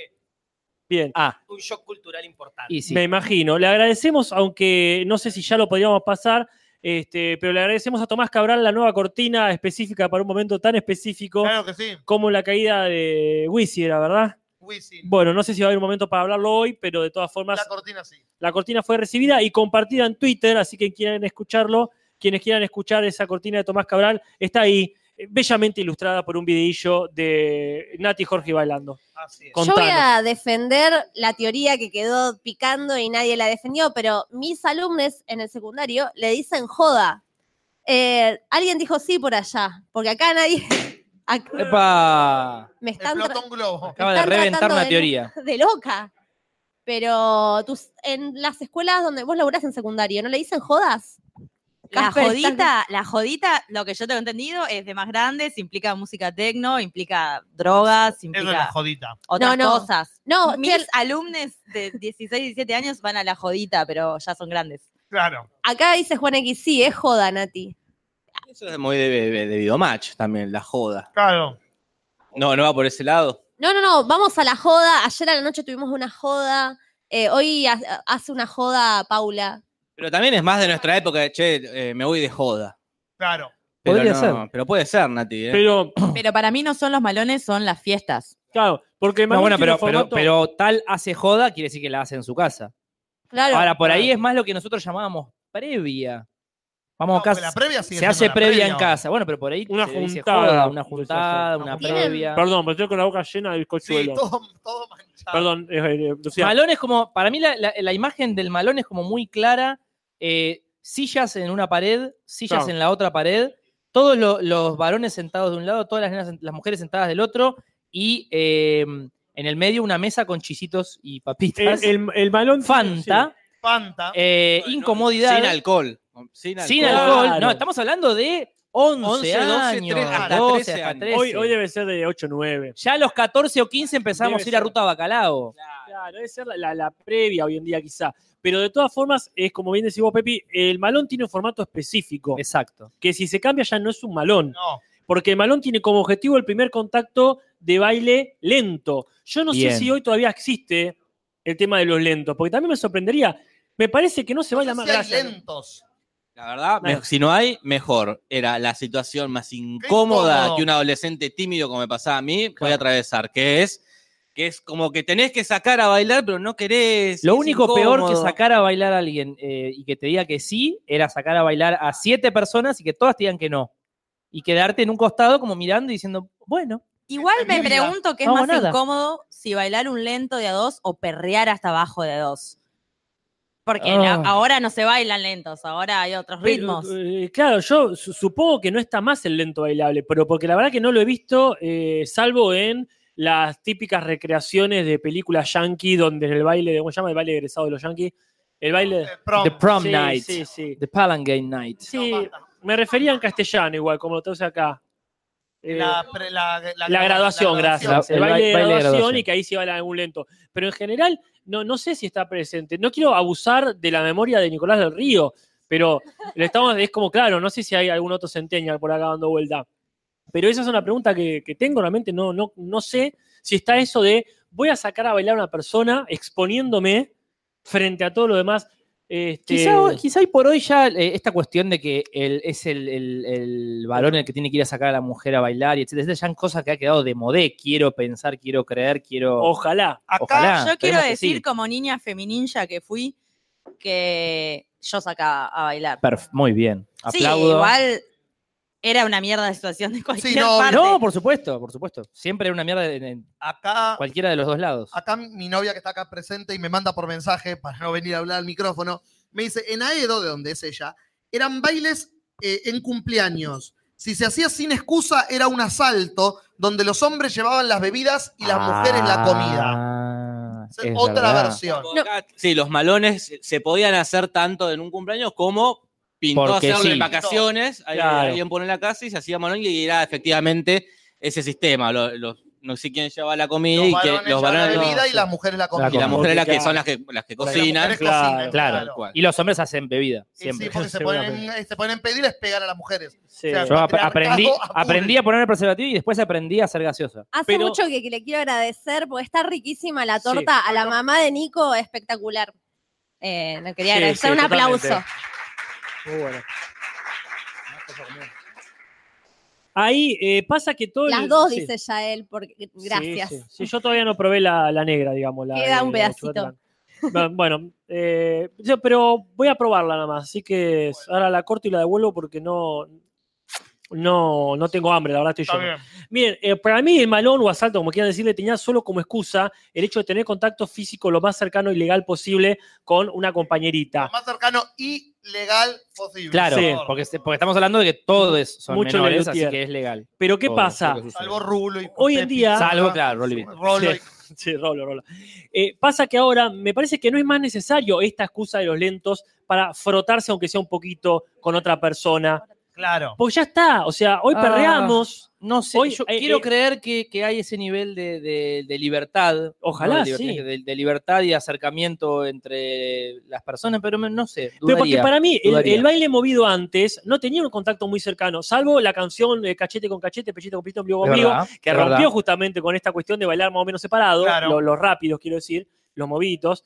[SPEAKER 5] Bien.
[SPEAKER 9] Ah.
[SPEAKER 13] un shock cultural importante.
[SPEAKER 5] Y sí. Me imagino. Le agradecemos, aunque no sé si ya lo podríamos pasar, este, pero le agradecemos a Tomás Cabral la nueva cortina específica para un momento tan específico
[SPEAKER 3] Claro que sí.
[SPEAKER 5] como la caída de Wisi, era verdad.
[SPEAKER 3] Wisin.
[SPEAKER 5] Bueno, no sé si va a haber un momento para hablarlo hoy, pero de todas formas,
[SPEAKER 3] La cortina sí.
[SPEAKER 5] la cortina fue recibida y compartida en Twitter, así que quieran escucharlo, quienes quieran escuchar esa cortina de Tomás Cabral, está ahí, eh, bellamente ilustrada por un videillo de Nati y Jorge bailando.
[SPEAKER 4] Yo voy
[SPEAKER 5] Contanos.
[SPEAKER 4] a defender la teoría que quedó picando y nadie la defendió, pero mis alumnos en el secundario le dicen joda. Eh, alguien dijo sí por allá, porque acá nadie. ac-
[SPEAKER 9] ¡Epa!
[SPEAKER 4] me están tra-
[SPEAKER 9] Acaba
[SPEAKER 4] me
[SPEAKER 9] de
[SPEAKER 4] están
[SPEAKER 9] reventar
[SPEAKER 4] tratando
[SPEAKER 9] una
[SPEAKER 4] de-
[SPEAKER 9] teoría.
[SPEAKER 4] De loca. Pero tus, en las escuelas donde vos laburás en secundario, ¿no le dicen jodas?
[SPEAKER 8] La
[SPEAKER 4] Casper, estás-
[SPEAKER 8] jodita, la jodita, lo que yo tengo entendido, es de más grandes, implica música tecno, implica drogas,
[SPEAKER 3] Eso es la
[SPEAKER 8] implica
[SPEAKER 3] jodita.
[SPEAKER 8] otras
[SPEAKER 4] No, no.
[SPEAKER 8] cosas.
[SPEAKER 4] No,
[SPEAKER 8] Mis alumnos de 16, 17 años van a la jodita, pero ya son grandes.
[SPEAKER 3] Claro.
[SPEAKER 4] Acá dice Juan X, sí, es joda, Nati.
[SPEAKER 6] Eso es muy de, de, de videomatch también, la joda.
[SPEAKER 3] Claro.
[SPEAKER 6] No, no va por ese lado.
[SPEAKER 4] No, no, no, vamos a la joda. Ayer a la noche tuvimos una joda. eh, hoy ha- hace una joda Paula.
[SPEAKER 6] Pero también es más de nuestra época de, che, eh, me voy de joda.
[SPEAKER 3] Claro.
[SPEAKER 6] Pero
[SPEAKER 5] Podría
[SPEAKER 6] no,
[SPEAKER 5] ser.
[SPEAKER 6] Pero puede ser, Nati. ¿eh?
[SPEAKER 5] Pero,
[SPEAKER 8] Pero para mí no son los malones, son las fiestas.
[SPEAKER 5] claro, porque
[SPEAKER 9] No,
[SPEAKER 5] Manuel
[SPEAKER 9] bueno,
[SPEAKER 5] tiene
[SPEAKER 9] pero,
[SPEAKER 5] un
[SPEAKER 9] pero,
[SPEAKER 5] formato-
[SPEAKER 9] pero tal hace joda, quiere decir que la hace en su casa.
[SPEAKER 4] Claro.
[SPEAKER 9] Ahora, por ahí es más lo que nosotros llamábamos previa. Vamos
[SPEAKER 3] No,
[SPEAKER 9] casi.
[SPEAKER 3] porque la previa sigue
[SPEAKER 9] se hace
[SPEAKER 3] siendo la
[SPEAKER 9] previa, en
[SPEAKER 3] previa.
[SPEAKER 9] casa. Bueno, pero por ahí
[SPEAKER 5] Una
[SPEAKER 9] se le dice
[SPEAKER 5] juntada.
[SPEAKER 9] joda, una juntada,
[SPEAKER 5] Una
[SPEAKER 9] una
[SPEAKER 4] juntada.
[SPEAKER 9] previa.
[SPEAKER 5] Perdón, pero estoy con la boca llena de
[SPEAKER 3] Sí,
[SPEAKER 5] bizcochuelo.
[SPEAKER 3] todo, todo manchado.
[SPEAKER 5] Perdón, eh, eh, Lucía.
[SPEAKER 9] Malón es como, para mí la, la- la imagen del malón es como muy clara. eh, sillas en una pared, sillas
[SPEAKER 5] Claro.
[SPEAKER 9] en la otra pared, todos lo- los varones sentados de un lado, todas las, nenas- las mujeres sentadas del otro y eh, en el medio una mesa con chisitos y papitas.
[SPEAKER 5] El, el- el malón.
[SPEAKER 9] Fanta,
[SPEAKER 3] Fanta.
[SPEAKER 9] eh, incomodidad.
[SPEAKER 6] Sin alcohol. Sin alcohol.
[SPEAKER 9] Sin alcohol.
[SPEAKER 5] Claro.
[SPEAKER 9] No, estamos hablando de 11,
[SPEAKER 6] 11, 12,
[SPEAKER 9] años,
[SPEAKER 6] 13,
[SPEAKER 9] hasta
[SPEAKER 6] hasta
[SPEAKER 9] 12,
[SPEAKER 6] 13
[SPEAKER 9] hasta
[SPEAKER 6] años.
[SPEAKER 5] sí.
[SPEAKER 9] 13.
[SPEAKER 5] Hoy, hoy debe ser de 8 9.
[SPEAKER 9] Ya a los 14 o 15
[SPEAKER 5] Debe
[SPEAKER 9] empezamos a ir a
[SPEAKER 5] ser.
[SPEAKER 9] Ruta Bacalao.
[SPEAKER 5] Claro, debe ser la, la- la previa hoy en día quizá. Pero de todas formas, es como bien decís vos, Pepi, el malón tiene un formato específico,
[SPEAKER 9] Exacto.
[SPEAKER 5] que si se cambia ya no es un malón,
[SPEAKER 3] No.
[SPEAKER 5] porque el malón tiene como objetivo el primer contacto de baile lento. Yo no
[SPEAKER 9] Bien.
[SPEAKER 5] sé si hoy todavía existe el tema de los lentos, porque también me sorprendería. Me parece que no se baila
[SPEAKER 3] No
[SPEAKER 5] más
[SPEAKER 3] sé si hay
[SPEAKER 5] gracias, ¿no?
[SPEAKER 3] lentos.
[SPEAKER 6] La verdad, me-
[SPEAKER 5] Bueno.
[SPEAKER 6] si no hay, mejor. Era la situación más incómoda
[SPEAKER 3] incómodo.
[SPEAKER 6] que un adolescente tímido, como me pasaba a mí, puede
[SPEAKER 5] Claro.
[SPEAKER 6] atravesar, que es que es como que tenés que sacar a bailar, pero no querés.
[SPEAKER 9] Lo
[SPEAKER 6] es
[SPEAKER 9] único peor que
[SPEAKER 6] incómodo.
[SPEAKER 9] sacar a bailar a alguien eh, y que te diga que sí era sacar a bailar a siete personas y que todas te digan que no. Y quedarte en un costado como mirando y diciendo, bueno,
[SPEAKER 8] Igual
[SPEAKER 3] Esta es
[SPEAKER 8] me
[SPEAKER 3] mi vida.
[SPEAKER 8] pregunto qué es
[SPEAKER 9] No hago
[SPEAKER 8] más
[SPEAKER 9] nada.
[SPEAKER 8] incómodo si bailar un lento de a dos o perrear hasta abajo de a dos. Porque
[SPEAKER 9] Ah.
[SPEAKER 8] la- ahora no se bailan lentos, ahora hay otros ritmos.
[SPEAKER 5] Pero, eh, claro, yo su- supongo que no está más el lento bailable, pero porque la verdad que no lo he visto, eh, salvo en las típicas recreaciones de películas yankee, donde el baile, de- ¿cómo se llama? El baile egresado de los yankees. El baile.
[SPEAKER 3] Eh, prom.
[SPEAKER 9] The Prom
[SPEAKER 5] Sí,
[SPEAKER 9] Night,
[SPEAKER 5] Sí, sí.
[SPEAKER 9] The Palangame Night.
[SPEAKER 5] Sí, me refería en castellano igual, como lo traduce acá. Eh,
[SPEAKER 3] La, pre- la- la-
[SPEAKER 5] la graduación,
[SPEAKER 3] la
[SPEAKER 5] gracias. el
[SPEAKER 9] La- el
[SPEAKER 5] baile de
[SPEAKER 9] baile de
[SPEAKER 5] graduación,
[SPEAKER 9] graduación.
[SPEAKER 5] y que ahí se baila algún lento. Pero en general, no, no sé si está presente. No quiero abusar de la memoria de Nicolás del Río, pero le estamos, es como claro, no sé si hay algún otro centennial por acá dando vuelta. Pero esa es una pregunta que, que tengo, realmente no, no, no sé si está eso de voy a sacar a bailar a una persona exponiéndome frente a todo lo demás. Este,
[SPEAKER 9] Quizá, hoy- quizá hoy por hoy ya eh, esta cuestión de que el- es el, el- el varón el que tiene que ir a sacar a la mujer a bailar y etcétera, ya son cosas que ha quedado de modé. Quiero pensar, quiero creer, quiero.
[SPEAKER 5] ojalá.
[SPEAKER 3] Acá
[SPEAKER 9] Ojalá.
[SPEAKER 8] yo quiero
[SPEAKER 9] esperemos que
[SPEAKER 8] decir,
[SPEAKER 9] sí.
[SPEAKER 8] como niña femininja que fui, que yo sacaba a bailar.
[SPEAKER 9] Perf- Muy bien. Aplaudo.
[SPEAKER 8] Sí, igual era una mierda de situación de cualquier
[SPEAKER 3] no,
[SPEAKER 8] parte.
[SPEAKER 9] No, por supuesto, por supuesto. Siempre era una mierda en, en
[SPEAKER 3] Acá
[SPEAKER 9] cualquiera de los dos lados.
[SPEAKER 3] acá mi novia que está acá presente y me manda por mensaje para no venir a hablar al micrófono, me dice, en Aedo, de donde es ella, eran bailes eh, en cumpleaños. Si se hacía sin excusa, era un asalto donde los hombres llevaban las bebidas y las mujeres
[SPEAKER 9] Ah,
[SPEAKER 3] la comida.
[SPEAKER 5] Ah,
[SPEAKER 9] comida.
[SPEAKER 3] Es otra versión.
[SPEAKER 6] Como acá, Sí, los malones se podían hacer tanto en un cumpleaños como pintó
[SPEAKER 9] Porque
[SPEAKER 6] hacerlo
[SPEAKER 9] sí.
[SPEAKER 6] en vacaciones. ahí
[SPEAKER 5] Claro.
[SPEAKER 6] Alguien pone la casa y se hacía malón y era efectivamente ese sistema. lo- Los,
[SPEAKER 9] no sé quién lleva la comida
[SPEAKER 3] Los
[SPEAKER 9] y que
[SPEAKER 3] varones
[SPEAKER 9] los
[SPEAKER 3] llevan la
[SPEAKER 9] varones.
[SPEAKER 3] bebida y las mujeres la comida.
[SPEAKER 9] Y las mujeres las que
[SPEAKER 5] Claro.
[SPEAKER 9] son las que, las que cocinan.
[SPEAKER 5] claro, claro.
[SPEAKER 9] Tal cual.
[SPEAKER 5] Y los hombres hacen bebida. Siempre.
[SPEAKER 3] Sí, porque se ponen, eh, se ponen pedir y les pegan a las mujeres. O sea,
[SPEAKER 5] Yo ap-
[SPEAKER 3] patriarcado
[SPEAKER 5] aprendí,
[SPEAKER 3] a full.
[SPEAKER 5] aprendí a poner el preservativo y después aprendí a hacer gaseosa.
[SPEAKER 4] Hace
[SPEAKER 5] Pero-
[SPEAKER 4] mucho que, que le quiero agradecer porque está riquísima la
[SPEAKER 5] Sí.
[SPEAKER 4] torta. A la mamá de Nico, espectacular. Eh, no quería
[SPEAKER 5] Sí,
[SPEAKER 4] agradecer.
[SPEAKER 5] sí,
[SPEAKER 4] un aplauso.
[SPEAKER 5] totalmente. Muy bueno. Ahí eh, pasa que todo. el-
[SPEAKER 4] Las dos,
[SPEAKER 5] sí.
[SPEAKER 4] dice Yael, porque
[SPEAKER 5] Sí,
[SPEAKER 4] gracias.
[SPEAKER 5] Sí, Sí, yo todavía no probé la, la negra, digamos. la
[SPEAKER 4] Queda
[SPEAKER 5] de-
[SPEAKER 4] un
[SPEAKER 5] la de
[SPEAKER 4] pedacito.
[SPEAKER 5] chocolate blanco. Bueno, eh, yo- pero voy a probarla nada más. Así que ahora la corto y la devuelvo porque no. No, no tengo hambre, la verdad estoy
[SPEAKER 3] Está
[SPEAKER 5] yo. Miren, eh, para mí el malón o asalto, como quieran decirle, tenía solo como excusa el hecho de tener contacto físico lo más cercano y legal posible con una compañerita.
[SPEAKER 3] Más cercano y legal posible.
[SPEAKER 5] Ah. Claro,
[SPEAKER 3] Sí.
[SPEAKER 5] porque, porque estamos hablando de que todos son
[SPEAKER 3] Mucho
[SPEAKER 5] menores,
[SPEAKER 3] Lelutier.
[SPEAKER 5] así que es legal. Pero ¿qué
[SPEAKER 3] Todo,
[SPEAKER 5] pasa?
[SPEAKER 3] lo que sucede. Salvo Rulo y
[SPEAKER 5] Hoy en
[SPEAKER 3] Pepi.
[SPEAKER 5] día...
[SPEAKER 3] Salvo,
[SPEAKER 5] claro, Rolly.
[SPEAKER 3] Rolo y-
[SPEAKER 5] Sí, sí, Rolo, Rolo. Eh, pasa que ahora me parece que no es más necesario esta excusa de los lentos para frotarse, aunque sea un poquito, con otra persona.
[SPEAKER 14] Claro.
[SPEAKER 5] Porque ya está, o sea, hoy
[SPEAKER 14] Ah,
[SPEAKER 5] perreamos.
[SPEAKER 9] No sé,
[SPEAKER 5] hoy,
[SPEAKER 9] yo
[SPEAKER 5] eh,
[SPEAKER 9] quiero
[SPEAKER 5] eh,
[SPEAKER 9] creer que, que hay ese nivel de, de- de libertad.
[SPEAKER 5] Ojalá,
[SPEAKER 9] ¿no? de, liber-
[SPEAKER 5] sí.
[SPEAKER 9] de- de libertad y acercamiento entre las personas, pero me- no sé.
[SPEAKER 5] Pero porque
[SPEAKER 9] dudaría,
[SPEAKER 5] para mí el- el,
[SPEAKER 9] dudaría.
[SPEAKER 5] baile movido antes no tenía un contacto muy cercano, salvo la canción eh, Cachete con Cachete, Pechito con Pechito, Ombligo con
[SPEAKER 9] Es
[SPEAKER 5] Ombligo,
[SPEAKER 9] verdad,
[SPEAKER 5] que
[SPEAKER 9] es
[SPEAKER 5] rompió
[SPEAKER 9] verdad.
[SPEAKER 5] justamente con esta cuestión de bailar más o menos separado,
[SPEAKER 9] Claro.
[SPEAKER 5] lo- los rápidos quiero decir, los moviditos.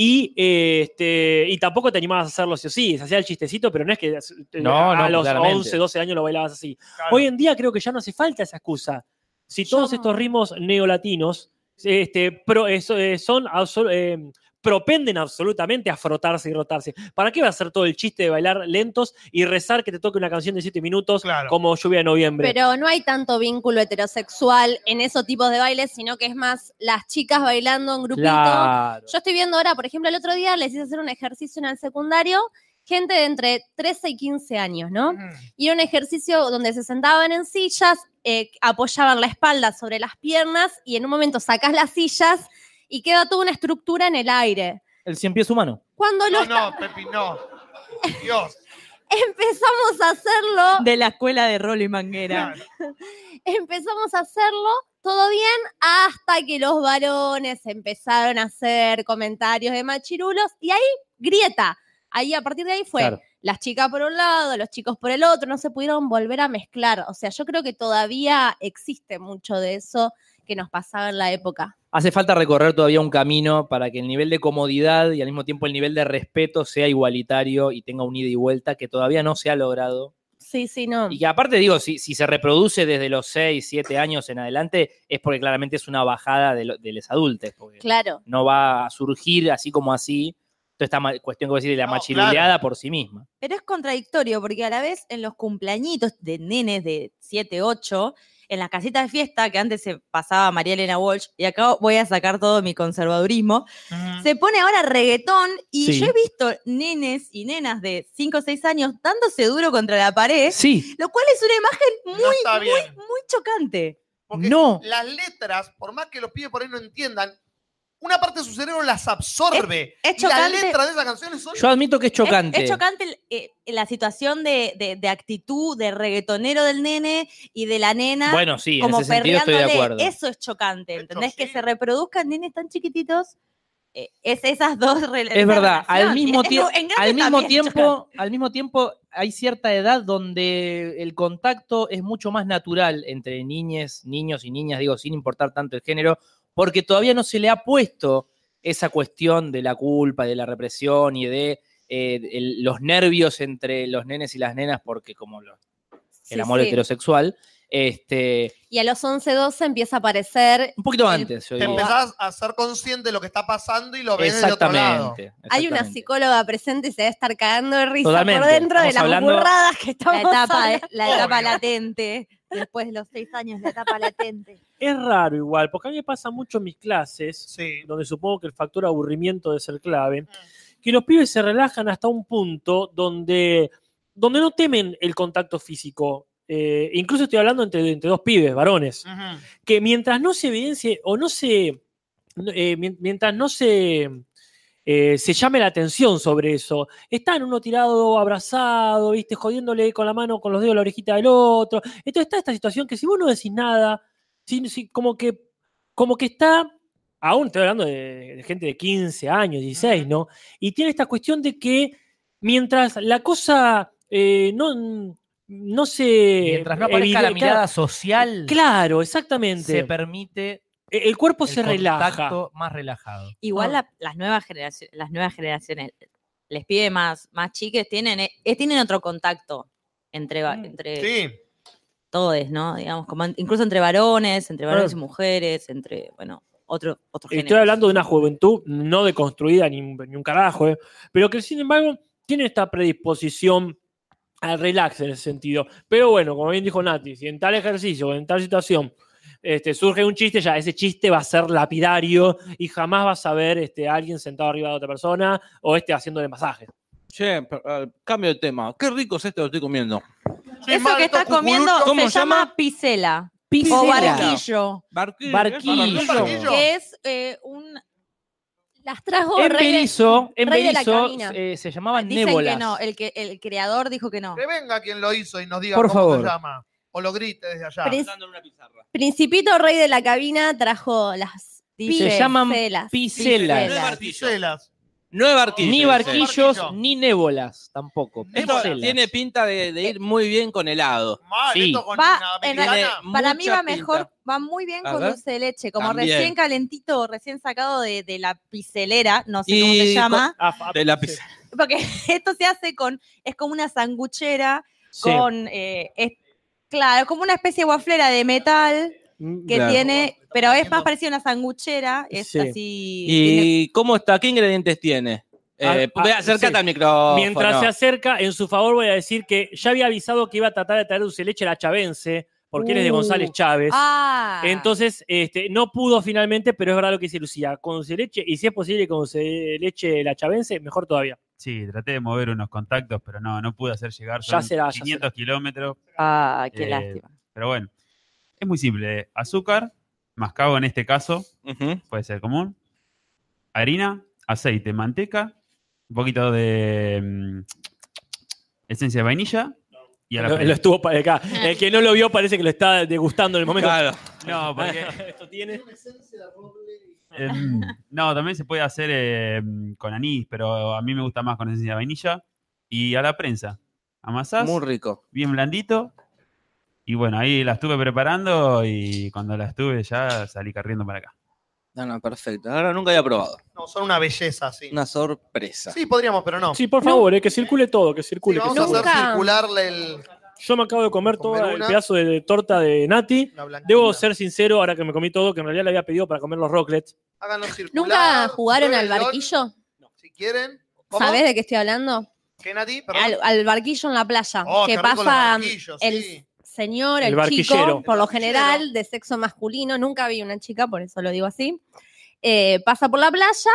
[SPEAKER 5] Y, eh, este, y tampoco te animabas a hacerlo sí o sí, se hacía el chistecito, pero no es que eh,
[SPEAKER 9] No,
[SPEAKER 5] a
[SPEAKER 9] no,
[SPEAKER 5] los
[SPEAKER 9] claramente.
[SPEAKER 5] 11, 12 años lo bailabas así. Hoy en día creo que ya no hace falta esa excusa. Si todos estos ritmos neolatinos este, pro- eh, so- eh, son absol- eh, propenden absolutamente a frotarse y rotarse. ¿Para qué va a ser todo el chiste de bailar lentos y rezar que te toque una canción de 7 minutos como lluvia de noviembre?
[SPEAKER 4] Pero no hay tanto vínculo heterosexual en esos tipos de bailes, sino que es más las chicas bailando en grupito.
[SPEAKER 5] Claro.
[SPEAKER 4] Yo estoy viendo ahora, por ejemplo, el otro día les hice hacer un ejercicio en el secundario, gente de entre 13 y 15 años, ¿no? Y era un ejercicio donde se sentaban en sillas, eh, apoyaban la espalda sobre las piernas y en un momento sacás las sillas y queda toda una estructura en el aire.
[SPEAKER 5] El cien pies humano.
[SPEAKER 4] Cuando lo
[SPEAKER 3] No, no, Pepi, no. Dios.
[SPEAKER 4] empezamos a hacerlo,
[SPEAKER 8] De la escuela de Rolo y Manguera.
[SPEAKER 4] empezamos a hacerlo todo bien hasta que los varones empezaron a hacer comentarios de machirulos y ahí grieta. Ahí a partir de ahí fue
[SPEAKER 1] Claro.
[SPEAKER 4] las chicas por un lado, los chicos por el otro, no se pudieron volver a mezclar. O sea, yo creo que todavía existe mucho de eso que nos pasaba en la época.
[SPEAKER 5] Hace falta recorrer todavía un camino para que el nivel de comodidad y al mismo tiempo el nivel de respeto sea igualitario y tenga un ida y vuelta que todavía no se ha logrado.
[SPEAKER 4] Sí, sí, no.
[SPEAKER 5] Y que aparte digo, si, si se reproduce desde los 6, 7 años en adelante, es porque claramente es una bajada de, los de los adultos, porque
[SPEAKER 4] Claro.
[SPEAKER 5] no va a surgir así como así toda esta ma- cuestión que vos decís de la machiruleada por sí misma.
[SPEAKER 8] Pero es contradictorio porque a la vez en los cumpleañitos de nenes de 7, 8, en las casitas de fiesta que antes se pasaba María Elena Walsh, y acá voy a sacar todo mi conservadurismo,
[SPEAKER 3] Ah.
[SPEAKER 8] se pone ahora reggaetón y
[SPEAKER 1] Sí.
[SPEAKER 8] yo he visto nenes y nenas de 5 o 6 años dándose duro contra la
[SPEAKER 4] ¿Eh?
[SPEAKER 8] pared,
[SPEAKER 5] Sí.
[SPEAKER 8] lo cual es una imagen muy,
[SPEAKER 3] está
[SPEAKER 8] muy, muy chocante.
[SPEAKER 5] no.
[SPEAKER 3] Las letras, por más que los pibes por ahí no entiendan, una parte de su cerebro las absorbe.
[SPEAKER 8] Es- es
[SPEAKER 3] y las
[SPEAKER 8] chocante.
[SPEAKER 3] letras de esas canciones son.
[SPEAKER 5] Yo admito que es chocante.
[SPEAKER 8] Es, chocante el- eh, la situación de, de- de actitud del reggaetonero del nene y de la nena.
[SPEAKER 5] Bueno, sí, en ese sentido estoy de
[SPEAKER 8] perreándole.
[SPEAKER 5] acuerdo.
[SPEAKER 8] Eso es chocante, ¿entendés? Que se reproduzcan nenes tan chiquititos. eh, es esas dos rela-
[SPEAKER 9] Es
[SPEAKER 8] esa
[SPEAKER 9] verdad, al
[SPEAKER 8] relación.
[SPEAKER 9] mismo,
[SPEAKER 8] Es-
[SPEAKER 9] tie-
[SPEAKER 8] en grande
[SPEAKER 9] al, mismo
[SPEAKER 8] también es chocante.
[SPEAKER 9] tiempo, al mismo tiempo hay cierta edad donde el contacto es mucho más natural entre niñes, niños y niñas, digo, sin importar tanto el género, porque todavía no se le ha puesto esa cuestión de la culpa, de la represión y de eh, el- los nervios entre los nenes y las nenas, porque como lo- el
[SPEAKER 4] Sí,
[SPEAKER 9] amor
[SPEAKER 4] sí.
[SPEAKER 9] heterosexual, este,
[SPEAKER 4] Y a los 11, 12 empieza a aparecer.
[SPEAKER 9] un poquito antes, yo
[SPEAKER 3] Te
[SPEAKER 9] digo.
[SPEAKER 3] empezás a ser consciente de lo que está pasando y lo ves desde otro lado.
[SPEAKER 9] Exactamente.
[SPEAKER 4] Hay una
[SPEAKER 9] exactamente.
[SPEAKER 4] psicóloga presente y se debe estar cagando de risa
[SPEAKER 9] Totalmente,
[SPEAKER 4] por dentro de
[SPEAKER 9] estamos
[SPEAKER 4] las
[SPEAKER 9] hablando-
[SPEAKER 4] burradas que
[SPEAKER 8] La
[SPEAKER 4] estamos
[SPEAKER 8] etapa, de- la
[SPEAKER 4] hablando.
[SPEAKER 8] etapa latente. Después de los seis años, la etapa latente.
[SPEAKER 5] Es raro igual, porque a mí me pasa mucho en mis clases, donde supongo que el factor aburrimiento debe ser clave, que los pibes se relajan hasta un punto donde, donde no temen el contacto físico. Eh, incluso estoy hablando entre, entre dos pibes, varones, que mientras no se evidencie o no se... no, eh, mien- mientras no se... eh, se llame la atención sobre eso. Están uno tirado, abrazado, ¿viste? Jodiéndole con la mano, con los dedos, la orejita del otro. Entonces está esta situación que si vos no decís nada, Sí, sí, como que, como que está, aún estoy hablando de, de gente de 15 años, 16, ¿no? Y tiene esta cuestión de que mientras la cosa eh, no, no se...
[SPEAKER 9] Eh,
[SPEAKER 13] Mientras no aparezca la
[SPEAKER 5] evidencia-
[SPEAKER 13] mirada social,
[SPEAKER 5] Claro, exactamente.
[SPEAKER 13] se permite
[SPEAKER 5] E, el el cuerpo
[SPEAKER 9] Pues
[SPEAKER 13] el
[SPEAKER 5] se
[SPEAKER 13] contacto
[SPEAKER 5] relaja.
[SPEAKER 13] más relajado.
[SPEAKER 8] Igual la- las, nuevas generaciones, las nuevas generaciones, les pide más, más chiques, tienen, eh, eh, tienen otro contacto entre, va- entre todos, ¿no? Digamos, como en- incluso entre varones, entre varones y
[SPEAKER 5] Ah.
[SPEAKER 8] mujeres, entre, bueno, otro, otro
[SPEAKER 5] Estoy
[SPEAKER 8] género.
[SPEAKER 5] hablando de una juventud no deconstruida ni, un- ni un carajo, ¿eh? pero que sin embargo tiene esta predisposición al relax en ese sentido. Pero bueno, como bien dijo Nati, si en tal ejercicio o en tal situación este, surge un chiste, ya ese chiste va a ser lapidario y jamás vas a ver este, a alguien sentado arriba de otra persona o este haciéndole masaje.
[SPEAKER 6] Che, per- eh, cambio de tema. Qué rico es esto que estoy comiendo.
[SPEAKER 8] Eso que estás comiendo
[SPEAKER 6] ¿Cómo
[SPEAKER 8] se
[SPEAKER 6] se llama?
[SPEAKER 8] llama pisela.
[SPEAKER 6] Pisela.
[SPEAKER 8] O barquillo.
[SPEAKER 6] Barquillo. ¿eh?
[SPEAKER 5] Barquillo. Barquillo.
[SPEAKER 8] Que es eh, un.
[SPEAKER 4] Las trajo
[SPEAKER 9] En
[SPEAKER 4] rey de-
[SPEAKER 9] Berizo, en
[SPEAKER 4] rey de la
[SPEAKER 9] Berizo,
[SPEAKER 4] cabina.
[SPEAKER 9] eh, se llamaban
[SPEAKER 8] Dicen
[SPEAKER 9] nébolas.
[SPEAKER 8] que no, el, que, el creador dijo que no.
[SPEAKER 3] Que venga quien lo hizo y nos diga
[SPEAKER 9] Por
[SPEAKER 3] cómo
[SPEAKER 9] favor.
[SPEAKER 3] se llama. O lo grite desde allá.
[SPEAKER 4] Pres- Principito rey de la cabina trajo las
[SPEAKER 9] Se llaman
[SPEAKER 4] piselas.
[SPEAKER 9] piselas.
[SPEAKER 3] Piselas.
[SPEAKER 6] No es barquillo.
[SPEAKER 9] Ni
[SPEAKER 6] dice.
[SPEAKER 9] barquillos, ni nébolas tampoco.
[SPEAKER 6] Esto
[SPEAKER 9] Piselas.
[SPEAKER 6] tiene pinta de, de ir muy bien con helado.
[SPEAKER 9] Sí.
[SPEAKER 8] Va, en realidad,
[SPEAKER 6] Tiene
[SPEAKER 8] para mí
[SPEAKER 6] mucha
[SPEAKER 8] va
[SPEAKER 6] pinta.
[SPEAKER 8] mejor, va muy bien
[SPEAKER 6] A
[SPEAKER 8] con
[SPEAKER 6] ver.
[SPEAKER 8] dulce de leche, como
[SPEAKER 6] También.
[SPEAKER 8] recién calentito, recién sacado de, de la picelera, no sé cómo se llama,
[SPEAKER 5] Ah,
[SPEAKER 6] con- De la pizza.
[SPEAKER 8] porque esto se hace con, es como una sanguchera,
[SPEAKER 6] Sí.
[SPEAKER 8] con, eh, es, claro, es como una especie de guaflera de metal que
[SPEAKER 6] Claro.
[SPEAKER 8] tiene, pero es más parecida a una sanguchera, es
[SPEAKER 6] Sí.
[SPEAKER 8] así.
[SPEAKER 6] ¿Y cómo está? ¿Qué ingredientes tiene? Eh,
[SPEAKER 5] Ah, ah,
[SPEAKER 6] acércate
[SPEAKER 5] sí.
[SPEAKER 6] al micrófono.
[SPEAKER 5] Mientras se acerca, en su favor voy a decir que ya había avisado que iba a tratar de traer dulce de leche a la Chavense, porque él es de
[SPEAKER 8] Uh.
[SPEAKER 5] González Chávez.
[SPEAKER 8] Ah.
[SPEAKER 5] Entonces, este, no pudo finalmente, pero es verdad lo que dice Lucía, con dulce de leche, y si es posible con dulce de leche la Chavense, mejor todavía.
[SPEAKER 15] Sí, traté de mover unos contactos, pero no, no pude hacer llegar.
[SPEAKER 5] Ya
[SPEAKER 15] Son
[SPEAKER 5] será, ya
[SPEAKER 15] 500 kilómetros.
[SPEAKER 8] Ah,
[SPEAKER 5] qué lástima.
[SPEAKER 15] Pero bueno, es muy simple. Azúcar, mascabo en este caso, puede ser común. Harina, aceite, manteca, un poquito de mm, esencia de vainilla. Y a la
[SPEAKER 5] Lo,
[SPEAKER 15] plancha.
[SPEAKER 5] lo estuvo para acá. El que no lo vio parece que lo está degustando en el momento.
[SPEAKER 15] Claro. No, porque-
[SPEAKER 5] Esto tiene...
[SPEAKER 15] Em, no, también se puede hacer em, con anís, pero a mí me gusta más con esencia de vainilla. Y a la prensa. Amasás.
[SPEAKER 6] Muy rico.
[SPEAKER 15] Bien blandito. Y bueno, ahí la estuve preparando y cuando la estuve ya salí corriendo para acá.
[SPEAKER 6] No, no, perfecto. Ahora nunca había probado.
[SPEAKER 3] No, son una belleza, sí.
[SPEAKER 6] Una sorpresa.
[SPEAKER 3] Sí, podríamos, pero no.
[SPEAKER 5] Sí, por favor, eh, que circule todo, que circule.
[SPEAKER 3] Sí,
[SPEAKER 5] que
[SPEAKER 3] vamos a
[SPEAKER 5] circule.
[SPEAKER 3] hacer circular el.
[SPEAKER 5] Yo me acabo de comer todo el
[SPEAKER 3] una.
[SPEAKER 5] pedazo de, de torta de Nati.
[SPEAKER 3] La blanquina.
[SPEAKER 5] Debo ser sincero, ahora que me comí todo, que en realidad le había pedido para comer los rocklets.
[SPEAKER 3] Háganlo circular.
[SPEAKER 4] ¿Nunca jugaron al
[SPEAKER 3] pruébenlo,
[SPEAKER 4] barquillo?
[SPEAKER 3] Si quieren. ¿Cómo?
[SPEAKER 4] ¿Sabés de qué estoy hablando?
[SPEAKER 3] ¿Qué, Nati? Perdón.
[SPEAKER 4] Al, al barquillo en la playa.
[SPEAKER 3] Oh,
[SPEAKER 4] que
[SPEAKER 3] qué rico los
[SPEAKER 4] pasa
[SPEAKER 3] barquillos,
[SPEAKER 4] el señor,
[SPEAKER 5] El
[SPEAKER 4] el,
[SPEAKER 5] barquillero.
[SPEAKER 4] chico, por lo general, de sexo masculino. Nunca vi una chica, por eso lo digo así. eh, pasa por la playa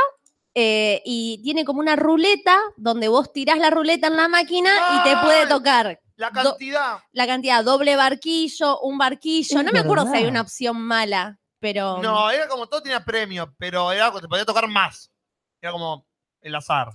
[SPEAKER 4] eh, y tiene como una ruleta donde vos tirás la ruleta en la máquina y te puede tocar.
[SPEAKER 3] La
[SPEAKER 4] do-
[SPEAKER 3] cantidad.
[SPEAKER 4] la cantidad, doble barquillo, un barquillo.
[SPEAKER 3] Es
[SPEAKER 4] no me acuerdo
[SPEAKER 3] verdad.
[SPEAKER 4] si hay una opción mala, pero.
[SPEAKER 3] No, era como todo tenía premio, pero era te podía tocar más. Era como el azar.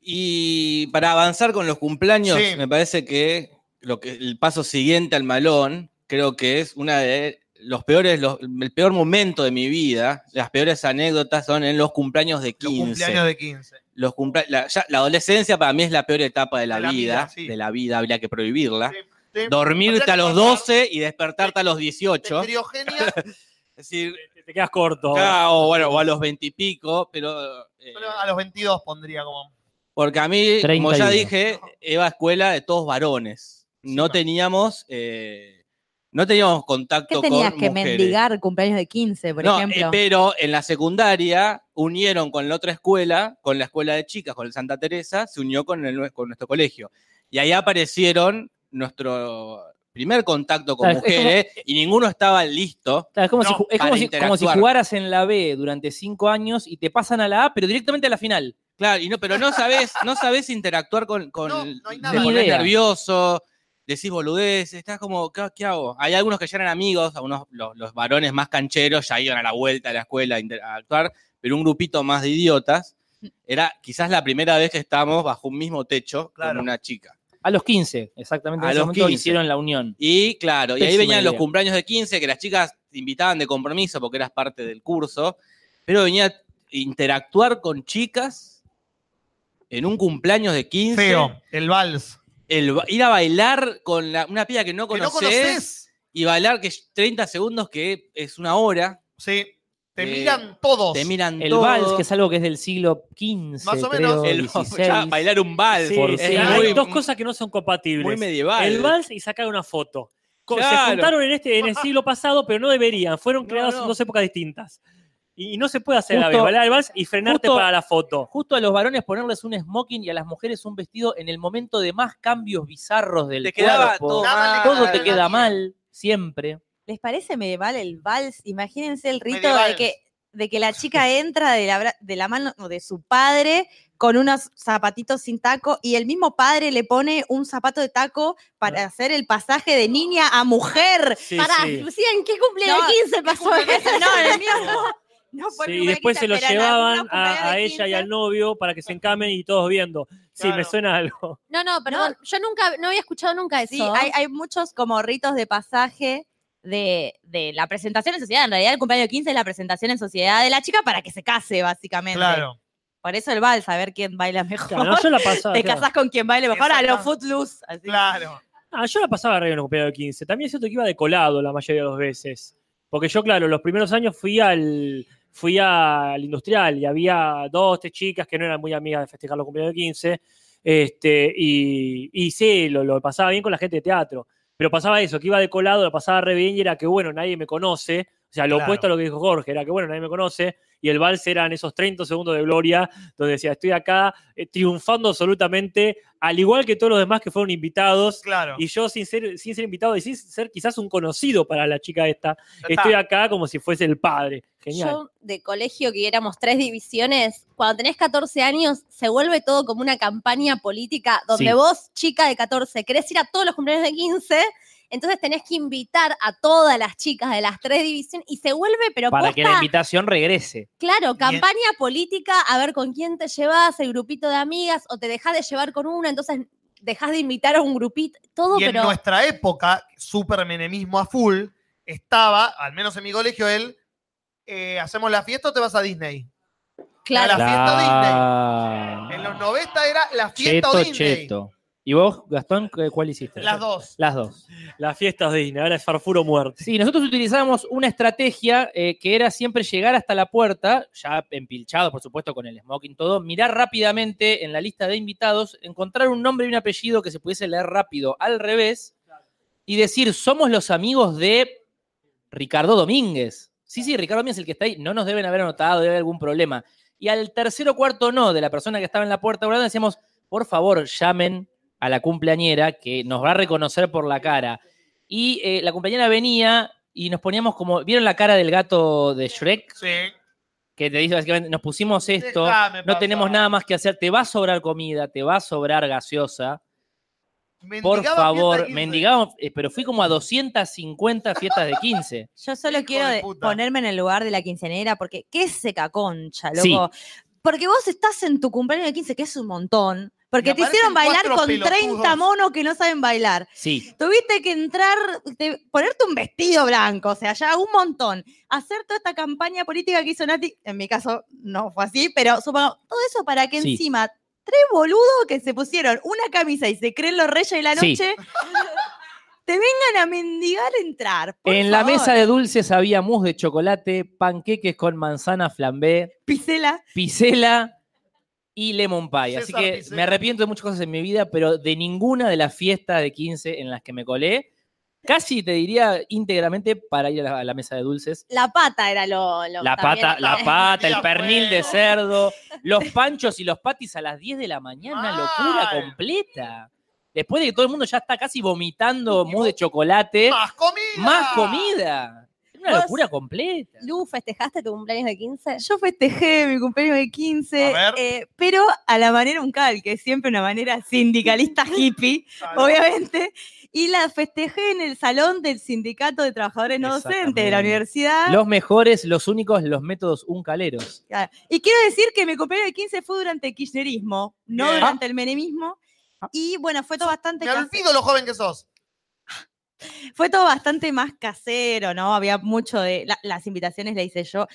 [SPEAKER 6] Y para avanzar con los cumpleaños,
[SPEAKER 3] Sí.
[SPEAKER 6] me parece que, lo que el paso siguiente al malón, creo que es una de los peores, los- el peor momento de mi vida. Las peores anécdotas son en los cumpleaños de 15.
[SPEAKER 3] Cumpleaños de 15.
[SPEAKER 6] Los cumplea- la, ya- la adolescencia para mí es la peor etapa de la,
[SPEAKER 3] De la
[SPEAKER 6] vida,
[SPEAKER 3] vida, sí.
[SPEAKER 6] de la vida, habría que prohibirla.
[SPEAKER 3] Sí.
[SPEAKER 6] Dormirte
[SPEAKER 3] Habría
[SPEAKER 6] a
[SPEAKER 3] que
[SPEAKER 6] los
[SPEAKER 3] cortar
[SPEAKER 6] 12 y despertarte a los 18.
[SPEAKER 3] Criogenia.
[SPEAKER 6] Es decir,
[SPEAKER 5] te, quedas corto.
[SPEAKER 6] o, bueno, o a los 20 y pico, pero eh,
[SPEAKER 3] Yo a los 22 pondría como.
[SPEAKER 6] Porque a mí, como ya
[SPEAKER 9] 31.
[SPEAKER 6] dije, iba a escuela de todos varones. No teníamos, eh, no teníamos
[SPEAKER 8] ¿Qué
[SPEAKER 6] contacto
[SPEAKER 8] tenías
[SPEAKER 6] con
[SPEAKER 8] que
[SPEAKER 6] mujeres.
[SPEAKER 8] mendigar cumpleaños de 15, por
[SPEAKER 6] no,
[SPEAKER 8] ejemplo?
[SPEAKER 6] eh, pero en la secundaria unieron con la otra escuela, con la escuela de chicas, con el Santa Teresa, se unió con, el nue- con nuestro colegio. Y ahí aparecieron nuestro primer contacto con
[SPEAKER 9] Claro, es como-
[SPEAKER 6] mujeres y ninguno estaba listo.
[SPEAKER 9] Claro, es como, si,
[SPEAKER 6] No,
[SPEAKER 9] ju- es como
[SPEAKER 6] para
[SPEAKER 9] si- como si
[SPEAKER 6] interactuar.
[SPEAKER 9] jugaras en la B durante cinco años y te pasan a la A, pero directamente a la final.
[SPEAKER 6] Claro, y no, pero no sabes, no sabes interactuar con, con te
[SPEAKER 9] nada. Ni
[SPEAKER 6] pones
[SPEAKER 9] idea.
[SPEAKER 6] nervioso, decís boludez, estás como, ¿qué, qué hago? Hay algunos que ya eran amigos, algunos, los, los varones más cancheros ya iban a la vuelta de la escuela a inter- a actuar, pero un grupito más de idiotas, era quizás la primera vez que estábamos bajo un mismo techo con una chica.
[SPEAKER 9] A los 15, exactamente.
[SPEAKER 6] A
[SPEAKER 9] en ese
[SPEAKER 6] los
[SPEAKER 9] momento
[SPEAKER 6] 15.
[SPEAKER 9] hicieron la unión.
[SPEAKER 6] Y claro, y ahí
[SPEAKER 9] Pésima
[SPEAKER 6] venían los
[SPEAKER 9] idea.
[SPEAKER 6] cumpleaños de 15 que las chicas te invitaban de compromiso porque eras parte del curso, pero venía a interactuar con chicas en un cumpleaños de 15.
[SPEAKER 3] Feo, el vals.
[SPEAKER 6] ir a bailar con la- una piba que no conoces.
[SPEAKER 3] conoces.
[SPEAKER 6] y bailar que es 30 segundos que es una hora.
[SPEAKER 3] Sí. Te
[SPEAKER 6] Eh,
[SPEAKER 3] miran todos.
[SPEAKER 6] Te miran
[SPEAKER 9] El
[SPEAKER 6] todo.
[SPEAKER 9] vals, que es algo que es del siglo XV.
[SPEAKER 6] Más o menos.
[SPEAKER 9] creo,
[SPEAKER 6] El- ya,
[SPEAKER 9] 16.
[SPEAKER 6] bailar un vals,
[SPEAKER 9] Sí,
[SPEAKER 6] por
[SPEAKER 9] sí,
[SPEAKER 6] sí.
[SPEAKER 9] hay
[SPEAKER 6] Muy-
[SPEAKER 9] dos cosas que no son compatibles.
[SPEAKER 6] muy medieval.
[SPEAKER 9] El vals y sacar una foto. Co-
[SPEAKER 6] Claro.
[SPEAKER 9] Se juntaron en, este, en el siglo pasado, pero no deberían. Fueron creadas en dos épocas distintas. Y, y no se puede hacer a la vez.
[SPEAKER 5] Justo-
[SPEAKER 9] Bailar el vals y frenarte
[SPEAKER 5] justo-
[SPEAKER 9] para la foto. Justo a los varones ponerles un smoking y a las mujeres un vestido en el momento de más cambios bizarros del
[SPEAKER 6] Te quedaba
[SPEAKER 9] cuerpo.
[SPEAKER 6] todo mal.
[SPEAKER 9] Todo te queda mal, siempre.
[SPEAKER 8] ¿Les parece medieval el vals? Imagínense el rito
[SPEAKER 9] Medieval.
[SPEAKER 8] de que, de que la chica entra de la, bra- de la mano de su padre con unos zapatitos sin taco y el mismo padre le pone un zapato de taco para hacer el pasaje de niña a mujer.
[SPEAKER 9] Sí,
[SPEAKER 4] Pará,
[SPEAKER 9] sí.
[SPEAKER 4] Lucía, ¿en qué cumple de
[SPEAKER 8] No,
[SPEAKER 4] 15 pasó
[SPEAKER 8] cumple
[SPEAKER 4] eso?
[SPEAKER 8] de- no, en el mío no. No, fue
[SPEAKER 9] Sí,
[SPEAKER 8] mi
[SPEAKER 9] y después
[SPEAKER 8] abuelita,
[SPEAKER 9] se lo
[SPEAKER 8] pero en algunos
[SPEAKER 9] llevaban
[SPEAKER 8] cumpleaños
[SPEAKER 9] a, a
[SPEAKER 8] de
[SPEAKER 9] ella y al novio para que se encamen y todos viendo. Sí, me suena algo.
[SPEAKER 4] No, no, perdón. Yo nunca, no había escuchado nunca eso.
[SPEAKER 8] Sí, hay, hay muchos como ritos de pasaje de, de la presentación en sociedad. En realidad, el cumpleaños de 15 es la presentación en sociedad de la chica para que se case, básicamente.
[SPEAKER 3] Claro.
[SPEAKER 8] Por eso el vals, a ver quién baila mejor.
[SPEAKER 9] Claro, no, yo la pasaba,
[SPEAKER 8] Te
[SPEAKER 9] claro.
[SPEAKER 8] casás con quien baile mejor. A los
[SPEAKER 9] Exactamente.
[SPEAKER 8] footloose. así.
[SPEAKER 3] Claro.
[SPEAKER 9] Ah, yo la pasaba re bien en un cumpleaños de 15. También es cierto que iba de colado la mayoría de las veces. Porque yo, claro, los primeros años fui al fui al industrial y había dos, tres chicas que no eran muy amigas de festejar los cumpleaños de 15. Este, y, y sí, lo, lo pasaba bien con la gente de teatro. Pero pasaba eso, que iba de colado, lo pasaba re bien y era que, bueno, nadie me conoce. O sea, lo
[SPEAKER 5] Claro.
[SPEAKER 9] opuesto a lo que dijo Jorge, era que, bueno, nadie me conoce. Y el vals eran esos 30 segundos de gloria, donde decía, estoy acá eh, triunfando absolutamente, al igual que todos los demás que fueron invitados.
[SPEAKER 3] Claro.
[SPEAKER 9] Y yo, sin ser, sin ser invitado y sin ser quizás un conocido para la chica esta,
[SPEAKER 3] está.
[SPEAKER 9] estoy acá como si fuese el padre. Genial.
[SPEAKER 4] Yo de colegio que éramos tres divisiones, cuando tenés 14 años se vuelve todo como una campaña política donde
[SPEAKER 9] Sí.
[SPEAKER 4] vos, chica de 14, querés ir a todos los cumpleaños de 15, entonces tenés que invitar a todas las chicas de las tres divisiones y se vuelve, pero
[SPEAKER 9] para que la
[SPEAKER 4] posta,
[SPEAKER 9] invitación regrese.
[SPEAKER 4] Claro, campaña política, a ver con quién te llevas, el grupito de amigas, o te dejás de llevar con una, entonces dejás de invitar a un grupito, todo,
[SPEAKER 3] Y en
[SPEAKER 4] pero
[SPEAKER 3] nuestra época, super menemismo a full, estaba, al menos en mi colegio, él, eh, hacemos la fiesta o te vas a Disney.
[SPEAKER 4] claro.
[SPEAKER 3] a la fiesta
[SPEAKER 9] Ah.
[SPEAKER 3] En los 90 era la fiesta o
[SPEAKER 9] Cheto,
[SPEAKER 3] Disney.
[SPEAKER 9] cheto. ¿Y vos, Gastón, qué- cuál hiciste?
[SPEAKER 3] Las dos.
[SPEAKER 9] Las dos. Las fiestas Disney, ahora es Farfuro muerte. Sí, nosotros utilizábamos una estrategia eh, que era siempre llegar hasta la puerta, ya empilchado, por supuesto, con el smoking, todo, mirar rápidamente en la lista de invitados, encontrar un nombre y un apellido que se pudiese leer rápido al revés y decir, somos los amigos de Ricardo Domínguez. Sí, sí, Ricardo Domínguez es el que está ahí. No nos deben haber anotado, debe haber algún problema. Y al tercer o cuarto no de la persona que estaba en la puerta, hablando, decíamos, por favor, llamen a la cumpleañera que nos va a reconocer por la cara. Y eh, la cumpleañera venía y nos poníamos como, ¿vieron la cara del gato de Shrek?
[SPEAKER 3] Sí.
[SPEAKER 9] Que te dice básicamente, nos pusimos esto,
[SPEAKER 3] Déjame
[SPEAKER 9] no
[SPEAKER 3] pasar.
[SPEAKER 9] tenemos nada más que hacer, te va a sobrar comida, te va a sobrar gaseosa. Por
[SPEAKER 3] Mendigaba
[SPEAKER 9] favor,
[SPEAKER 3] fiesta 15.
[SPEAKER 9] mendigamos, eh, pero fui como a 250 fiestas de 15.
[SPEAKER 8] Yo solo quiero
[SPEAKER 9] de
[SPEAKER 8] de-
[SPEAKER 9] puta.
[SPEAKER 8] ponerme en el lugar de la quinceañera porque qué seca concha,
[SPEAKER 9] Sí.
[SPEAKER 8] loco. Porque vos estás en tu cumpleaños de 15, que es un montón. Porque
[SPEAKER 9] Y
[SPEAKER 8] te hicieron
[SPEAKER 9] aparecen
[SPEAKER 8] bailar
[SPEAKER 9] cuatro
[SPEAKER 8] con
[SPEAKER 9] pelotudos.
[SPEAKER 8] 30 monos que no saben bailar.
[SPEAKER 9] Sí.
[SPEAKER 8] Tuviste que entrar, te- ponerte un vestido blanco, o sea, ya un montón. Hacer toda esta campaña política que hizo Nati, en mi caso no fue así, pero supongo, todo eso para que
[SPEAKER 9] Sí.
[SPEAKER 8] encima tres boludos que se pusieron una camisa y se creen los reyes de la
[SPEAKER 9] Sí.
[SPEAKER 8] noche, te vengan a mendigar entrar. por
[SPEAKER 9] en la
[SPEAKER 8] favor.
[SPEAKER 9] mesa de dulces había mousse de chocolate, panqueques con manzana flambé,
[SPEAKER 8] Pisela.
[SPEAKER 9] pisela y lemon pie. Así
[SPEAKER 8] César
[SPEAKER 9] que
[SPEAKER 8] Pisela.
[SPEAKER 9] me arrepiento de muchas cosas en mi vida, pero de ninguna de las fiestas de 15 en las que me colé, casi te diría íntegramente para ir a la, a la mesa de dulces.
[SPEAKER 4] la pata era lo... lo
[SPEAKER 9] La
[SPEAKER 4] también
[SPEAKER 9] pata,
[SPEAKER 4] lo-
[SPEAKER 9] la pata, el pernil de cerdo, los panchos y los patis a las 10 de la mañana, una locura completa. Después de que todo el mundo ya está casi vomitando mousse de chocolate.
[SPEAKER 3] ¡Más comida!
[SPEAKER 9] ¡Más comida! Una
[SPEAKER 4] Vos-
[SPEAKER 9] locura completa.
[SPEAKER 4] Lu, ¿festejaste tu cumpleaños de 15?
[SPEAKER 8] Yo festejé mi cumpleaños de 15,
[SPEAKER 4] A ver.
[SPEAKER 8] eh, pero a la manera uncal, que es siempre una manera sindicalista hippie,
[SPEAKER 4] Claro.
[SPEAKER 8] obviamente, y la festejé en el salón del Sindicato de Trabajadores No Docentes de la
[SPEAKER 9] Exactamente.
[SPEAKER 8] universidad. Ah,
[SPEAKER 9] Los mejores, los únicos, los métodos uncaleros.
[SPEAKER 8] Claro. Y quiero decir que mi cumpleaños de 15 fue durante el kirchnerismo, no
[SPEAKER 9] Bien. Ah.
[SPEAKER 8] durante el menemismo. Y bueno, fue todo bastante.
[SPEAKER 3] Me olvido lo joven que sos.
[SPEAKER 8] Fue todo bastante más casero, ¿no? Había mucho de. la- las invitaciones las hice yo.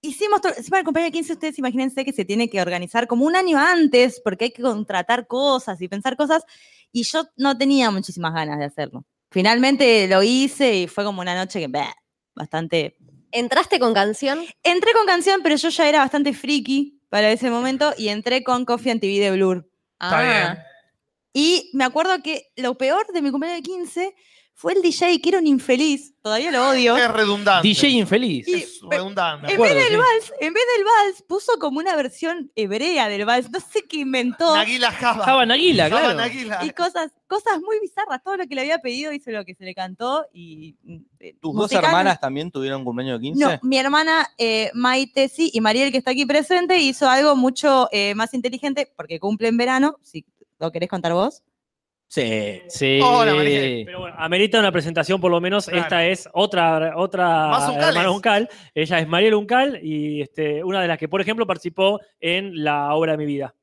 [SPEAKER 8] Hicimos todo. Encima del cumpleaños de 15, ustedes imagínense que se tiene que organizar como un año antes, porque hay que contratar cosas y pensar cosas. Y yo no tenía muchísimas ganas de hacerlo. Finalmente lo hice y fue como una noche que. bah, bastante.
[SPEAKER 4] ¿Entraste con canción?
[SPEAKER 8] Entré con canción, pero yo ya era bastante friki para ese momento y entré con Coffee and TV de Blur.
[SPEAKER 6] Ah.
[SPEAKER 3] Está bien.
[SPEAKER 8] Y me acuerdo que lo peor de mi cumpleaños de 15 fue el DJ, que era un infeliz. Todavía lo odio.
[SPEAKER 3] Es redundante.
[SPEAKER 9] DJ infeliz.
[SPEAKER 3] Es redundante.
[SPEAKER 8] En vez, del vals, en vez del vals, puso como una versión hebrea del vals. No sé qué inventó.
[SPEAKER 3] Naguila Java.
[SPEAKER 9] Java Naguila,
[SPEAKER 3] Java
[SPEAKER 9] claro.
[SPEAKER 3] Naguila.
[SPEAKER 8] Y cosas, cosas muy bizarras. Todo lo que le había pedido hizo lo que se le cantó. Y, mm, eh,
[SPEAKER 6] ¿Tus
[SPEAKER 8] musical-
[SPEAKER 6] dos hermanas también tuvieron cumpleaños de 15?
[SPEAKER 8] No, mi hermana eh, Maite sí y Mariel, que está aquí presente, hizo algo mucho eh, más inteligente porque cumple en verano. Si lo querés contar vos.
[SPEAKER 9] Sí. Sí.
[SPEAKER 5] Hola, Mariel. Pero bueno, amerita una presentación por lo menos.
[SPEAKER 9] Claro.
[SPEAKER 5] Esta es otra, otra
[SPEAKER 9] Más Uncales.
[SPEAKER 5] hermana Uncal. Ella es Mariel Uncal y este, una de las que, por ejemplo, participó en la obra de mi vida.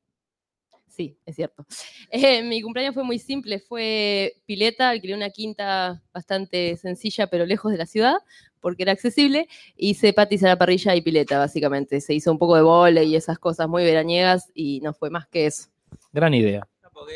[SPEAKER 16] Sí, es cierto. Eh, mi cumpleaños fue muy simple, fue pileta, alquilé una quinta bastante sencilla pero lejos de la ciudad porque era accesible, hice patis a la parrilla y pileta básicamente, se hizo un poco de vole y esas cosas muy veraniegas y no fue más que eso.
[SPEAKER 9] Gran idea.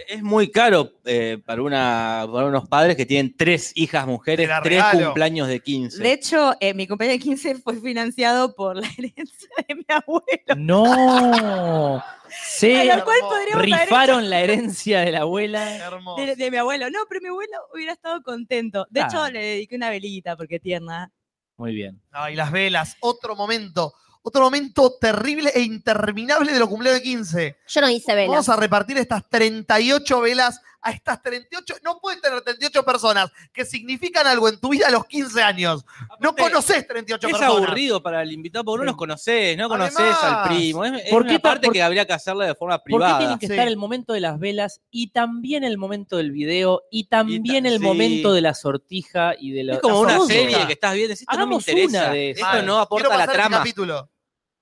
[SPEAKER 6] Es muy caro eh, para, una, para unos padres que tienen tres hijas mujeres,
[SPEAKER 8] la
[SPEAKER 6] tres
[SPEAKER 8] regalo.
[SPEAKER 6] cumpleaños de 15.
[SPEAKER 8] De hecho, eh, mi cumpleaños de 15 fue financiado por la herencia de mi abuelo.
[SPEAKER 9] No.
[SPEAKER 8] A
[SPEAKER 9] Se
[SPEAKER 8] lo cual podríamos haber
[SPEAKER 9] rifaron
[SPEAKER 8] hecho-
[SPEAKER 9] la herencia de la abuela.
[SPEAKER 8] de, de mi abuelo. No, pero mi abuelo hubiera estado contento. De
[SPEAKER 9] Claro.
[SPEAKER 8] hecho, le dediqué una velita porque tierna.
[SPEAKER 9] Muy bien.
[SPEAKER 3] Ay, las velas, otro momento. Otro momento terrible e interminable de los cumpleaños de 15.
[SPEAKER 4] Yo no hice velas.
[SPEAKER 3] Vamos a repartir estas 38 velas a estas 38. No pueden tener 38 personas que significan algo en tu vida a los 15 años. no conoces 38
[SPEAKER 6] Es
[SPEAKER 3] personas.
[SPEAKER 6] aburrido para el invitado porque no los conoces, no conoces
[SPEAKER 3] Además.
[SPEAKER 6] al primo. Es, es
[SPEAKER 9] ¿Por qué
[SPEAKER 6] una
[SPEAKER 9] ta-
[SPEAKER 6] parte
[SPEAKER 9] por-
[SPEAKER 6] que habría que hacerla de forma
[SPEAKER 9] ¿Por qué
[SPEAKER 6] privada.
[SPEAKER 9] tienen que estar el momento de las velas y también el momento del video y también el
[SPEAKER 6] sí.
[SPEAKER 9] momento de la sortija y de la
[SPEAKER 6] Es como
[SPEAKER 9] la
[SPEAKER 6] una
[SPEAKER 9] sortija?
[SPEAKER 6] serie que estás viendo. decís, Esto
[SPEAKER 9] Hagamos
[SPEAKER 6] no me interesa.
[SPEAKER 9] una de
[SPEAKER 6] esto
[SPEAKER 9] esas.
[SPEAKER 6] no aporta a la trama.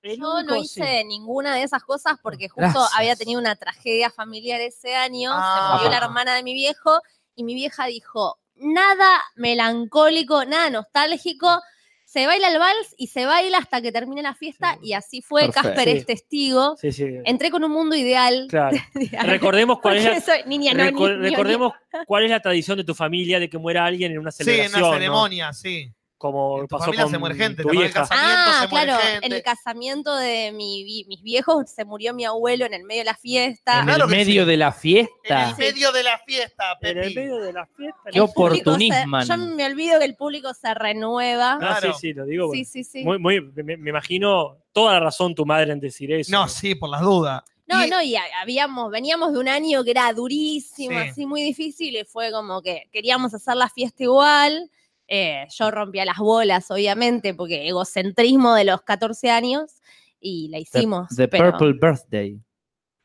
[SPEAKER 4] Yo no
[SPEAKER 9] único,
[SPEAKER 4] hice ninguna de esas cosas porque justo
[SPEAKER 6] Gracias.
[SPEAKER 4] había tenido una tragedia familiar ese año.
[SPEAKER 3] Ah.
[SPEAKER 4] se murió la hermana de mi viejo y mi vieja dijo: nada melancólico, nada nostálgico. Se baila el vals y se baila hasta que termine la fiesta y así fue.
[SPEAKER 5] Perfecto.
[SPEAKER 4] Casper
[SPEAKER 5] Sí.
[SPEAKER 4] es testigo.
[SPEAKER 5] Sí, sí.
[SPEAKER 4] Entré con un mundo ideal.
[SPEAKER 5] Claro. Recordemos cuál es
[SPEAKER 4] Porque
[SPEAKER 5] la-
[SPEAKER 4] soy niña, no,
[SPEAKER 5] Reco-
[SPEAKER 4] ni- ni-
[SPEAKER 5] recordemos cuál es la tradición de tu familia de que muera alguien en una
[SPEAKER 3] Sí, en
[SPEAKER 5] celebración.
[SPEAKER 3] una
[SPEAKER 5] ¿no?
[SPEAKER 3] ceremonia, sí.
[SPEAKER 5] Como
[SPEAKER 3] En tu
[SPEAKER 5] pasó
[SPEAKER 3] familia
[SPEAKER 5] con
[SPEAKER 3] se muere gente,
[SPEAKER 5] tu
[SPEAKER 3] te van al
[SPEAKER 5] vieja.
[SPEAKER 3] casamiento,
[SPEAKER 4] Ah,
[SPEAKER 3] se muere
[SPEAKER 4] claro,
[SPEAKER 3] gente.
[SPEAKER 4] en el casamiento de mi vi- mis viejos se murió mi abuelo en el medio de la fiesta.
[SPEAKER 9] En el medio de la
[SPEAKER 3] En
[SPEAKER 9] fiesta.
[SPEAKER 3] el medio de la fiesta, Pepi. En el
[SPEAKER 5] medio de la fiesta.
[SPEAKER 9] Qué oportunismo.
[SPEAKER 4] Yo me olvido que el público se renueva.
[SPEAKER 5] Ah, sí, sí, lo digo.
[SPEAKER 4] Sí,
[SPEAKER 5] bueno.
[SPEAKER 4] sí, sí.
[SPEAKER 5] Muy, muy- me, me imagino toda la razón tu madre en decir eso.
[SPEAKER 3] No, sí, por las dudas.
[SPEAKER 4] No, no, y ha- habíamos, veníamos de un año que era durísimo,
[SPEAKER 5] Sí.
[SPEAKER 4] así muy difícil, y fue como que queríamos hacer la fiesta igual. Eh, yo rompía las bolas, obviamente, porque egocentrismo de los 14 años, y la hicimos.
[SPEAKER 9] The
[SPEAKER 4] pero-
[SPEAKER 9] Purple Birthday.
[SPEAKER 6] Mm,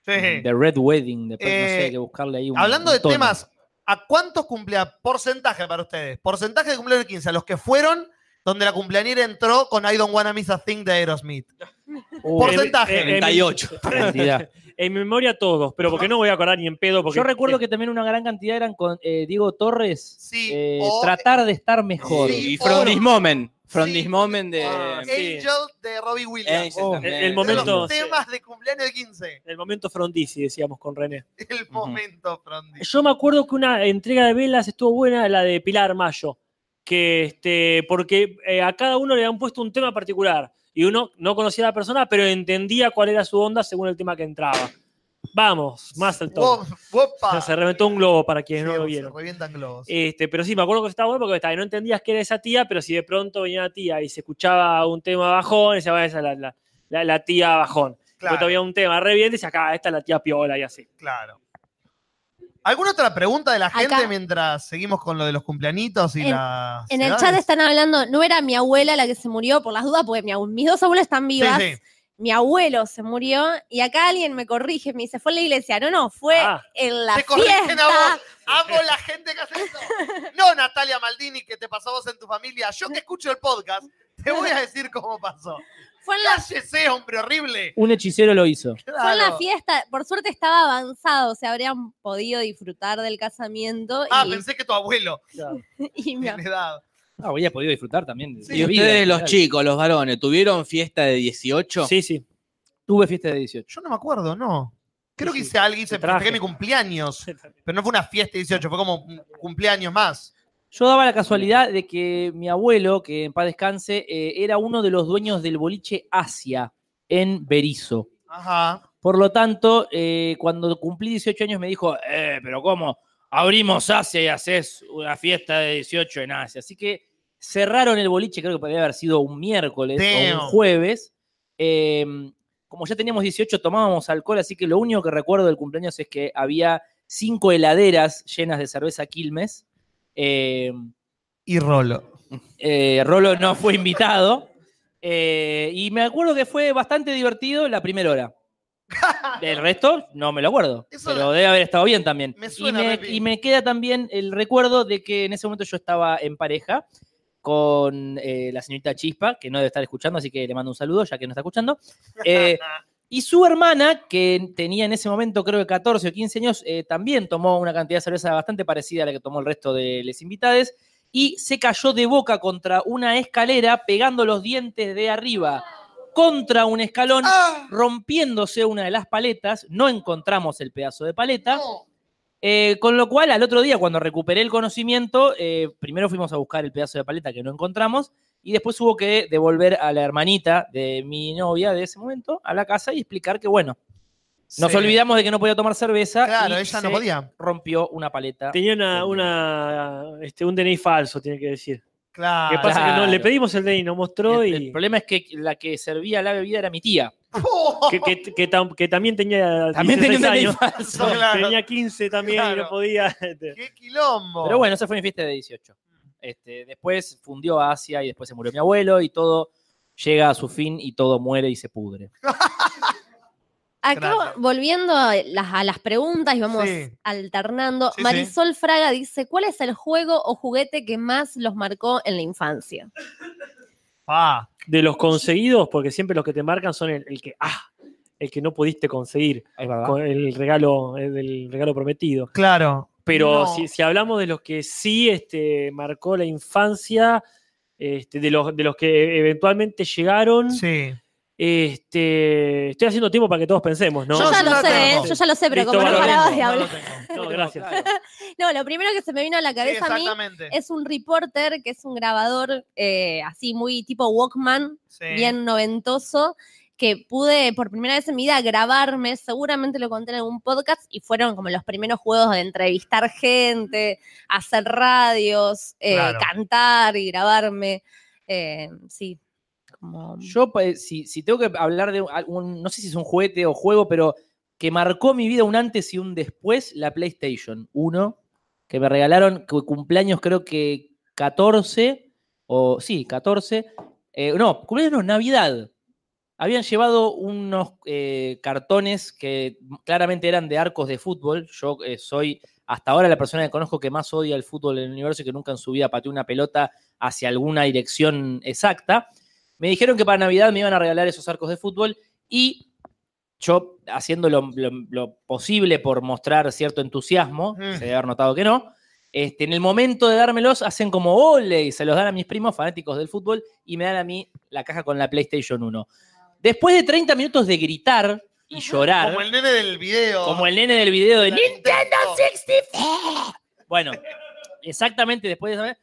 [SPEAKER 3] Sí.
[SPEAKER 9] The Red Wedding. de- no
[SPEAKER 3] Eh,
[SPEAKER 9] sé, hay que buscarle ahí un-
[SPEAKER 3] Hablando
[SPEAKER 9] un
[SPEAKER 3] de
[SPEAKER 9] tono.
[SPEAKER 3] temas, ¿a cuántos cumplea porcentaje para ustedes? Porcentaje de cumpleaños de 15, a los que fueron donde la cumpleañera entró con I don't wanna miss a thing de Aerosmith.
[SPEAKER 9] Uh,
[SPEAKER 5] Eh,
[SPEAKER 3] porcentaje.
[SPEAKER 5] eh, eh,
[SPEAKER 6] 38.
[SPEAKER 9] Cantidad.
[SPEAKER 5] En memoria todos, pero porque no voy a acordar ni en pedo. Porque eh,
[SPEAKER 9] Yo recuerdo que también una gran cantidad eran con eh, Diego Torres. eh,
[SPEAKER 3] o-
[SPEAKER 9] tratar de estar mejor.
[SPEAKER 6] Y From This Moment. From This Moment de.
[SPEAKER 3] Angel de Robbie Williams.
[SPEAKER 6] Angel también.
[SPEAKER 5] Ah, Oh, el momento-
[SPEAKER 3] Los temas de cumpleaños de 15.
[SPEAKER 5] El momento frondizi, decíamos con René.
[SPEAKER 3] El momento, Frondi.
[SPEAKER 5] Yo me acuerdo que una entrega de velas estuvo buena, la de Pilar Mayo, que este, porque eh, a cada uno le han puesto un tema particular y uno no conocía a la persona, pero entendía cuál era su onda según el tema que entraba. Vamos, más al
[SPEAKER 3] Wo-
[SPEAKER 5] todo.
[SPEAKER 3] wopa.
[SPEAKER 5] Se reventó un globo para quienes no lo
[SPEAKER 3] Se
[SPEAKER 5] vieron.
[SPEAKER 3] revientan globos.
[SPEAKER 5] Este, pero sí, me acuerdo que estaba bueno porque estaba, no entendías que era esa tía, pero si de pronto venía la tía y se escuchaba un tema bajón, y se va esa es la, la, la- la tía bajón.
[SPEAKER 3] Claro.
[SPEAKER 5] Después había un tema re bien, decía, acá, esta es la tía piola y así.
[SPEAKER 3] Claro. ¿Alguna otra pregunta de la gente
[SPEAKER 4] Acá.
[SPEAKER 3] mientras seguimos con lo de los cumpleañitos y
[SPEAKER 4] En-
[SPEAKER 3] la.
[SPEAKER 4] En el chat están hablando, no era mi abuela la que se murió, por las dudas, porque mi abu- mis dos abuelas están vivas.
[SPEAKER 3] Sí, sí.
[SPEAKER 4] Mi abuelo se murió y acá alguien me corrige, me dice, fue en la iglesia. No, no, fue
[SPEAKER 3] Ah.
[SPEAKER 4] en la
[SPEAKER 3] Te corrigen a
[SPEAKER 4] fiesta.
[SPEAKER 3] vos. Amo la gente que hace eso. No, Natalia Maldini, que te pasó a vos en tu familia. Yo que escucho el podcast, te voy a decir cómo pasó.
[SPEAKER 4] Fue en la-
[SPEAKER 3] ¡Cállese, hombre horrible!
[SPEAKER 9] Un hechicero lo hizo.
[SPEAKER 4] Fue en la
[SPEAKER 3] Claro.
[SPEAKER 4] fiesta, por suerte estaba avanzado, se habrían podido disfrutar del casamiento.
[SPEAKER 3] Ah,
[SPEAKER 4] y,
[SPEAKER 3] pensé que tu abuelo.
[SPEAKER 4] y me-
[SPEAKER 3] Tiene edad.
[SPEAKER 9] Ah, había podido disfrutar también. de-
[SPEAKER 6] ¿Y
[SPEAKER 9] de vida,
[SPEAKER 6] ustedes, los
[SPEAKER 9] claro.
[SPEAKER 6] chicos, los varones, tuvieron fiesta de 18?
[SPEAKER 9] Sí, sí. Tuve fiesta de 18.
[SPEAKER 3] Yo no me acuerdo, no. Creo que hice algo, hice festejé mi cumpleaños. Pero no fue una fiesta de 18, fue como un cumpleaños más.
[SPEAKER 9] Yo daba la casualidad de que mi abuelo, que en paz descanse, eh, era uno de los dueños del boliche Asia en Berizo.
[SPEAKER 3] Ajá.
[SPEAKER 9] Por lo tanto, eh, cuando cumplí 18 años me dijo, eh, pero ¿cómo? Abrimos Asia y haces una fiesta de 18 en Asia. Así que cerraron el boliche, creo que podría haber sido un miércoles o
[SPEAKER 3] Damn.
[SPEAKER 9] un jueves. Eh, como ya teníamos 18, tomábamos alcohol, así que lo único que recuerdo del cumpleaños es que había cinco heladeras llenas de cerveza Quilmes. Eh,
[SPEAKER 3] Y Rolo.
[SPEAKER 9] eh, Rolo no fue invitado. Eh, y me acuerdo que fue bastante divertido la primera hora. El resto no me lo acuerdo. pero debe haber estado bien también.
[SPEAKER 3] Me suena
[SPEAKER 9] y, me,
[SPEAKER 3] re
[SPEAKER 9] y me queda también el recuerdo de que en ese momento yo estaba en pareja con eh, la señorita Chispa, que no debe estar escuchando, así que le mando un saludo ya que no está escuchando. Eh, y su hermana, que tenía en ese momento creo que 14 o 15 años, eh, también tomó una cantidad de cerveza bastante parecida a la que tomó el resto de los invitados y se cayó de boca contra una escalera pegando los dientes de arriba contra un escalón, rompiéndose una de las paletas. No encontramos el pedazo de paleta. Eh, con lo cual, al otro día, cuando recuperé el conocimiento, eh, primero fuimos a buscar el pedazo de paleta que no encontramos y después hubo que devolver a la hermanita de mi novia de ese momento a la casa y explicar que, bueno, nos
[SPEAKER 5] Sí.
[SPEAKER 9] olvidamos de que no podía tomar
[SPEAKER 4] Ah,
[SPEAKER 9] cerveza.
[SPEAKER 5] Claro,
[SPEAKER 9] y
[SPEAKER 5] ella no
[SPEAKER 9] se
[SPEAKER 5] podía.
[SPEAKER 9] Rompió una paleta.
[SPEAKER 5] Tenía una, una, este, un DNI falso, tiene que decir.
[SPEAKER 3] Claro.
[SPEAKER 5] ¿Qué pasa? Que no, le
[SPEAKER 9] Ah, Claro.
[SPEAKER 5] pedimos el DNI, nos mostró y.
[SPEAKER 9] El problema es que la que servía la bebida era mi tía.
[SPEAKER 5] Que, que- que tam- que también tenía
[SPEAKER 9] También
[SPEAKER 5] 16
[SPEAKER 9] tenía un DNI
[SPEAKER 5] años.
[SPEAKER 9] falso.
[SPEAKER 5] Tenía 15 también y no podía. este, ¡Qué
[SPEAKER 3] ¡Oh! quilombo!
[SPEAKER 9] Pero bueno, esa fue mi fiesta de 18. Este, después fundió a Asia y después se murió mi abuelo y todo llega a su fin y todo muere y se pudre.
[SPEAKER 4] Acá volviendo a las, a las preguntas y vamos
[SPEAKER 9] Sí.
[SPEAKER 4] alternando,
[SPEAKER 9] Sí,
[SPEAKER 4] Marisol Fraga dice, ¿cuál es el juego o juguete que más los marcó en la infancia?
[SPEAKER 5] De los conseguidos, porque siempre los que te marcan son el, el que, ah, el que no pudiste conseguir. Con el regalo, el del regalo prometido.
[SPEAKER 3] Claro.
[SPEAKER 5] Pero
[SPEAKER 3] No.
[SPEAKER 5] si, si hablamos de los que sí este, marcó la infancia, este, de, los, de los que eventualmente
[SPEAKER 4] Mm.
[SPEAKER 5] llegaron.
[SPEAKER 3] Sí.
[SPEAKER 5] Este, estoy haciendo tiempo para que todos pensemos, ¿no?
[SPEAKER 4] Yo ya lo sé, ¿eh? yo ya lo sé, pero
[SPEAKER 5] Listo,
[SPEAKER 4] como no
[SPEAKER 5] bárbaro.
[SPEAKER 4] parabas de
[SPEAKER 5] No lo
[SPEAKER 4] hablar.
[SPEAKER 5] tengo. No, gracias.
[SPEAKER 4] No, lo primero que se me vino a la cabeza a mí
[SPEAKER 3] exactamente.
[SPEAKER 4] es un reporter, que es un grabador eh, así muy tipo Walkman,
[SPEAKER 3] Sí.
[SPEAKER 4] bien noventoso, que pude por primera vez en mi vida grabarme, seguramente lo conté en algún podcast, y fueron como los primeros juegos de entrevistar gente, hacer radios, eh,
[SPEAKER 9] Claro.
[SPEAKER 4] cantar y grabarme. Eh, sí,
[SPEAKER 9] Yo, pa- si, si tengo que hablar de un- algún- no sé si es un juguete o juego, pero que marcó mi vida un antes y un después, la PlayStation 1, que me regalaron cu- cumpleaños creo que 14, o sí, 14, eh, no, cumpleaños no, Navidad. Habían llevado unos eh, cartones que claramente eran de arcos de fútbol. Yo eh, soy hasta ahora la persona que conozco que más odia el fútbol en el universo y que nunca en su vida pateó una pelota hacia alguna dirección exacta. Me dijeron que para Navidad me iban a regalar esos arcos de fútbol y yo haciendo lo, lo- lo posible por mostrar cierto entusiasmo, se debe haber notado que no, este, en el momento de dármelos hacen como ole y se los dan a mis primos fanáticos del fútbol y me dan a mí la caja con la PlayStation 1. Después de 30 minutos de gritar y llorar,
[SPEAKER 3] Como el nene del video.
[SPEAKER 9] como el nene del video de
[SPEAKER 3] La
[SPEAKER 9] Nintendo
[SPEAKER 3] Nintendo.
[SPEAKER 9] 64. Bueno, exactamente después de esa-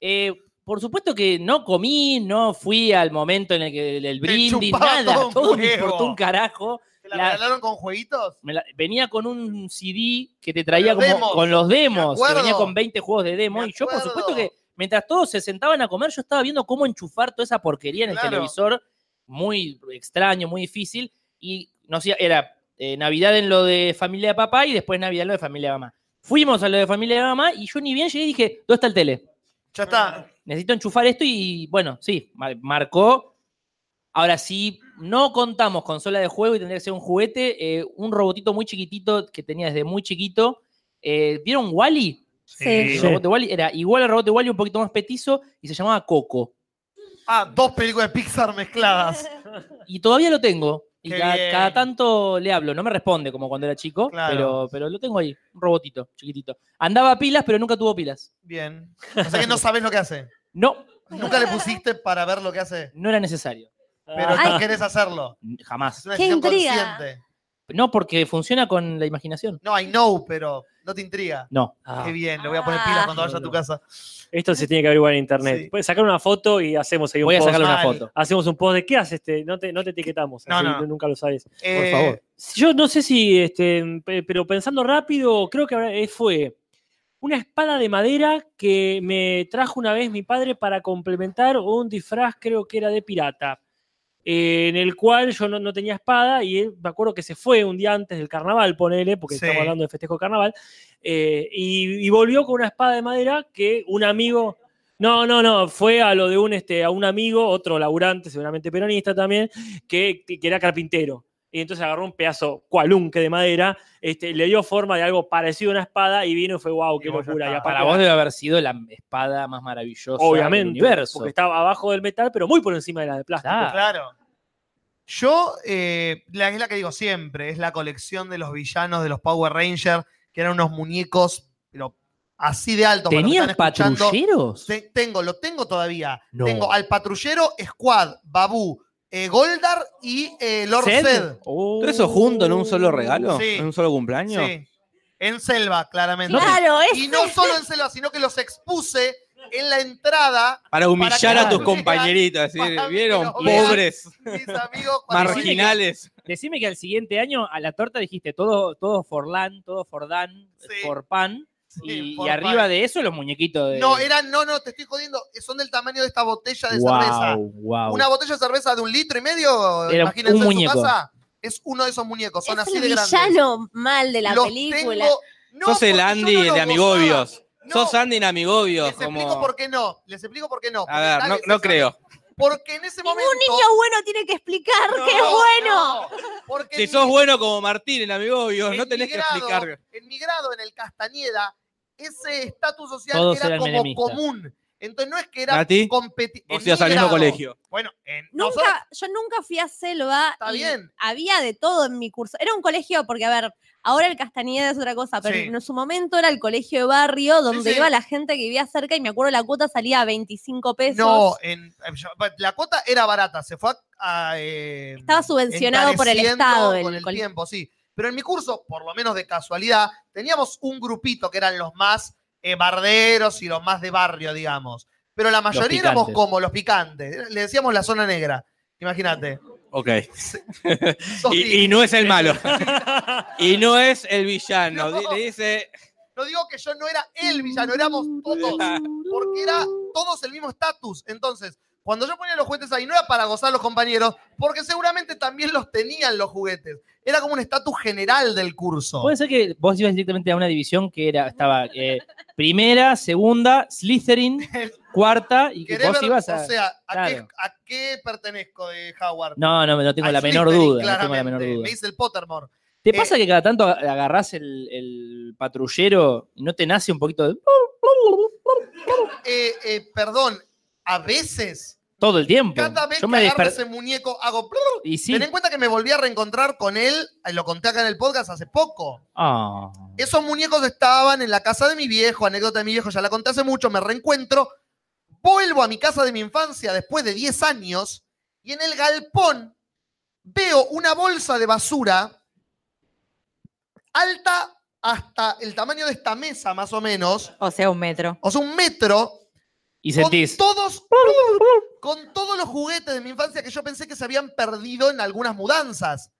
[SPEAKER 9] eh, por supuesto que no comí, no fui al momento en el que el brindis,
[SPEAKER 3] chupaba
[SPEAKER 9] nada,
[SPEAKER 3] todo un
[SPEAKER 9] todo me
[SPEAKER 3] huevo.
[SPEAKER 9] importó un carajo.
[SPEAKER 3] ¿Te la
[SPEAKER 9] La-
[SPEAKER 3] regalaron con jueguitos?
[SPEAKER 9] me la- venía con un CD que te traía
[SPEAKER 3] Con los
[SPEAKER 9] como,
[SPEAKER 3] demos.
[SPEAKER 9] con los demos, que
[SPEAKER 3] acuerdo.
[SPEAKER 9] venía con 20 juegos de demo.
[SPEAKER 3] Me
[SPEAKER 9] Y yo, por
[SPEAKER 3] acuerdo.
[SPEAKER 9] supuesto que mientras todos se sentaban a comer, yo estaba viendo cómo enchufar toda esa porquería en
[SPEAKER 3] Claro.
[SPEAKER 9] el televisor. Muy extraño, muy difícil. Y no sé, era eh, Navidad en lo de familia de papá y después Navidad en lo de familia de mamá. Fuimos a lo de familia de mamá y yo ni bien llegué y dije, ¿dónde está el tele?
[SPEAKER 3] Ya está.
[SPEAKER 9] Necesito enchufar esto y bueno, sí, mar- marcó Ahora, si no contamos consola de juego y tendría que ser un juguete, eh, un robotito muy chiquitito que tenía desde muy chiquito. eh, ¿Vieron Wally?
[SPEAKER 3] Sí.
[SPEAKER 9] El robot de Wall-E era igual al robot de Wally, un poquito más petizo y se llamaba Coco.
[SPEAKER 3] Ah, dos películas de Pixar mezcladas.
[SPEAKER 9] Y todavía lo tengo. Y
[SPEAKER 3] Qué
[SPEAKER 9] cada,
[SPEAKER 3] bien.
[SPEAKER 9] cada tanto le hablo. No me responde como cuando era chico,
[SPEAKER 3] Claro.
[SPEAKER 9] pero, pero lo tengo ahí, un robotito, chiquitito. Andaba a pilas, pero nunca tuvo pilas.
[SPEAKER 3] Bien. O sea que no sabes lo que hace.
[SPEAKER 9] No.
[SPEAKER 3] Nunca le pusiste para ver lo que hace.
[SPEAKER 9] No era necesario.
[SPEAKER 3] Pero
[SPEAKER 9] Ah.
[SPEAKER 3] no querés hacerlo.
[SPEAKER 9] Jamás.
[SPEAKER 3] Es una decisión consciente.
[SPEAKER 9] No, porque funciona con la imaginación.
[SPEAKER 3] No, I know, pero no te intriga.
[SPEAKER 9] No.
[SPEAKER 3] Qué bien, le voy a poner pilas cuando vaya a
[SPEAKER 9] Ah.
[SPEAKER 3] tu casa.
[SPEAKER 5] Ah, Esto se tiene que averiguar en internet.
[SPEAKER 3] Sí.
[SPEAKER 5] Puedes sacar una foto y hacemos ahí un
[SPEAKER 9] Voy a
[SPEAKER 5] post.
[SPEAKER 9] sacarle una foto.
[SPEAKER 5] Hacemos un post de qué haces, este? no, te, no te etiquetamos.
[SPEAKER 9] No,
[SPEAKER 5] así
[SPEAKER 9] no, no.
[SPEAKER 5] Nunca lo sabes.
[SPEAKER 9] Eh, favor.
[SPEAKER 5] Yo no sé si, este, pe- pero pensando rápido, creo que habrá- eh, fue una espada de madera que me trajo una vez mi padre para complementar un disfraz, creo que era de pirata. eh, en el cual yo no, no tenía espada y él, me acuerdo que se fue un día antes del carnaval, ponele, porque
[SPEAKER 3] Sí.
[SPEAKER 5] estamos hablando de festejo de carnaval, eh, y, y volvió con una espada de madera que un amigo. No, no, no, fue a lo de un, este, a un amigo, otro laburante, seguramente peronista también, que, que era carpintero. Y entonces agarró un pedazo cualunque de madera, este, le dio forma de algo parecido a una espada y vino y fue, wow, qué locura. Y aparte
[SPEAKER 9] Para
[SPEAKER 5] era-
[SPEAKER 9] vos debe haber sido la espada más maravillosa
[SPEAKER 5] obviamente,
[SPEAKER 9] del universo.
[SPEAKER 5] porque estaba abajo del metal, pero muy por encima de la de plástico.
[SPEAKER 3] Claro. Yo, eh, la, es la que digo siempre, es la colección de los villanos de los Power Rangers, que eran unos muñecos, pero así de altos. para los que
[SPEAKER 9] ¿Tenías
[SPEAKER 3] están escuchando.
[SPEAKER 9] patrulleros?
[SPEAKER 3] Te- tengo, lo tengo todavía.
[SPEAKER 9] No.
[SPEAKER 3] Tengo al patrullero, Squad, Babu, eh, Goldar y eh, Lord
[SPEAKER 6] ¿Zed?
[SPEAKER 3] Zed.
[SPEAKER 5] Uh,
[SPEAKER 6] ¿Todo eso junto en un solo regalo?
[SPEAKER 3] Sí.
[SPEAKER 6] ¿En un solo cumpleaños?
[SPEAKER 3] Sí. En selva, claramente.
[SPEAKER 6] No te- Claro,
[SPEAKER 3] y no solo en selva, sino que los expuse en la entrada
[SPEAKER 6] Para humillar
[SPEAKER 3] que
[SPEAKER 6] a tus
[SPEAKER 3] vean-
[SPEAKER 6] compañeritos. así,
[SPEAKER 3] para que
[SPEAKER 6] ¿Vieron?
[SPEAKER 3] los vean
[SPEAKER 6] Pobres.
[SPEAKER 3] mis amigos cuando-
[SPEAKER 6] Marginales.
[SPEAKER 9] Decime que al siguiente año a la torta dijiste todo, todo Forlán, todo Fordan, Forpan. y, y
[SPEAKER 3] Forpan.
[SPEAKER 9] arriba de eso los muñequitos de.
[SPEAKER 3] No, eran, no, no, te estoy jodiendo. Son del tamaño de esta botella de
[SPEAKER 9] Guau,
[SPEAKER 3] cerveza.
[SPEAKER 9] guau.
[SPEAKER 3] Una botella de cerveza de un litro y medio,
[SPEAKER 9] Era
[SPEAKER 3] imagínense
[SPEAKER 9] un
[SPEAKER 3] en su
[SPEAKER 9] muñeco.
[SPEAKER 3] casa, es uno de esos muñecos. Son
[SPEAKER 4] Es
[SPEAKER 3] así
[SPEAKER 4] el
[SPEAKER 3] de grandes.
[SPEAKER 4] villano mal de la
[SPEAKER 3] Los
[SPEAKER 4] película.
[SPEAKER 3] tengo- no,
[SPEAKER 6] Sos el
[SPEAKER 3] porque
[SPEAKER 6] Andy
[SPEAKER 3] yo no
[SPEAKER 6] de
[SPEAKER 3] los
[SPEAKER 6] Amigobios.
[SPEAKER 3] No.
[SPEAKER 6] Sos Andy en Amigobios.
[SPEAKER 3] Les explico
[SPEAKER 6] como-
[SPEAKER 3] por qué no. Les explico por qué no.
[SPEAKER 6] A ver,
[SPEAKER 3] Porque
[SPEAKER 6] no,
[SPEAKER 3] dale,
[SPEAKER 6] no creo.
[SPEAKER 3] Porque en ese momento.
[SPEAKER 4] Un niño bueno tiene que explicar
[SPEAKER 3] No,
[SPEAKER 4] que es bueno.
[SPEAKER 3] no, porque
[SPEAKER 6] Si
[SPEAKER 3] en
[SPEAKER 6] sos
[SPEAKER 3] mi-
[SPEAKER 6] bueno como Martín en Amigobios,
[SPEAKER 3] en
[SPEAKER 6] no
[SPEAKER 3] mi
[SPEAKER 6] tenés que
[SPEAKER 3] grado-
[SPEAKER 6] explicar.
[SPEAKER 3] En mi grado, en el Castañeda, ese estatus social
[SPEAKER 6] Todos
[SPEAKER 3] era
[SPEAKER 6] eran
[SPEAKER 3] como
[SPEAKER 6] menemistas.
[SPEAKER 3] común. Entonces no es que era
[SPEAKER 6] Nati,
[SPEAKER 3] competitivo.
[SPEAKER 6] vos ibas al mismo colegio.
[SPEAKER 3] Bueno, en
[SPEAKER 4] Nunca,
[SPEAKER 3] nosotros-
[SPEAKER 4] yo nunca fui a selva.
[SPEAKER 3] Está
[SPEAKER 4] y
[SPEAKER 3] bien.
[SPEAKER 4] Había de todo en mi curso. Era un colegio, porque a ver, ahora el Castañeda es otra cosa, pero
[SPEAKER 3] Sí.
[SPEAKER 4] en su momento era el colegio de barrio donde
[SPEAKER 3] sí.
[SPEAKER 4] iba la gente que vivía cerca y me acuerdo la cuota salía a 25 pesos.
[SPEAKER 3] No, en, en- yo- la cuota era barata, se fue a. a, eh,
[SPEAKER 4] Estaba subvencionado por el
[SPEAKER 3] encareciendo
[SPEAKER 4] Estado
[SPEAKER 3] Con
[SPEAKER 4] el
[SPEAKER 3] el
[SPEAKER 4] colegio.
[SPEAKER 3] tiempo, sí. Pero en mi curso, por lo menos de casualidad, teníamos un grupito que eran los más eh, barderos y los más de barrio, digamos. Pero la mayoría éramos
[SPEAKER 6] picantes.
[SPEAKER 3] como los picantes. Le decíamos la zona negra. Imagínate.
[SPEAKER 6] Ok. y, y no es el malo. y no es el villano. Di- Le dice.
[SPEAKER 3] No digo que yo no era el villano, éramos todos. Porque era todos el mismo estatus. Entonces, cuando yo ponía los juguetes ahí, no era para gozar a los compañeros, porque seguramente también los tenían los juguetes. Era como un estatus general del curso.
[SPEAKER 9] Puede ser que vos ibas directamente a una división que era, estaba eh, primera, segunda, Slytherin, cuarta, y que
[SPEAKER 3] ¿Querés
[SPEAKER 9] vos
[SPEAKER 3] ver,
[SPEAKER 9] ibas a.
[SPEAKER 3] O sea, ¿a,
[SPEAKER 9] claro.
[SPEAKER 3] qué, a qué pertenezco de Howard?
[SPEAKER 9] No, no, no tengo
[SPEAKER 3] A
[SPEAKER 9] la menor
[SPEAKER 3] Slytherin,
[SPEAKER 9] duda, no tengo la menor
[SPEAKER 3] claramente.
[SPEAKER 9] duda.
[SPEAKER 3] Me dice el Pottermore.
[SPEAKER 9] ¿Te pasa que cada tanto agarrás el, el patrullero y no te nace un poquito de.
[SPEAKER 3] Eh, eh, perdón, a veces,
[SPEAKER 9] todo el tiempo?
[SPEAKER 3] cada vez
[SPEAKER 9] Yo me
[SPEAKER 3] que agarro
[SPEAKER 9] desper-
[SPEAKER 3] ese muñeco, hago...
[SPEAKER 9] Y sí.
[SPEAKER 3] Ten en cuenta que me volví a reencontrar con él, eh, lo conté acá en el podcast hace poco.
[SPEAKER 9] Ah.
[SPEAKER 3] Esos muñecos estaban en la casa de mi viejo, anécdota de mi viejo, ya la conté hace mucho, me reencuentro. Vuelvo a mi casa de mi infancia después de 10 años y en el galpón veo una bolsa de basura alta hasta el tamaño de esta mesa, más o menos.
[SPEAKER 8] O sea, un metro.
[SPEAKER 3] O sea, un metro
[SPEAKER 9] Y sentís.
[SPEAKER 3] con todos, con todos los juguetes de mi infancia que yo pensé que se habían perdido en algunas mudanzas.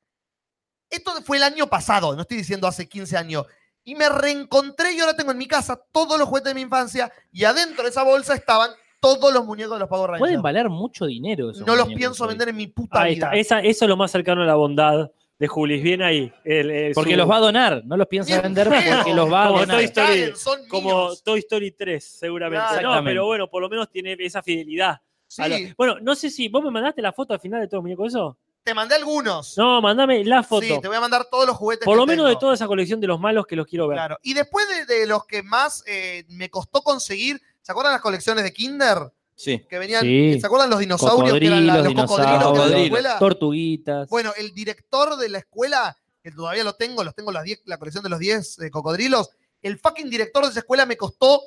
[SPEAKER 3] Esto fue el año pasado, no estoy diciendo hace 15 años. Y me reencontré y ahora tengo en mi casa todos los juguetes de mi infancia y adentro de esa bolsa estaban todos los muñecos de los Power Rangers.
[SPEAKER 9] Pueden valer mucho dinero. esos
[SPEAKER 3] No los
[SPEAKER 9] muñecos
[SPEAKER 3] pienso
[SPEAKER 9] hoy.
[SPEAKER 3] vender en mi puta
[SPEAKER 5] Ahí
[SPEAKER 3] vida.
[SPEAKER 5] está. Esa- eso es lo más cercano a la bondad de Julis. Bien ahí. El- el-
[SPEAKER 9] Porque
[SPEAKER 5] su-
[SPEAKER 9] los va a donar, no los piensa
[SPEAKER 5] Bien
[SPEAKER 9] vender
[SPEAKER 5] feo.
[SPEAKER 9] porque los va a
[SPEAKER 5] Como
[SPEAKER 9] donar.
[SPEAKER 5] Toy Story,
[SPEAKER 3] Caguen, son
[SPEAKER 5] como
[SPEAKER 3] míos.
[SPEAKER 5] Toy Story 3, seguramente.
[SPEAKER 3] Claro.
[SPEAKER 5] No, pero bueno, por lo menos tiene esa fidelidad.
[SPEAKER 3] Sí.
[SPEAKER 5] A lo- Bueno, no sé si vos me mandaste la foto al final de todos los muñecos, ¿eso?
[SPEAKER 3] Te mandé algunos.
[SPEAKER 5] No, mandame la foto.
[SPEAKER 3] Sí, te voy a mandar todos los juguetes.
[SPEAKER 5] por
[SPEAKER 3] que
[SPEAKER 5] lo menos
[SPEAKER 3] tengo.
[SPEAKER 5] de toda esa colección de los malos que los quiero ver.
[SPEAKER 3] Claro. Y después de, de los que más eh, me costó conseguir, ¿se acuerdan las colecciones de Kinder?
[SPEAKER 6] Sí.
[SPEAKER 3] Que venían,
[SPEAKER 9] Sí.
[SPEAKER 3] ¿se acuerdan los dinosaurios? que eran la- los
[SPEAKER 9] Cocodrilos,
[SPEAKER 3] cocodrilos de la
[SPEAKER 9] dinosaurios,
[SPEAKER 3] escuela?
[SPEAKER 9] tortuguitas.
[SPEAKER 3] Bueno, el director de la escuela, que todavía lo tengo, los tengo las 10 la colección de los 10 eh, cocodrilos, el fucking director de esa escuela me costó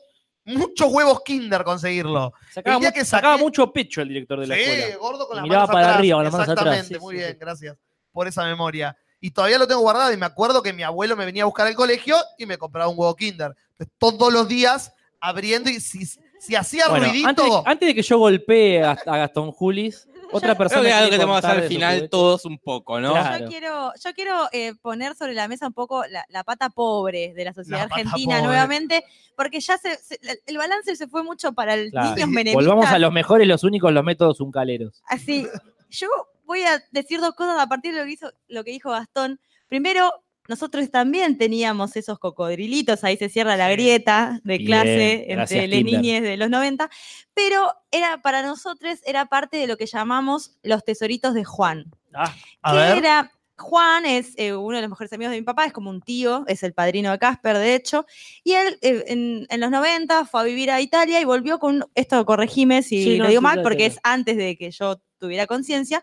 [SPEAKER 3] muchos huevos kinder conseguirlo.
[SPEAKER 5] Sacaba,
[SPEAKER 3] el día
[SPEAKER 5] mu-
[SPEAKER 3] que
[SPEAKER 5] sacaba mucho pecho el director de la
[SPEAKER 3] Sí,
[SPEAKER 5] escuela.
[SPEAKER 3] gordo
[SPEAKER 5] Y
[SPEAKER 3] con las
[SPEAKER 5] miraba
[SPEAKER 3] manos
[SPEAKER 5] para
[SPEAKER 3] atrás.
[SPEAKER 5] arriba, con las manos atrás.
[SPEAKER 3] Exactamente,
[SPEAKER 5] Sí,
[SPEAKER 3] muy bien, gracias por esa memoria. Y todavía lo tengo guardado y me acuerdo que mi abuelo me venía a buscar al colegio y me compraba un huevo kinder. Entonces, todos los días abriendo y si, si hacía
[SPEAKER 9] Bueno,
[SPEAKER 3] ruidito...
[SPEAKER 9] antes, de, antes de que yo golpee a, a Gastón Julis, otra persona.
[SPEAKER 6] Creo que es algo que
[SPEAKER 9] quiere
[SPEAKER 6] tenemos que hacer
[SPEAKER 9] contar
[SPEAKER 6] al
[SPEAKER 9] de su
[SPEAKER 6] final
[SPEAKER 9] juventud.
[SPEAKER 6] todos un poco, ¿no?
[SPEAKER 9] Claro.
[SPEAKER 8] Yo quiero, yo quiero eh, poner sobre la mesa un poco la, la pata pobre de la sociedad
[SPEAKER 6] La pata
[SPEAKER 8] argentina
[SPEAKER 6] pobre.
[SPEAKER 8] nuevamente, porque ya se- se- el balance se fue mucho para el
[SPEAKER 9] Claro.
[SPEAKER 8] niños menemistas.
[SPEAKER 9] Volvamos a los mejores, los únicos, los métodos uncaleros.
[SPEAKER 8] Así, yo voy a decir dos cosas a partir de lo que, hizo, lo que dijo Gastón. Primero, nosotros también teníamos esos cocodrilitos, ahí se cierra la grieta de
[SPEAKER 10] Bien,
[SPEAKER 8] clase
[SPEAKER 10] gracias,
[SPEAKER 8] entre las
[SPEAKER 10] Kinder.
[SPEAKER 8] niñes de los 90, pero era para nosotros era parte de lo que llamamos los tesoritos de Juan.
[SPEAKER 3] A
[SPEAKER 8] que
[SPEAKER 3] ver.
[SPEAKER 8] era Juan es eh, uno de los mejores amigos de mi papá, es como un tío, es el padrino de Casper, de hecho, y él eh, en, en los 90 fue a vivir a Italia y volvió con, esto corregime si
[SPEAKER 10] Sí, no,
[SPEAKER 8] lo digo
[SPEAKER 10] sí,
[SPEAKER 8] mal,
[SPEAKER 10] ya,
[SPEAKER 8] porque
[SPEAKER 10] ya.
[SPEAKER 8] es antes de que yo tuviera conciencia,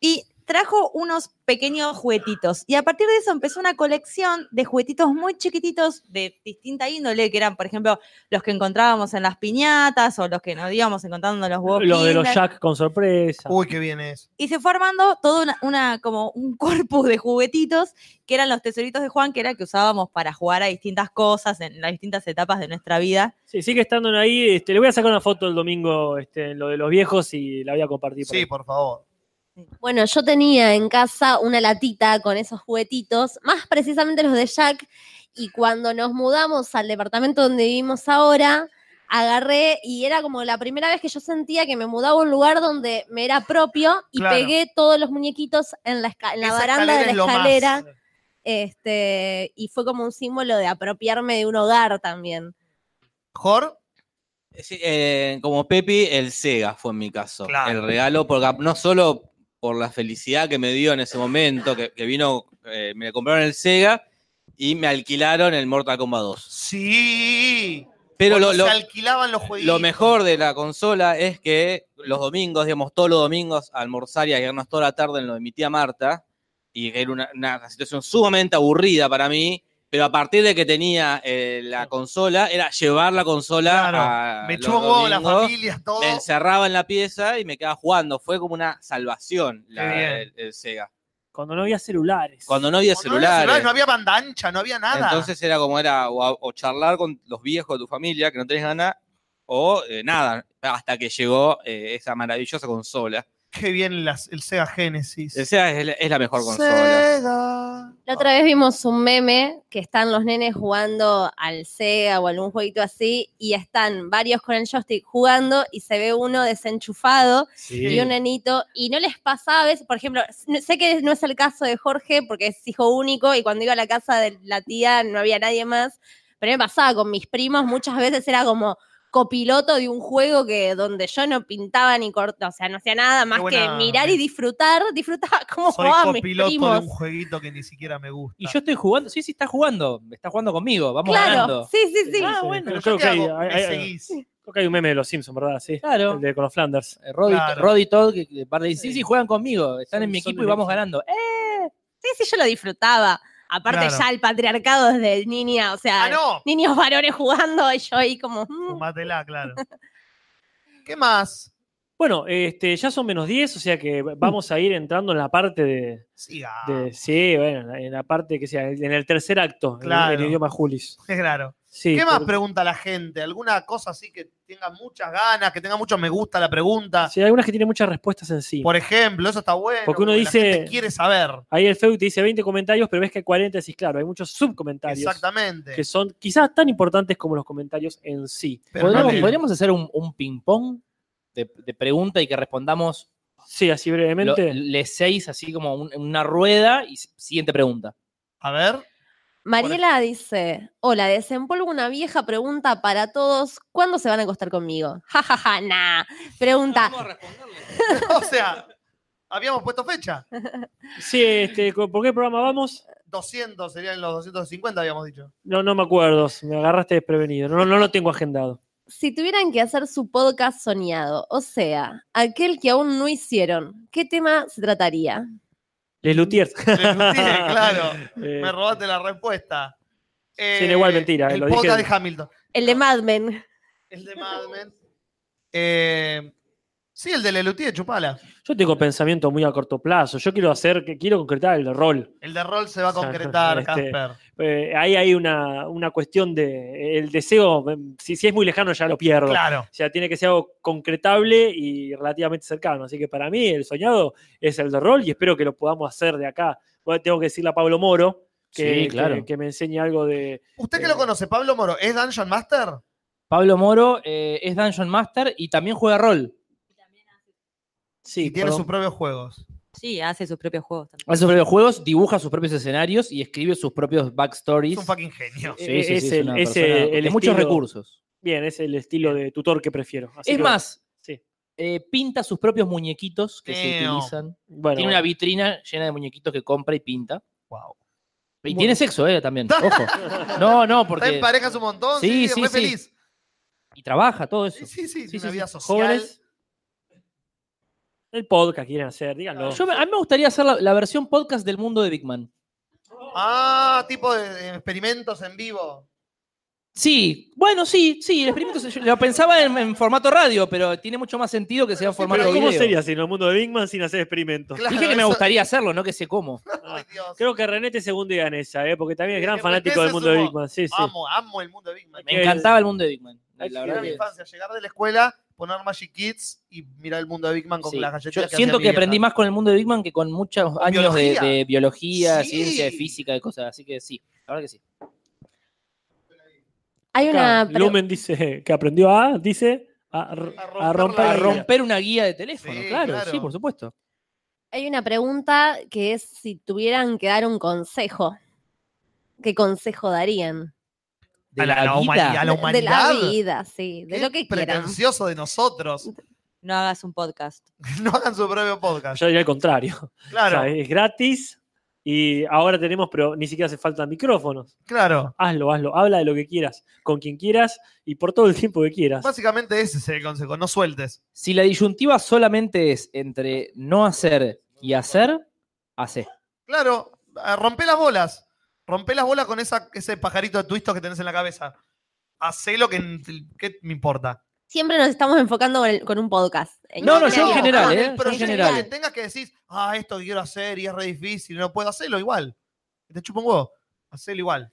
[SPEAKER 8] y trajo unos pequeños juguetitos, y a partir de eso empezó una colección de juguetitos muy chiquititos de distinta índole, que eran, por ejemplo, los que encontrábamos en las piñatas o los que nos íbamos encontrando en los huevos.
[SPEAKER 5] Los de los
[SPEAKER 8] Kinder.
[SPEAKER 5] Jack con sorpresa.
[SPEAKER 3] Uy, qué bien es.
[SPEAKER 8] Y se fue armando todo una, una- como un corpus de juguetitos que eran los tesoritos de Juan, que era que usábamos para jugar a distintas cosas en las distintas etapas de nuestra vida.
[SPEAKER 5] Sí, sigue estando ahí. Este, le voy a sacar una foto el domingo, este, lo de los viejos, y la voy a compartir.
[SPEAKER 3] Sí, por favor.
[SPEAKER 4] Bueno, yo tenía en casa una latita con esos juguetitos, más precisamente los de Jack, y cuando nos mudamos al departamento donde vivimos ahora, agarré y era como la primera vez que yo sentía que me mudaba a un lugar donde me era propio y
[SPEAKER 10] Claro.
[SPEAKER 4] pegué todos los muñequitos en la, esca- en la
[SPEAKER 10] Esa
[SPEAKER 4] baranda
[SPEAKER 10] escalera
[SPEAKER 4] de
[SPEAKER 10] es
[SPEAKER 4] la
[SPEAKER 10] lo más.
[SPEAKER 4] escalera. Este, y fue como un símbolo de apropiarme de un hogar también.
[SPEAKER 3] ¿Jor?
[SPEAKER 6] Sí, eh, como Pepi, el Sega fue en mi caso.
[SPEAKER 3] Claro.
[SPEAKER 6] El regalo, porque no solo por la felicidad que me dio en ese momento, que, que vino, eh, me compraron el Sega y me alquilaron el Mortal Kombat 2.
[SPEAKER 3] Sí.
[SPEAKER 6] Pero
[SPEAKER 3] Cuando
[SPEAKER 6] lo, lo-
[SPEAKER 3] se alquilaban los jueguitos.
[SPEAKER 6] lo mejor de la consola es que los domingos, digamos, todos los domingos, a almorzar y a irnos toda la tarde en lo de mi tía Marta, y era una, una situación sumamente aburrida para mí, pero a partir de que tenía eh, la consola, era llevar la consola a
[SPEAKER 3] Me
[SPEAKER 6] los
[SPEAKER 3] chupa un huevo la
[SPEAKER 6] domingos,
[SPEAKER 3] familia, todo.
[SPEAKER 6] Me encerraba en la pieza y me quedaba jugando. Fue como una salvación la-
[SPEAKER 3] Qué bien.
[SPEAKER 6] el, el Sega.
[SPEAKER 5] Cuando no había celulares.
[SPEAKER 6] Cuando no había
[SPEAKER 3] No había
[SPEAKER 6] celulares.
[SPEAKER 3] celulares, No había banda ancha, no había nada.
[SPEAKER 6] Entonces era como era o, a- o charlar con los viejos de tu familia que no tenés ganas o eh, nada, hasta que llegó eh, esa maravillosa consola.
[SPEAKER 3] Qué bien las- el Sega Genesis.
[SPEAKER 6] O sea, es, la- es la mejor consola.
[SPEAKER 3] Sega.
[SPEAKER 4] La otra vez vimos un meme que están los nenes jugando al Sega o algún jueguito así y están varios con el joystick jugando y se ve uno desenchufado
[SPEAKER 10] Sí.
[SPEAKER 4] y un nenito y no les pasaba a veces, por ejemplo, no- sé que no es el caso de Jorge porque es hijo único y cuando iba a la casa de la tía no había nadie más, pero me pasaba con mis primos muchas veces era como copiloto de un juego que donde yo no pintaba ni cortaba, o sea, no hacía nada más que
[SPEAKER 3] buena-
[SPEAKER 4] mirar y disfrutar, disfrutaba como
[SPEAKER 3] Soy
[SPEAKER 4] jugaban mis
[SPEAKER 3] copiloto de
[SPEAKER 4] primos.
[SPEAKER 3] un jueguito que ni siquiera me gusta.
[SPEAKER 9] Y yo estoy jugando. Sí, sí, está jugando. Está jugando conmigo. Vamos
[SPEAKER 4] Claro,
[SPEAKER 9] ganando.
[SPEAKER 4] sí, sí, sí.
[SPEAKER 9] Ah, bueno.
[SPEAKER 5] Creo que hay,
[SPEAKER 3] Me
[SPEAKER 5] hay- hay-
[SPEAKER 3] seguís.
[SPEAKER 5] creo que hay un meme de los Simpsons, ¿verdad? Sí.
[SPEAKER 9] Claro.
[SPEAKER 5] El de con los Flanders.
[SPEAKER 9] Eh, Roddy,
[SPEAKER 5] Claro.
[SPEAKER 9] Roddy Todd, que, que par de- sí, sí, juegan conmigo. Están en mi
[SPEAKER 5] son
[SPEAKER 9] equipo
[SPEAKER 5] un
[SPEAKER 9] y vamos
[SPEAKER 5] equipo.
[SPEAKER 9] ganando. Eh,
[SPEAKER 4] Sí, sí, yo lo disfrutaba. Aparte
[SPEAKER 9] Claro.
[SPEAKER 4] ya el patriarcado desde niña, o sea,
[SPEAKER 3] Ah, no.
[SPEAKER 4] niños varones jugando y yo ahí como... mm.
[SPEAKER 3] Fumátela, claro. ¿Qué más?
[SPEAKER 5] Bueno, este, ya son menos 10, o sea que vamos a ir entrando en la parte de.
[SPEAKER 3] Siga.
[SPEAKER 5] de- sí, bueno, en la parte que sea, en el tercer acto, en el-
[SPEAKER 3] Claro.
[SPEAKER 5] en el idioma Julis.
[SPEAKER 3] Es claro.
[SPEAKER 5] Sí, pues.
[SPEAKER 3] ¿Qué más
[SPEAKER 5] porque-
[SPEAKER 3] pregunta la gente? ¿Alguna cosa así que tenga muchas ganas, que tenga muchos me gusta la pregunta?
[SPEAKER 5] Sí, hay algunas que tienen muchas respuestas en sí.
[SPEAKER 3] Por ejemplo, eso está bueno.
[SPEAKER 5] Porque uno
[SPEAKER 3] la gente
[SPEAKER 5] dice-
[SPEAKER 3] quiere saber.
[SPEAKER 5] Ahí el Facebook te dice 20 comentarios, pero ves que hay 40, decís, claro, hay muchos subcomentarios.
[SPEAKER 3] Exactamente.
[SPEAKER 5] Que son quizás tan importantes como los comentarios en sí.
[SPEAKER 3] Pero
[SPEAKER 9] ¿podríamos,
[SPEAKER 3] no-
[SPEAKER 9] podríamos hacer un, un ping-pong de, de pregunta y que respondamos
[SPEAKER 5] Sí, así brevemente.
[SPEAKER 9] le seis, así como un- una rueda y s- siguiente pregunta.
[SPEAKER 3] A ver.
[SPEAKER 4] Mariela dice, hola, desempolvo una vieja pregunta para todos, ¿cuándo se van a acostar conmigo? Ja, ja, ja, nah. Pregunta,
[SPEAKER 3] o sea, habíamos puesto fecha.
[SPEAKER 5] Sí, este, ¿con- ¿por qué programa vamos?
[SPEAKER 3] 200 serían los 250, habíamos dicho.
[SPEAKER 5] No, no me acuerdo, me agarraste desprevenido. No, no lo tengo agendado.
[SPEAKER 4] si tuvieran que hacer su podcast soñado, o sea, aquel que aún no hicieron, ¿qué tema se trataría?
[SPEAKER 5] Les Lutiers.
[SPEAKER 3] claro.
[SPEAKER 5] Eh,
[SPEAKER 3] Me robaste la respuesta. Eh,
[SPEAKER 5] sí, no, igual mentira,
[SPEAKER 3] El
[SPEAKER 5] lo dije.
[SPEAKER 3] podcast de Hamilton.
[SPEAKER 4] El de Mad Men.
[SPEAKER 3] El de Mad Men. Eh, sí, el de Lelutier, chupala.
[SPEAKER 5] Yo tengo pensamiento muy a corto plazo. Yo quiero hacer, que quiero concretar el rol.
[SPEAKER 3] El de Roll se va a concretar,
[SPEAKER 5] Este,
[SPEAKER 3] Casper.
[SPEAKER 5] eh, ahí hay una, una cuestión de el deseo, em, si, si es muy lejano ya lo pierdo.
[SPEAKER 3] Claro.
[SPEAKER 5] O sea, tiene que ser algo concretable y relativamente cercano. Así que para mí el soñado es el de rol y espero que lo podamos hacer de acá. Bueno, tengo que decirle a Pablo Moro que,
[SPEAKER 9] Sí,
[SPEAKER 5] que-
[SPEAKER 9] claro.
[SPEAKER 5] que me enseñe algo de...
[SPEAKER 3] ¿Usted que lo conoce, Pablo Moro? ¿Es Dungeon Master?
[SPEAKER 9] Pablo Moro eh, es Dungeon Master y también juega rol.
[SPEAKER 5] Sí,
[SPEAKER 3] y tiene
[SPEAKER 9] perdón.
[SPEAKER 3] sus propios juegos.
[SPEAKER 8] Sí, hace sus propios juegos también.
[SPEAKER 9] Hace sus propios juegos, dibuja sus propios escenarios y escribe sus propios backstories.
[SPEAKER 3] Es un fucking genio.
[SPEAKER 9] Sí, sí,
[SPEAKER 5] Eh, es
[SPEAKER 9] sí, es
[SPEAKER 5] el-
[SPEAKER 9] una
[SPEAKER 5] es
[SPEAKER 9] persona
[SPEAKER 5] el- el
[SPEAKER 9] de muchos
[SPEAKER 5] estilo.
[SPEAKER 9] recursos.
[SPEAKER 5] Bien, es el estilo de tutor que prefiero. Así
[SPEAKER 9] es
[SPEAKER 5] que-
[SPEAKER 9] más,
[SPEAKER 5] sí.
[SPEAKER 9] eh, pinta sus propios muñequitos que se
[SPEAKER 5] Eo.
[SPEAKER 9] utilizan.
[SPEAKER 5] Bueno,
[SPEAKER 9] tiene una vitrina llena de muñequitos que compra y pinta.
[SPEAKER 3] Wow.
[SPEAKER 9] Y tiene sexo, eh, también. Ojo. No, no, porque.
[SPEAKER 3] Está en parejas un montón, sí, re feliz.
[SPEAKER 9] Y trabaja, todo eso.
[SPEAKER 3] Sí, sí, sí,
[SPEAKER 9] Sí,
[SPEAKER 3] una
[SPEAKER 9] sí,
[SPEAKER 3] vida
[SPEAKER 9] sí.
[SPEAKER 3] social.
[SPEAKER 9] Jóvenes.
[SPEAKER 5] el podcast quieren hacer, díganlo.
[SPEAKER 9] Yo me- a mí me gustaría hacer la, la versión podcast del mundo de Big Man.
[SPEAKER 3] Ah, tipo de, de experimentos en vivo.
[SPEAKER 9] Sí, bueno, sí, sí, el experimento se- yo lo pensaba en, en formato radio, pero tiene mucho más sentido que sea en formato
[SPEAKER 5] Pero ¿cómo
[SPEAKER 9] video.
[SPEAKER 5] sería sin el mundo de Big Man sin hacer experimentos?
[SPEAKER 3] Claro,
[SPEAKER 9] Dije que me
[SPEAKER 3] eso-
[SPEAKER 9] gustaría hacerlo, no que sé cómo.
[SPEAKER 5] Creo que René te segundo diga en esa, ¿eh? porque también es gran
[SPEAKER 3] Porque
[SPEAKER 5] fanático
[SPEAKER 3] ese
[SPEAKER 5] del
[SPEAKER 3] es
[SPEAKER 5] mundo
[SPEAKER 3] un
[SPEAKER 5] de
[SPEAKER 3] mo-
[SPEAKER 5] Big Man. Sí, sí.
[SPEAKER 3] Amo, amo el mundo de Big Man.
[SPEAKER 9] Me encantaba el mundo de Big Man.
[SPEAKER 3] Hay
[SPEAKER 9] La
[SPEAKER 3] que ir a
[SPEAKER 9] verdad
[SPEAKER 3] mi
[SPEAKER 9] que-
[SPEAKER 3] infancia, llegar de la escuela, poner Magic Kids y mirar el mundo de Big Man con
[SPEAKER 9] sí.
[SPEAKER 3] las
[SPEAKER 9] Yo
[SPEAKER 3] galletitas.
[SPEAKER 9] siento
[SPEAKER 3] hacía
[SPEAKER 9] que
[SPEAKER 3] mi vieja.
[SPEAKER 9] aprendí más con el mundo de Big Man que con muchos años de-
[SPEAKER 3] biología.
[SPEAKER 9] De, biología,
[SPEAKER 3] Sí.
[SPEAKER 9] ciencia, de física, de cosas. Así que sí, la verdad que sí.
[SPEAKER 4] Hay una.
[SPEAKER 5] Claro,
[SPEAKER 4] pero-
[SPEAKER 5] Lumen dice que aprendió a, dice, a, r- a romper,
[SPEAKER 9] Para
[SPEAKER 5] la guía.
[SPEAKER 9] romper una guía de teléfono,
[SPEAKER 3] Sí,
[SPEAKER 9] claro,
[SPEAKER 3] claro.
[SPEAKER 9] sí, por supuesto.
[SPEAKER 4] Hay una pregunta que es si tuvieran que dar un consejo, ¿qué consejo darían?
[SPEAKER 3] a la, a la humani- a la
[SPEAKER 4] De
[SPEAKER 3] humanidad.
[SPEAKER 4] la vida, sí, de lo que quieran.
[SPEAKER 3] Pretencioso de nosotros.
[SPEAKER 8] No hagas un podcast.
[SPEAKER 3] No hagan su propio podcast.
[SPEAKER 5] Yo diría el contrario.
[SPEAKER 3] Claro.
[SPEAKER 5] O sea, es gratis y ahora tenemos, pero ni siquiera hace falta micrófonos.
[SPEAKER 3] Claro.
[SPEAKER 5] Hazlo, hazlo. Habla de lo que quieras, con quien quieras y por todo el tiempo que quieras.
[SPEAKER 3] Básicamente ese es el consejo. No sueltes.
[SPEAKER 9] Si la disyuntiva solamente es entre no hacer y hacer, hace.
[SPEAKER 3] Claro. ah, Rompe las bolas. Rompe las bolas con esa, ese pajarito de twistos que tenés en la cabeza. Hacé lo que, que me importa.
[SPEAKER 4] Siempre nos estamos enfocando con, el- con un podcast. En
[SPEAKER 9] No, no, yo en
[SPEAKER 4] general.
[SPEAKER 9] general,
[SPEAKER 3] no,
[SPEAKER 9] ¿eh?
[SPEAKER 3] el
[SPEAKER 9] Yo en
[SPEAKER 3] proyecto
[SPEAKER 9] general.
[SPEAKER 3] que tengas que decís, ah, esto que quiero hacer y es re difícil, no puedo hacerlo igual. Te chupo un huevo. Hacelo igual.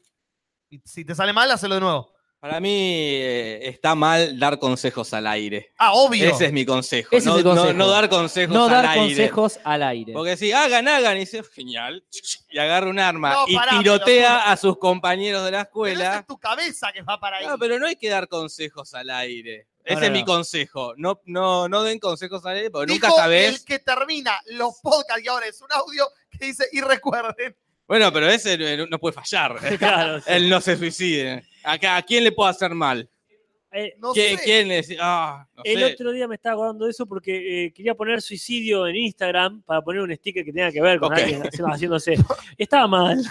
[SPEAKER 3] Y si te sale mal, hacelo de nuevo.
[SPEAKER 6] Para mí eh, está mal dar consejos al aire.
[SPEAKER 3] Ah, obvio.
[SPEAKER 6] Ese es mi consejo.
[SPEAKER 9] Ese es
[SPEAKER 6] no,
[SPEAKER 9] el
[SPEAKER 6] no-
[SPEAKER 9] consejo.
[SPEAKER 6] no dar consejos
[SPEAKER 9] No
[SPEAKER 6] al
[SPEAKER 9] dar
[SPEAKER 6] aire.
[SPEAKER 9] consejos al aire.
[SPEAKER 6] Porque si hagan, hagan, y dice, genial. Y agarra un arma
[SPEAKER 3] No,
[SPEAKER 6] y
[SPEAKER 3] pará, pero
[SPEAKER 6] tirotea a sus compañeros de
[SPEAKER 3] Pero
[SPEAKER 6] la
[SPEAKER 3] esa
[SPEAKER 6] escuela.
[SPEAKER 3] es tu cabeza que va para ahí.
[SPEAKER 6] No, pero no hay que dar consejos al aire.
[SPEAKER 5] No,
[SPEAKER 6] Ese
[SPEAKER 5] no,
[SPEAKER 6] es mi
[SPEAKER 5] no.
[SPEAKER 6] consejo. No, no, no den consejos al aire porque
[SPEAKER 3] Dijo
[SPEAKER 6] nunca sabés.
[SPEAKER 3] El que termina los podcasts y ahora es un audio que dice, y recuerden.
[SPEAKER 6] Bueno, pero ese no- no puede fallar. ¿eh?
[SPEAKER 5] Claro, sí.
[SPEAKER 6] Él no se suicide. Acá, ¿a quién le puedo hacer mal?
[SPEAKER 5] Eh,
[SPEAKER 3] No
[SPEAKER 6] ¿Qué-
[SPEAKER 3] sé.
[SPEAKER 6] ¿Quién es? Ah, no
[SPEAKER 5] El
[SPEAKER 6] sé.
[SPEAKER 5] otro día me estaba acordando de eso porque eh, quería poner suicidio en Instagram para poner un sticker que tenga que ver con
[SPEAKER 6] Ok.
[SPEAKER 5] alguien haciendo- haciéndose. Estaba mal.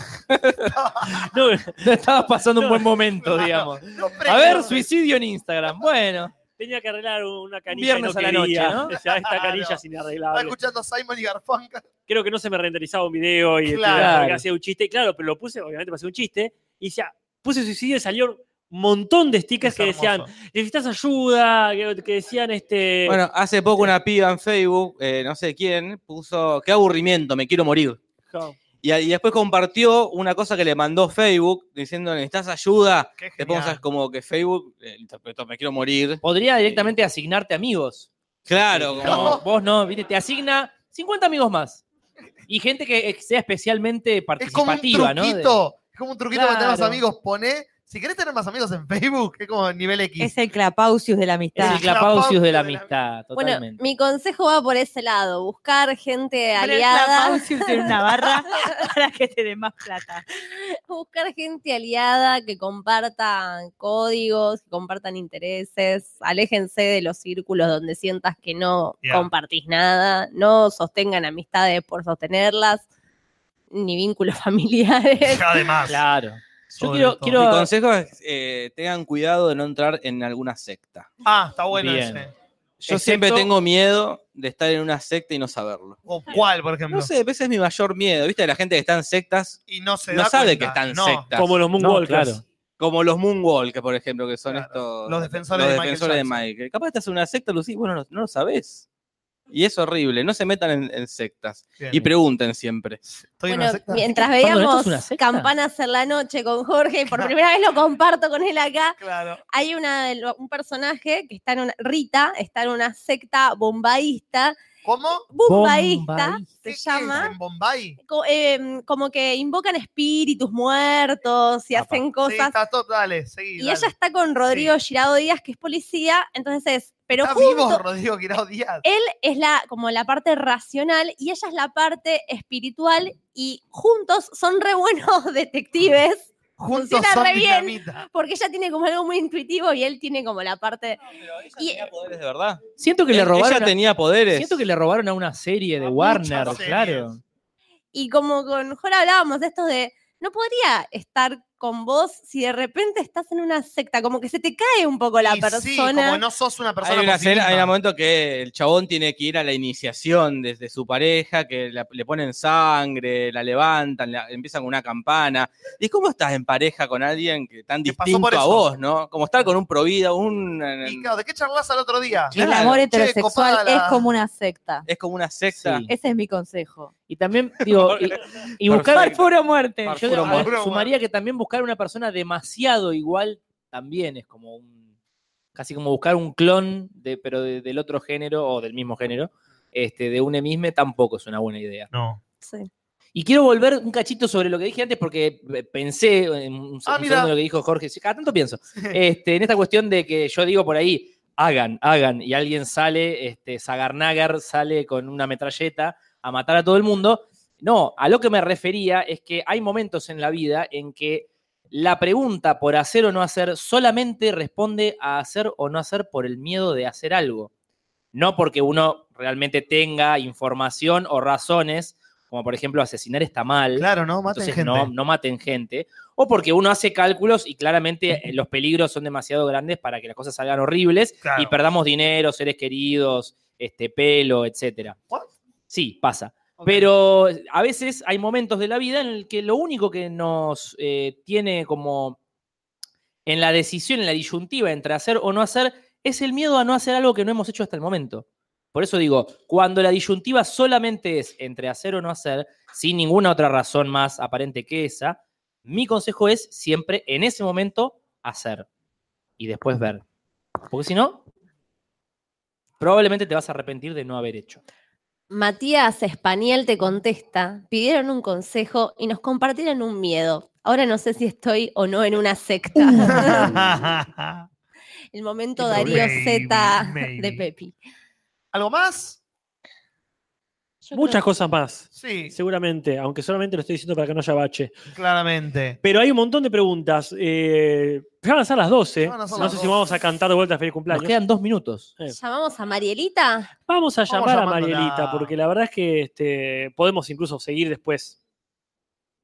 [SPEAKER 5] No,
[SPEAKER 9] No estabas pasando un buen momento,
[SPEAKER 3] Claro.
[SPEAKER 9] digamos.
[SPEAKER 3] No
[SPEAKER 9] A
[SPEAKER 3] prendo.
[SPEAKER 9] ver, suicidio en Instagram. Bueno,
[SPEAKER 5] tenía que arreglar una canilla.
[SPEAKER 9] Viernes
[SPEAKER 5] y no
[SPEAKER 9] a la
[SPEAKER 5] quería.
[SPEAKER 9] noche, ¿no?
[SPEAKER 5] O sea, esta canilla
[SPEAKER 3] Claro.
[SPEAKER 5] sin
[SPEAKER 3] Está
[SPEAKER 5] arreglar.
[SPEAKER 3] escuchando Simon y Garfunkel.
[SPEAKER 5] Creo que no se me renderizaba un video y
[SPEAKER 3] Claro.
[SPEAKER 5] claro. hacía un chiste. Claro, pero lo puse, obviamente, para hacer un chiste. Y decía, puse suicidio y salieron un montón de stickers
[SPEAKER 3] Es
[SPEAKER 5] que decían,
[SPEAKER 3] hermoso.
[SPEAKER 5] necesitas ayuda, que, que decían este.
[SPEAKER 6] Bueno, hace poco una piba en Facebook, eh, no sé quién, puso, qué aburrimiento, me quiero morir.
[SPEAKER 5] jo,
[SPEAKER 6] Y, a- y después compartió una cosa que le mandó Facebook diciendo, necesitas ayuda.
[SPEAKER 3] Qué
[SPEAKER 6] Después
[SPEAKER 3] genial.
[SPEAKER 6] como que Facebook, eh, interpretó, me quiero morir.
[SPEAKER 9] podría directamente asignarte amigos.
[SPEAKER 6] Claro,
[SPEAKER 9] No,
[SPEAKER 6] como...
[SPEAKER 9] vos no, viste, te asigna 50 amigos más. Y gente que sea especialmente
[SPEAKER 3] Es como un
[SPEAKER 9] participativa, ¿no? De-
[SPEAKER 3] truquito. Es como un truquito para tener más
[SPEAKER 9] Claro.
[SPEAKER 3] amigos. Poné, si querés tener más amigos en Facebook, es como nivel X.
[SPEAKER 8] Es el clapausius de la
[SPEAKER 9] Es
[SPEAKER 8] amistad.
[SPEAKER 9] el clapausius de la
[SPEAKER 3] Clapausius
[SPEAKER 9] amistad,
[SPEAKER 4] Bueno,
[SPEAKER 9] totalmente.
[SPEAKER 4] mi consejo va por ese lado, buscar gente
[SPEAKER 8] Pero el
[SPEAKER 4] aliada,
[SPEAKER 8] clapausius tiene una barra para que te den más plata.
[SPEAKER 4] buscar gente aliada que compartan códigos, que compartan intereses, aléjense de los círculos donde sientas que no
[SPEAKER 3] Ya.
[SPEAKER 4] compartís nada, no sostengan amistades por sostenerlas, ni vínculos familiares.
[SPEAKER 3] Además.
[SPEAKER 9] Claro. Yo
[SPEAKER 6] sobre
[SPEAKER 9] quiero,
[SPEAKER 6] todo.
[SPEAKER 9] quiero
[SPEAKER 6] Mi consejo es eh, tengan cuidado de no entrar en alguna secta.
[SPEAKER 3] Ah, está bueno
[SPEAKER 6] Bien.
[SPEAKER 3] ese.
[SPEAKER 6] Yo
[SPEAKER 3] Excepto-
[SPEAKER 6] siempre tengo miedo de estar en una secta y no saberlo.
[SPEAKER 3] ¿O cuál, por ejemplo?
[SPEAKER 6] No sé, ese es mi mayor miedo. ¿Viste? La gente que está en sectas
[SPEAKER 3] Y no se
[SPEAKER 6] no
[SPEAKER 3] da
[SPEAKER 6] sabe
[SPEAKER 3] cuenta.
[SPEAKER 6] que están
[SPEAKER 3] No.
[SPEAKER 6] sectas.
[SPEAKER 5] Como los moonwalkers.
[SPEAKER 6] Como los moonwalkers, por ejemplo, que son estos.
[SPEAKER 3] Los defensores
[SPEAKER 6] los
[SPEAKER 3] de Michael
[SPEAKER 6] defensores de
[SPEAKER 3] Jackson.
[SPEAKER 6] Michael. Capaz estás en una secta, Lucy, bueno, no, no lo sabés. Y es horrible. No se metan en, en sectas.
[SPEAKER 3] Bien.
[SPEAKER 6] Y pregunten siempre.
[SPEAKER 4] Bueno, mientras
[SPEAKER 6] Pablo, ¿esto es
[SPEAKER 4] veíamos
[SPEAKER 6] una secta?
[SPEAKER 4] Campanas en la noche con Jorge, y por primera vez lo comparto con él acá,
[SPEAKER 3] Claro.
[SPEAKER 4] hay una, un personaje que está en una, Rita, está en una secta bombaísta.
[SPEAKER 3] ¿Cómo?
[SPEAKER 4] Bombaísta, se
[SPEAKER 3] llama. ¿En Bombay?
[SPEAKER 4] co- em, como que invocan espíritus muertos y hacen cosas.
[SPEAKER 3] Sí, está todo, dale, seguí.
[SPEAKER 4] y
[SPEAKER 3] dale.
[SPEAKER 4] ella está con Rodrigo Girado Díaz, que es policía, entonces es- pero
[SPEAKER 3] Está
[SPEAKER 4] justo- Eh,
[SPEAKER 3] vivo Rodrigo Guirao Díaz.
[SPEAKER 4] él es la, como la parte racional y ella es la parte espiritual y juntos son re buenos detectives.
[SPEAKER 3] Juntos
[SPEAKER 4] Funciona
[SPEAKER 3] son
[SPEAKER 4] re bien
[SPEAKER 3] dinamita.
[SPEAKER 4] porque ella tiene como algo muy intuitivo y él tiene como la parte... y-
[SPEAKER 6] ¿Poderes de verdad?
[SPEAKER 9] Siento que le
[SPEAKER 6] Ella
[SPEAKER 9] robaron. a-
[SPEAKER 6] tenía poderes.
[SPEAKER 9] Siento que le robaron a una serie de Warner,
[SPEAKER 6] muchas
[SPEAKER 9] claro.
[SPEAKER 4] Y como con Jora hablábamos de esto de, no podría estar con vos si de repente estás en una secta, como que se te cae un poco la
[SPEAKER 3] Y
[SPEAKER 4] persona.
[SPEAKER 3] sí, como no sos una persona
[SPEAKER 6] Hay, una
[SPEAKER 3] por sí
[SPEAKER 6] escena- hay
[SPEAKER 3] misma.
[SPEAKER 6] un momento que el chabón tiene que ir a la iniciación desde su pareja, que la- le ponen sangre, la levantan, la- empiezan con una campana. ¿Y cómo estás en pareja con alguien que tan
[SPEAKER 3] pasó
[SPEAKER 6] distinto
[SPEAKER 3] por
[SPEAKER 6] a
[SPEAKER 3] eso.
[SPEAKER 6] vos, no? Como estar con un provida, un...
[SPEAKER 3] Y claro, ¿de qué charlas al otro día?
[SPEAKER 8] El amor
[SPEAKER 6] Che,
[SPEAKER 8] heterosexual
[SPEAKER 6] copada la-
[SPEAKER 8] es como una secta.
[SPEAKER 6] Es como una secta.
[SPEAKER 8] Ese es mi consejo.
[SPEAKER 9] Y también, digo, y, y
[SPEAKER 6] Por
[SPEAKER 9] buscar.
[SPEAKER 6] favor.
[SPEAKER 8] Puro muerte.
[SPEAKER 9] Yo
[SPEAKER 6] Puro
[SPEAKER 9] a-
[SPEAKER 6] amor.
[SPEAKER 9] sumaría que también buscar una persona demasiado igual también es como un. casi como buscar un clon, de, pero de- del otro género o del mismo género, este, de un emisme tampoco es una buena idea.
[SPEAKER 3] No.
[SPEAKER 9] Y quiero volver un cachito sobre lo que dije antes porque eh, pensé en un,
[SPEAKER 3] Ah,
[SPEAKER 9] segundo
[SPEAKER 3] mira.
[SPEAKER 9] en lo que dijo Jorge. Sí, Cada tanto pienso. Este, en esta cuestión de que yo digo por ahí, hagan, hagan, y alguien sale, este, Zagarnagar sale con una metralleta a matar a todo el mundo. No, a lo que me refería es que hay momentos en la vida en que la pregunta por hacer o no hacer solamente responde a hacer o no hacer por el miedo de hacer algo no porque uno realmente tenga información o razones, como por ejemplo asesinar está mal.
[SPEAKER 3] Claro, no maten
[SPEAKER 9] entonces
[SPEAKER 3] gente.
[SPEAKER 9] No, no maten gente. O porque uno hace cálculos y claramente eh, los peligros son demasiado grandes para que las cosas salgan horribles
[SPEAKER 3] Claro.
[SPEAKER 9] y perdamos dinero, seres queridos, este pelo, etcétera. Sí, pasa. Pero a veces hay momentos de la vida en el que lo único que nos eh, tiene como en la decisión, en la disyuntiva entre hacer o no hacer, es el miedo a no hacer algo que no hemos hecho hasta el momento. Por eso digo, cuando la disyuntiva solamente es entre hacer o no hacer, sin ninguna otra razón más aparente que esa, mi consejo es siempre en ese momento hacer y después ver. Porque si no, probablemente te vas a arrepentir de no haber hecho.
[SPEAKER 4] Matías Espaniel te contesta, pidieron un consejo y nos compartieron un miedo. Ahora no sé si estoy o no en una secta.
[SPEAKER 8] Uh.
[SPEAKER 4] El momento
[SPEAKER 3] Qué
[SPEAKER 4] Darío
[SPEAKER 3] problema.
[SPEAKER 4] Z
[SPEAKER 3] Maybe,
[SPEAKER 4] de
[SPEAKER 3] maybe.
[SPEAKER 4] Pepi.
[SPEAKER 3] ¿Algo más?
[SPEAKER 5] Muchas cosas más.
[SPEAKER 3] Sí.
[SPEAKER 5] Seguramente, aunque solamente lo estoy diciendo para que no haya bache.
[SPEAKER 3] Claramente.
[SPEAKER 5] Pero hay un montón de preguntas. Eh, ya van a ser las 12.
[SPEAKER 3] Ya van a ser
[SPEAKER 5] no
[SPEAKER 3] las
[SPEAKER 5] sé si
[SPEAKER 3] 12.
[SPEAKER 5] vamos a cantar de vuelta feliz
[SPEAKER 9] Nos
[SPEAKER 5] cumpleaños.
[SPEAKER 9] quedan dos minutos.
[SPEAKER 5] Eh,
[SPEAKER 4] ¿Llamamos a Marielita?
[SPEAKER 5] Vamos a llamar a
[SPEAKER 3] llamándola.
[SPEAKER 5] Marielita, porque la verdad es que este, podemos incluso seguir después.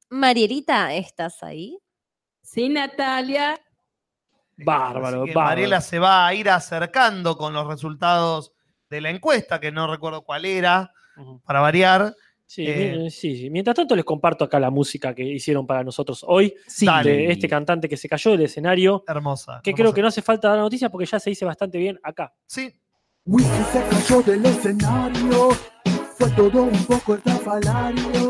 [SPEAKER 4] Marielita, ¿estás ahí?
[SPEAKER 16] Sí, Natalia.
[SPEAKER 5] Bárbaro,
[SPEAKER 3] Así que
[SPEAKER 5] bárbaro.
[SPEAKER 3] Mariela se va a ir acercando con los resultados de la encuesta, que no recuerdo cuál era, para variar.
[SPEAKER 5] Sí,
[SPEAKER 3] Eh,
[SPEAKER 5] mi- sí, sí. Mientras tanto, les comparto acá la música que hicieron para nosotros hoy.
[SPEAKER 3] Sí.
[SPEAKER 5] De este cantante que se cayó del escenario.
[SPEAKER 3] Hermosa.
[SPEAKER 5] Que creo que no hace falta dar la noticia porque ya se dice bastante bien acá.
[SPEAKER 3] Sí.
[SPEAKER 17] Whisky se cayó del escenario, fue todo un poco estrafalario.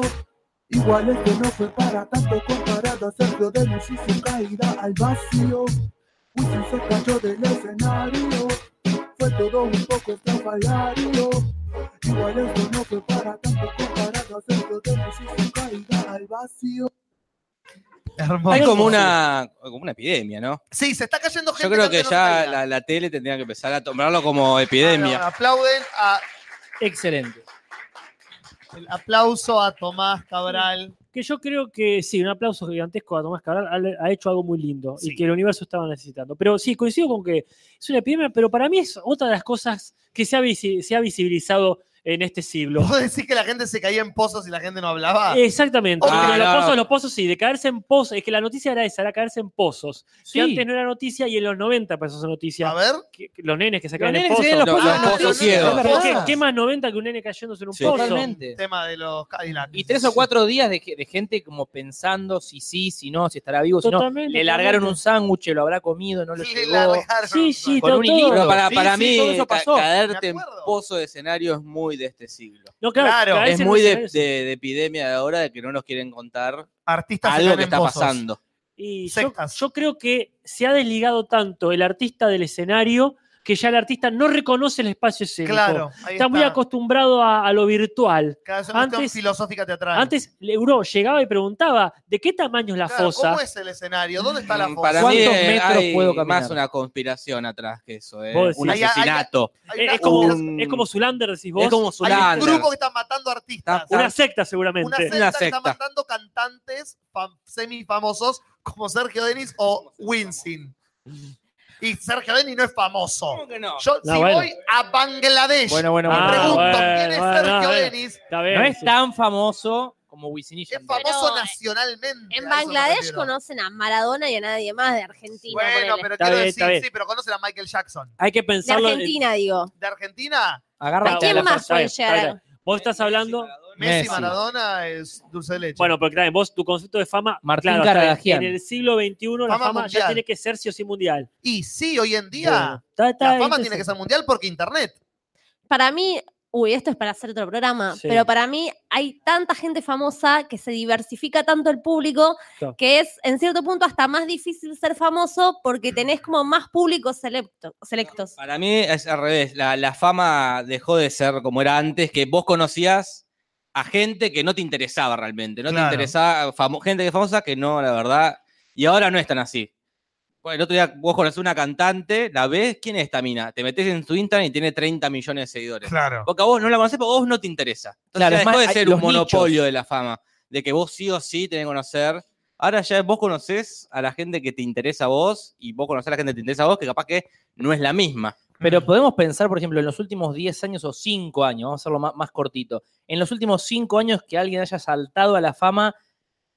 [SPEAKER 17] Igual es que no fue para tanto comparado a Sergio Denis y su caída al vacío. Whisky se cayó del escenario, fue todo un poco estrafalario. Igual es que no fue para tanto comparado a Sergio Denis y su caída al vacío.
[SPEAKER 3] Hermoso.
[SPEAKER 6] Hay como una, como una epidemia, ¿no?
[SPEAKER 3] Sí, se está cayendo gente.
[SPEAKER 6] Yo creo que
[SPEAKER 3] antes no se
[SPEAKER 6] ya
[SPEAKER 3] veía.
[SPEAKER 6] la, la tele tendría que empezar a tomarlo como
[SPEAKER 3] Ahora,
[SPEAKER 6] epidemia.
[SPEAKER 3] aplauden a-
[SPEAKER 9] Excelente.
[SPEAKER 3] el aplauso a Tomás Cabral.
[SPEAKER 5] Que yo creo que sí, un aplauso gigantesco a Tomás Cabral. Ha, ha hecho algo muy lindo y que el universo estaba necesitando. Pero sí, coincido con que es una epidemia, pero para mí es otra de las cosas que se ha, visi- se ha visibilizado en este siglo.
[SPEAKER 3] ¿Vos decís que la gente se caía en pozos y la gente no hablaba?
[SPEAKER 5] Eh, Exactamente.
[SPEAKER 3] Ah,
[SPEAKER 5] pero los
[SPEAKER 3] no.
[SPEAKER 5] pozos, los pozos sí, de caerse en pozos. Es que la noticia era esa, era caerse en pozos.
[SPEAKER 3] Sí.
[SPEAKER 5] Que antes no era noticia y en los 90 pasó esa noticia. A
[SPEAKER 3] ver.
[SPEAKER 5] los nenes que se caen
[SPEAKER 3] nenes
[SPEAKER 5] en
[SPEAKER 3] que
[SPEAKER 5] pozos.
[SPEAKER 3] se caen en los Los- pozos. los pozos ciegos.
[SPEAKER 5] ¿Por qué?
[SPEAKER 3] Ah.
[SPEAKER 5] ¿Qué más 90 que un nene cayéndose en un
[SPEAKER 9] Sí.
[SPEAKER 5] pozo?
[SPEAKER 9] Totalmente.
[SPEAKER 3] Tema de los Cadillacs.
[SPEAKER 9] Y tres o cuatro días de, ge- de gente como pensando si sí, si no, si estará vivo, si no.
[SPEAKER 5] Totalmente,
[SPEAKER 9] Le largaron
[SPEAKER 5] totalmente.
[SPEAKER 9] un sándwich, lo habrá comido, no lo
[SPEAKER 3] Le
[SPEAKER 9] llegó.
[SPEAKER 3] largaron.
[SPEAKER 5] Sí, sí,
[SPEAKER 9] Con
[SPEAKER 5] todo-
[SPEAKER 9] un hilito.
[SPEAKER 5] todo.
[SPEAKER 6] Para,
[SPEAKER 9] Sí,
[SPEAKER 6] para
[SPEAKER 9] sí,
[SPEAKER 6] mí,
[SPEAKER 9] todo eso
[SPEAKER 6] ca-
[SPEAKER 9] pasó.
[SPEAKER 6] caerte en pozo de escenario es muy de este siglo.
[SPEAKER 5] No, claro, Claro. caerse
[SPEAKER 6] es
[SPEAKER 5] en
[SPEAKER 6] muy
[SPEAKER 5] un
[SPEAKER 6] de,
[SPEAKER 5] escenario, sí.
[SPEAKER 6] de- de epidemia de ahora de que no nos quieren contar
[SPEAKER 3] Artistas se
[SPEAKER 6] algo
[SPEAKER 3] caen
[SPEAKER 6] que
[SPEAKER 3] en
[SPEAKER 6] está
[SPEAKER 3] pozos.
[SPEAKER 6] pasando.
[SPEAKER 5] Y yo, yo creo que se ha desligado tanto el artista del escenario que ya el artista no reconoce el espacio escénico.
[SPEAKER 3] Claro,
[SPEAKER 5] está,
[SPEAKER 3] ahí
[SPEAKER 5] muy
[SPEAKER 3] está.
[SPEAKER 5] acostumbrado a, a lo virtual.
[SPEAKER 3] Cada vez es una cuestión
[SPEAKER 5] Antes,
[SPEAKER 3] filosófica teatral.
[SPEAKER 5] antes Euro llegaba y preguntaba, ¿de qué tamaño es la
[SPEAKER 3] Claro,
[SPEAKER 5] fosa?
[SPEAKER 3] ¿Cómo es el escenario? ¿Dónde está la fosa?
[SPEAKER 6] Para mí
[SPEAKER 5] ¿Cuántos
[SPEAKER 6] eh,
[SPEAKER 5] metros
[SPEAKER 6] hay
[SPEAKER 5] puedo caminar?
[SPEAKER 6] más una conspiración atrás que eso, eh.
[SPEAKER 5] Vos decís.
[SPEAKER 6] un
[SPEAKER 5] Hay- hay-
[SPEAKER 6] asesinato.
[SPEAKER 5] Eh, es, como,
[SPEAKER 6] Un-
[SPEAKER 5] es como Zulander, decís vos.
[SPEAKER 6] Es como Zoolander. Hay un grupo que
[SPEAKER 3] está matando
[SPEAKER 5] artistas. Una secta, seguramente.
[SPEAKER 3] Una secta, que está matando cantantes fam- semifamosos como Sergio Denis o Winston. Y Sergio Denis no es famoso. Yo,
[SPEAKER 9] No,
[SPEAKER 3] si
[SPEAKER 9] bueno.
[SPEAKER 3] voy a Bangladesh
[SPEAKER 9] Bueno, bueno,
[SPEAKER 3] y
[SPEAKER 9] bueno.
[SPEAKER 3] pregunto
[SPEAKER 9] Ah,
[SPEAKER 3] quién es
[SPEAKER 9] bueno,
[SPEAKER 3] Sergio
[SPEAKER 9] bueno,
[SPEAKER 3] Denis,
[SPEAKER 5] Está bien,
[SPEAKER 9] no es
[SPEAKER 5] sí.
[SPEAKER 9] tan famoso como Wisin y Yandel.
[SPEAKER 3] famoso nacionalmente.
[SPEAKER 4] eh,
[SPEAKER 3] a eso
[SPEAKER 4] En
[SPEAKER 3] me
[SPEAKER 4] Bangladesh
[SPEAKER 3] refiero.
[SPEAKER 4] conocen a Maradona y a nadie más de Argentina.
[SPEAKER 3] Bueno,
[SPEAKER 4] ponele.
[SPEAKER 3] pero
[SPEAKER 5] Está
[SPEAKER 3] quiero
[SPEAKER 5] bien, está
[SPEAKER 3] decir,
[SPEAKER 5] bien.
[SPEAKER 3] sí, pero conocen a Michael Jackson.
[SPEAKER 5] Hay que
[SPEAKER 4] de
[SPEAKER 5] pensarlo.
[SPEAKER 4] Argentina, digo.
[SPEAKER 3] ¿De Argentina?
[SPEAKER 9] Agarra
[SPEAKER 4] ¿A quién
[SPEAKER 5] la
[SPEAKER 4] más
[SPEAKER 5] persona.
[SPEAKER 4] puede
[SPEAKER 5] Está bien,
[SPEAKER 4] llegar?
[SPEAKER 5] está bien. Vos estás hablando.
[SPEAKER 3] Messi, Maradona es dulce de leche.
[SPEAKER 5] Bueno, porque también vos, tu concepto de fama,
[SPEAKER 9] Martín
[SPEAKER 5] claro, está bien.
[SPEAKER 9] Caradagian.
[SPEAKER 5] en el siglo XXI la
[SPEAKER 3] Fama
[SPEAKER 5] fama ya
[SPEAKER 3] mundial.
[SPEAKER 5] tiene que ser sí o sí mundial.
[SPEAKER 3] y sí, hoy en día
[SPEAKER 5] Bueno, está- está
[SPEAKER 3] la fama
[SPEAKER 5] interesante.
[SPEAKER 3] tiene que ser mundial porque internet.
[SPEAKER 4] Para mí, uy, esto es para hacer otro programa,
[SPEAKER 3] Sí.
[SPEAKER 4] pero para mí hay tanta gente famosa que se diversifica tanto el público
[SPEAKER 5] Claro.
[SPEAKER 4] que es en cierto punto hasta más difícil ser famoso porque tenés como más públicos selecto- selectos.
[SPEAKER 6] Para mí es al revés. La, la fama dejó de ser como era antes, que vos conocías a gente que no te interesaba realmente. No
[SPEAKER 3] Claro.
[SPEAKER 6] te interesaba, famo- gente famosa que no, la verdad. Y ahora no es tan así. Bueno, el otro día vos conocés una cantante, la ves, ¿quién es esta mina? Te metés en su Instagram y tiene 30 millones de seguidores.
[SPEAKER 3] Claro.
[SPEAKER 6] Porque a vos no la conocés, porque a vos no te interesa. Entonces
[SPEAKER 9] Claro,
[SPEAKER 6] ya
[SPEAKER 9] es
[SPEAKER 6] dejó
[SPEAKER 9] más,
[SPEAKER 6] de
[SPEAKER 9] hay-
[SPEAKER 6] ser un
[SPEAKER 9] los nichos.
[SPEAKER 6] monopolio de la fama, de que vos sí o sí tenés que conocer. Ahora ya vos conocés a la gente que te interesa a vos y vos conocés a la gente que te interesa a vos, que capaz que no es la misma.
[SPEAKER 9] Pero podemos pensar, por ejemplo, en los últimos 10 años o 5 años, vamos a hacerlo más, más cortito, en los últimos 5 años que alguien haya saltado a la fama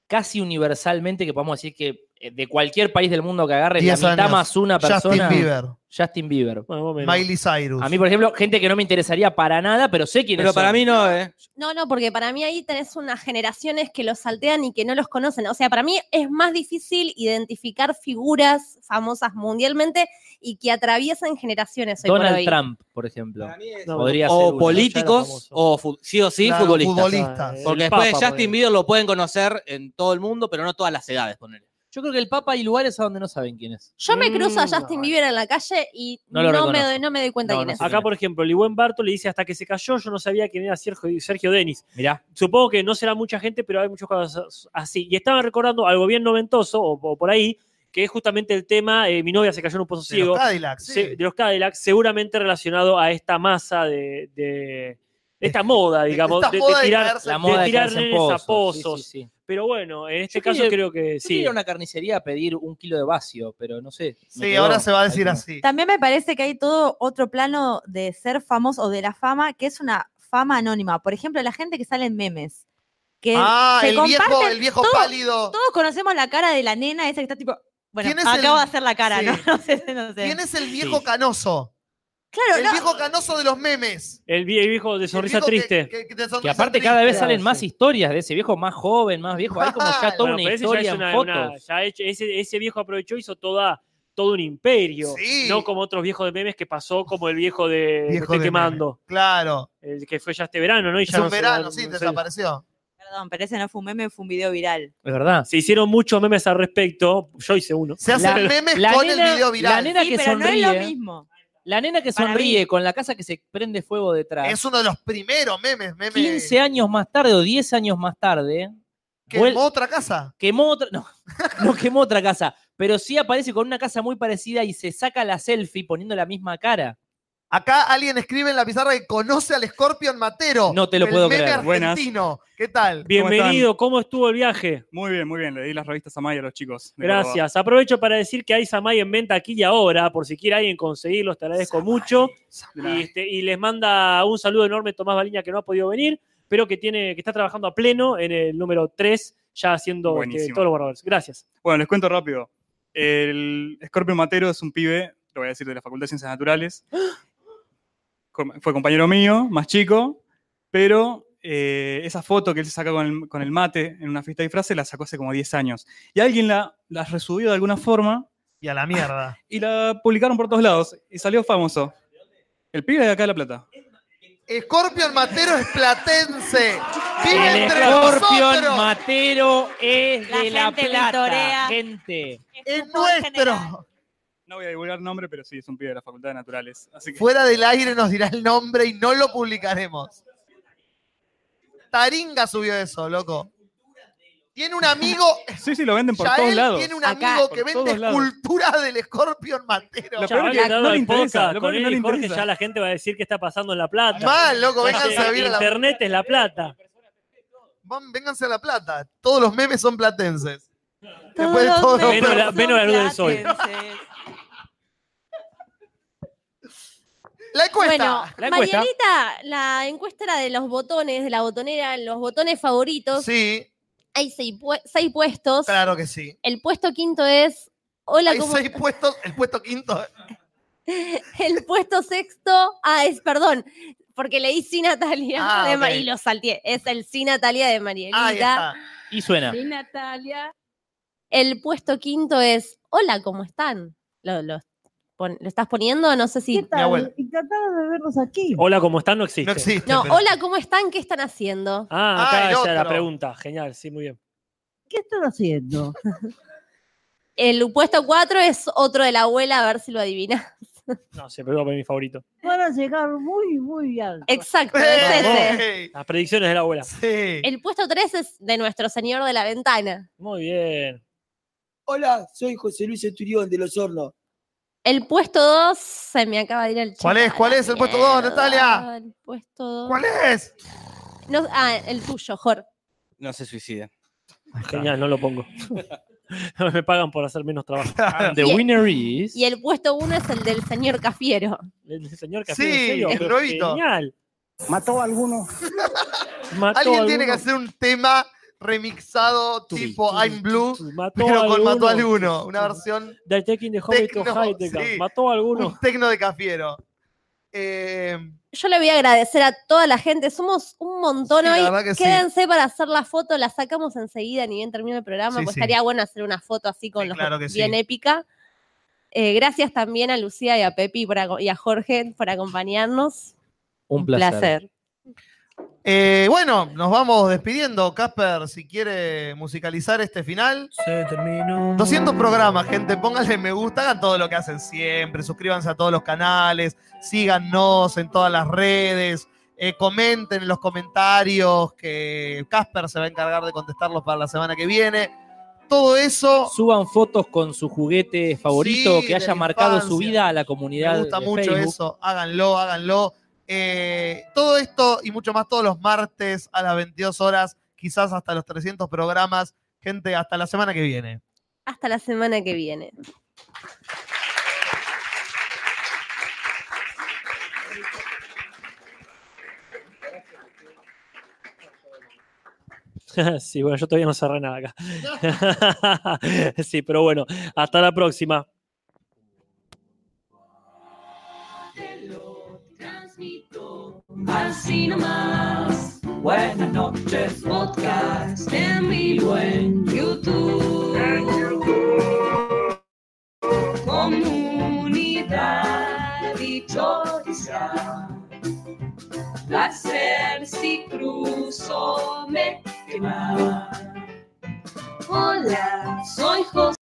[SPEAKER 9] casi universalmente, que podemos decir que eh, de cualquier país del mundo que agarre, la
[SPEAKER 3] 10
[SPEAKER 9] mitad
[SPEAKER 3] años.
[SPEAKER 9] más una
[SPEAKER 3] Justin
[SPEAKER 9] persona.
[SPEAKER 3] Bieber.
[SPEAKER 9] Justin Bieber.
[SPEAKER 3] Miley Cyrus.
[SPEAKER 9] A mí, por ejemplo, gente que no me interesaría para nada, pero sé quién es.
[SPEAKER 6] Pero para mí no, ¿eh?
[SPEAKER 4] No, no, porque para mí ahí tenés unas generaciones que los saltean y que no los conocen. O sea, para mí es más difícil identificar figuras famosas mundialmente y que atraviesan generaciones hoy por
[SPEAKER 9] Donald
[SPEAKER 4] hoy.
[SPEAKER 9] Trump, por ejemplo.
[SPEAKER 5] No,
[SPEAKER 9] Podría ser
[SPEAKER 6] o
[SPEAKER 9] uno.
[SPEAKER 6] políticos, o fu- sí o sí,
[SPEAKER 9] Claro,
[SPEAKER 6] futbolistas.
[SPEAKER 9] futbolistas.
[SPEAKER 6] Porque
[SPEAKER 9] El
[SPEAKER 6] después
[SPEAKER 9] Papa,
[SPEAKER 6] Justin Bieber lo pueden conocer en todo el mundo, pero no todas las edades, ponele.
[SPEAKER 9] Yo creo que el Papa hay lugares a donde no saben quién es.
[SPEAKER 4] Yo me cruzo a Justin Bieber en la calle y
[SPEAKER 9] No
[SPEAKER 4] no,
[SPEAKER 9] lo
[SPEAKER 4] me,
[SPEAKER 9] reconozco.
[SPEAKER 4] doy, no me doy cuenta quién es.
[SPEAKER 5] Acá, por ejemplo, Ligüen Barto le dice hasta que se cayó, yo no sabía quién era Sergio, Sergio Denis.
[SPEAKER 9] Mirá.
[SPEAKER 5] Supongo que no será mucha gente, pero hay muchos casos así. Y estaba recordando algo bien noventoso, o, o por ahí, que es justamente el tema, eh, mi novia se cayó en un pozo
[SPEAKER 3] De los
[SPEAKER 5] ciego.
[SPEAKER 3] Cadillacs, sí.
[SPEAKER 5] Se- de los Cadillacs, seguramente relacionado a esta masa de... de- de esta moda, digamos,
[SPEAKER 3] esta
[SPEAKER 5] de, de
[SPEAKER 3] moda de
[SPEAKER 5] tirar,
[SPEAKER 3] caerse en
[SPEAKER 5] de
[SPEAKER 3] pozos.
[SPEAKER 5] tirar
[SPEAKER 9] caerse en
[SPEAKER 5] nenes a
[SPEAKER 9] pozos, sí,
[SPEAKER 5] pozos.
[SPEAKER 9] sí, sí.
[SPEAKER 5] Pero bueno, en este
[SPEAKER 9] Yo
[SPEAKER 5] caso
[SPEAKER 9] quería-
[SPEAKER 5] creo que
[SPEAKER 9] yo
[SPEAKER 5] sí.
[SPEAKER 9] quería ir a una carnicería a pedir un kilo de vacío, pero no sé. me
[SPEAKER 3] Sí,
[SPEAKER 9] quedó
[SPEAKER 3] ahora se va a decir
[SPEAKER 9] alguna.
[SPEAKER 3] así.
[SPEAKER 8] También me parece que hay todo otro plano de ser famoso o de la fama, que es una fama anónima. Por ejemplo, la gente que sale en memes. Que
[SPEAKER 3] Ah,
[SPEAKER 8] se
[SPEAKER 3] el viejo-
[SPEAKER 8] comparten-
[SPEAKER 3] el viejo
[SPEAKER 8] todos-
[SPEAKER 3] pálido.
[SPEAKER 8] Todos conocemos la cara de la nena esa que está tipo. Bueno,
[SPEAKER 3] ¿Quién es
[SPEAKER 8] acabo
[SPEAKER 3] el-
[SPEAKER 8] de hacer la cara,
[SPEAKER 3] Sí.
[SPEAKER 8] ¿no? No sé, no sé.
[SPEAKER 3] ¿Quién es el viejo canoso?
[SPEAKER 8] Claro,
[SPEAKER 3] el
[SPEAKER 8] no.
[SPEAKER 3] viejo canoso de los memes.
[SPEAKER 5] El vie- el viejo de sonrisa
[SPEAKER 3] viejo que-
[SPEAKER 5] triste.
[SPEAKER 3] que- que te sonríe
[SPEAKER 9] Que aparte cada vez
[SPEAKER 3] triste.
[SPEAKER 9] salen más historias de ese viejo más joven, más viejo. Hay como ya toda
[SPEAKER 5] Bueno,
[SPEAKER 9] una
[SPEAKER 5] pero ese ya
[SPEAKER 9] historia
[SPEAKER 5] es
[SPEAKER 9] en
[SPEAKER 5] una-
[SPEAKER 9] fotos.
[SPEAKER 5] una- ya hecho- ese, ese viejo aprovechó, hizo toda, todo un imperio.
[SPEAKER 3] Sí.
[SPEAKER 5] No como otros viejos de memes que pasó, como el viejo de
[SPEAKER 3] Viejo
[SPEAKER 5] Estoy
[SPEAKER 3] de
[SPEAKER 5] quemando.
[SPEAKER 3] Claro.
[SPEAKER 5] El que fue ya este verano, ¿no? Y ya
[SPEAKER 3] es un
[SPEAKER 5] no se-
[SPEAKER 3] verano,
[SPEAKER 5] no
[SPEAKER 3] sí,
[SPEAKER 5] sé.
[SPEAKER 3] desapareció.
[SPEAKER 8] Perdón, pero ese no fue un meme, fue un video viral.
[SPEAKER 9] Es verdad.
[SPEAKER 5] Se hicieron muchos memes al respecto. Yo hice uno.
[SPEAKER 3] Se hacen memes
[SPEAKER 9] la
[SPEAKER 3] con
[SPEAKER 9] nena-
[SPEAKER 3] el video viral.
[SPEAKER 9] la nena
[SPEAKER 8] Sí,
[SPEAKER 9] que
[SPEAKER 8] pero no es
[SPEAKER 9] sonríe.
[SPEAKER 8] lo mismo.
[SPEAKER 9] La nena que
[SPEAKER 8] Para
[SPEAKER 9] sonríe
[SPEAKER 8] mí-
[SPEAKER 9] con la casa que se prende fuego detrás.
[SPEAKER 3] Es uno de los primeros memes, memes.
[SPEAKER 9] 15 años más tarde o 10 años más tarde.
[SPEAKER 3] Quemó
[SPEAKER 9] vuel-
[SPEAKER 3] otra casa.
[SPEAKER 9] quemó otra. No, no quemó otra casa. Pero sí aparece con una casa muy parecida y se saca la selfie poniendo la misma cara.
[SPEAKER 3] Acá alguien escribe en la pizarra que conoce al Scorpion Matero.
[SPEAKER 9] No te lo
[SPEAKER 3] el
[SPEAKER 9] puedo
[SPEAKER 3] meme
[SPEAKER 18] creer. Buenas.
[SPEAKER 3] argentino. ¿Qué tal?
[SPEAKER 5] Bienvenido, ¿cómo estuvo el viaje?
[SPEAKER 18] Muy bien, muy bien. Le di las revistas a Maya a los chicos. de Córdoba.
[SPEAKER 5] Gracias. Aprovecho para decir que hay Samay en venta aquí y ahora, por si quiere alguien conseguirlos, te agradezco mucho. Y, este, y les manda un saludo enorme Tomás Baliña, que no ha podido venir, pero que, tiene, que está trabajando a pleno en el número 3, ya haciendo este,
[SPEAKER 18] Buenísimo.
[SPEAKER 5] todos los borradores. Gracias.
[SPEAKER 18] Bueno, les cuento rápido. El Scorpion Matero es un pibe, lo voy a decir, de la Facultad de Ciencias Naturales. Com- Fue compañero mío, más chico, pero eh, esa foto que él se saca con el, con el mate en una fiesta de disfraces la sacó hace como 10 años. Y alguien la, la resubió de alguna forma
[SPEAKER 3] Y a la mierda.
[SPEAKER 18] y la publicaron por todos lados y salió famoso. El pibe de acá de La Plata.
[SPEAKER 3] Scorpion Matero es platense. Vive
[SPEAKER 9] El
[SPEAKER 3] entre
[SPEAKER 9] Scorpion
[SPEAKER 3] nosotros.
[SPEAKER 9] Matero es de La
[SPEAKER 18] gente
[SPEAKER 9] Plata,
[SPEAKER 18] vitorea.
[SPEAKER 9] gente.
[SPEAKER 3] Es nuestro.
[SPEAKER 18] No voy a divulgar nombre, pero sí, es un pibe de la Facultad de Naturales. Así que...
[SPEAKER 3] Fuera del aire nos dirá el nombre y no lo publicaremos. Taringa subió eso, loco. Tiene un amigo.
[SPEAKER 18] Sí, sí, lo venden por
[SPEAKER 3] Yael
[SPEAKER 18] todos lados.
[SPEAKER 3] tiene un amigo que
[SPEAKER 18] Por todos
[SPEAKER 3] vende
[SPEAKER 18] lados.
[SPEAKER 3] esculturas del Scorpion Matero.
[SPEAKER 5] Ya habrán dado el podcast con él y Jorge, ya la gente va a decir qué está pasando en La Plata.
[SPEAKER 3] Mal, loco, vénganse
[SPEAKER 5] Entonces,
[SPEAKER 3] a vivir a La-
[SPEAKER 5] Internet es La Plata.
[SPEAKER 3] Van, vénganse a La Plata. Todos los memes son platenses.
[SPEAKER 5] Después
[SPEAKER 3] de todo-
[SPEAKER 5] Menos la- menos la luz del sol.
[SPEAKER 3] La encuesta.
[SPEAKER 4] Bueno,
[SPEAKER 3] La encuesta.
[SPEAKER 4] Marianita, la encuesta era de los botones, de la botonera, los botones favoritos.
[SPEAKER 3] Sí,
[SPEAKER 4] Hay seis, pue- seis puestos.
[SPEAKER 3] claro que sí.
[SPEAKER 4] El puesto quinto es. Hola,
[SPEAKER 3] Hay
[SPEAKER 4] ¿cómo-
[SPEAKER 3] seis puestos. El puesto quinto.
[SPEAKER 4] El puesto sexto. Ah, es, perdón, porque leí sí Natalia
[SPEAKER 3] Ah,
[SPEAKER 4] de Ma-
[SPEAKER 3] ok.
[SPEAKER 4] y lo salteé. Es el sí Natalia de Marielita.
[SPEAKER 3] Ahí está.
[SPEAKER 9] Y suena.
[SPEAKER 4] Sí, Natalia. El puesto quinto es. Hola, ¿cómo están? Lo, lo pon- ¿lo estás poniendo? No sé si.
[SPEAKER 5] tal? abuela.
[SPEAKER 4] Encantada de verlos aquí.
[SPEAKER 5] Hola, ¿cómo están? No existe. No
[SPEAKER 3] existe.
[SPEAKER 4] No, hola, ¿cómo están? ¿Qué están haciendo?
[SPEAKER 5] Ah, acá
[SPEAKER 4] Ah, el
[SPEAKER 5] esa era la
[SPEAKER 4] otro.
[SPEAKER 5] pregunta. Genial, sí, muy bien.
[SPEAKER 4] ¿Qué están haciendo? El puesto 4 es otro de la abuela, a ver si lo adivina.
[SPEAKER 5] No sé, pero voy a poner mi favorito.
[SPEAKER 4] Van a llegar muy, muy alto. Exacto, es ese.
[SPEAKER 5] Las predicciones de la abuela.
[SPEAKER 3] Sí.
[SPEAKER 4] El puesto 3 es de nuestro señor de la ventana.
[SPEAKER 5] Muy bien.
[SPEAKER 2] Hola, soy José Luis Esturión de Los Hornos.
[SPEAKER 4] El puesto 2 se me acaba de ir el chat.
[SPEAKER 2] ¿Cuál es? ¿Cuál es el puesto dos, Natalia?
[SPEAKER 4] El puesto 2.
[SPEAKER 3] ¿Cuál es?
[SPEAKER 4] ah, el tuyo, Jor.
[SPEAKER 6] No se suiciden.
[SPEAKER 5] Genial, no lo pongo. Me pagan por hacer menos trabajo.
[SPEAKER 6] the
[SPEAKER 4] Y-
[SPEAKER 6] winner is-
[SPEAKER 4] Y el puesto 1 es el del señor Cafiero.
[SPEAKER 5] El señor
[SPEAKER 3] Sí,
[SPEAKER 5] Cafiero, en serio,
[SPEAKER 3] el
[SPEAKER 5] pero
[SPEAKER 3] lobito.
[SPEAKER 5] Genial.
[SPEAKER 3] Mató a alguno.
[SPEAKER 5] Mató
[SPEAKER 3] Alguien
[SPEAKER 5] a
[SPEAKER 3] tiene que
[SPEAKER 5] alguno.
[SPEAKER 3] hacer un tema remixado tipo I'm Blue,
[SPEAKER 5] mató
[SPEAKER 3] pero
[SPEAKER 5] a
[SPEAKER 3] con Mató a
[SPEAKER 5] alguno.
[SPEAKER 3] alguno. Una versión.
[SPEAKER 5] Del Taking the Hobbit to Heidegger. Mató a alguno.
[SPEAKER 3] Un tecno de Cafiero. Eh,
[SPEAKER 4] Yo le voy a agradecer a toda la gente. Somos un montón
[SPEAKER 3] Sí, la
[SPEAKER 4] hoy.
[SPEAKER 3] verdad que sí.
[SPEAKER 4] Quédense para hacer la foto. La sacamos enseguida, ni bien termina el programa,
[SPEAKER 3] Sí,
[SPEAKER 4] pues
[SPEAKER 3] sí.
[SPEAKER 4] estaría bueno hacer una foto así con los
[SPEAKER 3] claro que sí.
[SPEAKER 4] bien épica. Eh, gracias también a Lucía y a Pepi por aco- y a Jorge por acompañarnos.
[SPEAKER 9] Un
[SPEAKER 4] placer.
[SPEAKER 3] eh, bueno, nos vamos despidiendo. Casper, si quiere musicalizar este final.
[SPEAKER 12] Se terminó.
[SPEAKER 3] 200 programas, gente. Pónganle me gusta, hagan todo lo que hacen siempre. Suscríbanse a todos los canales, síganos en todas las redes, eh, comenten en los comentarios que Casper se va a encargar de contestarlos para la semana que viene. Todo eso
[SPEAKER 9] Suban fotos con su juguete favorito
[SPEAKER 3] Sí,
[SPEAKER 9] que
[SPEAKER 3] de
[SPEAKER 9] haya
[SPEAKER 3] la
[SPEAKER 9] marcado su
[SPEAKER 3] infancia.
[SPEAKER 9] vida a la comunidad.
[SPEAKER 3] me gusta
[SPEAKER 9] de
[SPEAKER 3] mucho
[SPEAKER 9] Facebook.
[SPEAKER 3] eso. Háganlo, háganlo. Eh, todo esto y mucho más todos los martes a las 22 horas, quizás hasta los 300 programas. Gente, hasta la semana que viene.
[SPEAKER 4] Hasta la semana que viene.
[SPEAKER 5] sí, bueno, yo todavía no cerré nada acá. sí, pero bueno, hasta la próxima.
[SPEAKER 1] Transmito así nomás. Buenas noches, podcast en vivo en YouTube. Comunidad dichosa. Placer si cruzo me quema. Hola, soy José.